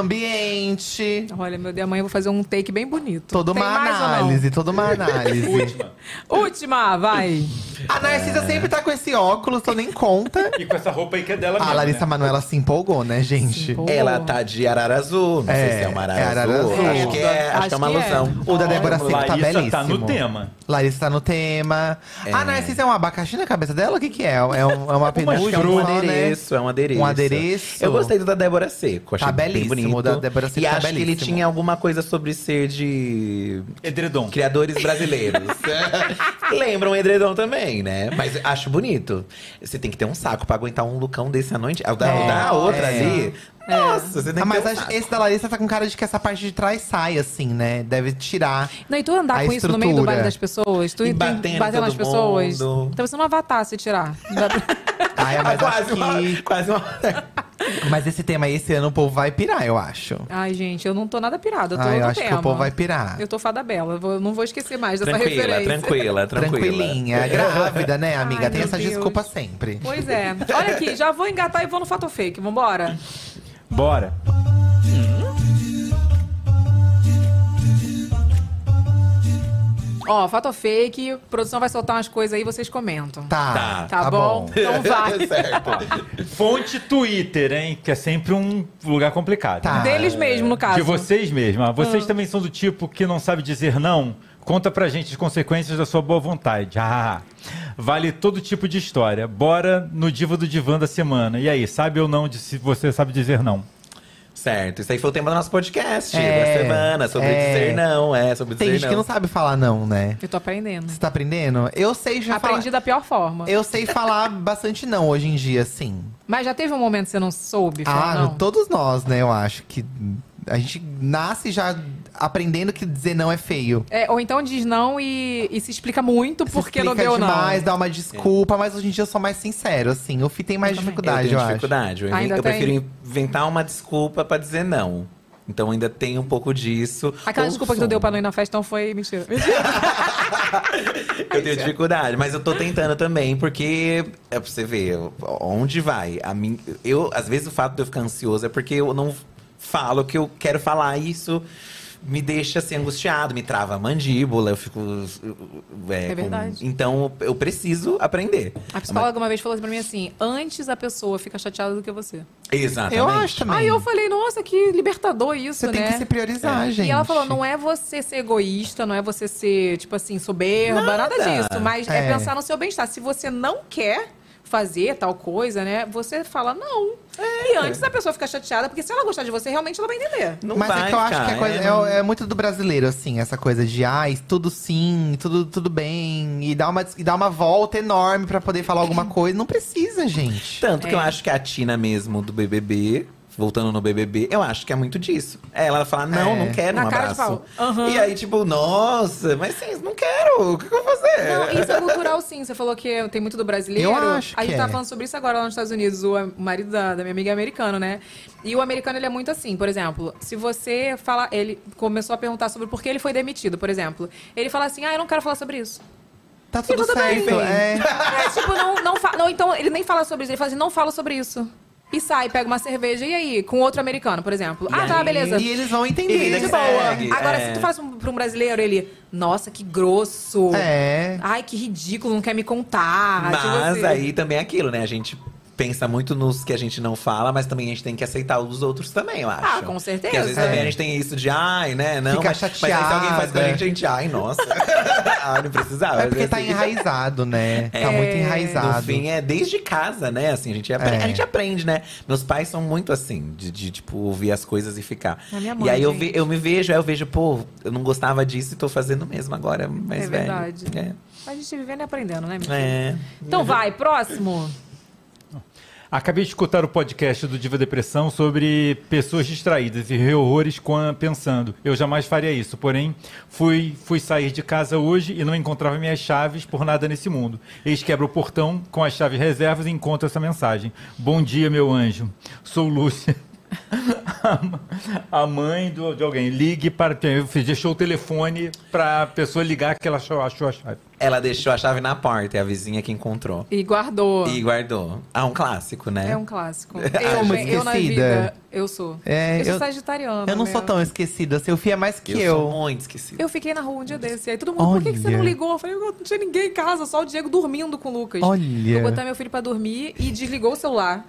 F: ambiente.
A: Olha, meu Deus, amanhã eu vou fazer um take bem bonito.
F: Toda
A: Tem
F: uma
A: mais ou não?
F: análise, toda uma análise.
A: Última, vai.
F: A
G: É.
F: Narcisa sempre tá com esse óculos, eu nem conta.
B: E com essa roupa aí que é dela
F: A
B: mesmo,
F: Ah, Larissa
B: né?
F: Manoela se empolgou, né, gente?
A: empolgou.
G: Ela tá de arara azul. Não sei
F: É,
G: se é uma arara,
F: é arara
G: azul.
F: azul.
G: Acho que é, acho,
A: Acho
G: que é uma
A: que é.
G: alusão.
F: O da Débora Seco tá
B: Larissa
F: belíssimo.
B: tá no tema.
F: Larissa tá no tema. A Narcisa é um abacaxi na cabeça dela? O que que é? É, um- é uma penugem,
G: É um
F: só, né?
G: adereço, é um adereço.
F: Um adereço.
G: Eu gostei do da Débora Seco, achei
F: Tá
G: bem
F: belíssimo,
G: bonito.
F: o da Débora Seco
G: e
F: tá
G: acho que ele
F: belíssimo.
G: tinha alguma coisa sobre ser de
B: Edredom.
G: criadores brasileiros. Lembram o edredom também, né? Mas acho bonito. Você tem que ter um saco pra aguentar um lucão desse à noite. O da, o da
F: Nossa.
G: outra
F: É.
G: ali… Nossa, você tem que
F: Ah, mas
G: ter um
F: acho-
G: saco.
F: esse da Larissa tá com cara de que essa parte de trás sai, assim, né? Deve tirar.
A: Não, e tu andar
F: A
A: com isso no meio do
F: estrutura.
A: baile das pessoas? Tu,
G: E
A: tu
G: batendo em todo
A: nas pessoas?
G: mundo.
A: Tá parecendo um avatar se tirar.
F: Ai, mas acho
G: quase, uma,
F: que...
G: quase uma…
F: Mas esse tema aí, esse ano, o povo vai pirar, eu acho.
A: Ai, gente, eu não tô nada pirada, eu tô
F: Ah, eu
A: no
F: acho que
A: tema.
F: o povo vai pirar.
A: Eu tô fada bela, eu vou- eu não vou esquecer mais
F: é
A: dessa
G: Tranquila,
A: referência.
G: tranquila, tranquila.
F: Tranquilinha, grávida, né, amiga?
A: Ai,
F: Tem
A: meu
F: essa
A: Deus.
F: desculpa sempre.
A: Pois é. Olha aqui, já vou engatar e vou no Fato Fake, vambora.
B: Bora.
A: Ó, Fato Fake, a produção vai soltar umas coisas aí, vocês comentam.
F: Tá, tá,
A: Tá bom?
F: bom.
A: Então vai.
B: Fonte Twitter, hein? Que é sempre um lugar complicado. né?
F: Tá.
A: Deles mesmo, no caso.
B: De vocês mesmos. Ah, Vocês também são do tipo que não sabe dizer não? Conta pra gente as consequências da sua boa vontade. Ah, vale todo tipo de história. Bora no Diva do Divã da semana. E aí, sabe ou não de se você sabe dizer não?
G: Certo, isso aí foi o tema do nosso podcast
F: É,
G: da semana, sobre
F: é.
G: dizer não, é, sobre
F: Tem
G: dizer
F: gente que não sabe falar não, né?
A: Eu tô aprendendo.
F: Você tá aprendendo? Eu sei já falar.
A: Aprendi da pior forma.
F: Eu sei falar bastante não hoje em dia, sim.
A: Mas já teve um momento que você não soube falar,
F: Ah,
A: não?
F: todos nós, né? Eu acho que a gente nasce já aprendendo que dizer não é feio.
A: É, ou então diz não e, e se explica muito
F: Se
A: porque não
F: explica
A: deu
F: demais,
A: não.
F: dá uma desculpa, mas hoje em dia eu sou mais sincero, assim. O Fi tem
A: Eu
F: mais
A: também.
G: Eu
F: dificuldade,
G: tenho
F: eu, acho.
G: dificuldade. Eu, inven-
A: Ainda
G: eu
A: tem?
G: prefiro inventar uma desculpa pra dizer não. Então ainda tem um pouco disso.
A: Aquela
G: Ou
A: desculpa que tu
G: som.
A: deu pra não ir na festa não foi mentira. Mentira.
G: Eu
A: é.
G: tenho dificuldade, mas eu tô tentando também, porque é pra você ver onde vai. A mim, eu, às vezes o fato de eu ficar ansioso é porque eu não falo o que eu quero falar e isso me deixa assim angustiado, me trava a mandíbula, eu fico é, com-
A: verdade.
G: Então eu preciso aprender.
A: A psicóloga uma vez falou assim pra mim assim: antes a pessoa fica chateada do que você.
G: Exatamente.
F: Eu acho também.
A: Aí eu falei, nossa, que libertador isso,
F: Você
A: né?
F: tem que se priorizar, gente.
A: E ela falou, não é você ser egoísta, não é você ser, tipo assim, soberba, nada, disso. Mas é.
F: É.
A: pensar no seu bem-estar. Se você não quer fazer tal coisa, né, você fala não.
F: É.
A: E antes a pessoa fica chateada, porque se ela gostar de você, realmente ela vai entender.
G: Não
F: Mas
G: vai,
F: é que eu acho
G: cara,
F: que é, coisa-
G: é, não-
F: é- é muito do brasileiro, assim, essa coisa de ai, tudo sim, tudo, tudo bem, e dá, uma, e dá uma volta enorme pra poder falar alguma coisa. Não precisa, gente.
G: Tanto
A: é.
G: que eu acho que a Tina mesmo do BBB, voltando no BBB, eu acho que é muito disso. É, ela fala, não,
F: É.
G: não quero
A: Na
G: um
A: cara de
G: abraço.
A: pau. Aham.
G: E aí, tipo, nossa, mas sim, não quero, o que, que eu vou fazer?
A: Não, isso é cultural sim. Você falou que tem muito do brasileiro.
F: Eu acho
A: A gente
F: que
A: tá
F: é.
A: falando sobre isso agora lá nos Estados Unidos. O am- o marido da, da minha amiga é americano, né? E o americano, ele é muito assim. Por exemplo, se você fala... Ele começou a perguntar sobre por que ele foi demitido, por exemplo. Ele fala assim, ah, eu não quero falar sobre isso.
F: Tá tudo,
A: tudo bem.
F: certo. É.
A: Tipo, É, tipo, não, não, fa- não, então ele nem fala sobre isso. Ele fala assim, não fala sobre isso. E sai, pega uma cerveja, e aí? Com outro americano, por exemplo. ah, tá, beleza.
F: E eles vão
G: E
F: entender.
G: vida
A: De
G: que
F: né?
A: boa.
G: segue,
A: Agora,
G: é.
A: se tu faz um, pra um brasileiro, ele... Nossa, que grosso.
F: É.
A: Ai, que ridículo, não quer me contar. tipo
G: Mas
A: assim.
G: aí também é aquilo, né? A gente pensa muito nos que a gente não fala, mas também a gente tem que aceitar os outros também, eu acho.
A: Ah, com certeza.
G: Porque às vezes
A: É.
G: também a gente tem isso de, ai, né, não,
F: Fica
G: mas, mas aí se alguém faz com a
F: chateada.
G: gente, a gente, ai, nossa. ai, não precisava.
F: É porque tá
G: assim.
F: enraizado, né? Tá muito enraizado.
G: No fim, é desde casa, né? Assim, a gente, apre-
F: É.
G: a gente aprende, né? Meus pais são muito assim, de, de, tipo, ouvir as coisas e ficar.
A: A minha mãe,
G: e aí eu,
A: gente.
G: ve- eu me vejo, aí eu vejo, pô, eu não gostava disso e tô fazendo mesmo agora, mais
A: É
G: velho.
A: verdade.
G: É.
A: Mas a gente vivendo e aprendendo, né, minha filha?
G: É.
A: Então vai, próximo.
B: Acabei de escutar o podcast do Diva Depressão sobre pessoas distraídas e horrores com a- pensando. Eu jamais faria isso, porém, fui, fui sair de casa hoje e não encontrava minhas chaves por nada nesse mundo. Eis quebra o portão com as chaves reservas e encontro essa mensagem. Bom dia, meu anjo. Sou Lúcia. A ma- A mãe do- de alguém. Ligue para. Deixou o telefone para a pessoa ligar que ela achou, achou a chave.
G: Ela deixou a chave na porta, é a vizinha que encontrou.
A: E guardou.
G: E guardou. Ah, um clássico, né?
A: É um clássico.
F: é
A: Eu,
F: uma
A: gente, eu na
F: esquecida.
A: vida, eu sou.
F: É,
A: eu sou
F: eu-
A: sagitariana.
F: Eu não sou
A: meu.
F: tão esquecida, seu Fih é mais que
G: Eu,
F: eu.
G: sou muito esquecido.
A: Eu fiquei na rua um dia desse. Aí todo mundo, por que, que você não
F: Olha.
A: ligou? Eu falei, eu não tinha ninguém em casa, só o Diego dormindo com o Lucas.
F: Olha.
A: Vou botar meu filho pra dormir e desligou o celular.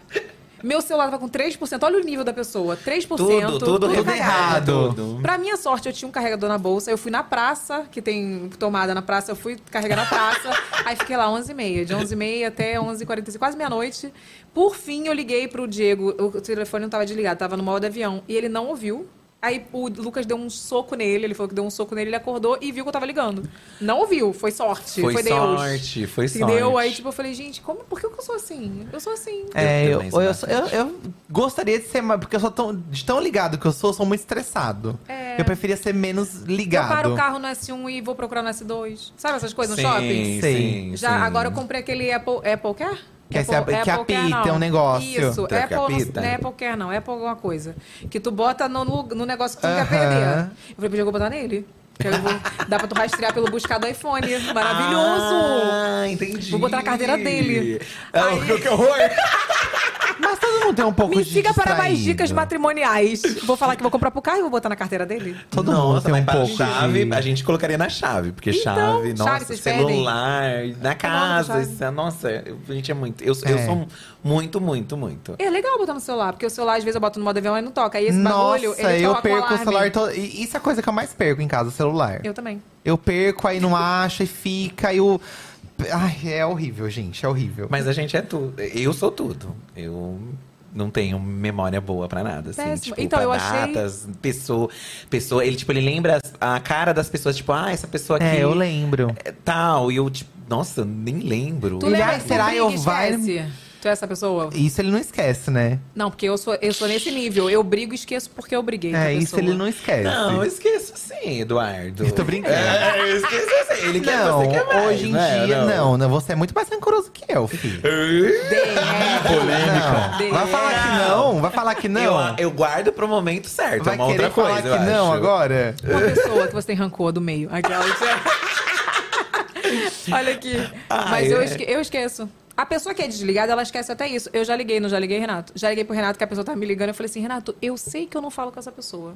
A: Meu celular tava com 3%. Olha o nível da pessoa. 3%.
G: Tudo, tudo, tudo
A: cagado.
G: errado.
A: Pra minha sorte, eu tinha um carregador na bolsa. Eu fui na praça, que tem tomada na praça. Eu fui carregar na praça. aí fiquei lá 11h30. De 11h30 até 11h45, quase meia-noite. Por fim, eu liguei pro Diego. O telefone não tava desligado, tava no modo avião. E ele não ouviu. Aí o Lucas deu um soco nele. Ele falou que deu um soco nele. Ele acordou e viu que eu tava ligando. Não ouviu. Foi sorte. Foi,
G: Foi
A: Deus.
G: sorte, foi
A: Entendeu?
G: sorte.
A: Aí, tipo, eu falei, gente, como, por que eu sou assim? Eu sou assim.
F: É, eu,
G: também sou
F: eu, sou- eu, eu gostaria de ser mais. Porque eu sou tão, de tão ligado que eu sou, eu sou muito estressado. Eu preferia ser menos
A: É. Eu
F: ligado.
A: paro o carro no S1 e vou procurar no S2. Sabe essas coisas no shopping?
G: Sim,
F: Sim.
G: sim,
A: Já,
G: sim.
A: agora eu comprei aquele Apple, Apple Care?
F: Que é esse ap- que
A: Care,
F: apita
A: não.
F: um negócio.
A: Isso,
G: Que
A: Apple,
G: apita.
A: não é Apple Care não, Apple alguma coisa. Que tu bota no, no, no negócio que tu quer
F: Aham.
A: perder. Eu falei, podia eu vou botar nele. Que aí eu vou, dá pra tu rastrear pelo buscar do iPhone. Maravilhoso!
G: Ah, entendi.
A: Vou botar na carteira dele.
G: Ah,
A: Aí-
G: Que horror!
F: Mas todo mundo tem um pouco
A: Me
F: de.
A: siga para mais
F: distraído.
A: dicas matrimoniais. Vou falar que vou comprar pro carro e vou botar na carteira dele.
F: Todo mundo
G: Nossa,
F: tem
G: mas
F: um
G: para
F: pouco.
G: chave,
F: de-
G: a gente colocaria na chave, porque
A: Então,
G: chave,
A: chave,
G: nossa,
A: vocês Tá
G: celular, na casa,
A: chave.
G: isso- nossa, eu- a gente é muito. Eu, eu
F: É.
G: sou muito, muito, muito.
A: É legal botar no celular, porque o celular às vezes eu boto no modo avião e não toca. Aí esse bagulho,
F: Nossa,
A: ele
F: eu
A: toca
F: perco o
A: alarme.
F: celular todo. e Isso é a coisa que eu mais perco em casa, o celular. Eu,
A: Eu também.
F: perco, aí não acho, e fica, e o. Ai, é horrível, gente, é horrível.
G: Mas a gente é tudo. Eu sou tudo. Eu não tenho memória boa pra nada, assim.
A: Péssimo.
G: Tipo,
A: Então,
G: pra
A: eu achei-
G: datas, pessoa, pessoa. Ele, tipo, ele lembra as- a cara das pessoas, tipo, ah, essa pessoa aqui.
F: É, eu lembro.
G: é Tal. E eu, tipo, nossa, nem lembro.
A: Tu
F: Ele
A: lembra
F: vai-
A: que
F: será
A: tu briga
F: eu
A: e
F: vai-
A: esquece? Tu é essa pessoa?
F: Isso ele não esquece, né?
A: Não, porque eu sou, eu sou nesse nível. Eu brigo e esqueço porque eu briguei. com a
F: É, isso
A: pessoa.
F: ele não esquece.
G: Não, eu esqueço sim, Eduardo.
F: Eu tô brincando.
G: É, eu esqueço assim. Ele quer
F: Não,
G: você quer mais,
F: hoje em
G: né?
F: dia, não. não. Você é muito mais rancoroso que eu, filho.
B: Polêmica.
F: Não. Vai falar que não? Vai falar que não?
G: Eu, eu guardo pro momento certo.
F: Vai
G: é uma
F: querer
G: outra coisa,
F: falar
G: eu
F: que não
G: acho.
F: agora?
A: Uma pessoa que você tem rancor do meio. Aquela que- Olha aqui.
G: Ah,
A: Mas eu,
G: é.
A: esque- eu esqueço. A pessoa que é desligada, ela esquece até isso. Eu já liguei, não já liguei, Renato. Já liguei pro Renato, que a pessoa tava me ligando. Eu falei assim, Renato, eu sei que eu não falo com essa pessoa.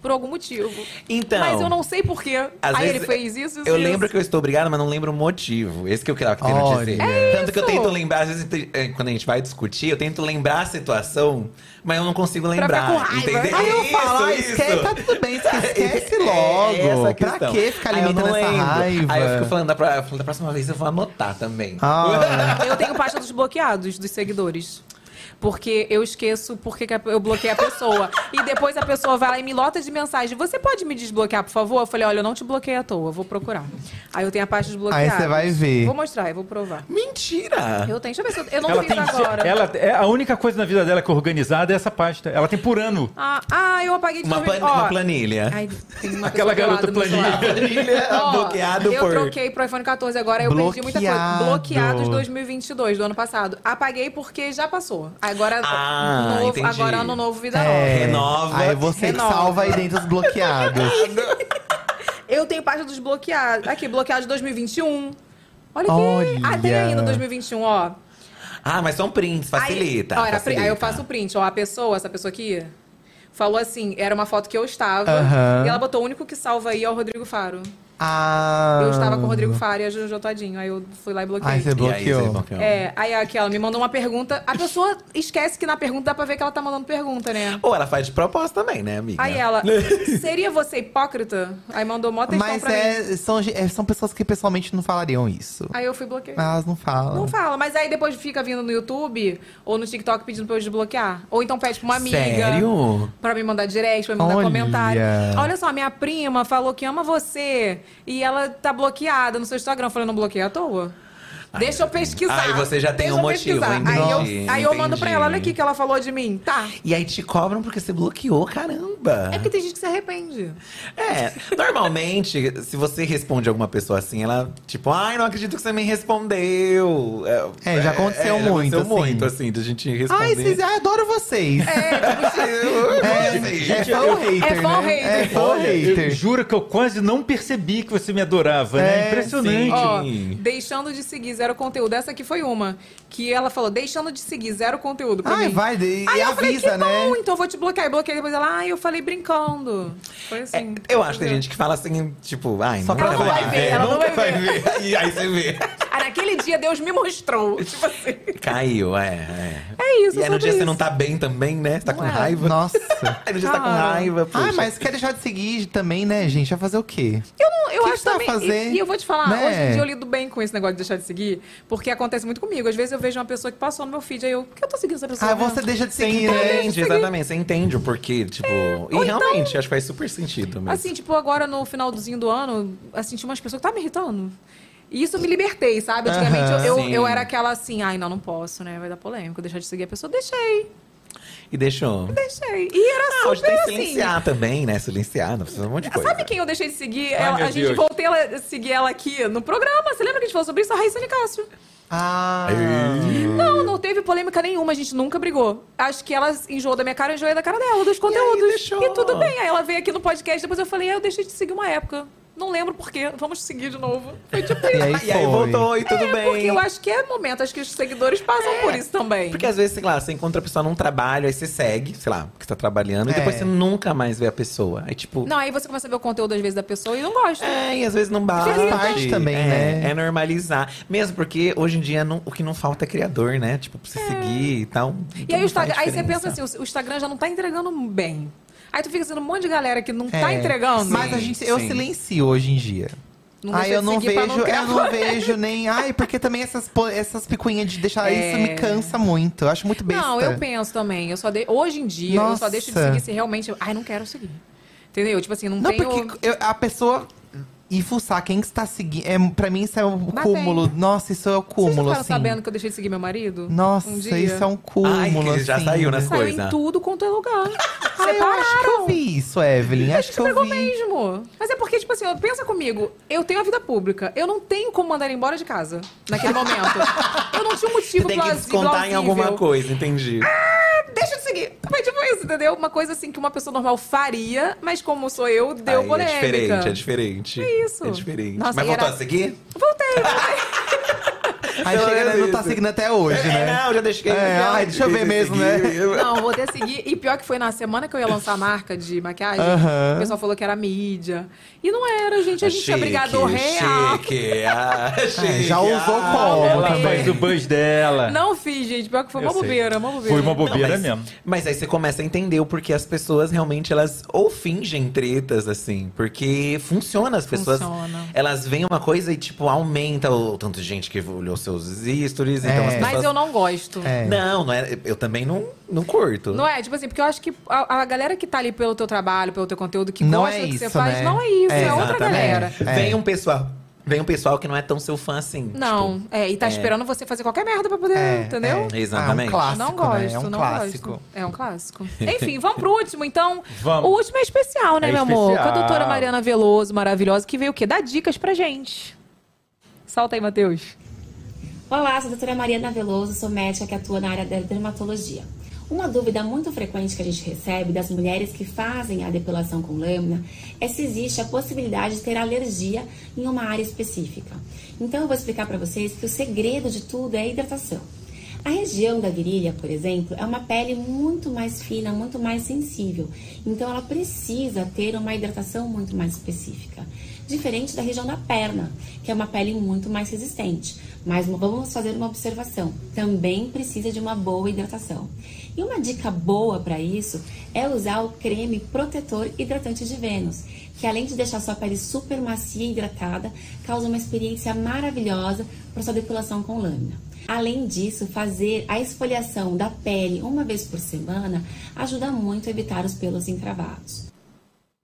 A: Por algum motivo.
G: Então,
A: Mas eu não sei por quê.
G: Às
A: Aí
G: vezes,
A: ele fez isso, isso
G: Eu
A: isso.
G: lembro que eu estou brigado, mas não lembro o motivo. Esse que eu quero querendo
F: Olha.
G: dizer.
F: É
G: Tanto que eu
A: isso.
G: tento lembrar, às vezes, te- eh, quando a gente vai discutir, eu tento lembrar a situação, mas eu não consigo lembrar.
A: ficar com raiva.
G: Entendeu?
F: Aí eu falo, ah,
G: É Isso,
F: esquece,
G: isso.
F: tá tudo bem, esquece, esquece
G: É,
F: logo.
G: é essa a
F: pra
G: questão.
F: que ficar
G: Aí eu
F: alimentando
G: não
F: essa
G: lembro.
F: raiva?
G: Aí eu fico falando, da, pro- eu falo, da próxima vez eu vou anotar também.
F: Ah,
A: Eu tenho pasta dos bloqueados, dos seguidores. Porque eu esqueço porque que a- eu bloqueei a pessoa. E depois a pessoa vai lá e me lota de mensagem. Você pode me desbloquear, por favor? Eu falei, olha, eu não te bloqueei à toa, eu vou procurar. Aí eu tenho a pasta dos bloqueados.
F: Aí você vai ver.
A: Vou mostrar, eu vou provar.
G: Mentira!
A: Eu tenho, deixa eu ver se eu, eu não
B: Ela
A: fiz
B: tem,
A: agora.
B: ela, é a única coisa na vida dela que é organizada é essa pasta. Ela tem por ano.
A: Ah, ah, eu apaguei de
G: Uma,
A: novo.
G: plan-
A: Ó,
G: uma planilha.
A: Ai, tem uma
B: Aquela
A: pessoa do lado
B: garota
A: do meu
B: planilha.
A: celular.
G: planilha
A: Ó,
G: bloqueado
A: eu
G: por.
A: troquei pro iPhone 14 agora, eu perdi muita coisa.
F: Bloqueado.
A: Bloqueados 2022, do ano passado. Apaguei porque já passou. Agora,
G: Ah,
A: novo-
G: entendi.
A: agora ano novo, vida
F: é.
A: nova.
G: Renova.
F: Aí você
A: Renova.
F: salva aí dentro dos bloqueados.
A: Eu tenho parte dos bloqueados. Aqui, bloqueados 2021. Olha aqui.
F: Olha.
A: Ah, tem ainda 2021, ó.
G: Ah, mas são prints, facilita.
A: Aí, ó, era pri-
G: facilita.
A: aí eu faço o print, ó. A pessoa, essa pessoa aqui, falou assim: era uma foto que eu estava.
F: Aham.
A: E ela botou: o único que salva aí é o Rodrigo Faro.
F: Ah.
A: Eu estava com o Rodrigo Faria e a Jojo Todinho. Aí eu fui lá e bloqueei.
F: Ai, você
G: E aí, você
F: bloqueou.
G: bloqueou.
A: É, aí aqui, ela me mandou uma pergunta. A pessoa esquece que na pergunta dá pra ver que ela tá mandando pergunta, né?
G: Ou ela faz de propósito também, né, amiga?
A: Aí ela, seria você hipócrita? Aí mandou mó textão
F: Mas
A: pra mim.
F: é, são, ge- é, são pessoas que pessoalmente não falariam isso.
A: Aí eu fui bloquear.
F: Elas não falam.
A: Não fala, mas aí depois fica vindo no YouTube ou no TikTok pedindo pra eu desbloquear. Ou então pede pra uma amiga.
G: Sério?
A: Pra me mandar direct, pra me mandar
F: Olha.
A: comentário. Olha só, minha prima falou que ama você e ela tá bloqueada no seu Instagram. Eu falei, não bloqueei à toa. Deixa eu pesquisar.
G: Aí você já tem
A: Deixa
G: um
A: eu
G: motivo,
A: pesquisar. aí eu,
G: entendi,
A: aí eu mando
G: entendi.
A: pra ela, olha aqui o que ela falou de mim. Tá.
G: E aí te cobram porque você bloqueou, caramba.
A: É porque tem gente que se arrepende.
G: É, normalmente, se você responde alguma pessoa assim, ela, tipo, ai, não acredito que você me respondeu.
F: É, já aconteceu muito,
G: Aconteceu
F: assim.
G: muito, assim, de gente responder.
F: Ai, vocês, ai, adoro vocês.
A: tipo assim,
G: É,
F: É fã ou hater,
A: é fã ou
F: né?
A: hater.
F: É fã ou
B: Olha, eu
F: hater.
B: juro que eu quase não percebi que você me adorava, né?
F: É,
B: Impressionante.
A: Ó,
G: Sim.
A: deixando de seguir zero conteúdo. Essa aqui foi uma. Que ela falou, deixando de seguir zero conteúdo pra
F: Ai,
A: mim.
F: vai, e
A: Aí eu falei,
F: avisa,
A: que
F: né?
A: bom, então eu vou te bloquear. E bloqueei depois ela, ai, eu falei brincando. Foi assim.
G: É, Eu acho que tem gente que fala assim, tipo, ai,
F: Só
G: nunca
F: pra ela não vai
A: ver, ela não
G: nunca
A: vai
G: ver. E aí você vê.
A: Ah, naquele dia Deus me mostrou. Tipo assim.
G: Caiu, é. É,
A: É isso,
G: E aí no
A: sobre
G: dia
A: isso.
G: você não tá bem também, né? Você tá com
A: Não é.
G: raiva.
F: Nossa.
G: Aí no dia você tá com
A: Cara.
G: raiva, poxa.
F: Ai, mas quer deixar de seguir também, né, gente? Vai fazer o quê?
A: Eu, não, eu
F: Que
A: acho
F: que tá
A: também.
F: fazer?
A: E, e eu vou te falar,
F: Né?
A: hoje em dia eu lido bem com esse negócio de deixar de seguir, porque acontece muito comigo. Às vezes eu vejo uma pessoa que passou no meu feed, aí eu, por que eu tô seguindo essa pessoa?
F: Ah,
A: mesmo?"
F: você deixa de
G: Você
F: seguir, né?
G: entende, exatamente. Você entende o porquê, tipo. E
A: ou
G: realmente, acho que faz super sentido mesmo.
A: Assim, tipo, agora no finalzinho do ano, assim, tinha umas pessoas que estavam me irritando. E isso eu me libertei, sabe? Antigamente
F: Aham.
A: eu, eu,
G: Sim.
A: eu era aquela assim, ai, não, não posso, né? Vai dar polêmica, deixar de seguir a pessoa. Deixei,
G: E deixou.
A: deixei. E era
G: Ah, hoje
A: super
G: tem que
A: assim. Ah,
G: silenciar também, né? Silenciar, não precisa de um monte de coisa.
A: Sabe quem eu deixei de seguir?
B: Ai,
A: Ela-
B: meu
A: a gente
B: Deus.
A: voltei ela- a seguir ela aqui no programa. Você lembra que a gente falou sobre isso? A Raíssa Nicásio.
F: Ah,
G: Hum.
A: Não, não teve polêmica nenhuma, a gente nunca brigou. Acho que ela enjoou da minha cara, eu enjoei da cara dela, dos conteúdos.
G: deixou.
A: tudo bem. Aí ela veio aqui no podcast, depois eu falei, ah, eu deixei de seguir uma época. Não lembro por quê. Vamos seguir de novo. Foi tipo
F: e aí,
G: E aí
F: foi.
G: voltou e tudo
A: É, Porque
G: bem.
A: eu acho que é momento, acho que os seguidores passam por isso também.
G: É, Porque às vezes, sei lá, você encontra a pessoa num trabalho, aí você segue, sei lá, porque você tá trabalhando, e
F: É.
G: depois você nunca mais vê a pessoa. Aí, tipo.
A: Não, aí você começa a ver o conteúdo às vezes da pessoa e não gosta.
G: É, e às vezes não bate.
F: Faz parte também,
G: é,
F: né?
G: É normalizar. Mesmo porque hoje em dia não- o que não falta é criador, né? Tipo, pra você seguir e tal.
A: É. E
G: Então
A: aí, o
G: não faz
A: Instagram, aí você
G: diferença.
A: pensa assim, o Instagram já não tá entregando bem. Aí tu fica sendo um monte de galera que não tá
F: É.
A: entregando.
F: Mas a
G: Sim,
F: gente, eu
G: sim.
F: silencio hoje em dia.
A: Não
F: Ai,
A: deixa
F: Ah, eu
A: de
F: não
A: seguir pra
F: vejo,
A: não
F: eu
A: criar
F: não vejo nem. Ai, porque também essas, po- essas picuinhas de deixar isso me cansa muito. Eu acho muito besta.
A: É. Não, eu penso também. Eu só de... Hoje em dia, eu só deixo de
F: Nossa.
A: seguir se realmente. eu- Ai, não quero seguir. Entendeu? Tipo assim, não,
F: Não,
A: tenho.
F: porque eu- a pessoa ir fuçar quem que está seguindo. É, pra mim, isso é o
A: Mas
F: cúmulo. Nossa, isso é o
A: Vocês
F: cúmulo,
A: ficaram
F: assim.
A: sabendo que eu deixei de seguir meu marido?
F: Nossa,
A: um dia?
F: isso é um
G: Ai,
F: cúmulo.
G: que já
F: assim.
G: saiu né? nas
A: Saiu
G: coisa.
A: em tudo quanto é lugar.
F: Ai, eu acho que eu
A: Separaram.
F: vi isso, Evelyn. Acho que eu
A: Pegou
F: vi.
A: mesmo. Mas é porque, tipo assim, ó, pensa comigo. Eu tenho a vida pública. Eu não tenho como mandar ele embora de casa naquele momento. eu não tinha um
G: Você
A: motivo
G: tem que
A: plausi-
G: descontar em alguma
A: plausível.
G: coisa, entendi.
A: Ah, Deixa eu te seguir. Foi tipo isso, entendeu? Uma coisa assim que uma pessoa normal faria, mas como sou eu, deu
G: Aí
A: polêmica.
G: É diferente, é diferente.
A: É isso.
G: É diferente.
A: Nossa,
G: Mas
A: e
G: voltou
A: era-
G: a seguir?
A: Voltei,
F: Aí
G: Eu
F: chega, né, não tá
G: vi.
F: seguindo até hoje,
G: É,
F: né?
G: não, já deixei.
F: É,
G: já
F: ai, deixa eu ver mesmo, né?
G: seguir.
A: Não, vou ter que seguir. E pior que foi na semana que eu ia lançar a marca de maquiagem,
F: Aham.
A: o pessoal falou que era mídia. E não era, gente. A gente é
G: Chique,
A: brigador real.
G: Chique, ah, chique.
F: É, já usou
G: ah,
F: como né?
G: ela
B: Ela
A: também.
G: vai-
B: faz o buzz dela.
A: tá Não fiz, gente. Pior que foi
B: Eu
A: uma
B: sei.
A: bobeira, uma bobeira.
B: Foi uma bobeira
G: Não, mas,
B: mesmo.
G: Mas aí você começa a entender o porquê as pessoas realmente elas ou fingem tretas, assim, porque funciona as pessoas.
A: Funciona.
G: Elas veem uma coisa e, tipo, aumenta o tanto de gente que olhou seus stories.
F: É.
G: Então as
F: Mas
G: pessoas.
A: Mas eu não gosto.
F: É.
G: Não, não é, eu também não, não curto.
A: Não é, tipo assim, porque eu acho que a, a galera que tá ali pelo teu trabalho, pelo teu conteúdo, que
F: Não
A: gosta
F: é
A: do que você
F: isso,
A: faz,
F: né?
A: não é isso, é,
F: É,
A: outra
G: Exatamente.
A: galera.
F: É.
G: Vem um pessoal. Vem um pessoal que não é tão seu fã assim.
A: Não,
G: tipo,
A: é, e tá esperando você fazer qualquer merda pra poder,
F: É,
A: entendeu?
F: é.
G: Exatamente.
F: Ah, um clássico,
A: não gosto,
F: né? É um
A: não
F: clássico.
A: gosto. É um clássico. Enfim, vamos pro último, então.
B: Vamos.
A: O último é especial, né,
B: É
A: meu amor? Com a
B: especial.
A: doutora Mariana Veloso, maravilhosa, que veio o quê? Dar dicas pra gente. Solta aí, Matheus.
K: Olá, sou a doutora Mariana Veloso, sou médica que atua na área da dermatologia. Uma dúvida muito frequente que a gente recebe das mulheres que fazem a depilação com lâmina é se existe a possibilidade de ter alergia em uma área específica. Então eu vou explicar para vocês que o segredo de tudo é a hidratação. A região da virilha, por exemplo, é uma pele muito mais fina, muito mais sensível. Então ela precisa ter uma hidratação muito mais específica. Diferente da região da perna, que é uma pele muito mais resistente. Mas vamos fazer uma observação. Também precisa de uma boa hidratação. E uma dica boa para isso é usar o creme protetor hidratante de Vênus, que além de deixar sua pele super macia e hidratada, causa uma experiência maravilhosa para sua depilação com lâmina. Além disso, fazer a esfoliação da pele uma vez por semana ajuda muito a evitar os pelos encravados.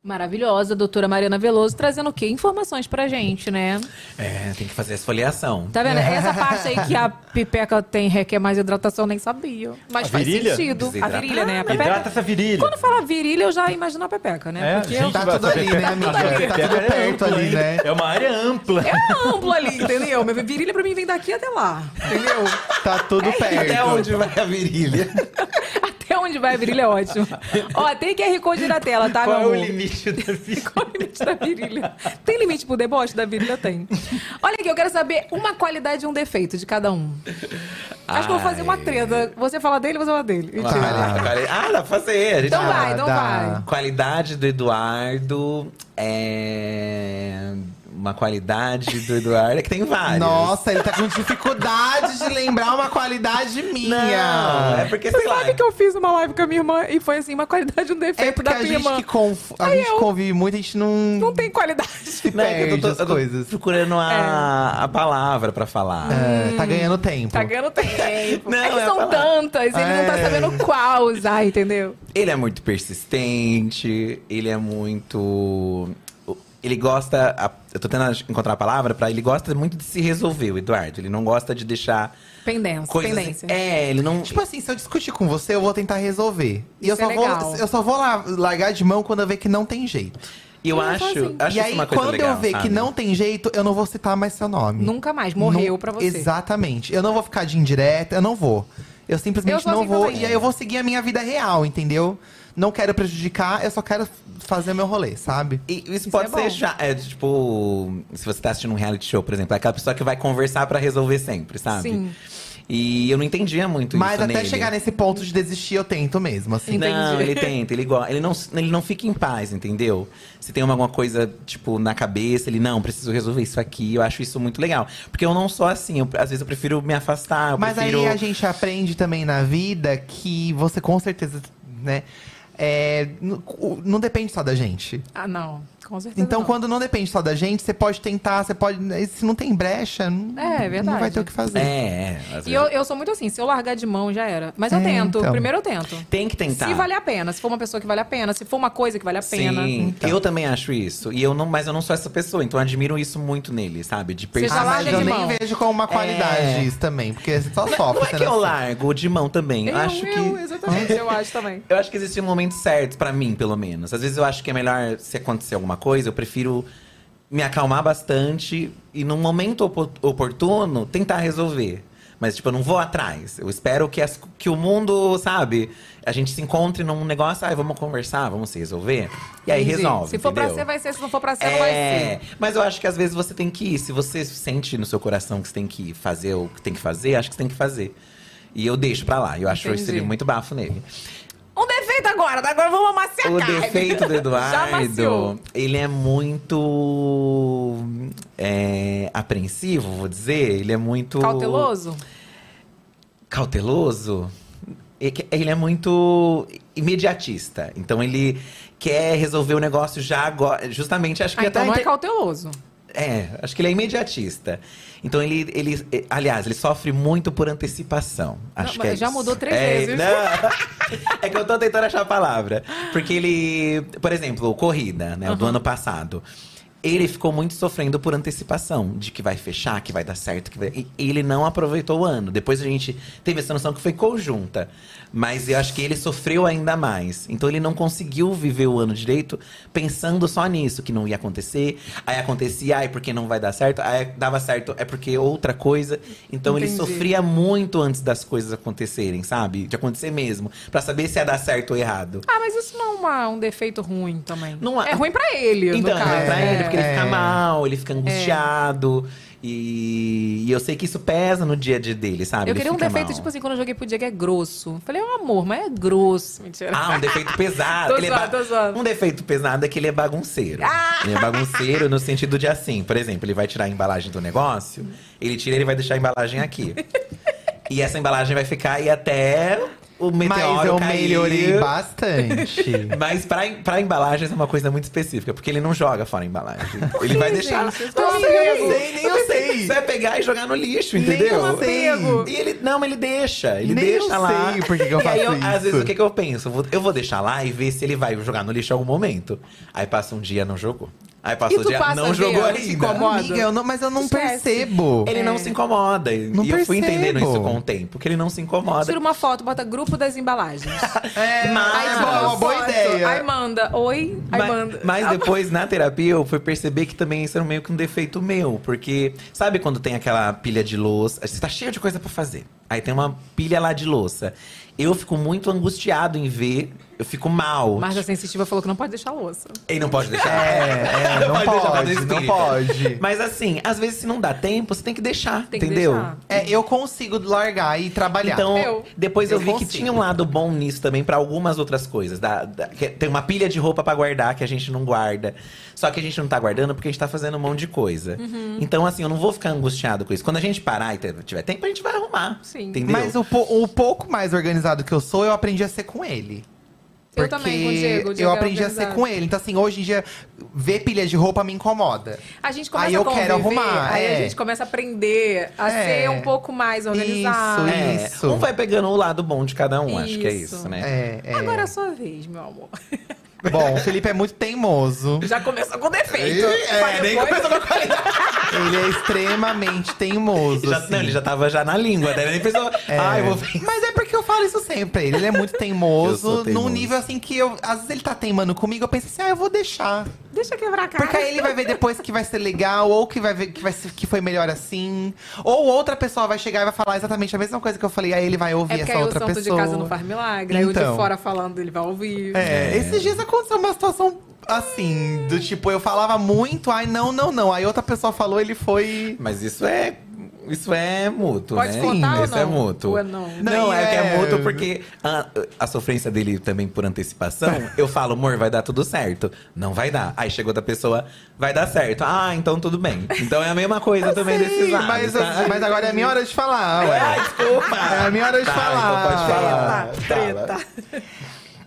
A: Maravilhosa, doutora Mariana Veloso, trazendo o quê? Informações pra gente, né?
G: É, tem que fazer a esfoliação.
A: Tá vendo? Essa parte aí que a pipeca tem requer mais hidratação, eu nem sabia. Mas
B: A
A: faz
B: virilha?
A: sentido. A
B: Desidrata.
A: virilha, né? A pepeca.
B: Hidrata essa virilha.
A: Quando fala virilha, eu já imagino a pepeca, né?
B: É,
A: Porque
B: gente,
F: Tá
B: vai-
F: tudo
B: a
F: ali, né,
B: pepeca-
F: amiga?
B: a
F: Tá tudo
B: pepeca é
F: perto
B: ampla,
F: ali, né?
B: É uma área ampla.
A: é amplo ali, entendeu? Minha virilha pra mim vem daqui até lá, entendeu?
F: Tá tudo perto.
G: Até onde vai a virilha?
A: Até onde vai a virilha é ótimo. Ó, tem QR Code na tela, tá,
B: Qual é
A: meu
B: o
A: amor?
B: limite da vida?
A: Qual é o limite da virilha? Tem limite pro deboche da virilha? Tem. Olha aqui, eu quero saber uma qualidade e um defeito de cada um. Acho que eu vou fazer uma
G: Ai.
A: treta. Você fala dele, você fala dele. Mentira.
G: Olha, quali- Ah, dá pra fazer. A gente
A: Então
G: fala.
A: vai, então
F: dá.
A: vai.
G: Qualidade do Eduardo é. Uma qualidade do Eduardo é que tem várias.
F: Nossa, ele tá com dificuldade de lembrar uma qualidade minha.
G: Não, é porque,
A: Você
G: sei lá.
A: sabe que eu fiz uma live com a minha irmã e foi assim, uma qualidade e um
F: É
A: defeito
F: porque
A: da
F: a
A: minha
F: gente
A: irmã.
F: que conf... a gente
A: eu.
F: convive muito, a gente não,
A: Não é tem qualidade.
F: se
G: Não, é
F: perde
G: que eu tô,
F: as
G: eu tô
F: coisas.
G: procurando a, a palavra pra falar.
F: É, tá ganhando tempo.
A: Tá ganhando tempo.
G: Não,
A: é que
G: é
A: são
G: falar.
A: tantas, ele não tá
F: É.
A: sabendo qual usar, entendeu?
G: Ele é muito persistente, ele é muito. Ele gosta. a- Eu tô tentando encontrar a palavra pra. Ele gosta muito de se resolver, o Eduardo. Ele não gosta de deixar
A: Pendência.
G: coisas.
A: pendência.
G: É, ele não.
F: Tipo assim, se eu discutir com você, eu vou tentar resolver. E eu
A: Isso é
F: só, vou,
A: legal.
F: eu só vou lá largar de mão quando eu ver que não tem jeito.
G: eu acho. acho
F: e
G: isso
F: aí,
G: uma coisa
F: quando
G: legal,
F: eu ver que
G: sabe?
F: não tem jeito, eu não vou citar mais seu nome.
A: Nunca mais, morreu
F: Não-
A: pra você.
F: Exatamente. Eu não vou ficar de indireta, eu não vou. Eu
A: Eu
F: simplesmente
A: sou
F: não
A: assim
F: vou.
A: também.
F: E aí eu vou seguir a minha vida real, entendeu? Não quero prejudicar, eu só quero fazer meu rolê, sabe?
G: E isso, pode
A: é bom.
G: ser já. É, tipo, se você tá assistindo um reality show, por exemplo, é aquela pessoa que vai conversar pra resolver sempre, sabe?
A: Sim.
G: E eu não entendia muito
F: Mas
G: isso.
F: até
G: nele.
F: chegar nesse ponto de desistir, eu tento mesmo, assim.
G: Não,
A: Entendi.
G: ele tenta, ele gosta. Ele não, ele não fica em paz, entendeu? Se tem alguma coisa, tipo, na cabeça, ele, não, preciso resolver isso aqui. Eu acho isso muito legal. Porque eu não sou assim, eu- às vezes eu prefiro me afastar, eu
F: Mas
G: prefiro.
F: aí a gente aprende também na vida que você com certeza, né? é, n- o- não depende só da gente.
A: Ah, não. Com certeza.
F: Então,
A: não.
F: quando não depende só da gente, você pode tentar, você pode. né, Se não tem brecha, não,
A: É,
F: não vai
A: verdade.
F: ter o que fazer.
G: É, é. às
A: E
G: vezes-
A: eu, eu sou muito assim, se eu largar de mão já era. Mas eu
F: É,
A: tento.
F: então.
A: Primeiro eu tento.
G: Tem que tentar.
A: Se vale a pena, se for uma pessoa que vale a pena, se for uma coisa que vale a pena.
G: Tá. Sim, eu também acho isso. E eu não, mas eu não sou essa pessoa, então eu admiro isso muito nele, sabe? De
A: Você já
G: persistência.
F: Ah, mas
A: larga
F: eu
A: de
F: nem
A: mão.
F: vejo como uma qualidade
G: É.
F: isso também, porque você só
G: Não,
F: sofre.
G: não é que
F: sendo
G: eu
F: assim.
G: largo de mão também.
A: Eu,
G: acho que.
A: eu, exatamente, eu acho também.
G: Eu acho que existe um momento certo pra mim, pelo menos. Às vezes eu acho que é melhor se acontecer alguma coisa, eu prefiro me acalmar bastante e num momento opo- oportuno tentar resolver. Mas tipo, eu não vou atrás. Eu espero que, as- que o mundo, sabe, a gente se encontre num negócio, ai, vamos conversar, vamos se resolver. E aí
A: Entendi.
G: resolve,
A: Se for pra
G: entendeu?
A: ser, vai ser. Se não for pra ser, não vai
G: É,
A: ser.
G: mas eu acho que às vezes você tem que ir. Se você sente no seu coração que você tem que fazer o que tem que fazer, acho que você tem que fazer. E eu deixo pra lá. Eu acho que
A: Entendi.
G: seria muito bafo nele.
A: Um defeito agora, tá? agora vamos amaciar a
G: O
A: carne.
G: defeito do
A: Já amaciou.
G: Eduardo, ele é muito é, apreensivo, vou dizer. Ele é muito.
A: Cauteloso?
G: Cauteloso? É que- Ele é muito imediatista. Então ele quer resolver o negócio já agora. Justamente acho que
A: Ah,
G: até.
A: então não é
G: inte-
A: cauteloso.
G: É, acho que ele é imediatista. Então ele, ele. eh, Aliás, ele sofre muito por antecipação. Acho
A: Não,
G: que é
A: mas já
G: isso.
A: mudou três
G: É,
A: vezes.
G: não. é que eu tô tentando achar a palavra. Porque ele. Por exemplo, o Corrida, né? o Do ano passado. Ele ficou muito sofrendo por antecipação, de que vai fechar, que vai dar certo. Que vai... E ele não aproveitou o ano. Depois a gente teve essa noção que foi conjunta. Mas eu acho que ele sofreu ainda mais. Então ele não conseguiu viver o ano direito pensando só nisso, que não ia acontecer. Aí acontecia, ai, porque não vai dar certo. Aí dava certo, é porque outra coisa. Então ele
A: Entendi.
G: sofria muito antes das coisas acontecerem, sabe? De acontecer mesmo. Pra saber se ia dar certo ou errado.
A: Ah, mas isso não é uma- um defeito ruim também.
G: Não há-
A: é ruim pra ele,
G: Então,
A: no caso. né?
G: é pra ele, porque ele
F: É.
G: fica mal, ele fica angustiado. E, e eu sei que isso pesa no dia a dia dele, sabe?
A: Eu
G: Ele
A: queria um
G: fica
A: defeito,
G: mal.
A: tipo assim, quando eu joguei pro Diego é grosso. Falei, oh, amor, mas é grosso. Mentira.
G: Ah, um defeito pesado.
A: Tô
G: Ele é
A: zoando,
G: ba-
A: tô zoando. Ah!
G: Um defeito pesado é que ele é bagunceiro. Ele é bagunceiro no sentido de assim, por exemplo, ele vai tirar a embalagem do negócio, ele tira e ele vai deixar a embalagem aqui. e essa embalagem vai ficar aí até o meteoro
F: Mas eu
G: cair.
F: melhorei bastante.
G: Mas pra, em- pra embalagens é uma coisa muito específica, porque ele não joga fora a embalagem. Ele vai deixar. lá.
F: gente?
G: Não,
F: Como
G: nem eu
F: assim?
G: sei, nem eu sei. Você vai pegar e jogar no lixo, entendeu?
F: eu sei.
G: E ele. Não, mas ele deixa. Ele
F: Nem eu
G: deixa lá.
F: sei por que que eu
G: e aí
F: faço
G: Às
F: isso.
G: vezes, o que, que eu penso? Eu vou- Eu vou deixar lá e ver se ele vai jogar no lixo em algum momento. Aí passa um dia, não jogou. Aí passa
A: E
G: um
A: tu
G: dia,
A: passa
G: não
A: a ver,
G: jogou
A: ó, se
G: ainda.
A: incomoda.
F: Amiga, eu não- mas eu não
A: Esquece.
F: percebo.
G: Ele não se incomoda. E-
F: É. Não
G: e eu fui
F: percebo.
G: entendendo isso com o tempo, que ele não se incomoda.
A: Ah, Tira uma foto, bota grupo das embalagens.
F: É,
A: Aí
F: mas é
A: tira
F: boa, uma boa
A: foto,
F: ideia.
A: Aí manda, oi, aí manda. Tá Ah,
G: Mas, mas depois, na terapia, eu fui perceber que também isso era meio que um defeito meu. Porque, sabe quando tem aquela pilha de louça? Você tá cheio de coisa pra fazer. Aí tem uma pilha lá de louça. Eu fico muito angustiado em ver. Eu fico mal.
A: Marja Sensitiva falou que não pode deixar a louça.
G: E não pode deixar.
F: É, é, não
G: deixar pra
F: pode,
G: dentro
F: não
G: espírita.
F: pode.
G: Mas assim, às vezes se não dá tempo, você tem que deixar,
A: Tem que
G: entendeu?
A: deixar.
F: É, eu consigo largar e trabalhar.
G: Então,
A: Eu.
G: depois eu,
F: Eu
G: vi
F: consigo.
G: que tinha um lado bom nisso também pra algumas outras coisas. Da- da- que tem uma pilha de roupa pra guardar que a gente não guarda. Só que a gente não tá guardando porque a gente tá fazendo um monte de coisa.
A: Uhum.
G: Então, assim, eu não vou ficar angustiado com isso. Quando a gente parar e ter- tiver tempo, a gente vai arrumar.
A: Sim.
G: Entendeu?
F: mas o, po- o pouco mais organizado que eu sou, eu aprendi a ser com ele.
A: Eu também, com o Diego, o Diego
F: eu
A: é
F: aprendi a ser
A: organizado.
F: com ele. Então, assim, hoje em dia, ver pilha de roupa me incomoda.
A: A gente começa
F: Aí eu
A: a conviver,
F: quero arrumar,
A: aí
F: é.
A: a gente começa a aprender a
F: É.
A: ser um pouco mais organizado.
F: Isso,
G: É,
F: isso.
G: um vai pegando o lado bom de cada um, acho que é
A: Isso.
G: isso, né?
F: É, é.
A: Agora é a sua vez, meu amor.
F: Bom, o Felipe é muito teimoso.
A: Já começou com defeito.
F: É,
A: Mas
G: nem
A: depois-
G: começou com a qualidade.
F: Ele é extremamente teimoso.
G: Já,
F: assim.
G: Não, ele já tava já na língua, né? Ele nem pensou,
F: É.
G: ah, eu vou ver.
F: Mas é porque eu falo isso sempre. Ele é muito
G: Eu
F: teimoso,
G: sou teimoso.
F: num nível assim que eu. Às vezes ele tá teimando comigo, eu penso assim, ah, eu vou deixar.
A: Deixa eu quebrar a cara. É
F: Porque aí ele vai ver depois que vai ser legal, ou que vai ver que, vai ser- que foi melhor assim. Ou outra pessoa vai chegar e vai falar exatamente a mesma coisa que eu falei, aí ele vai ouvir
A: É porque
F: essa
A: aí o
F: outra
A: santo
F: pessoa.
A: de casa não faz milagre. Aí o de
F: Então.
A: fora falando, ele vai ouvir.
F: É, esses dias aconteceu uma situação assim, do tipo, eu falava muito, ai não, não, não. Aí outra pessoa falou, ele foi.
G: Mas isso é. Isso é mútuo,
A: Pode
G: né?
A: contar ou
G: Isso
A: não?
G: é mútuo.
A: Ou é não?
G: Não, é, que
F: é.
G: é mútuo porque a, a sofrência dele também por antecipação, eu falo, amor, vai dar tudo certo. Não vai dar. Aí chegou da pessoa, vai dar certo. Ah, então tudo bem. Então é a mesma coisa também desses
F: Ah, Sim,
G: lados.
F: mas,
G: tá?
F: mas agora é a minha hora de falar, ué.
G: Ah, desculpa.
F: É a minha hora de
G: Tá,
F: falar.
G: Então pode falar.
A: Treta,
G: Fala.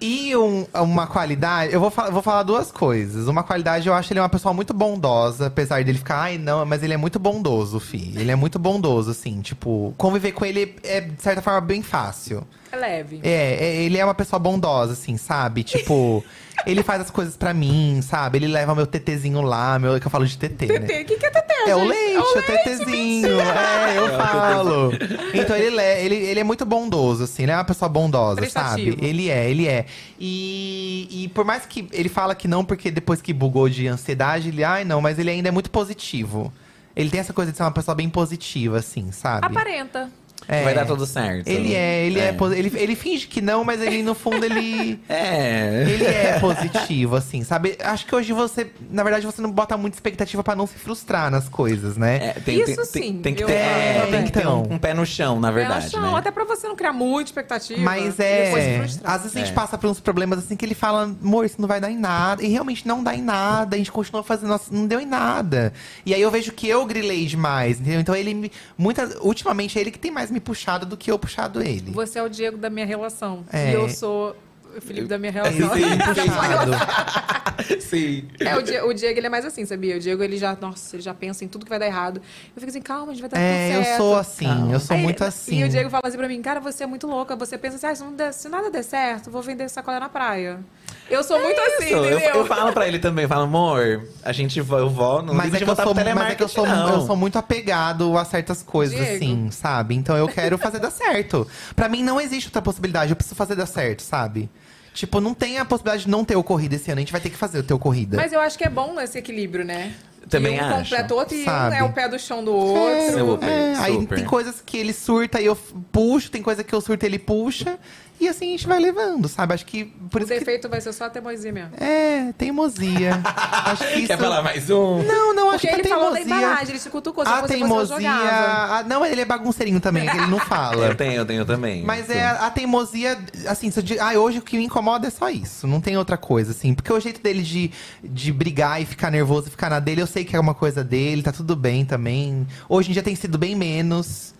F: E um- uma qualidade, eu vou, fa- vou falar duas coisas. Uma qualidade, eu acho ele uma pessoa muito bondosa, apesar dele ficar, ai não, mas ele é muito bondoso, fi. Ele é muito bondoso, assim, tipo, conviver com ele é, de certa forma, bem fácil.
A: É leve.
F: É, é, ele é uma pessoa bondosa, assim, sabe? Tipo, ele faz as coisas pra mim, sabe? Ele leva meu tetezinho lá, meu, que eu falo de tetê, né?
A: O que, que é TT,
F: É o
A: gente?
F: leite, o, tetezinho. É, eu falo. Então ele é, ele, ele é muito bondoso, assim, ele é uma pessoa bondosa,
A: Prestativo.
F: sabe? Ele é, ele é. E, e por mais que ele fala que não, porque depois que bugou de ansiedade, ele, ai não, mas ele ainda é muito positivo. Ele tem essa coisa de ser uma pessoa bem positiva, assim, sabe?
A: Aparenta.
F: É.
G: Vai dar tudo certo.
F: Ele é, ele é,
G: É.
F: posi- ele, ele finge que não, mas ele no fundo ele
G: É.
F: ele é positivo, assim, sabe? Acho que hoje você, na verdade, você não bota muita expectativa pra não se frustrar nas coisas, né?
G: É, tem,
A: Isso
G: tem-
A: sim,
G: Tem, tem que
A: eu
G: ter,
A: acho
G: tem que ter um,
F: também.
G: um pé no chão, na verdade.
A: Relaxa, não,
G: né?
A: até pra você não criar muita expectativa.
F: É Mas
A: E depois se
F: é.
A: frustrar.
F: Às vezes a gente
G: É.
F: passa por uns problemas assim que ele fala, amor, isso não vai dar em nada. E realmente não dá em nada. A gente continua fazendo, nossa, não deu em nada. E aí eu vejo que eu grilei demais, entendeu? Então ele me. Muitas, ultimamente é ele que tem mais me puxado do que eu puxado ele.
A: Você é o Diego da minha relação.
F: É.
A: E eu sou o Felipe da minha
F: Ele
A: relação.
F: tem me puxado.
A: tá
G: Sim.
A: É, o Diego, o Diego, ele é mais assim, sabia? O Diego, ele já, nossa, ele já pensa em tudo que vai dar errado. Eu fico assim, calma, a gente vai dar
F: É,
A: tudo
F: eu
A: certo.
F: sou assim, eu sou
A: Aí,
F: muito assim.
A: E o Diego fala assim pra mim, cara, você é muito louca. Você pensa assim, ah, se, não der- se nada der certo, vou vender sacola na praia. Eu
F: É
A: sou muito assim,
G: Isso, eu,
A: entendeu?
G: eu falo pra ele também, eu falo, amor, a gente vo- eu vou, não
F: Mas
G: liga
F: é,
G: de
F: que eu
G: voltar
F: sou,
G: pro
F: mas é que eu sou,
G: telemarketing, não.
F: eu sou muito apegado a certas coisas,
A: Diego.
F: assim, sabe? Então eu quero fazer dar certo. Pra mim não existe outra possibilidade, eu preciso fazer dar certo, sabe? Tipo, não tem a possibilidade de não ter ocorrido esse ano, a gente vai ter que fazer o teu corrida.
A: Mas eu acho que é bom esse é equilíbrio, né?
G: Também
A: e um
G: acho.
A: completa o outro e
F: Sabe.
A: um é o pé do chão do outro.
G: Super,
F: É, aí
G: super.
F: tem coisas que ele surta e eu f- puxo, tem coisa que eu surto e ele puxa. E assim a gente vai levando, sabe? Acho que por
A: O
F: isso que
A: defeito vai ser só a teimosia mesmo.
F: é teimosia. acho que isso...
G: Quer falar mais um?
F: Não, não, acho
A: Porque
F: que a
A: ele falou da
F: teimosia.
A: embalagem, ele se cutucou. Se
F: a
A: fosse você, eu
F: teimosia.
A: jogava.
F: Ah, não, ele é bagunceirinho também, ele não
G: Eu
F: fala.
G: tenho, eu tenho também.
F: Mas
G: Sim.
F: é a, a teimosia, assim, se eu di- ah, hoje o que me incomoda é só isso, não tem outra coisa, assim. Porque o jeito dele de, de brigar e ficar nervoso e ficar na dele, eu sei que é uma coisa dele, tá tudo bem também. Hoje em dia tem sido bem menos,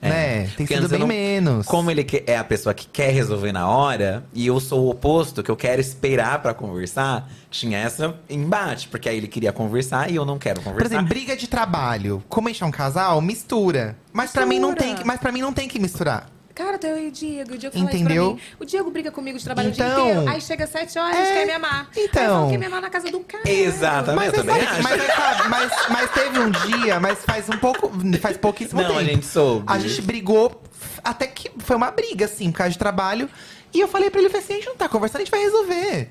G: É.
F: né? Tem
G: Porque
F: sido
G: antes eu
F: bem
G: não-
F: menos.
G: Como ele que- é a pessoa que quer resolver na hora, e eu sou o oposto, que eu quero esperar pra conversar, tinha essa embate, porque aí ele queria conversar e eu não quero
F: Por
G: conversar.
F: exemplo, briga de trabalho. Como encher um casal, mistura. Mas pra mim não
A: Mistura.
F: tem, que- mas para mim não tem que misturar.
A: Cara, eu e o Diego. O Diego fala
F: Entendeu?
A: isso pra mim. O Diego briga comigo de trabalho o
F: Então-
A: dia inteiro. Aí chega às sete horas,
F: É,
A: quer me amar.
F: então.
A: Aí fala, quer me amar na casa do cara.
G: Exatamente, eu também acho.
F: Mas, mas sabe, mas- mas teve um dia, mas faz um pouco, faz pouquíssimo
G: Não,
F: tempo.
G: a gente soube.
A: Uhum.
F: A gente brigou, até que foi uma briga, assim, por causa de trabalho. E eu falei pra ele, falei assim, a gente não tá conversando, a gente vai resolver.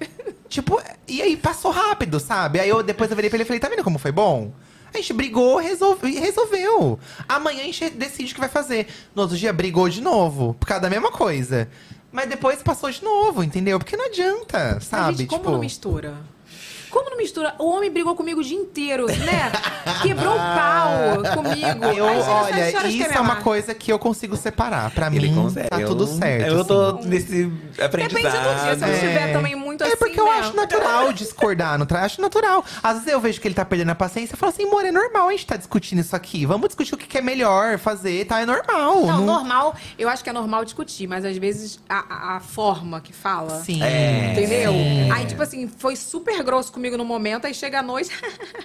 F: tipo, e aí passou rápido, sabe? Aí eu depois eu virei pra ele e falei, tá vendo como foi bom? A gente brigou, resolve, e resolveu. Amanhã a gente decide o que vai fazer. No outro dia, brigou de novo, por causa da mesma coisa. Mas depois passou de novo, entendeu? Porque não adianta,
A: Mas,
F: sabe? tipo
A: gente, como não mistura? Como não mistura? O homem brigou comigo o dia inteiro, né? Quebrou o pau comigo.
F: Eu,
A: Aí chega às
F: olha,
A: sete horas, quer
F: isso
A: me
F: é uma
A: amar.
F: coisa que eu consigo separar. Pra
G: Ele
F: mim,
G: consegue.
F: tá
G: eu-
F: tudo certo.
G: Eu tô
F: assim.
G: nesse aprendizado.
A: Depende do dia. Se eu
F: É.
A: estiver também muito
F: É
A: assim,
F: porque eu
A: né?
F: acho natural discordar no trabalho. Acho natural. Às vezes eu vejo que ele tá perdendo a paciência e falo assim, amor, é normal a gente tá discutindo isso aqui. Vamos discutir o que que é melhor fazer, tá? É normal.
A: Não, normal, eu acho que é normal discutir, mas às vezes a, a- a forma que fala.
F: Sim.
G: É.
A: Entendeu? Aí, tipo assim, foi super grosso comigo no momento, aí chega à noite.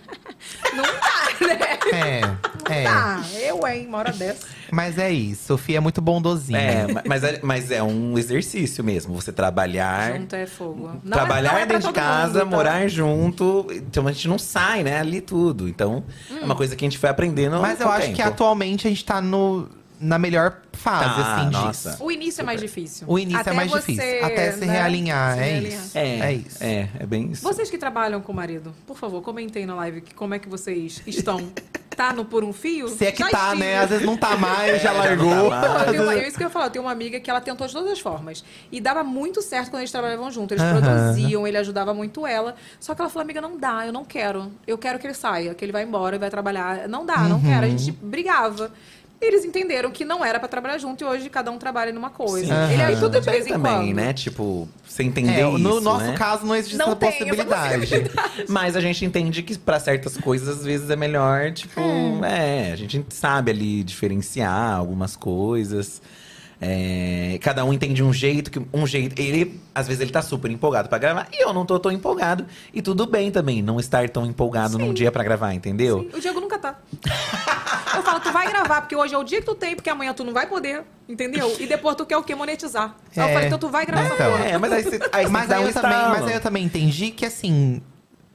A: não dá, né?
F: É, é.
A: Tá, eu, hein, uma hora dessa.
F: Mas é isso. Sofia é muito bondosinha.
G: É, ma- mas é, mas é um exercício mesmo. Você trabalhar.
A: Junto é fogo. Não é-
G: trabalhar
A: não é pra
G: dentro
A: todo
G: de casa,
A: mundo, então.
G: morar é junto. Então a gente não sai, né? Ali tudo. Então é
A: Hum.
G: uma coisa que a gente foi aprendendo.
F: Mas
G: com
F: eu
G: o
F: acho
G: tempo.
F: que atualmente a gente tá no, na melhor fase,
G: Tá,
F: assim,
G: nossa.
F: disso.
A: O início é mais difícil.
F: O início
A: Até
F: é mais
A: você,
F: difícil. Até se
A: né,
F: realinhar,
A: se
F: é
A: realinhar.
F: isso.
G: É,
F: É isso.
G: É, é bem isso.
A: Vocês que trabalham com o marido, por favor, comentem na live que- como é que vocês estão. tá no por um fio?
F: Se é que
A: Já
F: tá,
A: estive.
F: né? Às vezes não tá mais, já
G: já não tá
F: largou.
G: mais.
A: Não, eu
F: é
A: tenho uma, isso que eu ia falar, eu tenho uma amiga que ela tentou de todas as formas. E dava muito certo quando eles trabalhavam juntos. Eles
F: Aham.
A: produziam, ele ajudava muito ela. Só que ela falou, amiga, não dá, eu não quero. Eu quero que ele saia, que ele vai embora e vai trabalhar. Não dá, não quero. A
F: Uhum.
A: gente brigava. E Eles entenderam que não era pra trabalhar junto e hoje cada um trabalha numa coisa.
F: Sim.
A: Ele
F: Aham.
A: é tudo de vez em
G: também,
A: quando.
G: né? Tipo, você
F: É,
G: entender isso,
F: no nosso
G: né?
F: caso não existe
A: Não
F: essa
A: tem essa
F: possibilidade.
G: Mas a gente entende que pra certas coisas, às vezes, é melhor, tipo… É, a gente sabe ali diferenciar algumas coisas. É, cada um entende um jeito, que um jeito… Ele, às vezes, ele tá super empolgado pra gravar. E eu não tô tão empolgado. E tudo bem também não estar tão empolgado num dia pra gravar, entendeu?
A: O Diego nunca tá. Eu falo, tu vai gravar, porque hoje é o dia que tu tem, porque amanhã tu não vai poder, entendeu? E depois tu quer o quê? Monetizar. Aí
F: É.
A: eu falei, então tu vai gravar essa
F: Então.
A: porra.
G: É, mas aí você, aí você
F: mas,
G: dá
F: aí
G: um
F: eu também, mas
G: estalo.
F: aí eu também entendi que assim,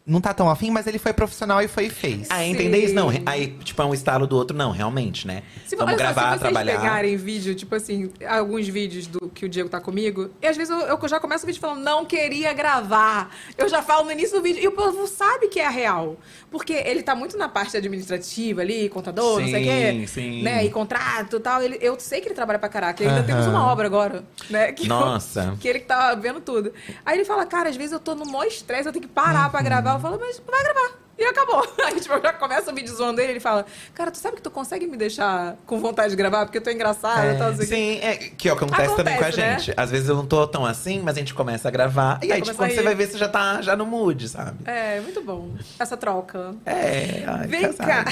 F: não tá tão afim, mas ele foi profissional e foi e fez.
G: Ah, entender isso? Não,
A: Sim.
G: aí, tipo, é um estalo do outro. Não, realmente, né?
A: Se,
G: Vamos
A: olha só,
G: gravar,
A: se vocês
G: trabalhar.
A: pegarem vídeo, tipo assim, alguns vídeos do que o Diego tá comigo, e às vezes eu, eu já começo o vídeo falando, não queria gravar. Eu já falo no início do vídeo. E o povo sabe que é a real. Porque ele tá muito na parte administrativa ali, contador, não sei o
G: Sim,
A: quê.
G: sim.
A: Né, e contrato e tal. Ele- eu sei que ele trabalha pra caraca. E ainda
F: Aham.
A: temos uma obra agora, né? que eu-
G: Nossa.
A: que ele que tá vendo tudo. Aí ele fala, cara, às vezes eu tô no maior estresse, eu tenho que parar
F: Uhum.
A: pra gravar. Eu falo, mas vai gravar. E acabou. Aí, tipo, eu já começa o vídeo zoando ele, ele fala, cara, tu sabe que tu consegue me deixar com vontade de gravar? Porque eu tô engraçada e tal, assim.
G: Sim, é, que é o que acontece,
A: Acontece,
G: também com a
A: né?
G: gente. Às vezes eu não tô tão assim, mas a gente começa a gravar. E
A: Aí
G: aí, tipo,
A: começa
G: quando
A: a
G: você
A: ir.
G: vai ver, você já tá já no mood, sabe?
A: É, muito bom. Essa troca.
G: É, ai,
A: Vem
G: casado.
A: cá.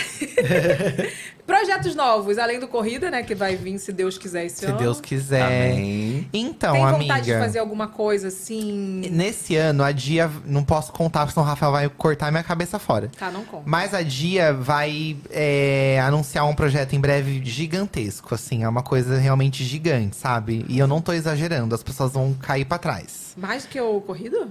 A: Projetos novos, além do Corrida, né? Que vai vir, se Deus quiser, esse
F: Se
A: ano.
F: Deus quiser.
G: Amém.
F: Então,
A: Tem vontade
F: amiga.
A: de fazer alguma coisa assim?
F: Nesse ano, a Dia. Não posso contar, porque senão o Rafael vai cortar minha cabeça fora.
A: Tá, não conta.
F: Mas a Dia vai é, anunciar um projeto em breve gigantesco, assim. É uma coisa realmente gigante, sabe? E eu não tô exagerando, as pessoas vão cair pra trás.
A: Mais do que o Corrida?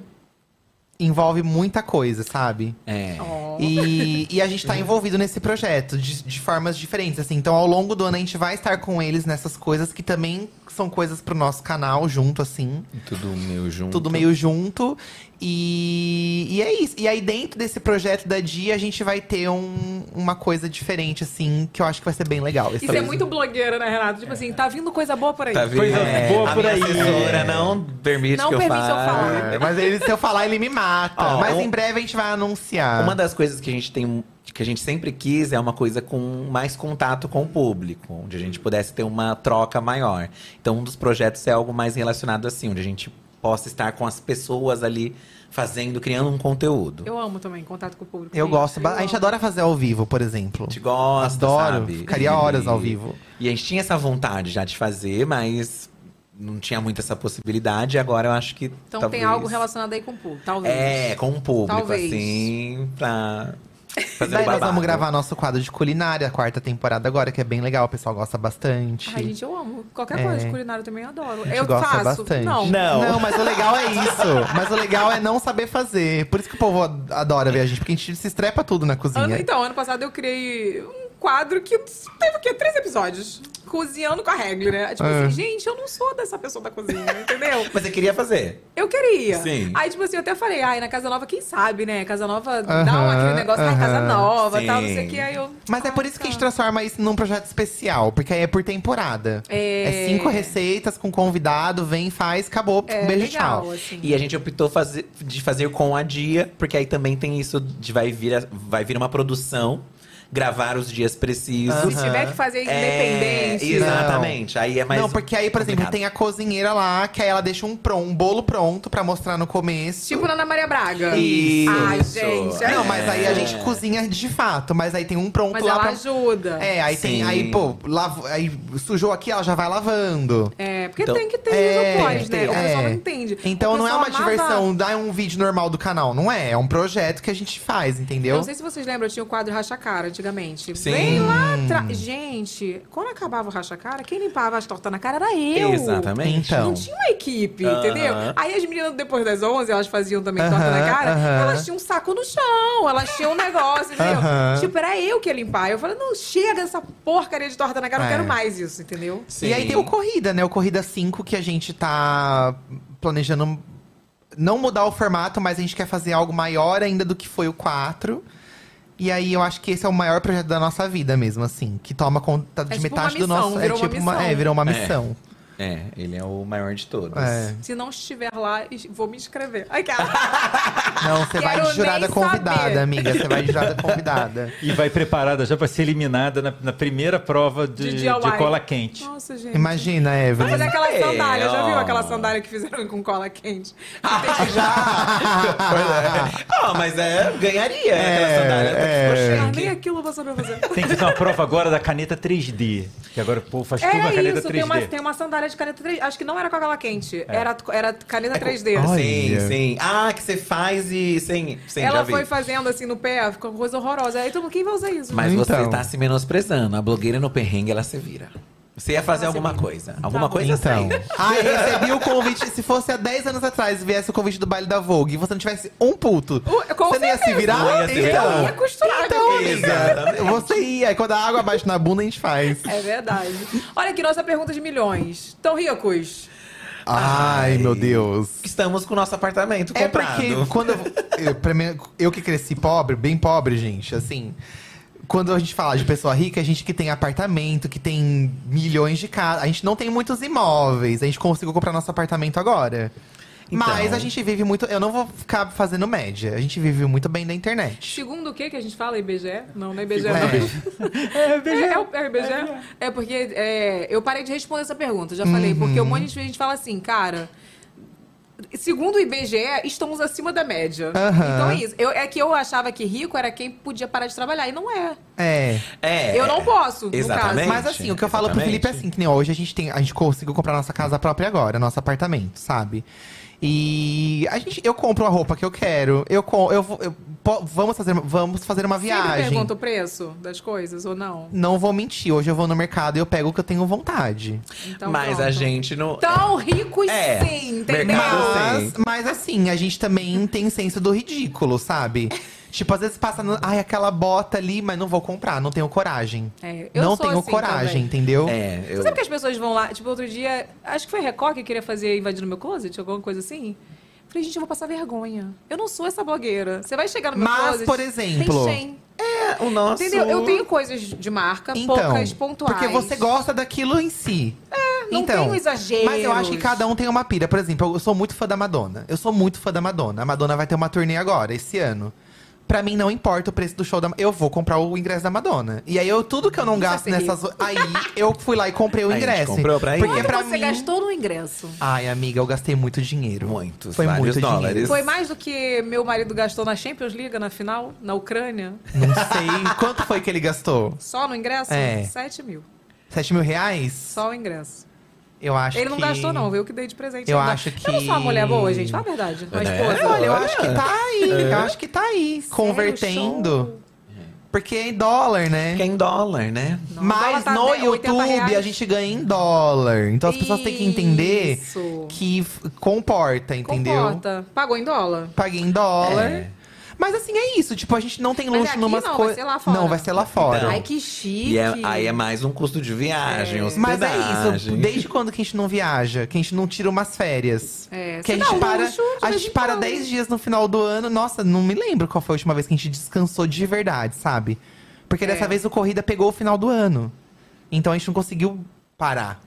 F: Envolve muita coisa, sabe?
G: É.
A: Ó.
F: E, e a gente tá envolvido nesse projeto de, de formas diferentes, assim. Então, ao longo do ano, a gente vai estar com eles nessas coisas que também são coisas pro nosso canal junto, assim.
G: Tudo meio junto.
F: Tudo meio junto. E, e é isso. E aí, dentro desse projeto da Dia, a gente vai ter um- uma coisa diferente, assim, que eu acho que vai ser bem legal. esse
A: Isso é
F: ano.
A: muito blogueira, né, Renato?
F: É.
A: Tipo assim, tá vindo coisa boa por aí.
G: Tá vindo
B: Coisa boa
G: a
B: por
G: minha
B: aí.
G: assessora não permite
A: Não
G: que eu
A: permite eu
G: fale.
A: falar.
F: É, mas ele, se eu falar, ele me mata.
G: Ó,
F: mas
G: um-
F: em breve a gente vai anunciar.
G: Uma das coisas que a gente tem, que a gente sempre quis, é uma coisa com mais contato com o público, onde a gente pudesse ter uma troca maior. Então, um dos projetos é algo mais relacionado assim, onde a gente possa estar com as pessoas ali fazendo, criando um conteúdo.
A: Eu amo também contato com o público.
F: Eu
A: gente.
F: gosto. ba- A gente
A: amo.
F: adora fazer ao vivo, por exemplo.
G: A gente gosta,
F: Adoro.
G: sabe?
F: Ficaria horas ao vivo.
G: E a gente tinha essa vontade já de fazer, mas não tinha muito essa possibilidade. E agora eu acho que
A: Então tem
G: talvez-
A: algo relacionado aí com o público, talvez.
G: É, com o público,
A: Talvez.
G: assim, pra fazer
F: Daí
G: o
F: nós
G: babado.
F: vamos gravar nosso quadro de culinária, a quarta temporada agora, que é bem legal, o pessoal gosta bastante.
A: Ai, gente, eu amo. Qualquer
F: É.
A: coisa de culinária eu também adoro.
F: A gente
A: eu
F: gosta
A: faço.
F: bastante.
A: Não.
G: Não.
F: Não, mas o legal é isso. Mas o legal é não saber fazer. Por isso que o povo ad- adora ver a gente, porque a gente se estrepa tudo na
A: Ano-
F: cozinha.
A: então, ano passado eu criei um quadro que teve o quê? Três episódios. Cozinhando com a regra, né? Tipo
F: É.
A: assim, gente, eu não sou dessa pessoa da cozinha, entendeu?
G: Mas você queria fazer.
A: Eu queria.
G: Sim.
A: Aí, tipo assim, eu até falei, ai, na Casa Nova, quem sabe, né? Casa Nova dá um,
F: Aham,
A: aquele negócio, ai, Casa
F: aham.
A: Nova,
G: Sim.
A: tal, não sei o que. Aí eu.
F: Mas é por isso que a gente transforma isso num projeto especial, porque aí é por temporada.
A: É.
F: É, cinco receitas com convidado, vem, faz, acabou,
A: É
F: um beijo,
A: legal,
F: tchau.
A: assim.
G: E a gente optou fazer, de fazer com a Dia, porque aí também tem isso de vai vir, a- vai vir uma produção, gravar os dias precisos.
A: Se tiver que fazer
G: É,
A: independente.
G: exatamente. Aí é mais.
F: não, porque aí, por exemplo,
G: complicado.
F: tem a cozinheira lá, que aí ela deixa um, pron- um bolo pronto pra mostrar no começo.
A: Tipo na Ana Maria Braga.
G: Isso.
A: Ai, gente.
F: Não,
A: é.
F: mas aí a gente cozinha de fato, mas aí tem um pronto
A: Mas
F: lá
A: ela
F: pra.
A: ajuda.
F: É, aí tem.
G: Sim.
F: Aí, pô, lavo, aí sujou aqui, ela já vai lavando.
A: É, porque
G: Então-
A: tem que ter
F: É,
A: isso pós, né?
F: tem-
A: O pessoal
F: é.
A: não entende.
F: Então
A: O
F: não é
A: pessoal
F: uma
A: amava-
F: diversão, dá um vídeo normal do canal, não é? É um projeto que a gente faz,
A: Eu
F: entendeu?
A: não sei se vocês lembram, tinha o quadro Racha Cara antigamente.
G: Sim.
A: Bem lá atrás. Gente, quando acabava o Racha Cara, quem limpava as tortas na cara era eu.
G: Exatamente.
A: Não
F: Então.
A: tinha uma equipe,
G: Aham.
A: entendeu? Aí as meninas, depois das 11, elas faziam também torta na
F: Aham,
A: cara.
F: aham.
A: Elas tinham um saco no chão, elas tinham um negócio, entendeu?
F: Aham.
A: Tipo, era eu que ia limpar. Eu falei, não, chega dessa porcaria de torta na cara, eu não
F: É.
A: quero mais isso, entendeu?
F: E aí tem o Corrida, né? O Corrida 5, que a gente tá planejando não mudar o formato, mas a gente quer fazer algo maior ainda do que foi o 4. E aí eu acho que esse é o maior projeto da nossa vida mesmo, assim. Que toma conta de
A: É tipo
F: metade
A: uma
F: do
A: missão,
F: nosso.
A: virou uma missão.
F: é, virou uma
G: É.
F: missão.
G: É, ele é o maior de todos.
F: É.
A: Se não estiver lá, es- vou me inscrever. Ai, cara.
F: Não, você vai
A: Quero
F: de jurada
A: nem
F: convidada,
A: saber.
F: amiga. Você vai de jurada convidada.
B: E vai preparada, já vai ser eliminada na, na primeira prova de,
A: De
B: de,
A: DIY.
B: cola quente.
A: Nossa, gente.
F: Imagina,
A: Vai fazer
F: Evelyn.
A: aquela
G: É,
A: sandália, já viu
G: ó.
A: aquela sandália que fizeram com cola quente?
G: Ah, mas é, ganharia né, aquela sandália.
F: é.
G: Tá
A: Ah,
G: que ficou
A: nem
G: chique.
A: aquilo eu vou saber fazer.
B: Tem que fazer uma prova agora da caneta 3D. Que agora o povo faz tudo a
A: É
B: caneta
A: isso,
B: 3D.
A: tem uma, tem uma sandália de caneta 3D. Acho que não era com a cola quente, era, era caneta 3D.
F: É. Olha.
G: Sim, sim. Ah, que você faz e sem. sem já
A: Ela
G: vi.
A: foi fazendo assim no pé, ficou uma coisa horrorosa. Aí todo mundo, quem vai usar isso?
G: Mas você
F: Então.
G: tá se menosprezando. A blogueira no perrengue, ela se vira. Você ia fazer alguma coisa. Alguma
A: Tá bom.
G: coisa assim.
F: Então.
A: assim.
G: sai.
F: Ai, recebi o convite. Se fosse há 10 anos atrás e viesse o convite do baile da Vogue e você não tivesse um puto,
A: Uh, com
F: você não ia se
A: certeza.
F: virar?
G: Não ia se virar. é
A: Eu ia costurar,
F: então,
A: né?
F: amiga, você ia. Aí Quando a água bate na bunda, a gente faz.
A: É verdade. Olha aqui, nossa pergunta de milhões. Tão ricos?
F: Ai, meu Deus.
G: Estamos com o nosso apartamento
F: É
G: comprado.
F: porque quando eu, eu, pra mim, eu que cresci pobre, bem pobre, gente, assim. Quando a gente fala de pessoa rica, a gente que tem apartamento, que tem milhões de casas. A gente não tem muitos imóveis. A gente conseguiu comprar nosso apartamento agora.
G: Então.
F: Mas a gente vive muito. Eu não vou ficar fazendo média. A gente vive muito bem na internet.
A: Segundo o que que a gente fala? IBGE? Não, não é IBGE,
F: É.
A: não. É IBGE. É, o- é o IBGE. É porque é, eu parei de responder essa pergunta, já falei. Porque
G: Uhum.
A: um monte de gente fala assim, cara… Segundo o IBGE, estamos acima da média.
F: Aham.
A: Então é isso. Eu- é que eu achava que rico era quem podia parar de trabalhar. E não é.
F: É.
G: É.
A: Eu não posso, no
G: Exatamente.
A: caso. né?
F: Mas assim, o que eu falo pro
G: Exatamente.
F: Felipe é assim, que nem hoje a gente tem. A gente conseguiu comprar nossa casa própria agora, nosso apartamento, sabe? E a gente, eu compro a roupa que eu quero. Eu, com- eu, vou- eu po- vamos fazer, vamos fazer uma
A: Sempre
F: viagem.
A: pergunta o preço das coisas ou não.
F: Não vou mentir, hoje eu vou no mercado e eu pego o que eu tenho vontade.
A: Então,
G: Mas a
A: pronto. Então-
G: gente não.
A: Tão ricos
G: É,
A: sim, entendeu?
G: mercado
F: Mas, mas assim, a gente também tem senso do ridículo, sabe? Tipo, às vezes passa, no- ai, aquela bota ali, mas não vou comprar, não tenho coragem.
A: É, eu
F: não
A: sou
F: tenho
A: assim
F: coragem,
A: também.
F: entendeu?
G: É,
A: Você sabe que as pessoas vão lá, tipo, outro dia, acho que foi Record que queria fazer invadir no meu closet, alguma coisa assim. Falei, gente, eu vou passar vergonha. Eu não sou essa blogueira. Você vai chegar no meu
F: Mas,
A: closet.
F: por exemplo,
A: Tem 100.
G: É, o nosso.
A: Entendeu? Eu tenho coisas de marca, poucas, pontuais.
F: Então, Porque você gosta daquilo em si. É,
A: não
F: então,
A: tenho exageros.
F: Mas eu acho que cada um tem uma pira. Por exemplo, eu sou muito fã da Madonna. Eu sou muito fã da Madonna. A Madonna vai ter uma turnê agora, esse ano. Pra mim, não importa o preço do show da Eu vou comprar o ingresso da Madonna. E aí, eu, tudo que eu não gasto
A: precisa ser
F: nessas. Aí, eu fui lá e comprei o
G: A gente
F: ingresso.
G: comprou pra ir?
F: Porque é
A: Quanto
F: pra
A: você
F: mim.
A: gastou no ingresso?
F: Ai, amiga, eu gastei muito dinheiro.
G: Muitos,
F: Foi
G: vários
F: muito
G: dólares.
A: Foi mais do que meu marido gastou na Champions League, na final, na Ucrânia?
F: dinheiro. Não sei. Quanto foi que ele gastou?
A: Só no ingresso?
F: É.
A: 7 mil.
F: 7 mil reais?
A: Só o ingresso.
F: Eu acho
A: ele não
F: que-
A: gastou, não, viu? O que dei de presente.
F: Eu
A: ele dá.
F: acho
A: Eu não sou uma
F: que-
A: mulher boa, gente. Fala a verdade. Uma
G: É,
A: esposa.
F: Olha, eu
G: Olha.
F: acho que tá aí. Eu acho que tá aí. Convertendo. Porque é em dólar, né?
G: Que é em dólar, né?
A: Não, dólar
F: Mas
A: tá
F: no
A: de- 80
F: YouTube
A: reais.
F: a gente ganha em dólar. Então as pessoas têm que entender
A: Isso.
F: que f- comporta, entendeu?
A: Comporta. Pagou em dólar?
F: Paguei em dólar.
G: É.
F: Mas assim, é isso. Tipo, a gente não tem
A: Mas é
F: luxo
A: aqui
F: numas
A: não, vai
F: coisas.
A: ser lá fora.
F: Não, vai ser lá fora.
G: Então.
A: Ai, que chique.
G: E é- aí é mais um custo de viagem,
F: Mas
G: hospedagem.
F: é isso. Desde quando que a gente não viaja? Que a gente não tira umas férias?
A: É,
F: que a
A: se dá
F: gente
A: um
F: para,
A: luxo de
F: a
A: vez
F: gente
A: em
F: para
A: quando.
F: 10 dias no final do ano. Nossa, não me lembro qual foi a última vez que a gente descansou de verdade, sabe? Porque
A: É.
F: dessa vez o corrida pegou o final do ano. Então a gente não conseguiu parar.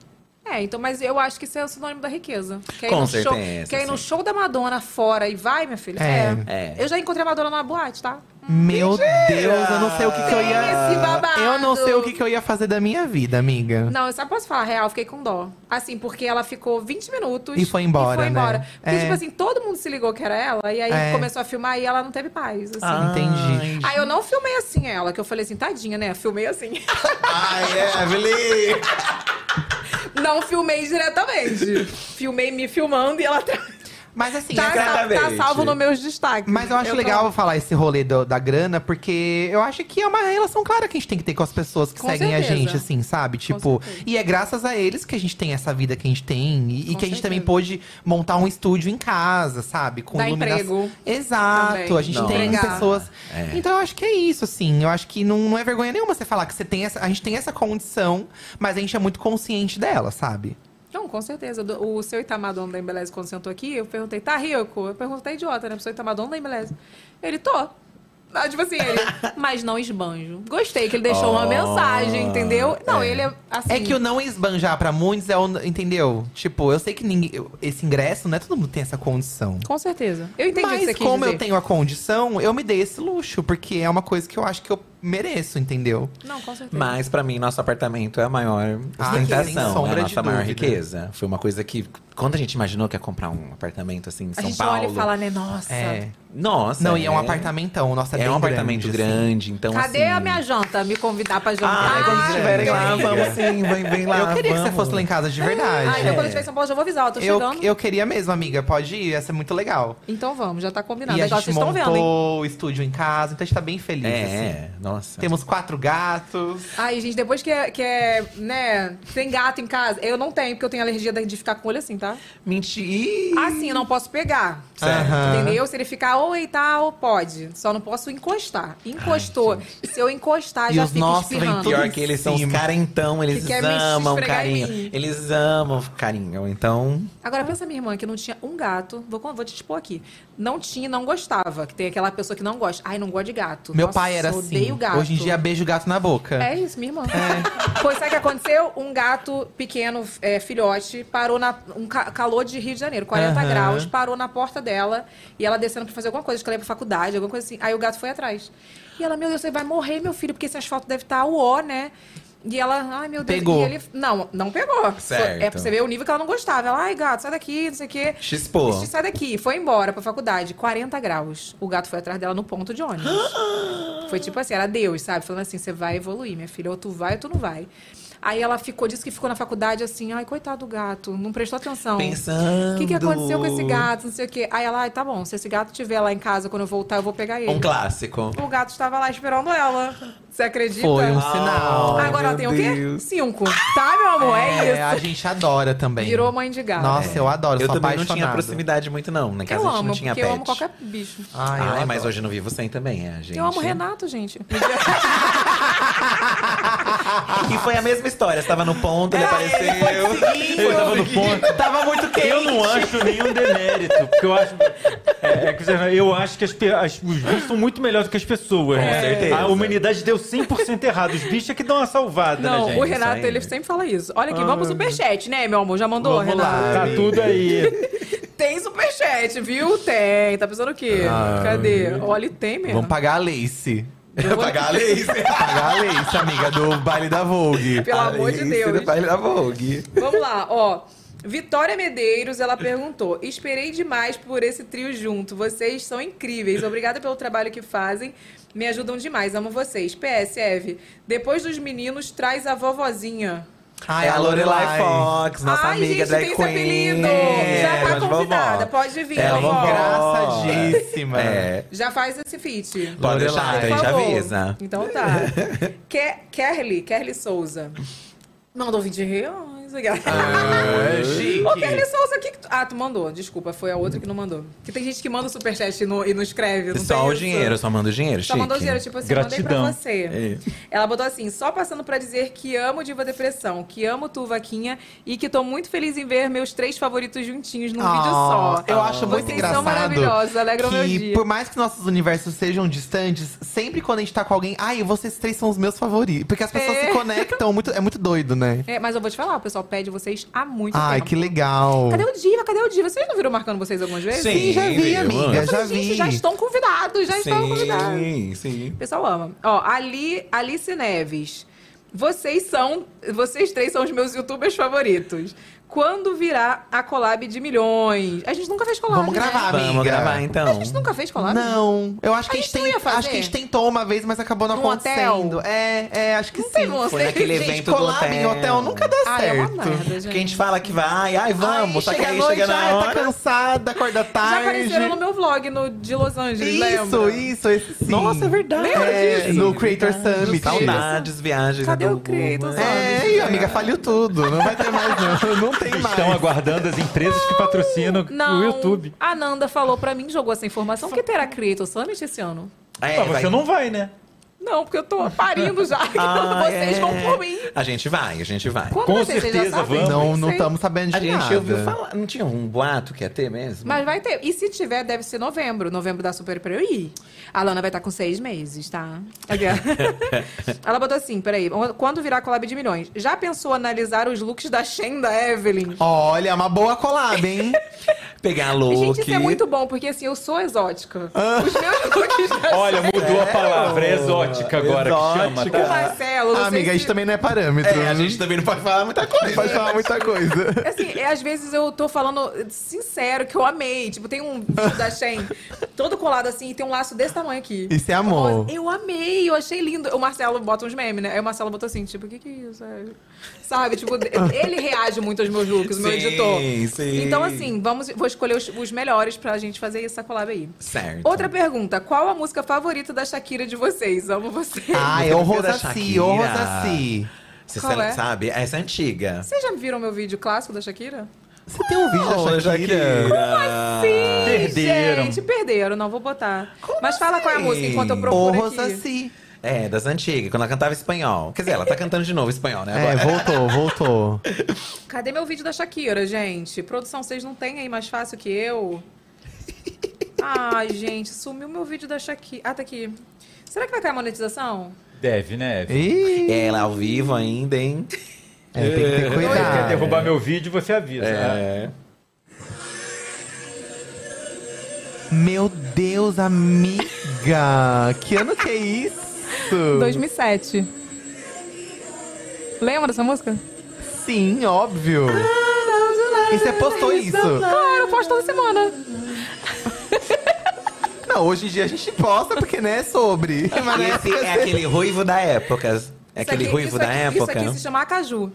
A: É, então, mas eu acho que isso é o sinônimo da riqueza. Quer ir
G: Com
A: no
G: certeza,
A: Show, quer ir no
G: sim.
A: show da Madonna fora e vai, minha filha?
F: É.
G: É.
A: Eu já encontrei a Madonna numa boate, tá?
F: Meu Deus, eu não sei o que, que eu ia.
A: Esse babado.
F: Eu não sei o que, que eu ia fazer da minha vida, amiga.
A: Não, eu só posso falar a real, eu fiquei com dó. Assim, porque ela ficou 20 minutos.
F: E foi embora,
A: E foi
F: né?
A: embora. Porque,
F: É.
A: tipo assim, todo mundo se ligou que era ela, e aí
F: É.
A: começou a filmar e ela não teve paz. Assim.
G: Ah,
F: Entendi.
A: Aí eu não filmei assim ela, que eu falei assim, tadinha, né? Filmei assim.
F: Ai, Evelyn!
A: não filmei diretamente. filmei me filmando e ela tá,
F: Mas assim,
A: tá,
F: essa-
A: tá,
G: Exatamente.
A: salvo nos meus destaques.
F: Mas eu acho
A: tô-
F: legal falar esse rolê do- da grana, porque eu acho que é uma relação clara que a gente tem que ter com as pessoas que
A: Com
F: seguem a
A: certeza.
F: gente, assim, sabe? Tipo,
A: certeza.
F: e é graças a eles que a gente tem essa vida que a gente tem. E, e que a
A: Com
F: gente também
A: certeza.
F: pôde montar um estúdio em casa, sabe? Com
A: Dá
F: iluminação.
A: emprego
F: Exato.
A: também.
F: A gente
G: Não.
F: tem
A: Empregar.
F: pessoas.
G: É.
F: Então eu acho que é isso, assim. Eu acho que não, não é vergonha nenhuma você falar que você tem essa. A gente tem essa condição, mas a gente é muito consciente dela, sabe?
A: Não, com certeza. Do- O seu Itamar, dono da Embeleze, quando sentou aqui, eu perguntei, tá rico? Eu perguntei, idiota, né? Pro seu Itamar, dono da Embeleze. Ele, tô. Ah, tipo assim, ele, mas não esbanjo. Gostei que ele deixou uma
G: Oh,
A: mensagem, entendeu? Não,
G: é.
A: ele é assim.
F: É que o não esbanjar pra muitos é o. Entendeu? Tipo, eu sei que ninguém, eu- esse ingresso, não é todo mundo tem essa condição.
A: Com certeza. Eu entendi o que você
F: Mas
A: quis
F: como eu
A: dizer.
F: tenho a condição, eu me dei esse luxo, porque é uma coisa que eu acho que eu mereço, entendeu?
A: Não, com certeza.
G: Mas pra mim, nosso apartamento é a maior
F: Ah, sem
G: ostentação, é
F: sombra
G: a
F: de
G: nossa maior
F: dúvida.
G: riqueza. Foi uma coisa que, quando a gente imaginou que ia comprar um apartamento assim em
A: a
G: São
A: gente
G: Paulo.
A: olha e fala, né? Nossa,
F: É.
G: Nossa.
F: Não, e é um apartamentão, nossa,
G: É,
F: bem
G: um apartamento
F: assim.
G: grande, então
A: cadê
G: assim,
A: a minha janta? Me convidar pra jantar.
F: é
G: Ah, quando estiverem lá,
F: amiga.
G: vamos sim, vem, vem lá.
F: eu queria que
G: vamos.
F: você fosse lá em casa de É verdade.
A: Ah, então quando eu estiver em São Paulo, já vou avisar, ó, tô
F: eu,
A: chegando.
F: eu queria mesmo, amiga. Pode ir, ia ser muito legal.
A: Então vamos, já tá combinado.
F: e a
A: Agora
F: gente
A: vocês estão vendo, hein?
F: montou o estúdio em casa, então a gente tá bem feliz, assim.
G: É, nossa.
F: Temos quatro gatos.
A: Ai, gente, depois que é, que é, né, tem gato em casa, eu não tenho, porque eu tenho alergia da- de ficar com o olho assim, tá?
G: Mentira.
A: Assim, eu não posso pegar.
G: Certo.
F: Aham.
A: Entendeu? Se ele ficar oi e tal, pode. Só não posso encostar. Encostou. Se eu encostar,
F: E
A: já
F: os
A: fica
F: nossos vem
A: espirrando.
F: tudo-
G: Pior que eles são os
F: Sim.
G: carentão, eles
A: Que quer me
G: amam
A: esfregar em
G: carinho.
A: mim.
G: Eles amam carinho, então.
A: Agora, pensa minha irmã, que não tinha um gato. Vou, con- vou te expor aqui. Não tinha e não gostava. Que tem aquela pessoa que não gosta. Ai, não gosta de gato.
F: Meu
A: Nossa,
F: pai era assim.
A: odeio gato.
F: Hoje em dia beijo o gato na boca.
A: É isso, minha irmã.
F: É.
A: Pois sabe o que aconteceu? Um gato pequeno, é, filhote, parou na. Um ca- calor de Rio de Janeiro, 40
F: Aham.
A: graus, parou na porta dela e ela descendo pra fazer alguma coisa, acho que ela ia pra faculdade, alguma coisa assim. Aí o gato foi atrás. E ela, meu Deus, você vai morrer, meu filho, porque esse asfalto deve estar uó, né? E ela, ai meu Deus.
F: Pegou.
A: E ele, não, não pegou.
G: Certo.
A: É pra você ver o nível que ela não gostava. Ela, ai gato, sai daqui, não sei o quê.
G: Chispou.
A: Ixi, Sai daqui. Foi embora pra faculdade, 40 graus. O gato foi atrás dela no ponto de ônibus. Foi tipo assim, era Deus, sabe? Falando assim, você vai evoluir, minha filha. Ou tu vai ou tu não vai. Aí ela ficou, disse que ficou na faculdade assim, ai, coitado do gato, não prestou atenção.
G: Pensando. Um
A: O que, que aconteceu com esse gato? Não sei o quê. Aí ela, ai, tá bom, se esse gato estiver lá em casa quando eu voltar, eu vou pegar ele.
G: Um clássico.
A: O gato estava lá esperando ela. Você acredita?
F: Foi um sinal.
A: Agora ela
F: Ai,
A: tem
F: meu
A: o quê?
F: Deus.
A: Cinco. Tá, meu amor? É, isso.
F: a gente adora também.
A: Virou mãe de gato.
F: Nossa, eu adoro,
G: É. Eu
F: sou
G: também não
F: apaixonado.
G: tinha proximidade muito, não. Na casa
A: eu
G: a gente
A: amo,
G: não tinha
A: porque
G: pet.
A: eu amo qualquer bicho.
G: Ai,
F: eu
G: mas
F: adoro.
G: hoje no vivo sem também, é, gente.
A: Eu amo Renato, gente.
G: E foi a mesma história. Você tava no ponto, ele apareceu.
B: Eu tava no ponto.
G: Tava muito quente.
B: Eu não acho nenhum demérito, porque eu acho. É, é que, Zé, eu acho que as pe- as- os bichos são muito melhores do que as pessoas. É,
G: Com certeza.
B: A humanidade deu 100% errado. Os bichos é que dão uma salvada,
A: Não,
B: né, gente?
A: o Renato, ele sempre fala isso. Olha aqui, vamos pro superchat, né, meu amor? Já mandou,
B: Vamos
A: Renato?
B: lá, tá tudo aí.
A: Tem superchat, viu? Tem. Tá pensando o quê?
F: Ah.
A: Cadê? Olha, tem mesmo.
F: Vamos pagar a Lace.
A: Eu vou-
G: Pagar a lei.
F: pagar a Lace, amiga, do baile da Vogue.
A: Pelo amor de
G: Isso,
A: Deus.
G: do baile da Vogue.
A: Vamos lá, ó. Vitória Medeiros, ela perguntou: Esperei demais por esse trio junto. Vocês são incríveis. Obrigada pelo trabalho que fazem. Me ajudam demais. Amo vocês. PS, Eve, depois dos meninos, traz a vovozinha.
F: Ai,
G: é a Lorelai Fox, nossa
A: Ai,
G: amiga
A: gente,
G: drag
A: tem esse
G: queen.
A: apelido. Já tá
G: Chama de vovó.
A: convidada. Pode vir,
G: É,
A: vovó.
F: Engraçadíssima.
G: É.
A: Já faz esse feat.
G: Pode
F: Lorelai.
G: deixar, a gente avisa.
A: Então tá. Ke Kerly, Kerly Souza. Mandou 20 reais.
G: Ah,
F: É,
A: Ô,
F: chique.
A: Kerly Souza, o que, que tu. Ah, tu mandou, desculpa, foi a outra que não mandou. Que tem gente que manda o superchat e não, e não escreve. Não
G: Só
A: tem
G: o
A: isso.
G: dinheiro, só manda o dinheiro,
A: Só
G: chique.
A: mandou dinheiro, tipo assim,
B: Gratidão.
A: mandei pra
G: É
A: você. Ela botou assim, só passando pra dizer que amo Diva Depressão, que amo tu, Vaquinha, e que tô muito feliz em ver meus três favoritos juntinhos num um vídeo só.
F: Ah, Eu acho muito
A: Vocês
F: engraçado.
A: são maravilhosos, alegram meu
F: que,
A: dia.
F: Por mais que nossos universos sejam distantes, sempre quando a gente tá com alguém, ai, vocês três são os meus favoritos. Porque as pessoas
A: É.
F: se conectam, muito, é muito doido, né?
A: É, mas eu vou te falar, o pessoal pede vocês há muito
F: Ai,
A: tempo.
F: que legal.
A: Cadê o Diva? Cadê o Diva? Vocês não viram marcando vocês algumas vezes?
G: Sim,
F: Sim, já vi,
G: viu?
F: amiga, já
A: Mas,
F: vi.
A: gente, já estão convidados, já estão convidados.
G: Sim, sim.
A: O pessoal ama. Ó, Ali, Alice Neves. Vocês são. Vocês três são os meus youtubers favoritos. Quando virá a collab de milhões? A gente nunca fez collab.
F: Vamos
A: né?
F: gravar, amiga.
G: Vamos gravar,
A: A
G: então.
A: gente nunca fez collab?
F: Não, eu acho que
A: A
F: a
A: gente
F: gente,
A: não ia
F: tem,
A: fazer?
F: acho que a gente tentou uma vez, mas acabou não
A: Num hotel?
F: acontecendo. É, é, acho que
A: Não
F: sim.
A: tem um
G: Foi
A: hotel.
G: naquele
F: Gente,
G: evento do
F: collab
G: hotel.
F: em hotel nunca dá
A: Ah, é uma
F: tá certo.
A: merda, gente.
G: Porque a gente fala que vai, ai, vamos. só que
F: chega
G: aí
F: à noite,
G: chega
F: ai,
G: na
F: tá
G: hora...
F: cansada, acorda
A: Já
F: tarde.
A: apareceram no meu vlog no, de Los Angeles,
F: isso,
A: lembra?
F: isso, esse sim.
G: Nossa, é verdade.
F: É, no Creator Summit.
G: Saudades, viagens.
A: Cadê
G: né,
A: o
G: do-
A: Creator,
G: Mano.
A: sabe?
F: É, e amiga, faliu tudo. Não vai ter mais, não.
G: Então
F: Não tem mais.
B: Estão aguardando as empresas que patrocinam
A: Não.
B: o YouTube.
A: A Nanda falou pra mim, jogou essa informação, que terá Creator Summit esse ano.
G: É,
B: Mas
G: vai-
B: você não vai, né?
A: Não, porque eu tô parindo já. Então,
G: Ah,
A: Vocês
G: é.
A: vão por mim.
G: A gente vai, a gente vai.
A: Quando
B: Com
A: vai ter, vocês já
B: certeza,
A: sabem?
B: vamos.
F: Não, não
A: Sei.
F: estamos sabendo de
G: A gente
F: nada.
G: ouviu falar. Não tinha um boato que ia ter mesmo?
A: Mas vai ter. E se tiver, deve ser novembro. Novembro dá super pra eu ir. A Lana vai estar com seis meses, tá? Ela botou assim, peraí. Quando virar collab de milhões? Já pensou analisar os looks da Shen da Evelyn?
F: Olha, é uma boa collab, hein?
G: Pegar look.
A: Gente, isso é muito bom, porque assim, eu sou exótica.
F: Ah.
A: Os meus looks da Shein-
B: Olha, mudou a palavra. É exótica agora que chama,
A: O
B: tá?
A: Marcelo, não
F: Ah,
A: sei
F: amiga,
A: se...
F: isso também não é parâmetro.
G: É, a gente também não pode falar muita coisa.
F: Pode falar muita coisa.
A: Assim, é, às vezes eu tô falando sincero que eu amei. Tipo, tem um vídeo da Shen todo colado assim e tem um laço desse tamanho aqui.
F: Isso é amor.
A: Nossa, Eu amei, eu achei lindo. O Marcelo bota uns memes, né? Aí o Marcelo botou assim, tipo, o que que é isso? É- Sabe? Tipo, ele reage muito aos meus looks, o meu
G: Sim,
A: editor.
G: sim.
A: Então, assim, vamos, vou escolher os, os melhores pra gente fazer essa collab aí.
F: Então.
G: Certo.
A: Outra pergunta. Qual a música favorita da Shakira de vocês? Amo vocês.
F: Ah, é o Rosaci, o Rosaci.
G: Você
A: Qual é?
G: sabe? Essa é antiga.
A: Vocês já viram meu vídeo clássico da Shakira?
F: Você tem um vídeo da Shakira?
G: Ah.
A: Sim,
B: perderam.
A: gente, perderam. Não vou botar. Mas fala qual é a
G: assim?
A: música enquanto eu
F: O
A: procuro aqui.
F: Rosaci.
G: É, das antigas, quando ela cantava espanhol. Quer dizer, ela tá cantando de novo espanhol, né?
F: É,
G: Agora.
F: voltou, voltou.
A: Cadê meu vídeo da Shakira, gente? Produção, vocês não têm aí mais fácil que eu? Ai, gente, sumiu meu vídeo da Shakira. Ah, tá aqui. Será que vai cair a monetização?
B: Deve, né? Eve?
F: Ih,
G: É, ela ao vivo ainda, hein?
F: é, tem que ter
B: Você quer
F: cuidado.
B: derrubar meu vídeo, você avisa. né?
G: É.
F: Meu Deus, amiga! Que ano que é isso?
A: 2007. Lembra dessa música?
F: Sim, óbvio. E você postou isso?
A: Claro, eu posto toda semana.
F: Não, hoje em dia a gente posta porque, né, é sobre. Mas
G: E
F: na
G: esse
F: época
G: é aquele ruivo da época. É
A: Isso
G: aquele
A: aqui-
G: ruivo
A: isso
G: da
A: aqui-
G: época. né?
A: Isso aqui se chama acaju.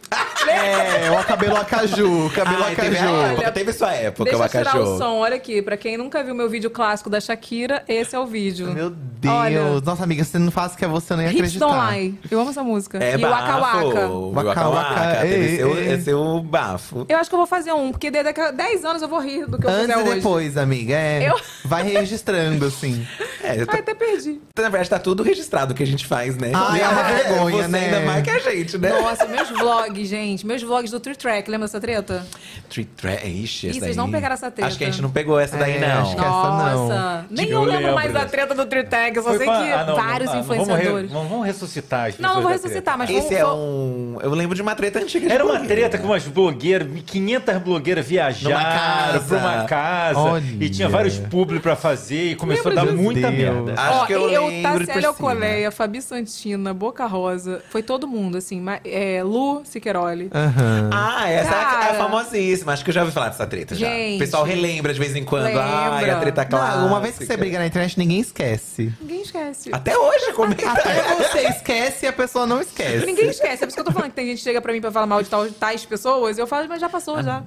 F: É, o cabelo acaju, cabelo
G: Ai,
F: acaju.
G: Ah, é, teve a época, teve sua época,
A: Deixa
G: o
A: eu tirar
G: acaju.
A: o som, olha aqui. Pra quem nunca viu meu vídeo clássico da Shakira, esse é o vídeo.
F: Meu Deus,
A: Olha.
F: nossa amiga, se não faz o que é você, eu não ia
A: Hips
F: acreditar.
A: Don't Lie. Eu amo essa música.
G: É
A: e o Waka
G: bafo.
A: Waka.
G: O
F: Waka
G: Waka
F: Waka,
G: Waka,
F: ei,
G: teve seu,
F: ei.
G: é seu bafo.
A: Eu acho que eu vou fazer um, porque daqui a 10 anos eu vou rir do que eu
F: Antes
A: fizer
F: e
A: hoje.
F: depois, amiga. É,
A: Eu-
F: Vai registrando, assim.
G: É, tá-
A: Ai, até perdi.
G: na verdade, tá tudo registrado o que a gente faz, né?
F: Ah, é uma vergonha,
G: você
F: né?
G: ainda mais que a gente, né?
A: Nossa, meus vlogs, gente. Meus vlogs do Tree Track, lembra dessa treta?
G: Tree tra- Ixi,
A: Ih,
G: essa
A: vocês não
G: aí.
A: pegaram essa
G: Acho que
A: treta.
G: a gente não pegou essa daí,
F: É,
G: não.
F: acho que- Essa não.
A: Nossa. Nem
B: Diga,
A: eu,
B: eu
A: lembro,
B: lembro
A: mais da
B: dessa.
A: treta do Tree Track. Eu só
B: Foi
A: sei
B: pra-
A: que
B: ah, não,
A: vários
B: ah, não, vamos re-
A: influenciadores.
B: Vamos, vamos ressuscitar as
A: Não, não vou
B: pessoas da
A: ressuscitar, mas
G: Esse
A: vamos-
G: é
A: vamos-
G: um. Eu lembro de uma treta antiga. de
B: Era uma
G: blogueira.
B: treta com umas blogueiras, 500 blogueiras viajaram
G: casa.
B: pra uma casa
F: Olha.
B: e tinha vários publi pra fazer e começou a dar
F: disso?
B: muita
F: Meu Deus.
B: merda.
G: Acho
A: Ó,
G: que eu
A: eu,
G: lembro tipo assim. por
A: Tassélia
G: cima.
A: Ocoleia, Fabi Santina, Boca Rosa, foi todo mundo, assim, ma- é, Lu Siqueiroli.
F: Aham.
G: Ah, essa é a- é
A: Cara.
G: a famosíssima. Acho que eu já ouvi falar dessa treta já.
A: Gente.
G: O pessoal relembra de vez em quando. Ai,
A: Lembra.
G: a treta clássica.
F: Não, Então, uma vez que você briga na internet, ninguém esquece.
A: Ninguém esquece.
G: Até hoje, como é que tá?
F: Até você esquece e a pessoa não esquece.
A: Ninguém esquece. É por isso que eu tô falando que tem gente que chega pra mim pra falar mal de tal- tais pessoas. Eu falo, mas já passou, já.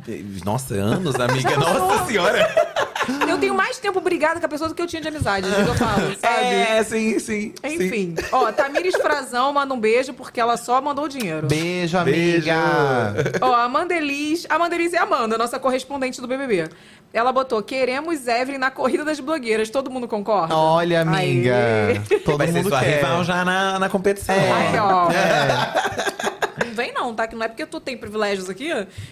G: Nossa, anos, amiga. Nossa senhora.
A: Eu tenho mais tempo brigada com a pessoa do que eu tinha de amizade, é isso que eu falo, sabe?
G: É, sim, sim. sim.
A: Enfim. Ó, Tamires Frazão manda um beijo porque ela só mandou o dinheiro.
F: Beijo,
G: Beijo.
F: amiga.
A: Ó, a Mandeliz. A Mandeliz é a Amanda, nossa correspondente do BBB. Ela botou: queremos Evelyn na corrida das blogueiras. Todo mundo concorda?
F: Olha, amiga.
A: Aê.
F: Todo
G: Vai ser
F: mundo
G: sua
F: quer.
G: rival já na, na competição.
A: Ai, ó.
F: É.
A: Não vem não, tá? Que não é porque tu tem privilégios aqui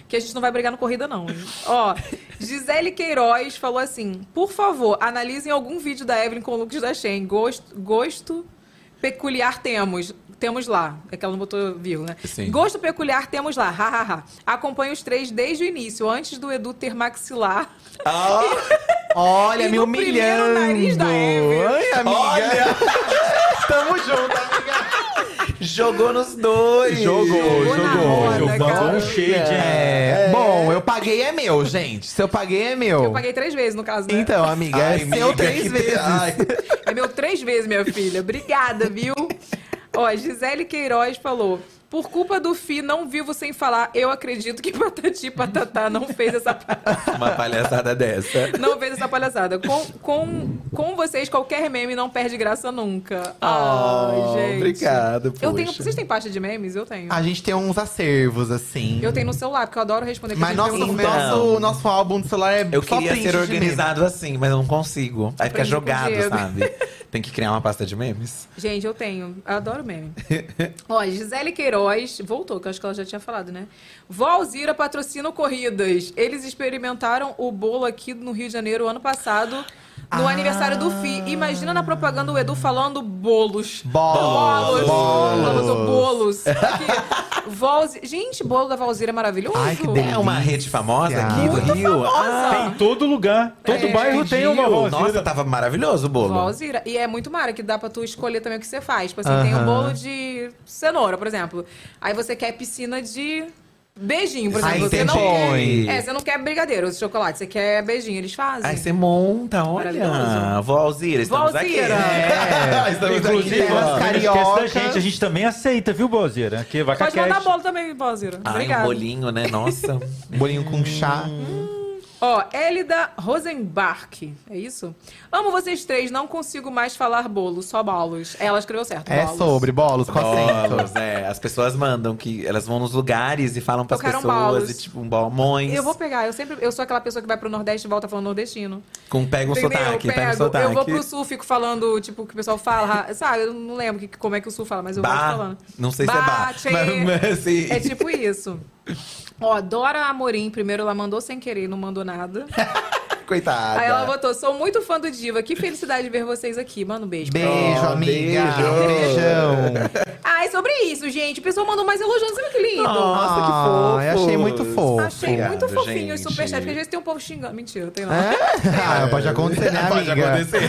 A: que a gente não vai brigar no corrida, não. hein? Ó, Gisele Queiroz falou assim: por favor, analisem algum vídeo da Evelyn com o Lucas da Shen. Gosto, gosto peculiar temos. Temos lá. É que ela não botou vírgula, né?
G: Sim.
A: Gosto peculiar temos lá. Ha, ha, ha. Acompanho os três desde o início, antes do Edu ter maxilar.
G: Ah,
F: Olha,
A: E
F: me
A: no primeiro
F: humilhando.
A: nariz da Evelyn.
F: Ai, amiga.
G: Olha.
F: Tamo junto, amiga.
G: jogou nos dois.
F: Jogou,
A: Jogou na
F: jogou.
A: roda,
B: Jogou
A: cara.
B: um shade, hein?
F: É, Bom, eu paguei é meu, gente. Se eu paguei é meu.
A: Eu paguei três vezes, no caso, né?
F: Então, amiga,
G: Ai,
F: é
G: amiga,
F: seu três
G: que-
F: vezes.
G: Ai.
A: É meu três vezes, minha filha. Obrigada, viu? Ó, Gisele Queiroz falou. Por culpa do Fi, não vivo sem falar. Eu acredito que Patati Patatá não fez essa,
G: Uma palhaçada dessa.
A: não fez essa palhaçada. Com, com, com vocês, qualquer meme não perde graça nunca.
F: Ah,
A: Ai,
G: Oh,
A: gente.
G: Obrigado, poxa.
A: Eu tenho. Vocês têm pasta de memes? Eu tenho.
F: A gente tem uns acervos, assim.
A: Eu tenho no celular, porque eu adoro responder.
F: Mas nosso,
A: perguntam muito.
F: nosso, nosso álbum do celular é
G: Eu
F: só
G: queria
F: print
G: ser
F: de
G: organizado assim, mas eu não consigo. Aí
A: Aprendi
G: fica
A: com o
G: jogado,
A: Diego.
G: sabe? Tem que criar uma pasta de memes.
A: Gente, eu tenho. Eu adoro meme. Ó, Gisele Queiroz voltou, que eu acho que ela já tinha falado, né? Vó Alzira patrocina corridas. Eles experimentaram o bolo aqui no Rio de Janeiro ano passado, no
F: Ah.
A: aniversário do FI. Imagina na propaganda o Edu falando bolos.
F: Bolos.
A: Bolos.
F: Bolos.
A: Bolos. bolos. Aqui. Vó Alzira- Gente, bolo da Valzira é maravilhoso.
F: Ai, que delícia.
G: É uma rede famosa aqui
F: Muito
G: do Rio. Ah,
B: Tem em todo lugar.
A: É.
B: Todo bairro tem uma
G: Rio.
B: vozinha.
G: Nossa, tá tava maravilhoso o bolo.
A: Valzira. E é muito mara, que dá pra tu escolher também o que você faz. Tipo assim, tem
F: Aham.
A: um bolo de cenoura, por exemplo. Aí você quer piscina de beijinho, por
F: Aí
G: Ah,
A: exemplo. Você
F: tem
A: não, quer,
F: põe.
A: é, você não quer brigadeiro, chocolate, você quer beijinho, eles fazem.
G: Aí você monta, olha.
A: Maravilhoso.
G: Vó Alzira, estamos
A: Vó
G: aqui.
A: Alzira.
F: É.
G: estamos
B: Inclusive,
G: aqui.
F: Terras
B: ó,
G: ó.
B: não
F: Cariocas.
B: esquece da gente. A gente também aceita, viu, Bozeira? Que vai
A: Pode mandar bolo também, Valzira.
G: Ai,
A: Obrigada.
G: um bolinho, né? Nossa.
F: Bolinho com chá.
A: Ó, Elida Rosenbach, é isso? Amo vocês três, não consigo mais falar bolo, só bolos. Ela escreveu certo,
F: É
A: bolos.
F: sobre bolos com acento.
G: Bolos, é. As pessoas mandam que elas vão nos lugares e falam pras
A: Eu quero um
G: pessoas.
A: bolos.
G: E tipo, um balmões.
A: Eu vou pegar, eu sempre, eu sou aquela pessoa que vai pro Nordeste e volta falando nordestino.
G: Com pega um
A: Entendeu?
G: sotaque,
A: eu
G: pega um
A: pego,
G: sotaque.
A: eu vou pro sul, fico falando, tipo, o que o pessoal fala. ra- Sabe, eu não lembro que- como é que o sul fala, mas eu gosto
G: Bah,
A: falando.
G: não sei
A: Bah,
G: se
A: tchê.
G: é bah, mas, mas assim,
A: É tipo isso. Ó, Dora Amorim, primeiro ela mandou sem querer, não mandou nada.
G: coitada.
A: Aí ela botou, sou muito fã do Diva, que felicidade ver vocês aqui. Manda um beijo.
F: Beijo,
G: Oh,
F: amiga.
G: beijo.
F: Beijão.
A: Ah, é sobre isso, gente. O pessoal mandou mais elogiando, olha que lindo.
G: Nossa, que fofo.
F: Ai, achei muito fofo.
A: Achei muito
G: Obrigado,
A: fofinho os
G: gente.
A: superchat, porque às vezes tem um povo xingando. Mentira, tem não.
F: É? Ah, pode acontecer, né,
G: Pode
F: amiga?
G: acontecer.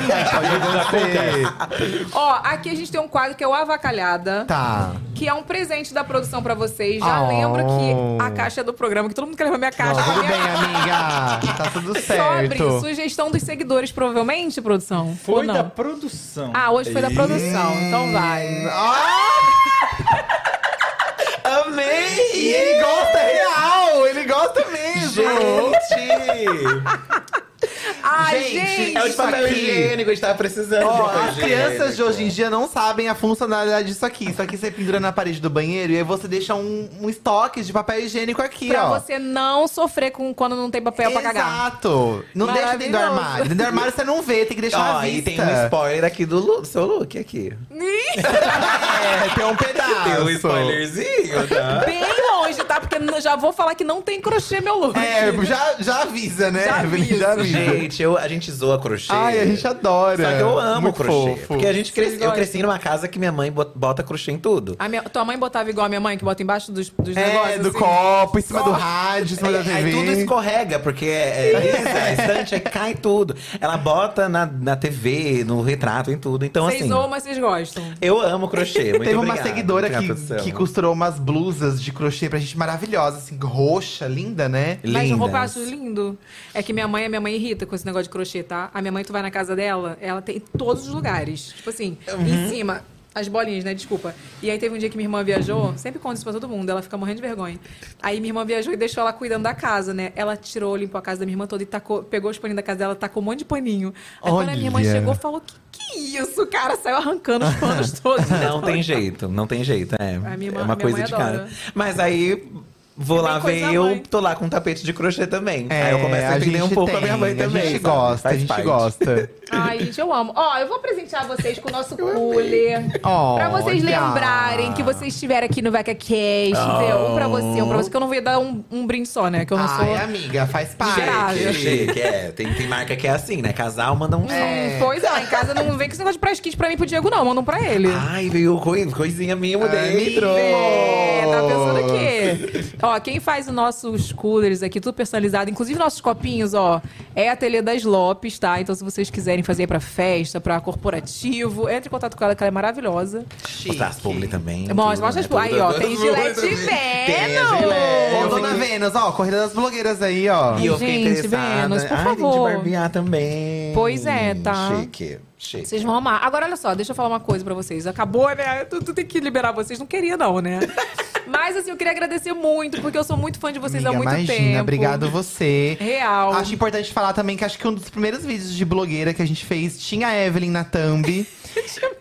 F: acontecer.
A: Ó, aqui a gente tem um quadro que é o Avacalhada.
F: Tá.
A: que é um presente da produção pra vocês. Já
F: Oh.
A: lembro que a caixa é do programa, que todo mundo quer levar minha
F: Não,
A: caixa.
F: tudo
A: minha...
F: bem, amiga. Tá tudo
A: Sobre
F: certo.
A: sugestão dos seguidores, provavelmente, produção? Ou
B: Foi
A: não?
B: da produção.
A: Ah, hoje foi da produção, então vai.
F: Ah!
G: Amei!
F: E ele gosta real! Ele gosta mesmo!
A: Ai,
F: Gente,
A: gente!
G: É o de papel
F: Isso aqui.
G: higiênico, a gente tava precisando.
F: Ó,
G: de papel
F: as crianças de
G: higiênico.
F: hoje em dia não sabem a funcionalidade disso aqui. Isso aqui você pendura na parede do banheiro e aí você deixa um, um estoque de papel higiênico aqui,
A: pra
F: ó.
A: você não sofrer com quando não tem papel pra cagar.
F: Exato! Não deixa dentro do
A: Maravilhoso.
F: armário. Dentro do armário você não vê, tem que deixar
G: Ó,
F: à vista.
G: e tem um spoiler aqui do, lu- do seu look aqui.
F: É, tem um pedaço.
G: Tem um spoilerzinho, tá?
A: Bem longe, tá? Porque n- já vou falar que não tem crochê meu look.
F: É, já, já avisa, né?
A: Já
F: Evelyn? Já avisa.
G: gente, eu, a gente zoa crochê.
F: Ai, a gente adora.
G: Só que eu amo
F: Muito
G: crochê.
F: fofo.
G: Porque a gente
A: Vocês
G: cresce, eu cresci
A: gostam?
G: numa casa que minha mãe bot- bota crochê em tudo.
A: A minha- tua mãe botava igual a minha mãe, que bota embaixo dos, dos
F: É,
A: negócios?
F: do
A: assim?
F: copo, em cima do rádio, em cima da
G: Aí,
F: TV.
G: aí tudo escorrega, porque é, é lisa, é estante, aí cai tudo. Ela bota na, na TV, no retrato, em tudo. Então,
A: Vocês
G: assim,
A: zoam, mas vocês gostam.
G: eu amo crochê. Muito
F: Teve uma
G: obrigado.
F: seguidora
G: Obrigado,
F: que,
G: produção.
F: que costurou umas blusas de crochê pra gente maravilhosa, assim, roxa, linda, né?
A: Mas
G: Lindas.
A: roupa eu acho lindo. É que minha mãe, a minha mãe irrita com esse negócio de crochê, tá? A minha mãe, tu vai na casa dela, ela tem em todos os lugares. Tipo assim,
G: Uhum.
A: em cima. As bolinhas, né? Desculpa. E aí teve um dia que minha irmã viajou, sempre conto isso pra todo mundo, ela fica morrendo de vergonha. Aí minha irmã viajou e deixou ela cuidando da casa, né? Ela tirou, limpou a casa da minha irmã toda e tacou, pegou os paninhos da casa dela, tacou um monte de paninho. Aí quando a minha irmã
F: Olha.
A: chegou, falou: que, que é isso, cara? Saiu arrancando os panos todos.
G: Não tem jeito, não tem jeito. É,
A: A minha
G: é
A: mãe-
G: uma
A: minha
G: coisa
A: mãe
G: de
A: adora.
G: cara. Mas aí vou
A: É
G: lá
A: bem coisa
G: ver,
A: da
G: eu
A: mãe.
G: tô lá com um tapete de crochê também.
F: É,
G: aí eu começo a entender
F: gente
G: um pouco a
F: tem,
G: minha mãe também.
F: A gente
G: sabe?
F: gosta,
G: Faz
F: a gente
G: parte.
F: gosta.
A: Ai, gente, eu amo. Ó, eu vou presentear vocês com o nosso cooler. Pra vocês
F: Olha!
A: lembrarem que vocês estiveram aqui no VecaCast, entendeu? Um pra você, um pra você, que eu não vou dar um, um brinde só, né? Que eu não
F: Ai,
A: sou.
F: amiga, faz
A: Liberada.
F: parte.
G: Chique, chique, é. Tem, tem marca que é assim, né? Casal manda um som.
A: Hum, Pois é, em casa não vem com esse negócio de press kit pra mim pro Diego, não. Manda um pra ele.
F: Ah.
G: Ai, veio coi- coisinha minha, mudei.
F: Ai, Ah, trouxe.
A: É, tá pensando o quê? Ó, quem faz os nossos coolers aqui, tudo personalizado, inclusive nossos copinhos, ó, é a Ateliê das Lopes, tá? Então, se vocês quiserem fazer pra festa, pra corporativo, entre em contato com ela, que ela é maravilhosa.
G: Mostrar as publi também.
A: Mostra,
G: tudo,
A: mostra
G: né?
A: as publi. Aí,
G: Tudo,
A: ó,
G: tudo,
A: tem
G: tudo.
A: Gillette
G: Tem a
A: Venus.
G: Gillette.
F: Ô,
G: Eu
F: Dona
G: fiquei-
F: Vênus, ó, corrida das blogueiras aí, ó.
G: E eu fiquei
A: Gente,
G: interessada.
A: Vênus, por
G: Ai,
A: favor.
G: Tem de barbear também.
A: Pois é, tá?
G: Chique, chique.
A: Vocês vão amar. Agora, olha só, deixa eu falar uma coisa pra vocês. Acabou, né? Tu, tu tem que liberar vocês. Não queria, não, né? Mas, assim, eu queria agradecer muito, porque eu sou muito fã de vocês há
F: Amiga,
A: muito
F: imagina,
A: tempo.
F: obrigado você.
A: Real.
F: Acho importante falar também que acho que um dos primeiros vídeos de blogueira que a gente fez tinha a Evelyn na thumb.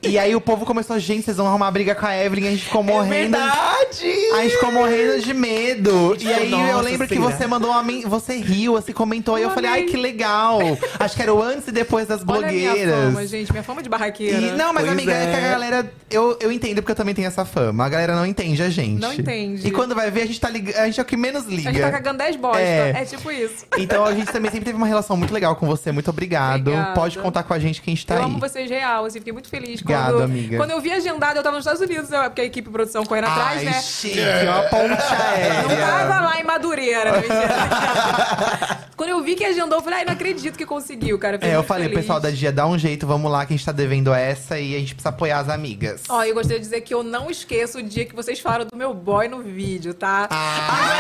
F: e aí o povo começou, gente, vocês vão arrumar briga com a Evelyn, a gente
A: É
F: ficou morrendo.
G: Verdade!
F: A gente ficou morrendo de medo. E aí eu
G: Nossa,
F: lembro que
G: será?
F: você mandou uma men- Você riu, assim, comentou. e eu
A: Eu
F: falei, ai,
A: amei.
F: que legal. Acho que era o antes e depois das
A: Olha a minha fama,
F: blogueiras.
A: gente. Minha fama de
F: E,
A: barraqueira.
F: não, mas
G: Pois
F: amiga, é. que a
G: é.
F: galera. Eu, eu entendo porque eu também tenho essa fama. A galera não entende a gente.
A: Não entende.
F: E quando vai ver, a gente tá ligando. A gente é o que menos liga.
A: A gente tá cagando 10 bosta.
F: É.
A: É. tipo isso.
F: Então a gente também sempre teve uma relação muito legal com você. Muito obrigado.
A: Obrigada.
F: Pode contar com a gente que a gente tá
A: eu
F: aí.
A: amo vocês real, assim, fiquei muito feliz.
F: Obrigado,
A: quando,
F: amiga.
A: quando eu vi agendado, eu tava nos Estados Unidos, né, porque a equipe de produção correndo atrás,
F: Ai,
A: né?
F: chique, uma
G: É.
F: ponte
A: Eu Não
F: aérea.
A: tava lá em Madureira, mentira. Quando eu vi que agendou, eu falei, ai, não acredito que conseguiu, cara. fiquei
F: É, eu
A: muito
F: falei,
A: feliz.
F: pessoal da Dia, dá um jeito, vamos lá, que a gente tá devendo essa e a gente precisa apoiar as amigas.
A: Ó, eu gostaria de dizer que eu não esqueço o dia que vocês falaram do meu boy no vídeo, tá?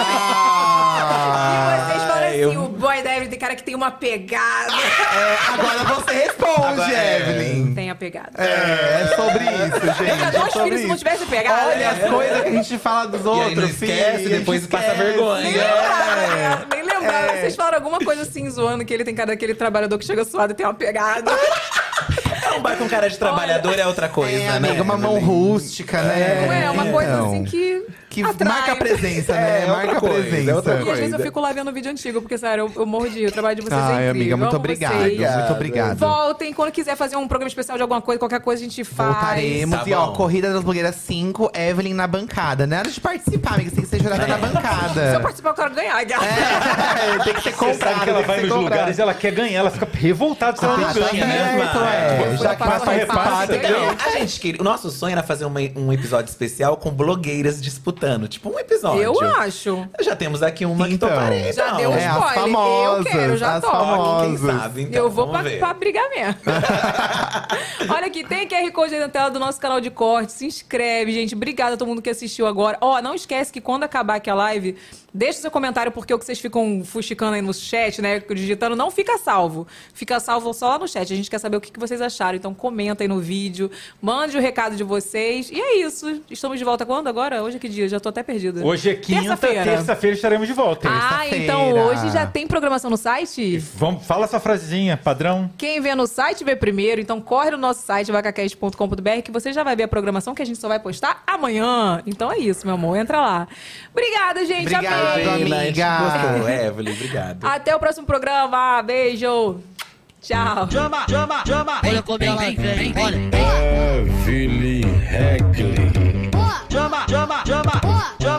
F: Ah!
A: e vocês falaram assim,
G: eu-
A: o boy da Evelyn tem cara que tem uma pegada.
F: É, agora você responde,
G: Agora é.
F: Evelyn.
A: Tem a pegada.
F: É, é sobre isso, gente.
A: Tinha dois
F: é sobre
A: filhos se não
F: isso.
A: tivesse pegado.
F: Olha as coisas que a gente fala dos
G: não
F: outros,
G: esquece,
F: filho, a gente
G: depois passa
F: esquece.
G: vergonha.
A: Nem lembrava,
F: É.
A: né? Nem lembrava.
F: É.
A: Vocês falaram alguma coisa assim, zoando que ele tem cara daquele trabalhador que chega suado e tem uma pegada.
G: Bar com cara de trabalhador é outra coisa,
F: É,
G: né?
F: amiga, uma mão
G: Evelyn?
F: rústica, né?
A: Ué, é uma coisa
F: Então,
A: assim que.
F: Que
A: atrai.
F: marca a presença,
G: É,
F: né?
G: é outra
F: marca a
G: coisa, é
F: presença.
G: outra
A: E às vezes eu
G: coisa.
A: fico lá vendo vídeo antigo, porque, sério, eu, eu morro de. O trabalho de vocês é
F: Ai,
A: incrível.
F: amiga,
A: eu
F: muito
A: amo
F: obrigado.
A: vocês.
F: Muito obrigado.
A: Voltem, quando quiser fazer um programa especial de alguma coisa, qualquer coisa a gente faz.
F: Voltaremos.
G: Tá
F: e ó,
G: bom.
F: Corrida das Blogueiras 5, Evelyn na bancada. Não é hora de participar, amiga. Você tem que ser jurada na
A: Se eu
F: bancada.
A: participar, eu quero ganhar, gata.
F: É, tem que ser
B: Você sabe
F: comprado.
B: que ela
F: tem
B: vai
F: ser
B: nos
F: comprado.
B: lugares, ela quer ganhar, ela fica revoltada se ela
F: Ah,
B: não
F: tá certo,
B: ganha, né?
F: é.
A: Mas-
F: Já que
A: Faz
F: passa
A: um
F: reparo,
A: repasse,
F: tem que
A: entendeu?
G: Então, A gente queria. O nosso sonho era fazer uma- um episódio especial com blogueiras disputando. Tipo, um
F: É,
G: episódio.
A: Eu acho.
G: Já temos aqui uma
F: Então,
G: que toparei.
A: já deu um
F: É, as
A: spoiler.
F: famosas.
A: eu quero, já
F: as
A: topo.
G: Quem
F: famosas.
G: sabe, então.
A: eu vou
G: vamos
A: pra,
G: ver.
A: pra brigar mesmo. Olha aqui, tem QR Code aí na tela do nosso canal de corte. Se inscreve, gente. Obrigada a todo mundo que assistiu agora. Ó, não esquece que quando acabar aqui a live, Deixa o seu comentário, porque o que vocês ficam fuxicando aí no chat, né? Digitando, não fica salvo. Fica salvo só lá no chat. A gente quer saber o que que vocês acharam. Então comenta aí no vídeo, mande o recado de vocês. E é isso. Estamos de volta quando agora? Hoje é que dia? Já tô até perdida.
B: Hoje é quinta,
A: Terça-feira.
B: terça-feira estaremos de
G: é
B: volta.
A: Ah, então hoje já tem programação no site?
B: Vamos, fala essa frasezinha, padrão.
A: Quem vê no site vê primeiro, então corre no nosso site vacacast.com.br que você já vai ver a programação que a gente só vai postar amanhã. Então é isso, meu amor, entra lá. Obrigada, gente.
G: Obrigado,
A: amei.
G: Evelyn. A gente Gostou,
A: É.
G: Evelyn. Obrigado.
A: Até o próximo programa. Beijo. Tchau.
E: Chama, chama, chama. Olha como ela vem, olha. Evelyn Heckley. Chama, chama, chama, chama.